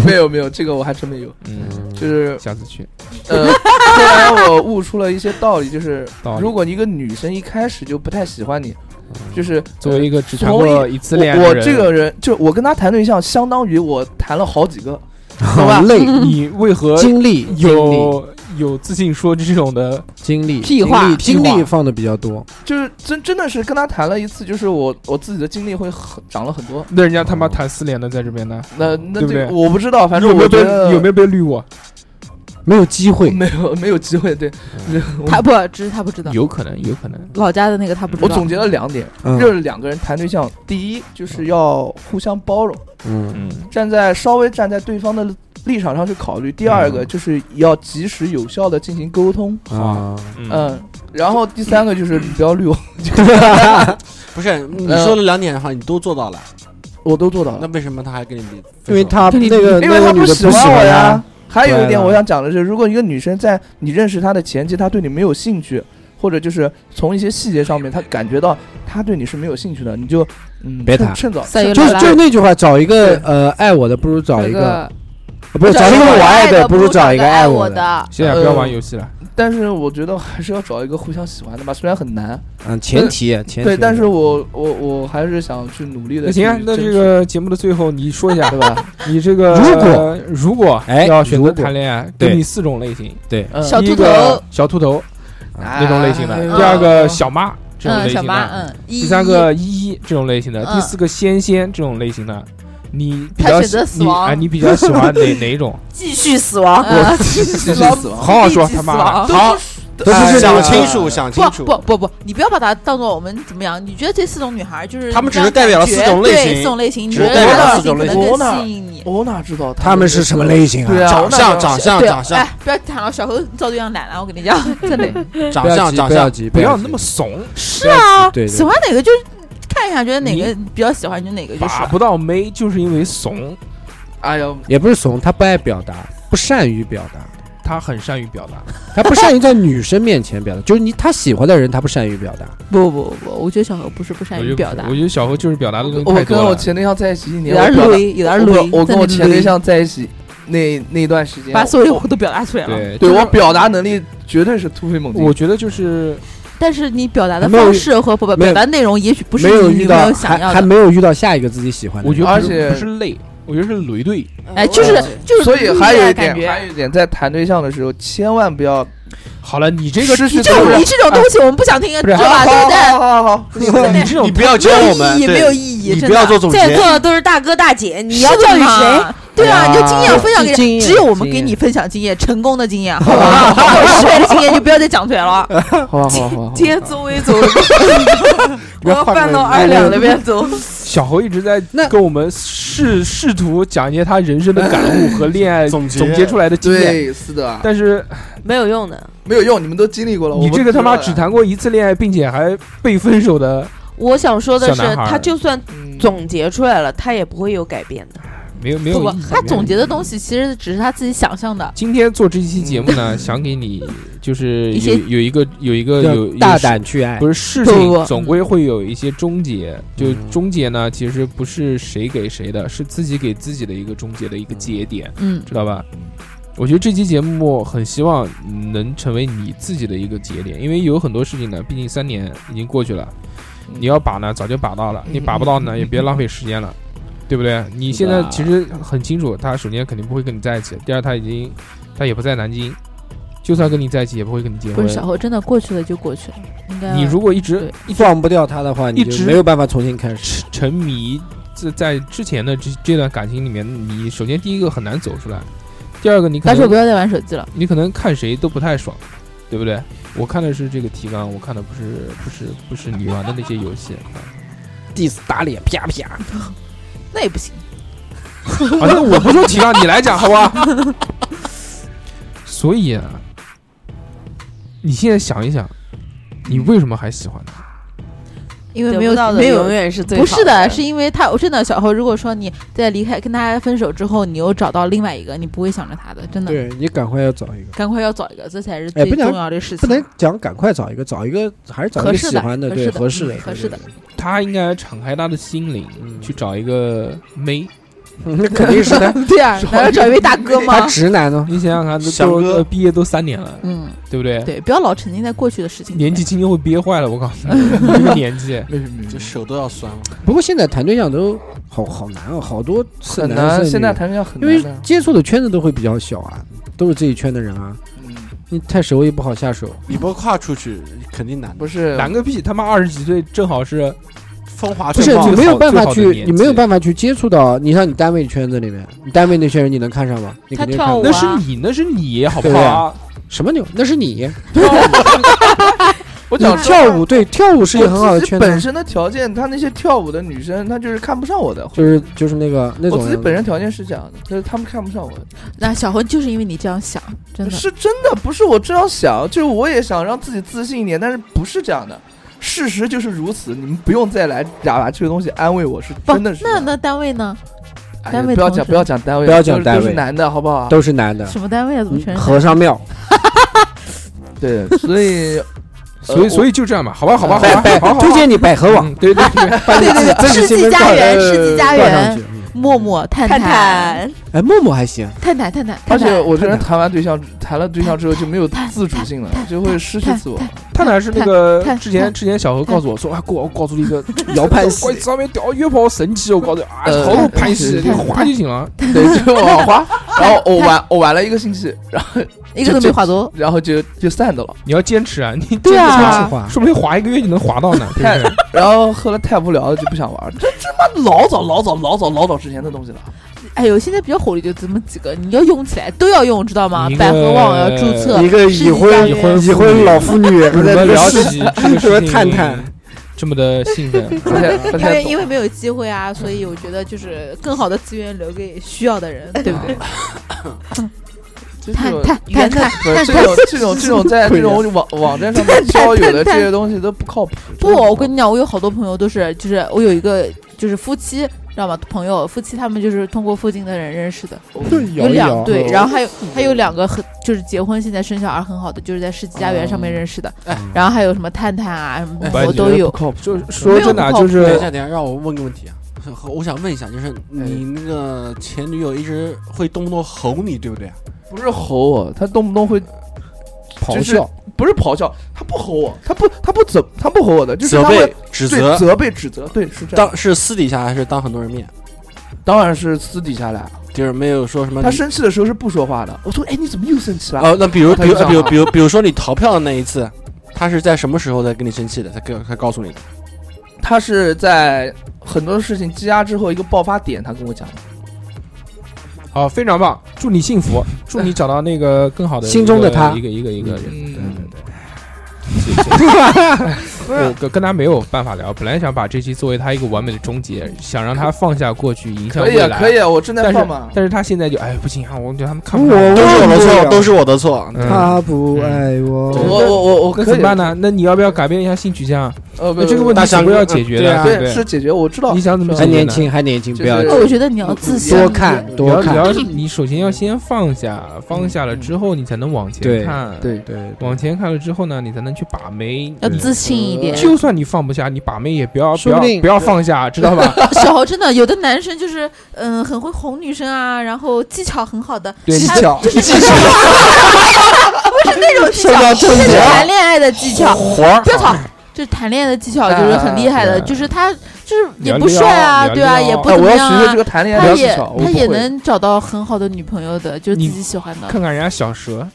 [SPEAKER 7] 没有没有，这个我还真没有，
[SPEAKER 1] 嗯，
[SPEAKER 7] 就是
[SPEAKER 1] 下次去
[SPEAKER 7] 呃，后来我悟出了一些道理，就是
[SPEAKER 1] 道理嗯
[SPEAKER 7] 如果一个女生一开始就不太喜欢你，就是
[SPEAKER 1] 作为一个只谈
[SPEAKER 7] 从
[SPEAKER 1] 过一次
[SPEAKER 7] 我
[SPEAKER 1] 恋爱
[SPEAKER 7] 我
[SPEAKER 1] 的人，
[SPEAKER 7] 这个人，就我跟她谈对象，相当于我谈了好几个，懂吧
[SPEAKER 2] 好？累，
[SPEAKER 1] 你为何
[SPEAKER 2] 经历
[SPEAKER 1] 有有自信说这种的，
[SPEAKER 2] 经历
[SPEAKER 3] 屁话
[SPEAKER 2] 经
[SPEAKER 1] 屁话
[SPEAKER 2] 历放的比较多，
[SPEAKER 7] 就是真真的是跟她谈了一次，就是我我自己的经历会很长了很多。
[SPEAKER 1] 那人家他妈谈四年的在这边呢，
[SPEAKER 7] 那那
[SPEAKER 1] 对不
[SPEAKER 7] 这个
[SPEAKER 1] 对
[SPEAKER 7] 我不知道，反正
[SPEAKER 1] 有没
[SPEAKER 7] 我
[SPEAKER 1] 有被
[SPEAKER 7] 觉得
[SPEAKER 1] 有没有被绿过？
[SPEAKER 2] 没有
[SPEAKER 7] *laughs*
[SPEAKER 2] 机会。
[SPEAKER 7] 没有没有机会。对，
[SPEAKER 1] 嗯
[SPEAKER 3] 他不只是他不知道，
[SPEAKER 1] 有可能，有可能。
[SPEAKER 3] 老家的那个他不知
[SPEAKER 7] 我
[SPEAKER 3] 道。
[SPEAKER 7] 总结了两点，
[SPEAKER 2] 嗯
[SPEAKER 7] 就是两个人谈对象，第一就是要互相包容，
[SPEAKER 2] 嗯，
[SPEAKER 1] 嗯，
[SPEAKER 7] 站在稍微站在对方的立场上去考虑；第二个
[SPEAKER 1] 嗯
[SPEAKER 7] 就是要及时有效的进行沟通。
[SPEAKER 2] 啊，
[SPEAKER 7] 嗯，然后第三个就是不要绿我，
[SPEAKER 4] 不是你
[SPEAKER 7] 呃
[SPEAKER 4] 说了两点的话，你都做到了，
[SPEAKER 7] 我都做到
[SPEAKER 4] 那
[SPEAKER 7] 了，
[SPEAKER 4] 为什么他还跟你离？
[SPEAKER 2] 因为他
[SPEAKER 3] 你
[SPEAKER 2] 那个
[SPEAKER 7] 因为
[SPEAKER 2] 呃那
[SPEAKER 7] 他
[SPEAKER 2] 个女的
[SPEAKER 7] 喜
[SPEAKER 2] 喜
[SPEAKER 7] 欢我
[SPEAKER 2] 欢啊
[SPEAKER 7] 呀。。还有一
[SPEAKER 2] 对
[SPEAKER 7] 点
[SPEAKER 2] 了
[SPEAKER 7] 我想讲的是，如果一个女生在你认识她的前期，她对你没有兴趣，或者就是从一些细节上面，她感觉到她对你是没有兴趣的，你就嗯，
[SPEAKER 2] 别
[SPEAKER 7] 趁
[SPEAKER 2] 谈
[SPEAKER 7] 趁早
[SPEAKER 3] 塞
[SPEAKER 7] 趁
[SPEAKER 3] 又
[SPEAKER 2] 就
[SPEAKER 7] 早
[SPEAKER 3] 拉
[SPEAKER 2] 是就是那句话，找一个
[SPEAKER 7] 对
[SPEAKER 2] 呃爱我的，不如找一个，呃不是
[SPEAKER 6] 找
[SPEAKER 2] 找一个
[SPEAKER 6] 个
[SPEAKER 2] 我爱
[SPEAKER 6] 的，
[SPEAKER 2] 不如找一个
[SPEAKER 6] 爱
[SPEAKER 2] 我的。
[SPEAKER 3] 嗯
[SPEAKER 6] 的。
[SPEAKER 1] 现在
[SPEAKER 7] 呃
[SPEAKER 1] 不要玩游戏了，
[SPEAKER 7] 但是我觉得还是要找一个互相喜欢的吧，虽然很难，
[SPEAKER 2] 嗯，前提前提。
[SPEAKER 7] 对，但是
[SPEAKER 2] 嗯
[SPEAKER 7] 我我我还是想去努力
[SPEAKER 1] 那
[SPEAKER 7] 的。
[SPEAKER 1] 行啊，那这个节目的最后你说一下
[SPEAKER 7] 对， *laughs* 吧？
[SPEAKER 1] 你这个
[SPEAKER 2] 如果
[SPEAKER 1] 呃如果
[SPEAKER 2] 哎
[SPEAKER 1] 要选择
[SPEAKER 2] 如果
[SPEAKER 1] 谈恋爱，
[SPEAKER 2] 对
[SPEAKER 1] 给你四种类型，
[SPEAKER 7] 嗯
[SPEAKER 3] 小
[SPEAKER 1] 第
[SPEAKER 3] 秃
[SPEAKER 1] 一
[SPEAKER 3] 头
[SPEAKER 1] 个小秃头那种类型
[SPEAKER 7] 哎
[SPEAKER 1] 的，
[SPEAKER 7] 呦
[SPEAKER 1] 第二个小妈这种
[SPEAKER 3] 嗯，
[SPEAKER 1] 类
[SPEAKER 3] 小
[SPEAKER 1] 型
[SPEAKER 3] 八
[SPEAKER 1] 的，
[SPEAKER 3] 嗯，
[SPEAKER 1] 第
[SPEAKER 3] 第
[SPEAKER 1] 三个依依这种类型的，
[SPEAKER 3] 嗯
[SPEAKER 1] 第四个仙仙这种类型的。你比
[SPEAKER 6] 他
[SPEAKER 1] 较
[SPEAKER 6] 选择
[SPEAKER 1] 喜
[SPEAKER 6] 死
[SPEAKER 1] 你
[SPEAKER 6] 亡
[SPEAKER 1] 哎，你比较喜欢哪哪一种？
[SPEAKER 6] 继续死
[SPEAKER 1] *laughs*
[SPEAKER 6] 亡，
[SPEAKER 1] 啊
[SPEAKER 7] *laughs*
[SPEAKER 3] 我
[SPEAKER 7] 继续哎死亡。
[SPEAKER 1] 好好说，他妈的！
[SPEAKER 4] 好，
[SPEAKER 2] 都不是
[SPEAKER 4] 想
[SPEAKER 2] 两
[SPEAKER 4] 清楚，想清
[SPEAKER 3] 不
[SPEAKER 4] 楚。
[SPEAKER 3] 不不不，你不要把它当做我们怎么样？你觉得这四种女孩就是
[SPEAKER 4] 她们只
[SPEAKER 3] 你
[SPEAKER 4] 是
[SPEAKER 3] 这样
[SPEAKER 4] 代表了
[SPEAKER 3] 感
[SPEAKER 4] 四
[SPEAKER 3] 觉
[SPEAKER 4] 种类
[SPEAKER 3] 对
[SPEAKER 4] 型
[SPEAKER 3] 四种类型，你
[SPEAKER 4] 只
[SPEAKER 3] 觉得
[SPEAKER 4] 是代表
[SPEAKER 3] 哪
[SPEAKER 4] 了
[SPEAKER 3] 种
[SPEAKER 4] 四种
[SPEAKER 3] 类
[SPEAKER 4] 类
[SPEAKER 3] 型可
[SPEAKER 7] 型
[SPEAKER 3] 能更吸引你？
[SPEAKER 7] 我哦哪知道
[SPEAKER 2] 他们是什么？类型
[SPEAKER 7] 对
[SPEAKER 2] 啊？
[SPEAKER 7] 啊，
[SPEAKER 4] 长
[SPEAKER 7] 我哪
[SPEAKER 4] 相、
[SPEAKER 7] 知道
[SPEAKER 4] 长相、
[SPEAKER 3] 对
[SPEAKER 4] 长相、
[SPEAKER 3] 哎，不要谈到小何照这样懒了，我跟你讲，真的
[SPEAKER 2] 不
[SPEAKER 4] 长
[SPEAKER 2] 要
[SPEAKER 4] 相、
[SPEAKER 2] 急，
[SPEAKER 4] 长
[SPEAKER 2] 不要
[SPEAKER 4] 相。
[SPEAKER 2] 急，
[SPEAKER 1] 不要那
[SPEAKER 2] 急
[SPEAKER 1] 么怂，
[SPEAKER 3] 是啊，
[SPEAKER 2] 对对
[SPEAKER 3] 喜欢哪个就看一下，觉得哪个比较喜欢就哪个就是
[SPEAKER 1] 把。不到妹就是因为怂，
[SPEAKER 7] 哎呀，
[SPEAKER 2] 也不是怂，他不爱表达，不善于表达。
[SPEAKER 1] 他很善于表达，
[SPEAKER 2] 他不善于在女生面前表达，就是你他喜欢的人，他不善于表达。
[SPEAKER 3] 不不不，我觉得小何不是不善
[SPEAKER 1] 我觉
[SPEAKER 3] 于
[SPEAKER 1] 得
[SPEAKER 3] 表达
[SPEAKER 1] 我，觉得小何就是表达的东西
[SPEAKER 7] 我
[SPEAKER 1] 太
[SPEAKER 7] 跟
[SPEAKER 1] 多
[SPEAKER 7] 我
[SPEAKER 1] 了。
[SPEAKER 7] 前对象在一起一
[SPEAKER 3] 有
[SPEAKER 7] 年，
[SPEAKER 3] 点
[SPEAKER 7] 我表达
[SPEAKER 3] 累，有点
[SPEAKER 7] 我
[SPEAKER 3] 累。
[SPEAKER 7] 我跟我前对
[SPEAKER 3] 累，
[SPEAKER 7] 象在一起那那段时间，
[SPEAKER 3] 把所有都表达出来了。
[SPEAKER 1] 对，
[SPEAKER 7] 对
[SPEAKER 1] 就是
[SPEAKER 7] 我表达能力绝对是突飞猛进。
[SPEAKER 1] 我觉得就是
[SPEAKER 3] 但是你表达的
[SPEAKER 2] 没有
[SPEAKER 3] 方式和表
[SPEAKER 2] 没有
[SPEAKER 3] 表达内容，也许不是
[SPEAKER 2] 没有
[SPEAKER 3] 你
[SPEAKER 2] 遇
[SPEAKER 3] 有
[SPEAKER 2] 到，
[SPEAKER 3] 没有
[SPEAKER 2] 还
[SPEAKER 3] 想要
[SPEAKER 2] 还
[SPEAKER 3] 的。
[SPEAKER 2] 没有遇到下一个自己喜欢的
[SPEAKER 1] 我
[SPEAKER 2] 人。
[SPEAKER 1] 觉得
[SPEAKER 7] 而
[SPEAKER 1] 不是
[SPEAKER 7] 且
[SPEAKER 1] 不是累，我觉得是累赘。
[SPEAKER 3] 哎，就是就是
[SPEAKER 7] 所以
[SPEAKER 3] 腻
[SPEAKER 7] 还有
[SPEAKER 3] 的
[SPEAKER 7] 一点
[SPEAKER 3] 感，觉
[SPEAKER 7] 还。有一点，在谈对象的时候，千万不要
[SPEAKER 1] 好了，你这个
[SPEAKER 7] 失去
[SPEAKER 3] 你这种你
[SPEAKER 7] 是
[SPEAKER 3] 这种东西，我们不想听，知
[SPEAKER 1] 不是
[SPEAKER 3] 道
[SPEAKER 7] 好
[SPEAKER 3] 吧？对不
[SPEAKER 7] 好
[SPEAKER 3] 对？
[SPEAKER 7] 好好，
[SPEAKER 3] 对不对
[SPEAKER 4] 你这种不要教我们，
[SPEAKER 3] 没有意
[SPEAKER 4] 对
[SPEAKER 3] 义，没有意义，
[SPEAKER 4] 你
[SPEAKER 3] 真
[SPEAKER 4] 不要
[SPEAKER 3] 的。
[SPEAKER 4] 做总
[SPEAKER 6] 在
[SPEAKER 4] 结
[SPEAKER 6] 座，的都是大哥大姐，你要
[SPEAKER 3] 是
[SPEAKER 6] 教育
[SPEAKER 3] 吗
[SPEAKER 6] 谁？？
[SPEAKER 1] 哦
[SPEAKER 3] 对啊，你就经验分享
[SPEAKER 2] 经
[SPEAKER 3] 给
[SPEAKER 2] 验
[SPEAKER 3] 人，只有我们
[SPEAKER 2] 经
[SPEAKER 3] 给
[SPEAKER 2] 验
[SPEAKER 3] 你分享经验，成功的经验，好吧？有失败的经验就不要再讲出来了。
[SPEAKER 7] 好好好好，
[SPEAKER 6] 今天走一
[SPEAKER 1] *laughs*
[SPEAKER 6] 走，
[SPEAKER 4] 不
[SPEAKER 6] 我
[SPEAKER 4] 要
[SPEAKER 6] 要
[SPEAKER 4] 换
[SPEAKER 6] 搬
[SPEAKER 4] 个
[SPEAKER 6] 到
[SPEAKER 4] 人
[SPEAKER 6] 二两那
[SPEAKER 1] *laughs*
[SPEAKER 6] 边走。
[SPEAKER 1] 小侯一直在
[SPEAKER 2] 那
[SPEAKER 1] 跟我们试试图讲一些他人生的感悟和恋爱
[SPEAKER 4] 总结
[SPEAKER 1] 总结出来的经验，
[SPEAKER 7] 对，是的，啊
[SPEAKER 1] 但是
[SPEAKER 6] 没有用的。
[SPEAKER 7] 没有用，你们都经历过了。
[SPEAKER 1] 你
[SPEAKER 7] 我
[SPEAKER 1] 这个
[SPEAKER 7] 不
[SPEAKER 1] 他妈
[SPEAKER 7] 知
[SPEAKER 1] 只
[SPEAKER 7] 道
[SPEAKER 1] 谈过一次恋爱，并且还被分手的，
[SPEAKER 6] 我想说的
[SPEAKER 1] 小
[SPEAKER 6] 是
[SPEAKER 1] 男，孩儿
[SPEAKER 6] 他就算
[SPEAKER 7] 嗯
[SPEAKER 6] 总结出来了，他也不会有改变的。
[SPEAKER 1] 没有没有
[SPEAKER 3] 不
[SPEAKER 1] 意义。
[SPEAKER 3] 不，他
[SPEAKER 1] 没有
[SPEAKER 3] 总结
[SPEAKER 1] 意义
[SPEAKER 3] 的东西其实只是他自己想象的。
[SPEAKER 1] 今天做这期节目呢，想给你就是
[SPEAKER 3] 一
[SPEAKER 1] 有
[SPEAKER 3] 些
[SPEAKER 1] 有一个有一个
[SPEAKER 2] 要
[SPEAKER 1] 有
[SPEAKER 2] 大，胆去爱
[SPEAKER 1] 有事不，是事
[SPEAKER 3] 不不
[SPEAKER 1] 情嗯
[SPEAKER 3] 不
[SPEAKER 1] 哎总归会有一些终结，就
[SPEAKER 2] 嗯
[SPEAKER 1] 终结呢，其实不是谁给谁的，是自己给自己的一个终结的一个节点，
[SPEAKER 3] 嗯，
[SPEAKER 1] 知道吧？我觉得这期节目很希望能成为你自己的一个节点，因为有很多事情呢，毕竟三年已经过去了，你要把呢早就把到了，你把不到呢也别浪费时间了，对不对？你现在其实很清楚，他首先肯定不会跟你在一起，第二他已经他也不在南京，就算跟你在一起也不会跟你结
[SPEAKER 3] 不
[SPEAKER 1] 婚
[SPEAKER 3] 是。小侯，真的过去了就过去了，应该
[SPEAKER 1] 你如果一直
[SPEAKER 2] 放不掉他的话，你
[SPEAKER 1] 一
[SPEAKER 2] 就
[SPEAKER 1] 直
[SPEAKER 2] 没有办法重新开始。
[SPEAKER 1] 沉沉迷在在之前的这这段感情里面，你首先第一个很难走出来，第二个你可
[SPEAKER 3] 但是我不
[SPEAKER 1] 能
[SPEAKER 3] 要再玩手机了。
[SPEAKER 1] 你可能看谁都不太爽，对不对？我看的是这个提纲，我看的不是不是不是你玩的那些游戏。
[SPEAKER 5] diss 打脸，啪
[SPEAKER 1] 啊
[SPEAKER 5] 啪。
[SPEAKER 3] 那也不行，
[SPEAKER 1] 好像我不说提纲，你来讲好 *laughs* 不好？所以啊，你现在想一想，你为什么还喜欢他？
[SPEAKER 3] 因为
[SPEAKER 6] 得
[SPEAKER 3] 没
[SPEAKER 6] 不
[SPEAKER 3] 有
[SPEAKER 6] 到的
[SPEAKER 3] 没有
[SPEAKER 6] 永远是最
[SPEAKER 3] 不是
[SPEAKER 6] 好
[SPEAKER 3] 的，是因为他，我真的小侯，如果说你在离开跟他分手之后，你又找到另外一个，你不会想着他的，真的。
[SPEAKER 2] 对你赶快要找一个，
[SPEAKER 3] 赶快要找一个，这才是
[SPEAKER 2] 哎
[SPEAKER 3] 最
[SPEAKER 2] 不能
[SPEAKER 3] 重要的事
[SPEAKER 2] 不
[SPEAKER 3] 情。
[SPEAKER 2] 能讲赶快找一个，找一个还是找一
[SPEAKER 3] 合
[SPEAKER 2] 个
[SPEAKER 3] 适
[SPEAKER 2] 喜
[SPEAKER 3] 的
[SPEAKER 2] 欢的，
[SPEAKER 3] 合
[SPEAKER 2] 对，
[SPEAKER 3] 适的
[SPEAKER 2] 合适的，
[SPEAKER 3] 嗯合
[SPEAKER 2] 对
[SPEAKER 3] 适的。
[SPEAKER 1] 他应该敞开他的心灵去找一个妹。
[SPEAKER 2] 对对那嗯肯定是
[SPEAKER 3] *laughs*
[SPEAKER 2] 啊的。
[SPEAKER 3] 对啊，难道找一位大哥
[SPEAKER 2] 他
[SPEAKER 3] 吗？
[SPEAKER 2] 直男哦呢？
[SPEAKER 1] 你想想看，这
[SPEAKER 4] 翔
[SPEAKER 1] 都
[SPEAKER 4] 哥
[SPEAKER 1] 都毕业都三年了，
[SPEAKER 3] 嗯，
[SPEAKER 1] 对不对？
[SPEAKER 3] 对，不要老沉浸在过去的事情里面。
[SPEAKER 1] 年纪轻轻会憋坏了，我告诉你，你这个年纪
[SPEAKER 7] 没事没
[SPEAKER 4] 这
[SPEAKER 7] 事，
[SPEAKER 4] 手都要酸了。
[SPEAKER 2] 不过现在谈对象都好好难哦，好多是
[SPEAKER 7] 很
[SPEAKER 2] 男是
[SPEAKER 7] 难。
[SPEAKER 2] 女
[SPEAKER 7] 现在谈对象很
[SPEAKER 2] 因
[SPEAKER 7] 难
[SPEAKER 2] 为
[SPEAKER 7] 的，
[SPEAKER 2] 接触的圈子都会比较小啊，都是这一圈的人啊，
[SPEAKER 7] 嗯
[SPEAKER 2] 你太熟也不好下手。
[SPEAKER 4] 你不跨出去，肯定难的。
[SPEAKER 7] 不是
[SPEAKER 1] 难个屁！他妈二十几岁正好是
[SPEAKER 4] 风华
[SPEAKER 2] 不
[SPEAKER 4] 正
[SPEAKER 2] 是
[SPEAKER 4] 茂
[SPEAKER 2] 你没有办
[SPEAKER 1] 最
[SPEAKER 2] 法
[SPEAKER 1] 好的
[SPEAKER 2] 去，
[SPEAKER 1] 年纪
[SPEAKER 2] 你没有办法去接触到，你像你单位圈子里面，你单位那些人你能看上吗？你肯定看
[SPEAKER 6] 他跳舞
[SPEAKER 2] 不
[SPEAKER 1] 那
[SPEAKER 2] 上
[SPEAKER 1] 是你那是你好不好啊？
[SPEAKER 2] 什么牛？那是你，
[SPEAKER 7] 我
[SPEAKER 2] 你
[SPEAKER 7] 讲
[SPEAKER 2] 跳舞对跳舞是一个很好
[SPEAKER 7] 我
[SPEAKER 2] 的
[SPEAKER 7] 自己
[SPEAKER 2] 圈
[SPEAKER 7] 本
[SPEAKER 2] 子，
[SPEAKER 7] 身的条件，她那些跳舞的女生，她就是看不上我的。
[SPEAKER 2] 就是就是那个那
[SPEAKER 7] 我
[SPEAKER 2] 种
[SPEAKER 7] 自己
[SPEAKER 2] 人
[SPEAKER 7] 本身条件是这样的，就是他们看不上我，
[SPEAKER 3] 那小侯就是因为你这样想，真的。
[SPEAKER 7] 是真的，不是我这样想，就是我也想让自己自信一点，但是不是这样的，事实就是如此，你们不用再来把这个东西安慰我，是
[SPEAKER 3] 不，
[SPEAKER 7] 真的是这
[SPEAKER 3] 那
[SPEAKER 7] 样。
[SPEAKER 3] 那单位呢？
[SPEAKER 7] 哎
[SPEAKER 3] 单位
[SPEAKER 7] 不要
[SPEAKER 3] 同
[SPEAKER 7] 讲
[SPEAKER 3] 事
[SPEAKER 7] 不要讲单位，
[SPEAKER 2] 不要
[SPEAKER 7] 都
[SPEAKER 2] 讲
[SPEAKER 7] 是
[SPEAKER 2] 单
[SPEAKER 7] 都
[SPEAKER 2] 位
[SPEAKER 7] 是男的好不好？
[SPEAKER 2] 都是男的，嗯
[SPEAKER 3] 什么单位啊？怎么全是
[SPEAKER 2] 和尚庙
[SPEAKER 7] 对，所以
[SPEAKER 1] *laughs* 所以所
[SPEAKER 7] 以
[SPEAKER 1] 以就这样吧，好吧，好吧，好
[SPEAKER 2] 百 *laughs*
[SPEAKER 1] 吧，
[SPEAKER 2] 百
[SPEAKER 1] 好吧好吧，
[SPEAKER 2] 推荐你百合网，
[SPEAKER 1] 嗯对对对，
[SPEAKER 2] 把你
[SPEAKER 3] 对
[SPEAKER 2] 自己
[SPEAKER 3] 对对，
[SPEAKER 2] 真实
[SPEAKER 3] 世
[SPEAKER 2] 新
[SPEAKER 3] 纪
[SPEAKER 2] 闻
[SPEAKER 3] 家
[SPEAKER 2] 挂
[SPEAKER 3] 园，世纪家
[SPEAKER 2] 挂上
[SPEAKER 3] 园
[SPEAKER 2] 去，。
[SPEAKER 3] 陌陌、探
[SPEAKER 6] 探
[SPEAKER 3] 探、
[SPEAKER 6] 探，
[SPEAKER 2] 哎，默默还行，
[SPEAKER 3] 探探、探探、
[SPEAKER 7] 而
[SPEAKER 3] 探
[SPEAKER 7] 且
[SPEAKER 3] 探。
[SPEAKER 7] 我
[SPEAKER 2] *laughs*
[SPEAKER 7] 这人谈完对象谈了对象之后就没有
[SPEAKER 3] 探
[SPEAKER 7] 自主性了，就会失去自我。
[SPEAKER 1] 他俩是那个
[SPEAKER 3] 看
[SPEAKER 1] 之前
[SPEAKER 3] 看
[SPEAKER 1] 之前小何告诉我说，啊，我告诉你一个
[SPEAKER 2] 姚
[SPEAKER 1] *laughs*
[SPEAKER 2] 盼喜
[SPEAKER 1] 关上面屌约炮神器，我告诉你啊，
[SPEAKER 7] 呃
[SPEAKER 1] 毫无拍戏，
[SPEAKER 7] 看
[SPEAKER 1] 你滑就行了。
[SPEAKER 7] 对，就往
[SPEAKER 3] *laughs*
[SPEAKER 7] 花，然后我玩我玩了一个星期，然后
[SPEAKER 3] 一个都没划走。
[SPEAKER 7] 然后就就散的了。
[SPEAKER 1] 你要坚持啊，你
[SPEAKER 3] 对
[SPEAKER 2] 真的
[SPEAKER 3] 啊
[SPEAKER 2] 是，话
[SPEAKER 1] 说不定滑一个月就能滑到呢，对
[SPEAKER 7] 太
[SPEAKER 1] 不对？
[SPEAKER 7] 然后后来太无聊了，就不想
[SPEAKER 3] *laughs*
[SPEAKER 7] 玩。这这他妈老早老早老早老早之前的东西了。
[SPEAKER 3] 哎呦，现在比较火的就这么几个，你要用起来都要用，知道吗
[SPEAKER 1] 一？个
[SPEAKER 3] 百合网要注册，
[SPEAKER 2] 一个已婚
[SPEAKER 1] 已婚
[SPEAKER 2] 已婚老妇女
[SPEAKER 1] 为什么
[SPEAKER 2] 在
[SPEAKER 1] 聊
[SPEAKER 2] 世
[SPEAKER 1] 起这个
[SPEAKER 2] 什么
[SPEAKER 1] 事情
[SPEAKER 2] 探探
[SPEAKER 1] 这么的兴奋？
[SPEAKER 7] 不太不
[SPEAKER 3] 因
[SPEAKER 7] 太
[SPEAKER 3] 为
[SPEAKER 7] 懂
[SPEAKER 3] 因为没有机会啊，所以我觉得就是更好的资源留给需要的人，对不对？
[SPEAKER 7] 就是
[SPEAKER 3] *laughs* 探
[SPEAKER 7] 有
[SPEAKER 3] 探
[SPEAKER 7] 原
[SPEAKER 3] 探
[SPEAKER 7] 来
[SPEAKER 3] 探
[SPEAKER 7] 不是
[SPEAKER 3] 探
[SPEAKER 7] 这
[SPEAKER 3] 探
[SPEAKER 7] 种这种这种在这种网网站上面交友的这些东西都不靠谱。
[SPEAKER 3] 不，我跟你讲，我有好多朋友都是，就是我有一个就是夫妻，知道吗？朋友夫妻他们就是通过附近的人认识的，有
[SPEAKER 1] 摇一
[SPEAKER 3] 两
[SPEAKER 1] 摇，
[SPEAKER 3] 对，然后还有还有两个很就是结婚现在生小孩很好的，就是在世纪家园上面认识的，然后还有什么探探啊什么
[SPEAKER 1] 白
[SPEAKER 3] 我
[SPEAKER 1] 洁
[SPEAKER 3] 都有，
[SPEAKER 1] 靠
[SPEAKER 4] 就
[SPEAKER 1] 说真的啊，
[SPEAKER 3] 没有
[SPEAKER 1] 就
[SPEAKER 4] 等一
[SPEAKER 1] 是
[SPEAKER 4] 下，等一下，让我问个问题啊。我想问一下，
[SPEAKER 3] 哎
[SPEAKER 4] 就是你那个前女友一直会动不动吼你，对不对？
[SPEAKER 7] 不是吼我，他动不动会
[SPEAKER 1] 咆
[SPEAKER 7] 就是
[SPEAKER 1] 哮，
[SPEAKER 7] 不是咆哮，他不吼我，他不他不责他不吼我的，就是
[SPEAKER 4] 责
[SPEAKER 7] 他会
[SPEAKER 4] 备、指
[SPEAKER 7] 对
[SPEAKER 4] 责，
[SPEAKER 7] 责备指责，对是这样。
[SPEAKER 4] 当是私底下还是当很多人面？
[SPEAKER 7] 当然是私底下来，啊
[SPEAKER 4] 就是没有说什么
[SPEAKER 7] 他
[SPEAKER 4] 你
[SPEAKER 7] 生气的时候是不说话的。我说哎你怎么又生气了？
[SPEAKER 4] 哦，那比如
[SPEAKER 7] 他
[SPEAKER 4] 比如
[SPEAKER 7] 就这样
[SPEAKER 4] 比如
[SPEAKER 7] 啊
[SPEAKER 4] 比如比如说你逃票的那一次，他是在什么时候在跟你生气的？他跟他告诉你的。
[SPEAKER 7] 他是在很多事情积压之后一个爆发点，他跟我讲的。
[SPEAKER 1] 好，非常棒，祝你幸福，祝你找到那个更好的
[SPEAKER 2] 心中的
[SPEAKER 1] 一个
[SPEAKER 2] 他
[SPEAKER 1] 一个一个一个人。
[SPEAKER 7] 嗯，
[SPEAKER 1] 谢谢。 *laughs* 我跟跟他没有办法聊，本来想把这期作为他一个完美的终结，想让他放下过去，影响
[SPEAKER 7] 可
[SPEAKER 1] 未
[SPEAKER 7] 以啊
[SPEAKER 1] 来。
[SPEAKER 7] 可以啊，我正在
[SPEAKER 1] 但
[SPEAKER 7] 放
[SPEAKER 1] 是
[SPEAKER 7] 嘛。
[SPEAKER 1] 但是他现在就哎不行啊，我觉得他们看不上
[SPEAKER 2] 我
[SPEAKER 1] 我。
[SPEAKER 4] 都是我的
[SPEAKER 2] 忘不
[SPEAKER 4] 错，
[SPEAKER 2] 了
[SPEAKER 4] 都是我的错。
[SPEAKER 1] 嗯
[SPEAKER 2] 他不爱
[SPEAKER 7] 我
[SPEAKER 2] 我，
[SPEAKER 7] 我我我
[SPEAKER 1] 那
[SPEAKER 7] 可
[SPEAKER 1] 怎
[SPEAKER 7] 以
[SPEAKER 1] 么办？呢？那你要不要改变一下性取向？
[SPEAKER 7] 呃，不
[SPEAKER 1] 那这个问题
[SPEAKER 4] 大
[SPEAKER 1] 是
[SPEAKER 4] 象
[SPEAKER 1] 不是
[SPEAKER 4] 哥
[SPEAKER 1] 要解决
[SPEAKER 4] 对
[SPEAKER 1] 的，
[SPEAKER 4] 啊
[SPEAKER 1] 对
[SPEAKER 7] 对
[SPEAKER 1] 不对？
[SPEAKER 7] 是解决，我知道
[SPEAKER 1] 你。想怎么
[SPEAKER 2] 还
[SPEAKER 1] 解决
[SPEAKER 2] 哎年
[SPEAKER 1] 呢？
[SPEAKER 2] 轻，还年轻，
[SPEAKER 7] 就是
[SPEAKER 2] 不要
[SPEAKER 7] 对
[SPEAKER 3] 哦我觉得你要自信
[SPEAKER 2] 多
[SPEAKER 3] 一点
[SPEAKER 2] 看
[SPEAKER 7] 对
[SPEAKER 1] 你要
[SPEAKER 2] 多
[SPEAKER 1] 你
[SPEAKER 2] 看，
[SPEAKER 1] 要你首先要先放下，放下了之后你才能往前
[SPEAKER 2] 对
[SPEAKER 1] 看。，
[SPEAKER 7] 对，
[SPEAKER 2] 对，
[SPEAKER 1] 往前看了之后呢，你才能去把妹。
[SPEAKER 3] 要自信一点。
[SPEAKER 1] 就算你放不下，你把妹也不要不
[SPEAKER 2] 说不
[SPEAKER 1] 要
[SPEAKER 2] 定
[SPEAKER 1] 不要放下，知道
[SPEAKER 3] *laughs*
[SPEAKER 1] 吧？
[SPEAKER 3] 小豪真的有的男生就是嗯、很会哄女生啊，然后技巧很好的，
[SPEAKER 1] 对
[SPEAKER 3] 技巧就是
[SPEAKER 4] 技巧
[SPEAKER 3] *laughs* 不是那种技巧，那是谈恋爱的技巧。
[SPEAKER 4] 活儿
[SPEAKER 3] 不要吵，就是谈恋爱的技巧就是很厉害的，
[SPEAKER 1] 对
[SPEAKER 3] 就是他就是也
[SPEAKER 1] 聊
[SPEAKER 3] 不帅啊，
[SPEAKER 1] 聊
[SPEAKER 3] 对啊，
[SPEAKER 1] 聊
[SPEAKER 3] 也不
[SPEAKER 7] 哎，
[SPEAKER 3] 怎
[SPEAKER 7] 我
[SPEAKER 3] 么
[SPEAKER 7] 要
[SPEAKER 3] 样
[SPEAKER 7] 学学这
[SPEAKER 3] 啊，
[SPEAKER 7] 个谈恋爱
[SPEAKER 3] 他
[SPEAKER 7] 的技
[SPEAKER 3] 也
[SPEAKER 7] 巧，我
[SPEAKER 3] 他
[SPEAKER 7] 不
[SPEAKER 3] 也
[SPEAKER 7] 会。
[SPEAKER 3] 能找到很好的女朋友的，就是自
[SPEAKER 1] 你
[SPEAKER 3] 己喜欢的
[SPEAKER 1] 看看人家小蛇，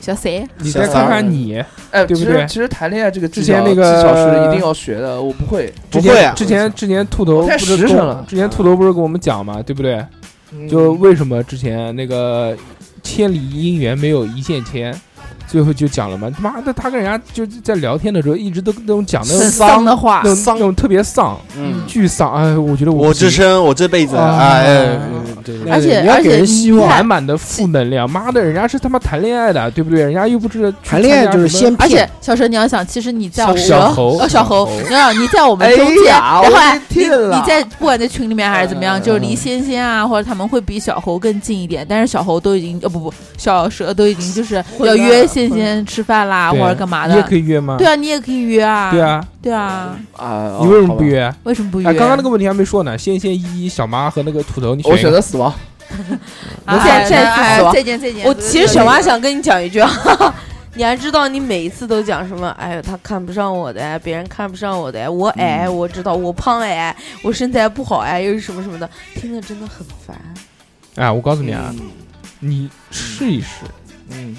[SPEAKER 3] 小谁。
[SPEAKER 1] 你再看看你，
[SPEAKER 7] 哎，
[SPEAKER 1] 对不
[SPEAKER 7] 其
[SPEAKER 1] 对
[SPEAKER 7] 实其实谈恋爱这个技
[SPEAKER 1] 之前
[SPEAKER 7] 巧
[SPEAKER 1] 那个
[SPEAKER 7] 技巧是一定要学的，我不会。
[SPEAKER 1] 之
[SPEAKER 4] 不会啊
[SPEAKER 1] 前之前之前兔头
[SPEAKER 7] 我太
[SPEAKER 1] 不是
[SPEAKER 7] 实
[SPEAKER 1] 跟
[SPEAKER 7] 诚了
[SPEAKER 1] 之前兔头不是跟我们讲嘛，对不对？
[SPEAKER 7] 嗯
[SPEAKER 1] 就为什么之前那个千里姻缘没有一线牵，最后就讲了嘛，他妈的他跟人家就在聊天的时候一直都那种讲那种
[SPEAKER 3] 很丧的话
[SPEAKER 1] 那，种那种特别丧，
[SPEAKER 4] 嗯，
[SPEAKER 1] 巨丧，哎，我觉得
[SPEAKER 4] 我
[SPEAKER 1] 不行
[SPEAKER 4] 这生我这辈子
[SPEAKER 1] 啊
[SPEAKER 4] 哎，
[SPEAKER 1] 对
[SPEAKER 3] 而且
[SPEAKER 2] 你要
[SPEAKER 3] 而
[SPEAKER 2] 给
[SPEAKER 3] 且
[SPEAKER 2] 人希望
[SPEAKER 3] 你
[SPEAKER 1] 满
[SPEAKER 3] 看
[SPEAKER 1] 满的负能量，妈的，人家是他妈谈恋爱的，对不对？人家又不是去
[SPEAKER 2] 谈恋爱
[SPEAKER 1] 参加
[SPEAKER 2] 就是
[SPEAKER 1] 什么
[SPEAKER 2] 先
[SPEAKER 3] 而且
[SPEAKER 2] 骗，
[SPEAKER 3] 小蛇，你要想，其实你在我
[SPEAKER 1] 小猴
[SPEAKER 3] 呃小猴
[SPEAKER 1] 小猴，
[SPEAKER 3] 你要想你在我们中
[SPEAKER 7] 哎
[SPEAKER 3] 间，
[SPEAKER 7] 呀
[SPEAKER 3] 然后
[SPEAKER 7] 我的
[SPEAKER 3] 哎你
[SPEAKER 7] 天呐
[SPEAKER 3] 你在不管在群里面还是怎么样，
[SPEAKER 7] 嗯
[SPEAKER 3] 就是离仙仙啊，或者他们会比小猴更近一点，但是小猴都已经呃不不，小蛇都已经就是要约仙仙吃饭啦，或
[SPEAKER 1] 对
[SPEAKER 3] 者干嘛
[SPEAKER 1] 你也
[SPEAKER 3] 的
[SPEAKER 1] 可。以约吗？
[SPEAKER 3] 对啊，你也可以约啊。
[SPEAKER 1] 对，啊，
[SPEAKER 3] 对啊，
[SPEAKER 7] 啊，
[SPEAKER 1] 你为什么
[SPEAKER 7] 好
[SPEAKER 1] 不
[SPEAKER 7] 吧？
[SPEAKER 1] 约？
[SPEAKER 3] 为什么不约？
[SPEAKER 1] 哎，刚刚那个问题还没说呢，仙仙依依、小妈和那个土豆，你
[SPEAKER 7] 我选
[SPEAKER 1] 择
[SPEAKER 7] 择死亡。
[SPEAKER 6] 我
[SPEAKER 3] 啊，
[SPEAKER 6] 现在现在去死
[SPEAKER 3] 哎
[SPEAKER 6] 吧
[SPEAKER 3] 再见再见。
[SPEAKER 6] 我其实小妈想跟你讲一句啊， *laughs* 你还知道你每一次都讲什么？哎呦，他看不上我的 *laughs* 呀，别人看不上我的呀，我矮，我知道我胖矮，我身材不好哎，又是什么什么的，听着真的很烦。
[SPEAKER 1] 哎，我告诉你
[SPEAKER 3] 嗯
[SPEAKER 1] 啊，
[SPEAKER 4] 嗯
[SPEAKER 1] 你试一试，
[SPEAKER 7] 嗯，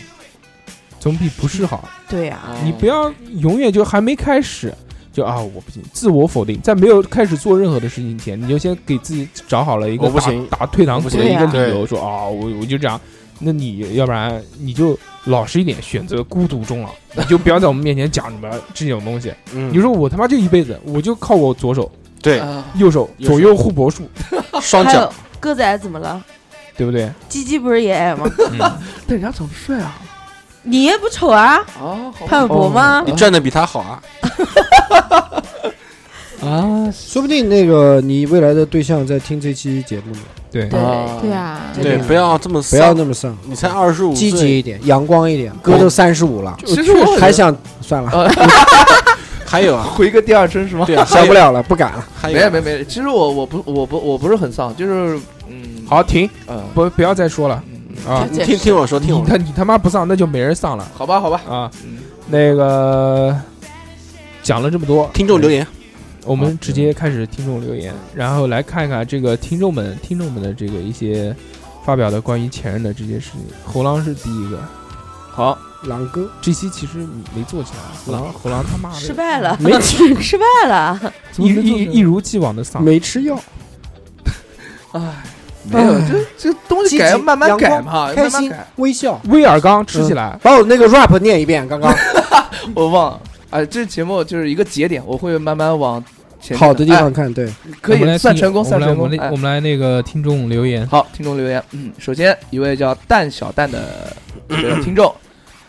[SPEAKER 1] 总比不试好。啊
[SPEAKER 6] 对
[SPEAKER 7] 啊
[SPEAKER 6] 呀，
[SPEAKER 1] 你不要永远就还没开始就啊，我不行，自我否定，在没有开始做任何的事情前，你就先给自己找好了一个
[SPEAKER 4] 我不
[SPEAKER 1] 打
[SPEAKER 4] 行
[SPEAKER 1] 打退堂鼓的一
[SPEAKER 6] 我
[SPEAKER 1] 个
[SPEAKER 6] 不
[SPEAKER 4] 行
[SPEAKER 1] 理由，说啊，我我就这样。那你要不然你就老实一点，选择孤独终老，你就不要在我们面前讲什么这种东西。
[SPEAKER 4] 嗯
[SPEAKER 1] 你说我他妈就一辈子，我就靠我左手、
[SPEAKER 4] 对
[SPEAKER 7] 啊
[SPEAKER 1] 右手、
[SPEAKER 4] 右手
[SPEAKER 1] 左右互搏术，
[SPEAKER 4] 双
[SPEAKER 6] 还
[SPEAKER 4] 脚
[SPEAKER 6] 有个子矮怎么了？
[SPEAKER 1] 对不对？
[SPEAKER 6] 鸡鸡不是也矮吗？
[SPEAKER 7] 但人家长得帅啊。
[SPEAKER 6] 你也不丑啊，
[SPEAKER 7] 啊，好吧
[SPEAKER 6] 潘玮柏吗
[SPEAKER 4] 你？站的比他好啊。
[SPEAKER 7] 啊，
[SPEAKER 2] 说不定那个你未来的对象在听这期节目呢，
[SPEAKER 1] 对
[SPEAKER 3] 对
[SPEAKER 7] 啊
[SPEAKER 3] 对啊，
[SPEAKER 4] 对，不要这么
[SPEAKER 2] 不要
[SPEAKER 4] 丧，
[SPEAKER 2] 那么丧，
[SPEAKER 4] 你才二十五
[SPEAKER 2] 积极
[SPEAKER 4] 岁。
[SPEAKER 2] 一点，阳光一点。哥都三十五了，
[SPEAKER 7] 其实我
[SPEAKER 2] 还想算了，
[SPEAKER 4] 还有啊，
[SPEAKER 7] *laughs* 回个第二针是吗？
[SPEAKER 4] 对啊，还
[SPEAKER 2] 想不
[SPEAKER 4] 有，
[SPEAKER 2] 了了，不敢了。
[SPEAKER 7] *laughs*
[SPEAKER 4] 还
[SPEAKER 7] 没
[SPEAKER 4] 有，
[SPEAKER 7] 没没，其实我我不我不我不是很丧，就是嗯，
[SPEAKER 1] 好，停，
[SPEAKER 7] 呃，嗯
[SPEAKER 1] 不不要再说了啊！
[SPEAKER 4] 你听听我说，听
[SPEAKER 1] 你
[SPEAKER 4] 我说，
[SPEAKER 1] 他你他妈不上，那就没人上了。
[SPEAKER 7] 好吧好吧，
[SPEAKER 1] 啊，
[SPEAKER 6] 嗯
[SPEAKER 1] 那个讲了这么多，哎
[SPEAKER 4] 听众留，言，
[SPEAKER 1] 我们直接开始听众留言，然后来看看这个听众们听众们的这个一些发表的关于前任的这些事情。猴狼是第一个，
[SPEAKER 7] 好，
[SPEAKER 2] 狼 *laughs* 哥
[SPEAKER 1] 这期其实没做起来，啊猴狼猴狼他妈的
[SPEAKER 6] 失败了，
[SPEAKER 2] 没 *laughs* 吃
[SPEAKER 6] 失败了。
[SPEAKER 1] 一一一如既往的丧。
[SPEAKER 2] 没吃药，
[SPEAKER 7] 哎，没有，这这东西改
[SPEAKER 2] 积极
[SPEAKER 7] 慢慢改
[SPEAKER 2] 阳
[SPEAKER 7] 嘛，
[SPEAKER 2] 开
[SPEAKER 7] 慢慢
[SPEAKER 2] 心
[SPEAKER 7] 改，
[SPEAKER 2] 微笑。
[SPEAKER 1] 威尔刚吃起
[SPEAKER 7] 嗯
[SPEAKER 1] 来，
[SPEAKER 2] 把我那个 rap 念一遍，刚刚
[SPEAKER 7] 我忘了，哎，这节目就是一个节点，我会慢慢往前面
[SPEAKER 2] *laughs* 好的地
[SPEAKER 7] 哎
[SPEAKER 2] 方看，对，
[SPEAKER 7] 可
[SPEAKER 1] 我们来
[SPEAKER 7] 以算
[SPEAKER 1] 听
[SPEAKER 7] 成功，
[SPEAKER 1] 我们
[SPEAKER 7] 算
[SPEAKER 1] 来
[SPEAKER 7] 成
[SPEAKER 1] 我
[SPEAKER 7] 功
[SPEAKER 1] 们，来
[SPEAKER 7] 哎
[SPEAKER 1] 我们来那个听众留言，
[SPEAKER 7] 好，听众留言，嗯，首先一位叫蛋小蛋的这个听 *coughs* 众，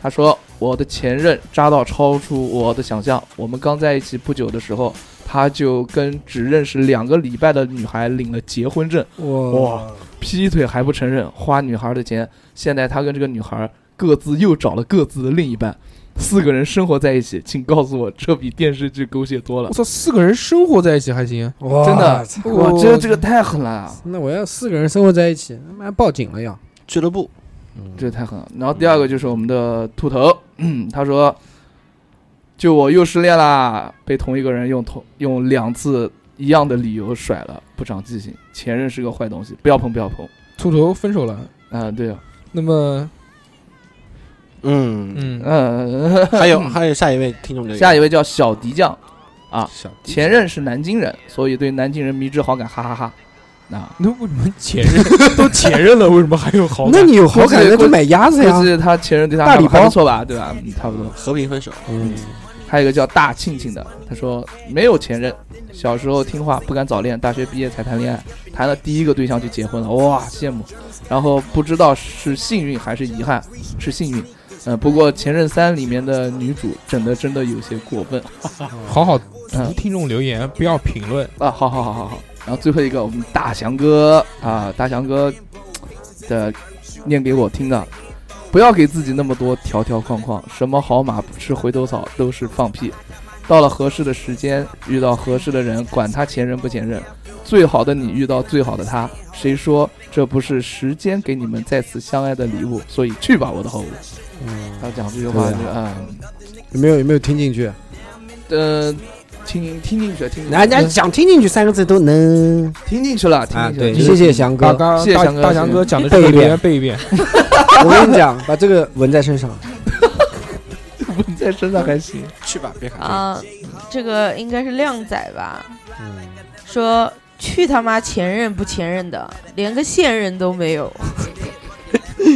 [SPEAKER 7] 他说：“我的前任渣到超出我的想象。我们刚在一起不久的时候，他就跟只认识两个礼拜的女孩领了结婚证，
[SPEAKER 2] 我
[SPEAKER 7] 哇，劈腿还不承认，花女孩的钱。现在他跟这个女孩各自又找了各自的另一半，四个人生活在一起。请告诉我，这比电视剧狗血多了
[SPEAKER 1] 我。操，四个人生活在一起还行，
[SPEAKER 2] 哇
[SPEAKER 7] 真的
[SPEAKER 2] 操，
[SPEAKER 7] 我觉得这个太狠了，
[SPEAKER 2] 那我要四个人生活在一起，他妈报警了要。
[SPEAKER 4] 俱乐部
[SPEAKER 7] 这个太狠了。然后第二个就是我们的秃头， *clears throat* 嗯他说：“就我又失恋啦，被同一个人用同用两次一样的理由甩了，不长记性，前任是个坏东西，不要碰，不要碰。
[SPEAKER 1] 秃头分手了。”
[SPEAKER 7] 啊，对啊，
[SPEAKER 1] 那么，
[SPEAKER 4] 嗯，
[SPEAKER 1] 嗯，
[SPEAKER 7] 嗯，
[SPEAKER 4] 还有还有下一位听众留言，
[SPEAKER 7] 下一位叫小迪酱，
[SPEAKER 4] 小弟
[SPEAKER 7] 前任是南京人，所以对南京人迷之好感，哈哈哈啊，
[SPEAKER 1] 那为什么前任 *laughs* 都前任了，为什么还有好感？
[SPEAKER 2] 那你有好感
[SPEAKER 7] 估计
[SPEAKER 2] 那就买鸭子呀
[SPEAKER 7] 估。计他前任对他
[SPEAKER 2] 啊大礼包
[SPEAKER 7] 还不错吧，对吧？嗯差不多。
[SPEAKER 4] 和平分手，
[SPEAKER 2] 嗯，
[SPEAKER 7] 还有一个叫大庆庆的，他说没有前任，小时候听话不敢早恋，大学毕业才谈恋爱，谈了第一个对象就结婚了，哇，羡慕。然后不知道是幸运还是遗憾，是幸运。嗯，不过《前任三》里面的女主整的真的有些过分
[SPEAKER 1] 好好读
[SPEAKER 7] 嗯
[SPEAKER 1] 听众留言，不要评论。
[SPEAKER 7] 啊！好好好好好。然后最后一个我们大翔哥啊，大翔哥的念给我听的，不要给自己那么多条条框框，什么好马不吃回头草都是放屁。到了合适的时间，遇到合适的人，管他前任不前任，最好的你遇到最好的他，谁说这不是时间给你们再次相爱的礼物？所以去吧，我的好物。他讲这句话就
[SPEAKER 2] 对
[SPEAKER 7] 嗯，
[SPEAKER 2] 有没有有没有听进去？
[SPEAKER 7] 呃，听听进去了，听进去
[SPEAKER 2] 人
[SPEAKER 7] 了
[SPEAKER 2] 家想听进去三个字都能。
[SPEAKER 7] 听进去了，听进去
[SPEAKER 2] 啊对，
[SPEAKER 7] 了。
[SPEAKER 2] 谢谢翔
[SPEAKER 1] 大
[SPEAKER 2] 哥。
[SPEAKER 1] 刚
[SPEAKER 7] 谢谢
[SPEAKER 1] 大
[SPEAKER 7] 翔哥
[SPEAKER 1] 大
[SPEAKER 7] 谢谢
[SPEAKER 1] 翔哥讲的这个留言背一遍，
[SPEAKER 2] 我跟你讲，把这个纹在身上。
[SPEAKER 7] 你在身上还行。
[SPEAKER 4] 去吧，别喊。
[SPEAKER 6] 啊、这个应该是靓仔吧？说去他妈前任不前任的，连个现任都没有，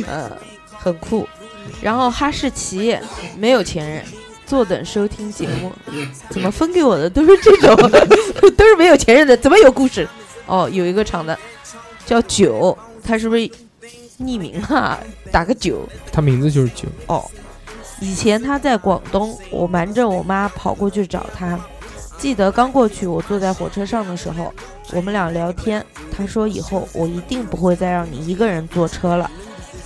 [SPEAKER 6] 呃，很酷。然后哈士奇没有前任，坐等收听节目。怎么分给我的都是这种， *laughs* 都是没有前任的，怎么有故事？哦，有一个长的叫九，他是不是匿名啊？打个九，
[SPEAKER 1] 他名字就是九。
[SPEAKER 6] 以前他在广东，我瞒着我妈跑过去找他。记得刚过去，我坐在火车上的时候，我们俩聊天。他说以后我一定不会再让你一个人坐车了。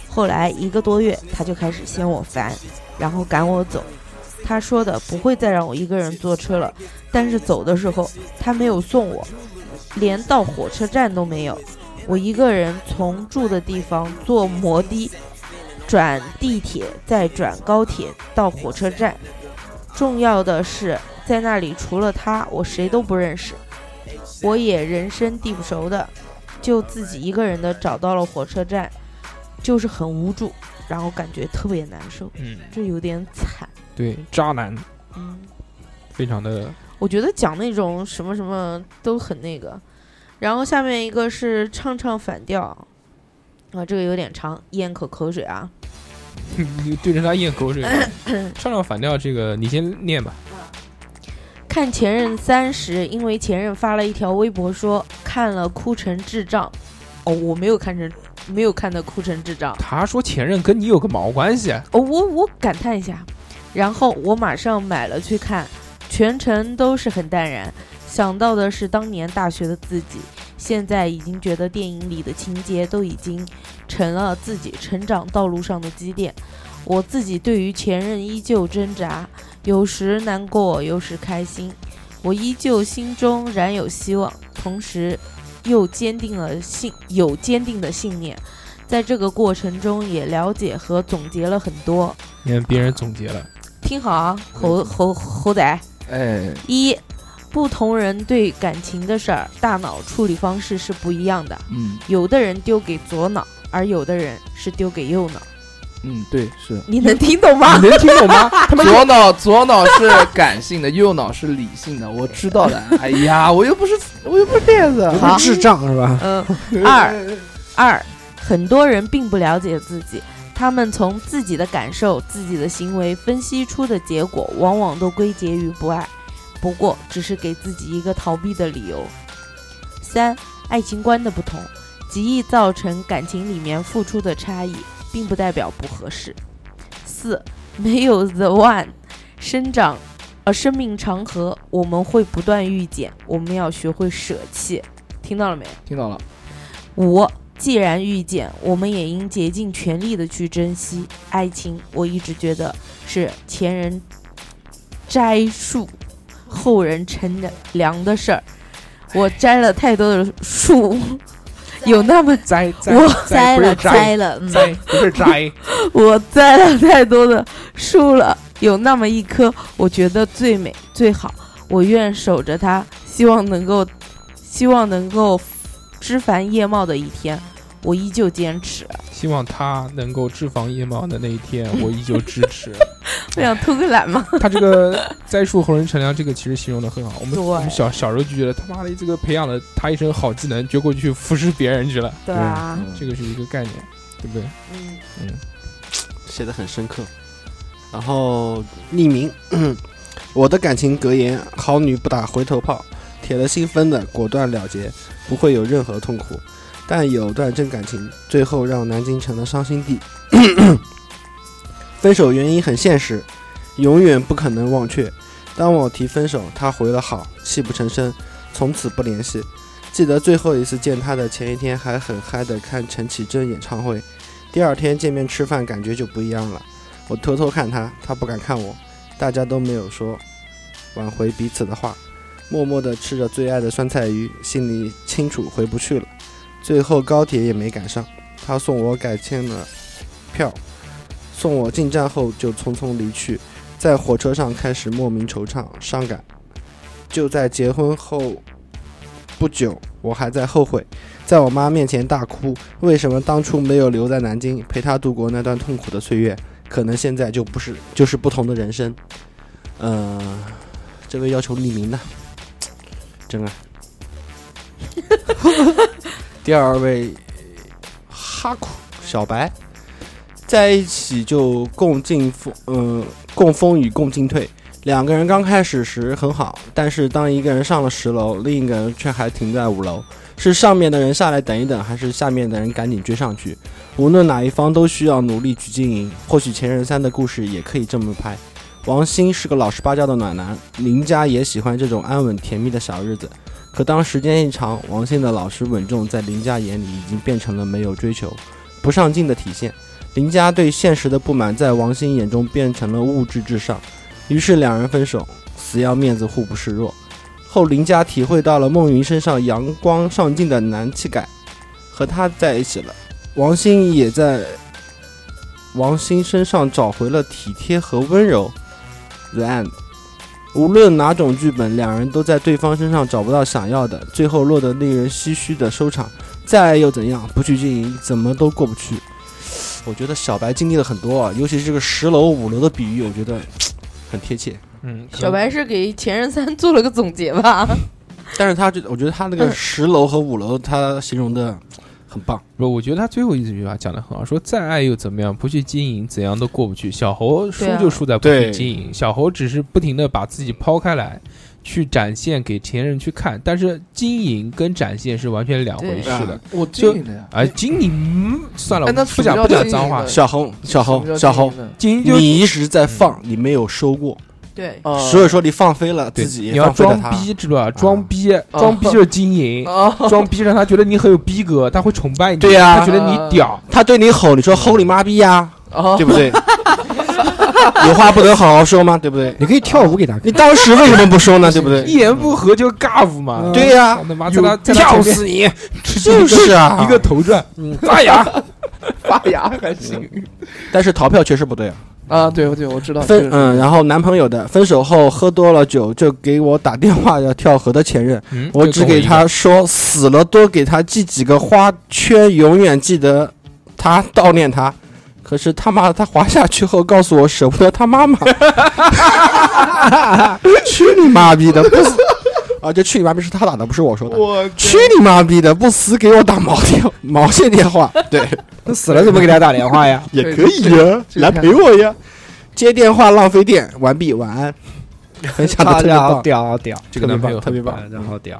[SPEAKER 6] 后来一个多月，他就开始嫌我烦，然后赶我走。他说的不会再让我一个人坐车了，但是走的时候他没有送我，连到火车站都没有。我一个人从住的地方坐摩的转地铁，再转高铁到火车站。重要的是，在那里除了他，我谁都不认识，我也人生地不熟的，就自己一个人的找到了火车站，就是很无助，然后感觉特别难受，
[SPEAKER 1] 嗯，
[SPEAKER 6] 这有点惨。
[SPEAKER 1] 对，渣男，
[SPEAKER 6] 嗯，
[SPEAKER 1] 非常的 *laughs*
[SPEAKER 6] 我觉得讲那种什么什么都很那个。然后下面一个是唱唱反调，啊，这个有点长，咽口口水啊。
[SPEAKER 1] 你对着他咽口水。上上反调这个，你先念吧。
[SPEAKER 6] 看前任三十，因为前任发了一条微博说看了哭成智障。哦，我没有看成，没有看的哭成智障。
[SPEAKER 1] 他说前任跟你有个毛关系？啊
[SPEAKER 6] 哦，我我感叹一下，然后我马上买了去看，全程都是很淡然。想到的是当年大学的自己，现在已经觉得电影里的情节都已经成了自己成长道路上的积淀。我自己对于前任依旧挣扎，有时难过，有时开心。我依旧心中燃有希望，同时又坚定了信有坚定的信念。在这个过程中，也了解和总结了很多。
[SPEAKER 1] 你看别人总结了，
[SPEAKER 6] 听好啊，猴猴猴仔，
[SPEAKER 7] 哎，
[SPEAKER 6] 一，不同人对感情的事儿，大脑处理方式是不一样的。
[SPEAKER 7] 嗯
[SPEAKER 6] 有的人丢给左脑，而有的人是丢给右脑。
[SPEAKER 7] 嗯，对，是。
[SPEAKER 6] 你能听懂吗？
[SPEAKER 7] 你能听懂吗？啊 *laughs* 左脑左脑是感性的， *laughs* 右脑是理性的，我知道的。哎呀，我又不是我又不是这样子。
[SPEAKER 6] 好
[SPEAKER 2] 智障是吧？
[SPEAKER 6] 嗯，二二，很多人并不了解自己，他们从自己的感受、自己的行为分析出的结果，往往都归结于不爱，不过只是给自己一个逃避的理由。三，爱情观的不同，极易造成感情里面付出的差异，并不代表不合适。四，没有 the one，生长。而生命长河，我们会不断遇见，我们要学会舍弃。听到了没？
[SPEAKER 4] 听到了，
[SPEAKER 6] 五，既然遇见，我们也应竭尽全力的去珍惜爱情。我一直觉得是前人摘树，后人乘凉的事儿。我摘了太多的树，有那么
[SPEAKER 1] 栽栽
[SPEAKER 6] 我
[SPEAKER 1] 栽
[SPEAKER 3] 栽
[SPEAKER 1] 不是
[SPEAKER 3] 了
[SPEAKER 1] 摘
[SPEAKER 3] 栽了，嗯，
[SPEAKER 1] 栽不是摘，
[SPEAKER 6] 我栽了太多的树了，有那么一棵，我觉得最美最好，我愿守着它，希望能够，希望能够枝繁叶茂的一天，我依旧坚 *laughs* 持。
[SPEAKER 1] 希望他能够枝繁叶茂的那一天，我依旧支持。
[SPEAKER 6] 我想偷个懒嘛，
[SPEAKER 1] 他这个 *laughs* 栽树后人乘凉，这个其实形容的很好。我们
[SPEAKER 6] 对
[SPEAKER 1] 我们小小时候就觉得他妈的这个培养了他一身好技能，结果去服侍别人去了，
[SPEAKER 6] 对啊，
[SPEAKER 1] 这个是一个概念，对不对？
[SPEAKER 6] 嗯，
[SPEAKER 4] 写的很深刻。然后
[SPEAKER 5] 匿名，
[SPEAKER 4] *clears throat* 我的感情格言：好女不打回头炮，铁了心分的果断了结，不会有任何痛苦。但有段真感情，最后让南京成了伤心地。 *clears throat* 分手原因很现实，永远不可能忘却。当我提分手，他回了好，泣不成声，从此不联系。记得最后一次见他的前一天，还很嗨的看陈绮贞演唱会，第二天见面吃饭，感觉就不一样了。我偷偷看他，他不敢看我，大家都没有说挽回彼此的话，默默地吃着最爱的酸菜鱼，心里清楚回不去了。最后高铁也没赶上，他送我改签了票，送我进站后就匆匆离去，在火车上开始莫名惆怅伤感。就在结婚后不久，我还在后悔，在我妈面前大哭，为什么当初没有留在南京陪她度过那段痛苦的岁月？可能现在就不是，就是不同的人生。嗯、这位要求匿名的，真爱。 *laughs* 第二位，哈库小白，在一起就共进风，嗯、共风雨共进退。两个人刚开始时很好，但是当一个人上了十楼，另一个人却还停在五楼，是上面的人下来等一等，还是下面的人赶紧追上去？无论哪一方都需要努力去经营。或许《前任三》的故事也可以这么拍。王鑫是个老实巴交的暖男，林佳也喜欢这种安稳甜蜜的小日子。可当时间一长，王鑫的老实稳重在林佳眼里已经变成了没有追求、不上进的体现。林佳对现实的不满在王鑫眼中变成了物质至上，于是两人分手，死要面子互不示弱。后林佳体会到了孟云身上阳光上进的男气概，和他在一起了。王鑫也在王鑫身上找回了体贴和温柔。The end。无论哪种剧本，两人都在对方身上找不到想要的，最后落得令人唏嘘的收场。再爱又怎样？不去经营，怎么都过不去。我觉得小白经历了很多啊，尤其是这个十楼五楼的比喻，我觉得很贴切。
[SPEAKER 1] 嗯，可能
[SPEAKER 6] 小白是给《前任三》做了个总结吧？
[SPEAKER 4] 但是他这，我觉得他那
[SPEAKER 7] 嗯
[SPEAKER 4] 个十楼和五楼，他形容的很棒。
[SPEAKER 1] 不，我觉得他最后一句话讲的很好，说再爱又怎么样，不去经营，怎样都过不去。小猴输
[SPEAKER 6] 对啊
[SPEAKER 1] 就输在不去
[SPEAKER 4] 对
[SPEAKER 1] 经营，小猴只是不停的把自己抛开来，去展现给前人去看，但是经营跟展现是完全两回
[SPEAKER 6] 对
[SPEAKER 1] 事的
[SPEAKER 4] 啊。
[SPEAKER 7] 我经营的呀。
[SPEAKER 1] 而经营嗯算了，
[SPEAKER 7] 哎那
[SPEAKER 1] 我不讲
[SPEAKER 7] 什
[SPEAKER 1] 不
[SPEAKER 7] 么叫
[SPEAKER 1] 讲脏话
[SPEAKER 7] 经营，呢
[SPEAKER 4] 小红，小
[SPEAKER 7] 什么
[SPEAKER 4] 红，
[SPEAKER 7] 叫
[SPEAKER 4] 小红
[SPEAKER 7] 经，营
[SPEAKER 1] 经营
[SPEAKER 7] 呢
[SPEAKER 1] 就
[SPEAKER 4] 你一直在
[SPEAKER 7] 嗯
[SPEAKER 4] 放，你没有收过，
[SPEAKER 6] 对，
[SPEAKER 7] 哦
[SPEAKER 4] 所以说你放飞了
[SPEAKER 1] 对
[SPEAKER 4] 自，己，
[SPEAKER 1] 你
[SPEAKER 4] 也
[SPEAKER 1] 要
[SPEAKER 4] 放飞了
[SPEAKER 1] 装
[SPEAKER 4] 他。
[SPEAKER 1] 逼，知道吧？装逼，装逼就是经营，
[SPEAKER 7] 哦，
[SPEAKER 1] 装逼让他觉得你很有逼格，他会崇拜你，
[SPEAKER 4] 对呀
[SPEAKER 1] 他觉得
[SPEAKER 7] 嗯
[SPEAKER 1] 你屌。
[SPEAKER 4] 他对你吼，你说吼你妈逼呀，
[SPEAKER 7] 哦
[SPEAKER 4] 对
[SPEAKER 7] *laughs*
[SPEAKER 4] 不对？有话不能好好说吗？对不对？
[SPEAKER 2] 你可以跳舞给他看
[SPEAKER 4] 你当时为什么不说呢？对不对？
[SPEAKER 1] 一言不合就尬舞嘛，
[SPEAKER 4] 嗯对呀
[SPEAKER 1] 操，他妈在他在他
[SPEAKER 2] 跳
[SPEAKER 1] 前面
[SPEAKER 2] 死你！
[SPEAKER 1] *laughs*
[SPEAKER 4] 就是啊，
[SPEAKER 1] 一个头转， *laughs* 嗯
[SPEAKER 2] 发芽，
[SPEAKER 7] 嗯 *laughs* 发芽还行
[SPEAKER 4] 但是逃票确实不对啊。
[SPEAKER 7] 啊，对对，我知道，
[SPEAKER 4] 分
[SPEAKER 7] 就是
[SPEAKER 4] 嗯，然后男朋友的分手后喝多了酒就给我打电话要跳河的前任，
[SPEAKER 1] 嗯
[SPEAKER 4] 我
[SPEAKER 1] 就
[SPEAKER 4] 只
[SPEAKER 1] 跟
[SPEAKER 4] 给
[SPEAKER 1] 一个
[SPEAKER 4] 他说死了多给他寄几个花圈，永远记得他悼念他。可是他妈的他滑下去后告诉我舍不得他妈妈，去你妈逼的！不死啊，这去你妈逼是他打的，不是我说的。
[SPEAKER 7] 我
[SPEAKER 4] 去你妈逼的！不死给我打毛电毛线电话，对，
[SPEAKER 2] 那死了怎么给他打电话 *laughs* 呀？
[SPEAKER 4] 也可以呀，
[SPEAKER 7] 这个
[SPEAKER 4] 来陪我呀。接电话浪费电，完毕，晚安。分享的特别棒，
[SPEAKER 2] 屌屌，
[SPEAKER 1] 这个男朋友
[SPEAKER 4] 特别棒
[SPEAKER 1] 很
[SPEAKER 2] 然后屌，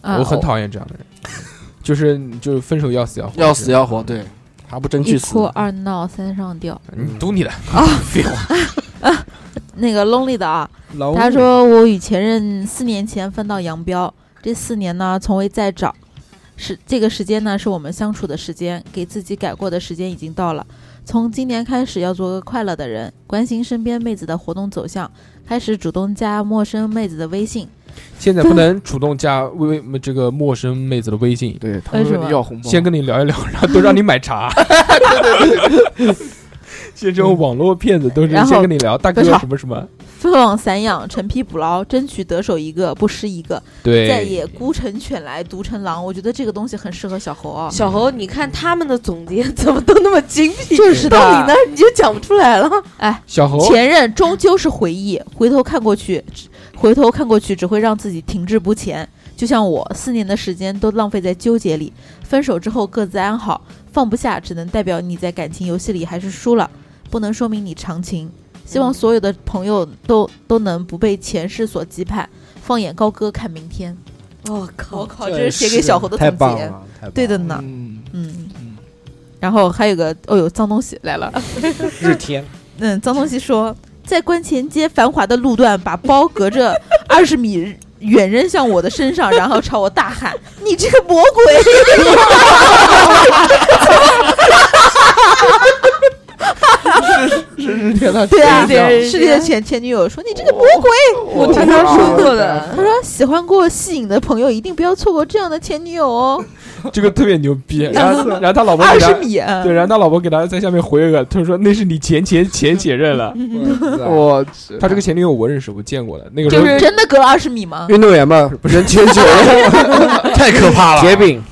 [SPEAKER 3] 啊
[SPEAKER 7] 哦
[SPEAKER 1] 我很讨厌这样的人， *laughs* 就是就是分手要死要活，
[SPEAKER 4] 要死要活，对，还不争
[SPEAKER 3] 一
[SPEAKER 4] 气死
[SPEAKER 3] 哭。啊二闹三上吊。
[SPEAKER 1] 你读你的，
[SPEAKER 3] 那个 lonely 的啊，
[SPEAKER 2] 老
[SPEAKER 6] 哦
[SPEAKER 3] 他说我与前任四年前分道扬镳，这四年呢从未再找。是这个时间呢，是我们相处的时间，给自己改过的时间已经到了。从今年开始，要做个快乐的人，关心身边妹子的活动走向，开始主动加陌生妹子的微信。
[SPEAKER 1] 现在不能主动加微微这个陌生妹子的微信，
[SPEAKER 7] 对，他们
[SPEAKER 3] 为什
[SPEAKER 7] 说
[SPEAKER 3] 么
[SPEAKER 7] 你要红包，
[SPEAKER 1] 先跟你聊一聊，然后都让你买
[SPEAKER 2] *laughs*
[SPEAKER 1] 茶。现在这种网络骗子都是
[SPEAKER 3] 然后
[SPEAKER 1] 先跟你聊，大哥
[SPEAKER 3] 多少
[SPEAKER 1] 什么什么，
[SPEAKER 3] 飞往散养，陈皮捕捞，争取得手一个，不失一个。
[SPEAKER 1] 对，
[SPEAKER 3] 再也孤城犬来独成狼，我觉得这个东西很适合小猴啊。
[SPEAKER 6] 小猴，你看他们的总结怎么都那么精辟，
[SPEAKER 3] 就是的
[SPEAKER 6] 道理呢你就讲不出来了。
[SPEAKER 1] 小
[SPEAKER 2] 哦
[SPEAKER 1] 猴
[SPEAKER 3] 前任终究是回忆，回头看过去，只回头看过去只会让自己停滞不前。就像我，四年的时间都浪费在纠结里。分手之后各自安好，放不下只能代表你在感情游戏里还是输了，不能说明你长情。希望所有的朋友都都能不被前世所羁绊，放眼高歌看明天。
[SPEAKER 6] 我、
[SPEAKER 3] 我
[SPEAKER 6] 靠，
[SPEAKER 3] 靠，这是写给小猴的
[SPEAKER 2] 太
[SPEAKER 3] 总
[SPEAKER 2] 棒
[SPEAKER 3] 结，
[SPEAKER 2] 了，太棒了
[SPEAKER 3] 对的呢。
[SPEAKER 7] 嗯，
[SPEAKER 3] 嗯
[SPEAKER 7] 嗯，
[SPEAKER 3] 然后还有个哦呦，脏东西来了。
[SPEAKER 2] 日天
[SPEAKER 3] *laughs* 嗯，脏东西说，在观前街繁华的路段，把包隔着
[SPEAKER 6] *laughs*
[SPEAKER 3] 二十米远扔向我的身上，然后朝我
[SPEAKER 6] *laughs*
[SPEAKER 3] 大喊：“你这个魔鬼
[SPEAKER 7] 是天他！”
[SPEAKER 3] 对啊，
[SPEAKER 6] 对对
[SPEAKER 3] 是你的前前女友说：“你这个魔鬼。
[SPEAKER 6] 我听他说过的，”
[SPEAKER 3] 他说：“喜欢过戏影的朋友，一定不要错过这样的前女友哦。
[SPEAKER 1] 这个特别牛逼，然后然后他老婆
[SPEAKER 3] 二
[SPEAKER 1] 给
[SPEAKER 3] 十
[SPEAKER 1] 他。
[SPEAKER 3] 米，啊
[SPEAKER 1] 对，然后他老婆给他在下面回了个，他说那是你前前前前任了。
[SPEAKER 7] 我去
[SPEAKER 1] 他这个前女友我认识，我见过了。那个时
[SPEAKER 6] 就
[SPEAKER 1] 候
[SPEAKER 6] 是
[SPEAKER 3] 真的隔了二十米吗？
[SPEAKER 2] 运动员嘛，人千九
[SPEAKER 4] 太可怕了，
[SPEAKER 2] *laughs* 铁饼，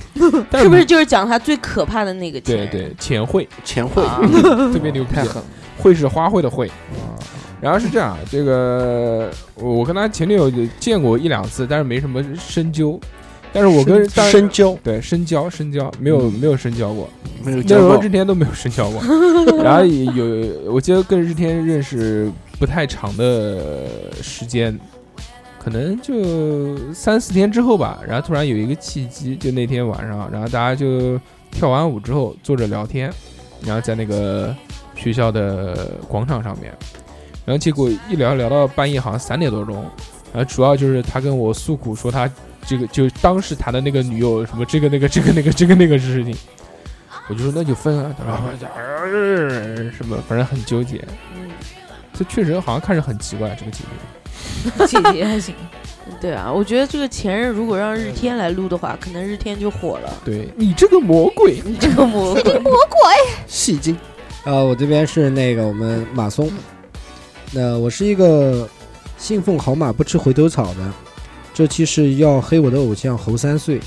[SPEAKER 1] 但
[SPEAKER 6] 是不是就是讲他最可怕的那个前
[SPEAKER 1] 对
[SPEAKER 6] 任？
[SPEAKER 1] 对前会
[SPEAKER 4] 钱会
[SPEAKER 6] 啊
[SPEAKER 1] *laughs* 特别牛逼
[SPEAKER 7] 太，狠了，
[SPEAKER 1] 会是花卉的会。然后是这样，啊这个我我跟他前女友也见过一两次，但是没什么深究。但是我跟但是
[SPEAKER 4] 深交
[SPEAKER 1] 对深交深交没有没有深交过，
[SPEAKER 4] 嗯没有
[SPEAKER 1] 那
[SPEAKER 4] 交
[SPEAKER 1] 时候
[SPEAKER 4] 过
[SPEAKER 1] 之，前都没有深交
[SPEAKER 4] *laughs*
[SPEAKER 1] 过，然后也有我记得跟日天认识不太长的时间，可能就三四天之后吧，然后突然有一个契机，就那天晚上，然后大家就跳完舞之后坐着聊天，然后在那个学校的广场上面，然后结果一聊聊到半夜，好像三点多钟，然后主要就是他跟我诉苦说他这个就当时谈的那个女友什么这个那个这个那个 *laughs* 这个那个事情，我就说那就分啊，他说呃什么反正很纠结，这确实好像看着很奇怪这个姐姐，
[SPEAKER 6] *laughs* 姐姐还行。对啊，我觉得这个前任如果让日天来录的话，可能日天就火了。
[SPEAKER 1] 对你这个魔鬼，
[SPEAKER 6] 你 *laughs* 这个 *laughs* 魔鬼，
[SPEAKER 4] 戏精
[SPEAKER 2] 呃，我这边是那个我们马松，那我是一个信奉好马不吃回头草的，这期是要黑我的偶像侯三岁。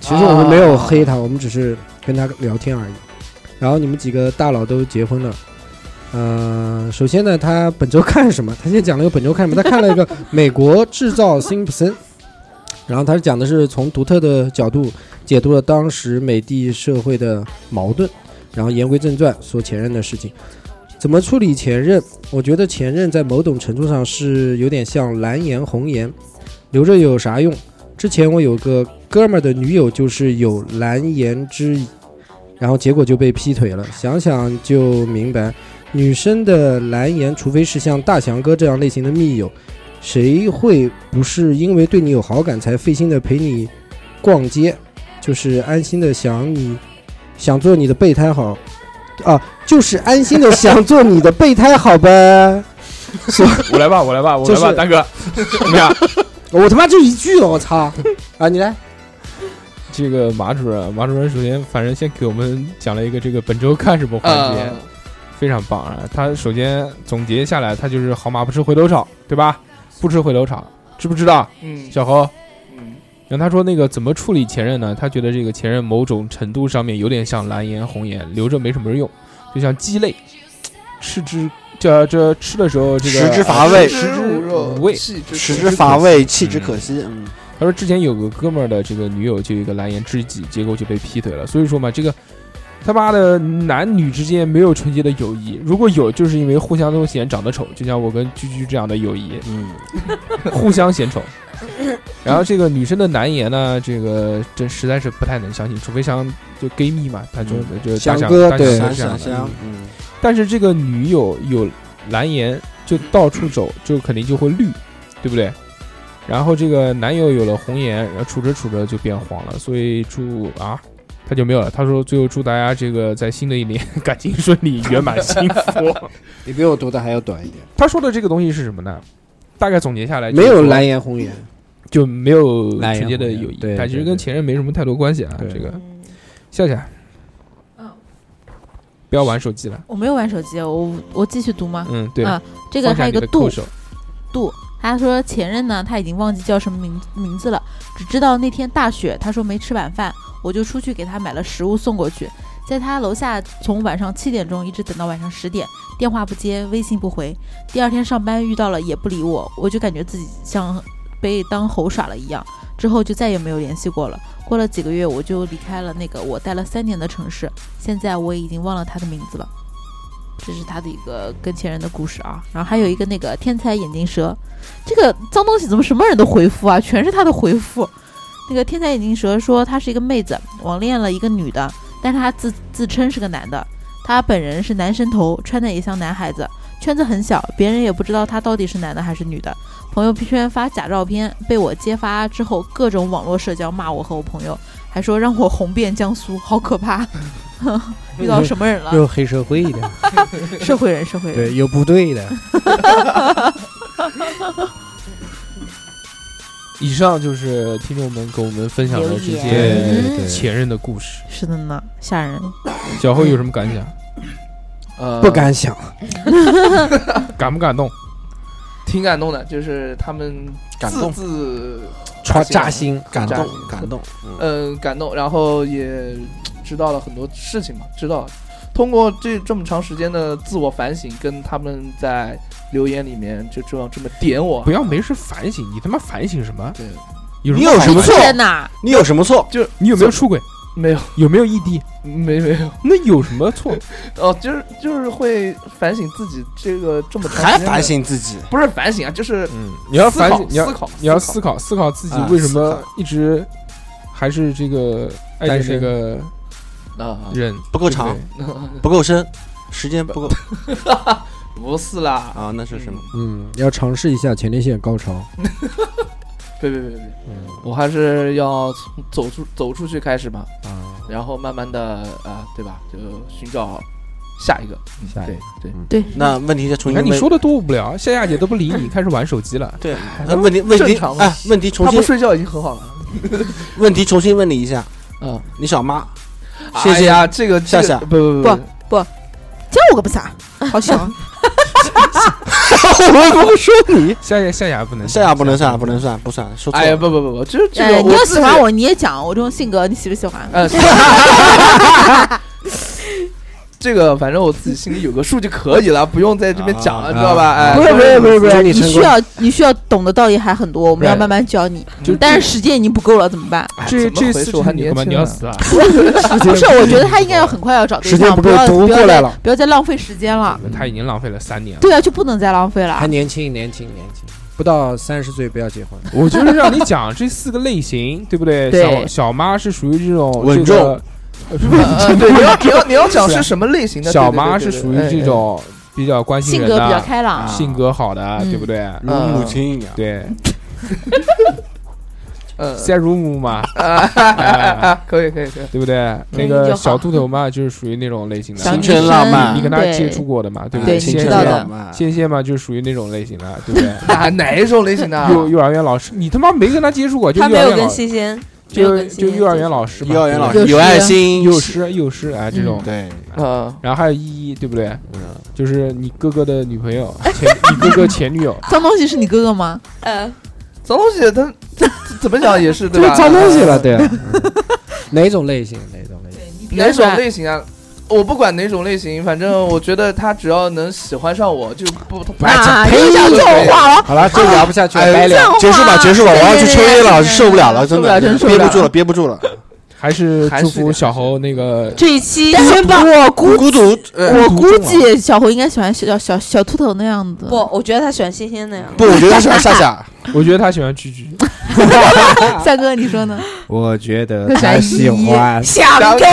[SPEAKER 2] 其实我们没有黑他，我们只是跟他聊天而已。然后你们几个大佬都结婚了，呃，首先呢，他本周看什么？他先讲了个本周看什么？他看了一个美国制造辛普森，然后他讲的是从独特的角度解读了当时美帝社会的矛盾。然后言归正传，说前任的事情，怎么处理前任？我觉得前任在某种程度上是有点像蓝颜红颜，留着有啥用？之前我有个哥们儿的女友就是有蓝颜知己，然后结果就被劈腿了。想想就明白，女生的蓝颜，除非是像大强哥这样类型的密友，谁会不是因为对你有好感才费心的陪你逛街，就是安心的想你想做你的备胎好，啊，就是安心的想做你的备胎好呗。
[SPEAKER 1] *laughs* 我来吧，我来吧，我
[SPEAKER 2] 就
[SPEAKER 1] 来
[SPEAKER 2] 是
[SPEAKER 1] 吧，大哥，怎么样？
[SPEAKER 2] 我他妈就一句了，我操！啊，你来，
[SPEAKER 1] 这个马主任，马主任首先反正先给我们讲了一个这个本周看什么环
[SPEAKER 4] 啊
[SPEAKER 1] 节，非常棒啊！他首先总结下来，他就是好马不吃回头草，对吧？不吃回头草，知不知道？
[SPEAKER 7] 嗯
[SPEAKER 1] 小侯，
[SPEAKER 7] 嗯，
[SPEAKER 1] 然后他说那个怎么处理前任呢？他觉得这个前任某种程度上面有点像蓝颜红颜，留着没什么用，就像鸡肋，吃之这这吃的时候这个
[SPEAKER 4] 食之乏味
[SPEAKER 1] 食之
[SPEAKER 7] 无肉，
[SPEAKER 1] 无味。
[SPEAKER 7] 弃之
[SPEAKER 4] 食
[SPEAKER 7] 可
[SPEAKER 4] 之
[SPEAKER 7] 惜
[SPEAKER 4] 乏味，弃之可惜。嗯，
[SPEAKER 1] 他说之前有个哥们儿的这个女友就有一个蓝颜知己，结果就被劈腿了。所以说嘛，这个他妈的男女之间没有纯洁的友谊，如果有，就是因为互相都嫌长得丑，就像我跟居居这样的友
[SPEAKER 4] *laughs*
[SPEAKER 1] 谊，
[SPEAKER 4] 嗯，
[SPEAKER 1] 互相嫌丑。然后这个女生的难言呢，这个这实在是不太能相信，除非像就 gay 蜜嘛，他就
[SPEAKER 4] 嗯
[SPEAKER 1] 就大
[SPEAKER 2] 翔
[SPEAKER 1] 象
[SPEAKER 2] 哥
[SPEAKER 1] 大象
[SPEAKER 2] 对
[SPEAKER 1] 是
[SPEAKER 4] 想
[SPEAKER 1] 这样
[SPEAKER 4] 想
[SPEAKER 1] 的。
[SPEAKER 4] 想，嗯，
[SPEAKER 1] 但是这个女友有蓝颜，就到处走，
[SPEAKER 5] 嗯
[SPEAKER 1] 就肯定就会绿，对不对？然后这个男友有了红颜，然后处着处着就变黄了，所以祝啊，他就没有了。他说最后祝大家这个在新的一年 *laughs* 感情顺利、圆满幸福。
[SPEAKER 5] *laughs*
[SPEAKER 2] 你比我读的还要短一点，
[SPEAKER 1] 他说的这个东西是什么呢？大概总结下来，
[SPEAKER 2] 没有蓝，颜红颜，
[SPEAKER 1] 就没有
[SPEAKER 5] 蓝颜
[SPEAKER 1] 直接的
[SPEAKER 5] 红颜
[SPEAKER 1] 友谊
[SPEAKER 5] 对，
[SPEAKER 1] 它其实
[SPEAKER 5] 对
[SPEAKER 1] 跟
[SPEAKER 5] 对
[SPEAKER 1] 前任没什么太多关系啊。
[SPEAKER 5] 对
[SPEAKER 1] 这个
[SPEAKER 6] 嗯
[SPEAKER 1] 夏夏，
[SPEAKER 3] 嗯
[SPEAKER 1] 不要玩手机了。
[SPEAKER 3] 我没有玩手机，我我继续读吗？
[SPEAKER 1] 嗯，对，
[SPEAKER 3] 啊这个
[SPEAKER 1] 放
[SPEAKER 3] 还
[SPEAKER 1] 下
[SPEAKER 3] 有
[SPEAKER 1] 你
[SPEAKER 3] 一
[SPEAKER 1] 的
[SPEAKER 3] 个度
[SPEAKER 1] 扣手，
[SPEAKER 3] 度。他说前任呢，他已经忘记叫什么名名字了，只知道那天大雪，他说没吃晚饭，我就出去给他买了食物送过去，在他楼下从晚上七点钟一直等到晚上十点，电话不接，微信不回。第二天上班遇到了也不理我，我就感觉自己像被当猴耍了一样，之后就再也没有联系过了。过了几个月，我就离开了那个我待了三年的城市，现在我已经忘了他的名字了。这是他的一个跟前人的故事啊，然后还有一个那个天才眼镜蛇，这个脏东西怎么什么人都回复啊，全是他的回复。那个天才眼镜蛇说他是一个妹子，网恋了一个女的，但是他自自称是个男的，他本人是男生头，穿的也像男孩子，圈子很小，别人也不知道他到底是男的还是女的。朋友圈发假照片，被我揭发之后，各种网络社交骂我和我朋友，还说让我红遍江苏，好可怕。遇到什么
[SPEAKER 2] *laughs*
[SPEAKER 3] 人了？
[SPEAKER 2] 有黑社会的，
[SPEAKER 3] 社会人，社会人。
[SPEAKER 2] 对，有部队的，
[SPEAKER 1] 以上就是听众们给我们分享的这
[SPEAKER 3] 留言
[SPEAKER 1] 些前任的故事。
[SPEAKER 3] 是的呢，吓人。
[SPEAKER 1] 小辉有什么感想？
[SPEAKER 7] 呃，
[SPEAKER 2] 不敢想，
[SPEAKER 1] 感不感动？
[SPEAKER 7] 挺感动的，就是他们
[SPEAKER 4] 感动
[SPEAKER 7] 字字
[SPEAKER 2] 抓
[SPEAKER 7] 扎
[SPEAKER 2] 扎心，
[SPEAKER 4] 感
[SPEAKER 7] 感
[SPEAKER 4] 动
[SPEAKER 7] 动
[SPEAKER 4] 感动，
[SPEAKER 7] 嗯，感动，然后也知道了很多事情嘛，知道通过这这么长时间的自我反省，跟他们在留言里面就这样这么点我
[SPEAKER 1] 不，要没事反省，你他妈反省什么？
[SPEAKER 7] 对，
[SPEAKER 1] 有
[SPEAKER 4] 你有
[SPEAKER 1] 好
[SPEAKER 4] 什么
[SPEAKER 1] 反省
[SPEAKER 4] 错？
[SPEAKER 3] 天哪，
[SPEAKER 4] 你有什么错？
[SPEAKER 1] 你有没有出轨？
[SPEAKER 7] 没有
[SPEAKER 1] 有没有异地？
[SPEAKER 7] 没没有
[SPEAKER 1] 那有什么错？
[SPEAKER 7] 哦，就是就是会反省自己这个这么长时
[SPEAKER 4] 还
[SPEAKER 7] 间的
[SPEAKER 4] 反，省自己？
[SPEAKER 7] 不是反省啊，就是
[SPEAKER 1] 嗯，你要
[SPEAKER 7] 思
[SPEAKER 1] 反
[SPEAKER 7] 考
[SPEAKER 1] 省，你要
[SPEAKER 7] 思考，
[SPEAKER 1] 你要思考思考自己
[SPEAKER 4] 啊
[SPEAKER 1] 为什么
[SPEAKER 4] 思考
[SPEAKER 1] 一直还是这个爱
[SPEAKER 2] 单
[SPEAKER 1] 着那
[SPEAKER 2] 身
[SPEAKER 1] 个
[SPEAKER 7] 考啊，
[SPEAKER 1] 人
[SPEAKER 4] 不够长，
[SPEAKER 1] 对
[SPEAKER 4] 不够深，时间不够
[SPEAKER 7] 不是啦，
[SPEAKER 4] 啊？那是什么？
[SPEAKER 2] 嗯，要尝试一下前列腺高潮，
[SPEAKER 7] 别别别别别，
[SPEAKER 1] 嗯
[SPEAKER 7] 我还是要从走出走出去开始吧，
[SPEAKER 2] 啊，
[SPEAKER 7] 然后慢慢的啊，对吧？就寻找下一个，
[SPEAKER 2] 下一
[SPEAKER 7] 对
[SPEAKER 2] 个
[SPEAKER 7] 对，
[SPEAKER 3] 对，
[SPEAKER 4] 那问题再重
[SPEAKER 1] 你
[SPEAKER 4] 新
[SPEAKER 1] 看
[SPEAKER 4] 问。
[SPEAKER 1] 哎你说的多无聊，夏夏姐都不理 *laughs* 你，开始玩手机了。
[SPEAKER 4] 对，那呃问题问
[SPEAKER 7] 正
[SPEAKER 4] 题
[SPEAKER 7] 常
[SPEAKER 4] 哎，问题重
[SPEAKER 7] 他不
[SPEAKER 4] 新
[SPEAKER 7] 睡觉已经很好了。
[SPEAKER 4] 问题重新问你一下，
[SPEAKER 7] 嗯，
[SPEAKER 4] 你小妈谢
[SPEAKER 7] 谢
[SPEAKER 4] 谢
[SPEAKER 7] 谢啊，这个
[SPEAKER 4] 夏夏
[SPEAKER 7] 这个不不
[SPEAKER 3] 不教我个不啥，好想
[SPEAKER 1] 夏夏夏夏不能，
[SPEAKER 4] 这样不能算，不能算，不算，说
[SPEAKER 7] 不，
[SPEAKER 4] 错
[SPEAKER 7] 哎呀，
[SPEAKER 4] 了。
[SPEAKER 7] 不不不不，就是这
[SPEAKER 3] 哎，
[SPEAKER 7] 个
[SPEAKER 3] 你
[SPEAKER 7] 我
[SPEAKER 3] 要
[SPEAKER 7] 自己，
[SPEAKER 3] 喜欢我，你也讲我这种性格，你喜不喜欢？
[SPEAKER 7] 呃， *laughs* 这个反正我自己心里有个数就可以了，不用在这边讲了，知道吧？
[SPEAKER 4] 啊
[SPEAKER 7] 哎，
[SPEAKER 2] 不是不是不是不是，你
[SPEAKER 3] 你
[SPEAKER 2] 成
[SPEAKER 3] 需
[SPEAKER 2] 功，
[SPEAKER 3] 要你需要懂的道理还很多，我们要
[SPEAKER 1] 对
[SPEAKER 3] 慢慢教你嗯
[SPEAKER 1] 就。
[SPEAKER 3] 但是时间已经不够了，怎么办？
[SPEAKER 1] 这
[SPEAKER 7] 怎么
[SPEAKER 1] 这
[SPEAKER 7] 回
[SPEAKER 1] 次
[SPEAKER 7] 事我还
[SPEAKER 1] 你他
[SPEAKER 7] 年
[SPEAKER 1] 妈
[SPEAKER 7] 轻
[SPEAKER 1] 你要
[SPEAKER 7] 呢
[SPEAKER 1] 死 *laughs* 啊！
[SPEAKER 3] 不是，我觉得他应该要很快要找对
[SPEAKER 2] 时间
[SPEAKER 3] 象，
[SPEAKER 2] 不
[SPEAKER 3] 不
[SPEAKER 2] 够
[SPEAKER 3] 要
[SPEAKER 2] 读
[SPEAKER 3] 不
[SPEAKER 2] 过
[SPEAKER 3] 要
[SPEAKER 2] 来
[SPEAKER 3] 再
[SPEAKER 2] 了
[SPEAKER 3] 不要再浪费时间了。
[SPEAKER 1] 他已经浪费了三年了。
[SPEAKER 3] 对啊，就不能再浪费了
[SPEAKER 2] 还。年轻，年轻，年轻，不到三十岁不要结婚， *laughs*
[SPEAKER 1] 我就是让你讲这四个类型，对不对？
[SPEAKER 3] 对
[SPEAKER 1] 小小妈是属于这种
[SPEAKER 4] 稳
[SPEAKER 1] 这个
[SPEAKER 4] 重
[SPEAKER 7] 呃对，你要你要你要讲
[SPEAKER 1] 是啊
[SPEAKER 7] 是什么类型的？
[SPEAKER 1] 小
[SPEAKER 7] 对对
[SPEAKER 1] 妈
[SPEAKER 7] 对哎
[SPEAKER 1] 是
[SPEAKER 7] 对
[SPEAKER 1] 属于
[SPEAKER 7] 对
[SPEAKER 1] 这种比较关心
[SPEAKER 3] 性
[SPEAKER 1] 人啊
[SPEAKER 3] 格
[SPEAKER 1] 的，
[SPEAKER 3] 比较开朗，
[SPEAKER 1] 性格好的，
[SPEAKER 3] 嗯
[SPEAKER 1] 对不对？
[SPEAKER 4] 如母亲一样。
[SPEAKER 1] 对， *laughs*
[SPEAKER 7] 呃
[SPEAKER 1] 塞如姆嘛，哎
[SPEAKER 7] 啊，可以可以可以，
[SPEAKER 1] 对不对？那
[SPEAKER 3] 嗯
[SPEAKER 1] 个
[SPEAKER 3] 就好
[SPEAKER 1] 小秃头嘛，就是属于那种类型的。
[SPEAKER 3] 小
[SPEAKER 4] 青
[SPEAKER 1] 你
[SPEAKER 3] 女
[SPEAKER 4] 春浪
[SPEAKER 3] 生
[SPEAKER 4] 漫
[SPEAKER 1] 你跟他
[SPEAKER 3] 对
[SPEAKER 1] 接触过的嘛，对不
[SPEAKER 3] 对
[SPEAKER 1] 仙
[SPEAKER 4] 青
[SPEAKER 3] 知
[SPEAKER 1] 仙
[SPEAKER 4] 春
[SPEAKER 3] 道的
[SPEAKER 4] 浪漫
[SPEAKER 1] 仙仙嘛，就是属于那种类型的，对不对？
[SPEAKER 7] 哪啊哪一种类型的？
[SPEAKER 1] 幼幼儿园老师，你他妈没跟他接触过，就
[SPEAKER 6] 他
[SPEAKER 1] 幼
[SPEAKER 6] 没
[SPEAKER 1] 儿
[SPEAKER 6] 有
[SPEAKER 1] 园老
[SPEAKER 6] 跟
[SPEAKER 1] 师，
[SPEAKER 6] 欣欣，没有
[SPEAKER 1] 就
[SPEAKER 6] 跟欣
[SPEAKER 1] 就
[SPEAKER 6] 欣
[SPEAKER 1] 幼儿园老师嘛，
[SPEAKER 4] 幼儿园老
[SPEAKER 1] 对
[SPEAKER 4] 师有爱心，
[SPEAKER 1] 不对幼师幼师哎这种，
[SPEAKER 4] 对，
[SPEAKER 7] 呃，
[SPEAKER 1] 然后还有依依，对不对？就是你哥哥的女朋友，前你哥哥前女友，
[SPEAKER 3] 脏东西是你哥哥吗？
[SPEAKER 6] 呃，
[SPEAKER 7] 脏东西它它怎么讲也是
[SPEAKER 2] 这
[SPEAKER 7] 对
[SPEAKER 2] 是
[SPEAKER 7] 吧？
[SPEAKER 2] 脏东西了，对啊，哪种类型？哪种类型？
[SPEAKER 7] 哪种类型啊？我不管哪种类型，反正我觉得他只要能喜欢上我，就不不
[SPEAKER 3] 啊，
[SPEAKER 7] 呸
[SPEAKER 3] 又讲这种话了，
[SPEAKER 2] 好了，这聊不下去了，掰
[SPEAKER 3] 这
[SPEAKER 2] 聊。
[SPEAKER 4] 结
[SPEAKER 3] 种话
[SPEAKER 4] 束吧，结束吧，我要去抽烟了，受不了了，真
[SPEAKER 3] 受不
[SPEAKER 4] 的
[SPEAKER 3] 了真受不
[SPEAKER 4] 憋
[SPEAKER 3] 了
[SPEAKER 4] 不住了，憋不住了。
[SPEAKER 1] 还是
[SPEAKER 7] 还是
[SPEAKER 1] 祝福小猴那个
[SPEAKER 6] 这一期
[SPEAKER 3] 但是我估
[SPEAKER 4] 孤独，呃
[SPEAKER 3] 我估计小胡应该喜欢小小小秃头那样子。
[SPEAKER 6] 不，，我觉得他喜欢欣欣那样。
[SPEAKER 4] 不，我觉得是夏夏，
[SPEAKER 1] 我觉得他喜欢居居，
[SPEAKER 3] *laughs* 三哥你说呢？
[SPEAKER 2] 我觉得
[SPEAKER 3] 他喜欢
[SPEAKER 6] 想
[SPEAKER 7] 想
[SPEAKER 6] 哥，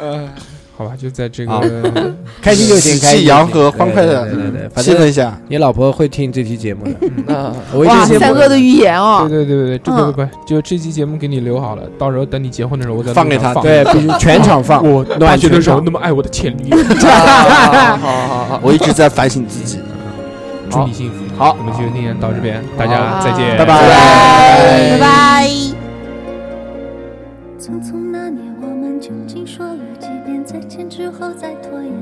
[SPEAKER 7] 呃，
[SPEAKER 1] 好吧，就在这
[SPEAKER 4] 啊
[SPEAKER 1] 个
[SPEAKER 2] *laughs* 开心就行，
[SPEAKER 4] 喜
[SPEAKER 2] 开心
[SPEAKER 4] 气
[SPEAKER 2] 就
[SPEAKER 4] 洋
[SPEAKER 2] 行
[SPEAKER 4] 河，欢快
[SPEAKER 2] 对
[SPEAKER 4] 嗯
[SPEAKER 2] 对对对
[SPEAKER 4] 的
[SPEAKER 2] 对反
[SPEAKER 4] 气氛
[SPEAKER 2] 正
[SPEAKER 4] 下，
[SPEAKER 2] 你老婆会听这期节目的，
[SPEAKER 7] 啊，
[SPEAKER 2] *laughs* 我一
[SPEAKER 3] 哇，
[SPEAKER 2] 直
[SPEAKER 3] 三哥的预言哦
[SPEAKER 1] 对，对对对对，这个
[SPEAKER 3] 嗯
[SPEAKER 1] 不不，就这期节目给你留好了，到时候等你结婚的时候我再
[SPEAKER 4] 放
[SPEAKER 1] 路
[SPEAKER 4] 给
[SPEAKER 1] 上
[SPEAKER 4] 他
[SPEAKER 1] 放。
[SPEAKER 2] 对，必须全场放。
[SPEAKER 1] 我大学的时候
[SPEAKER 2] 全场
[SPEAKER 1] 那么爱我的前女友，
[SPEAKER 7] 好好好好，
[SPEAKER 4] 我一直在反省自己。
[SPEAKER 1] 祝你幸福。
[SPEAKER 7] 好
[SPEAKER 1] 我们就今天到这边，大家
[SPEAKER 6] 好
[SPEAKER 1] 再见，
[SPEAKER 6] 拜
[SPEAKER 4] 拜
[SPEAKER 3] 拜拜。
[SPEAKER 8] 匆匆那年，我们究竟说了几遍再见之后再拖延？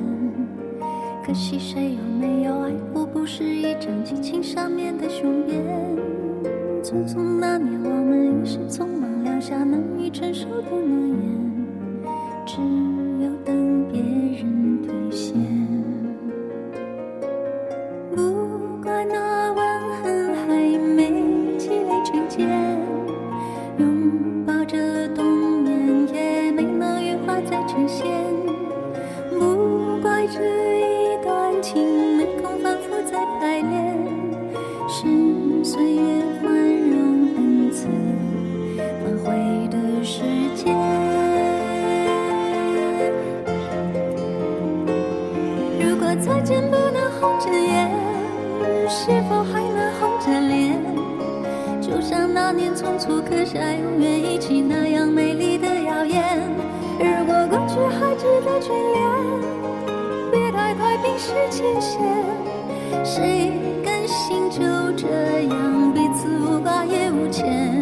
[SPEAKER 8] 可惜谁又没有爱过，不是一张激情上面的雄辩。匆匆那年，我们一时匆忙撂下难以承受的诺言，只有等别人兑现。不管那吻痕还没积累成茧。拥抱着冬眠，也没能羽化再成仙。不怪这一段情没空反复再排练，是岁月宽容恩赐，挽回的时间。如果再见不能红着眼，是否还能红着脸？就像那年匆促刻下永远一起那样美丽的谣言。如果过去还值得眷恋，别太快冰释前嫌。谁甘心就这样彼此无挂也无牵？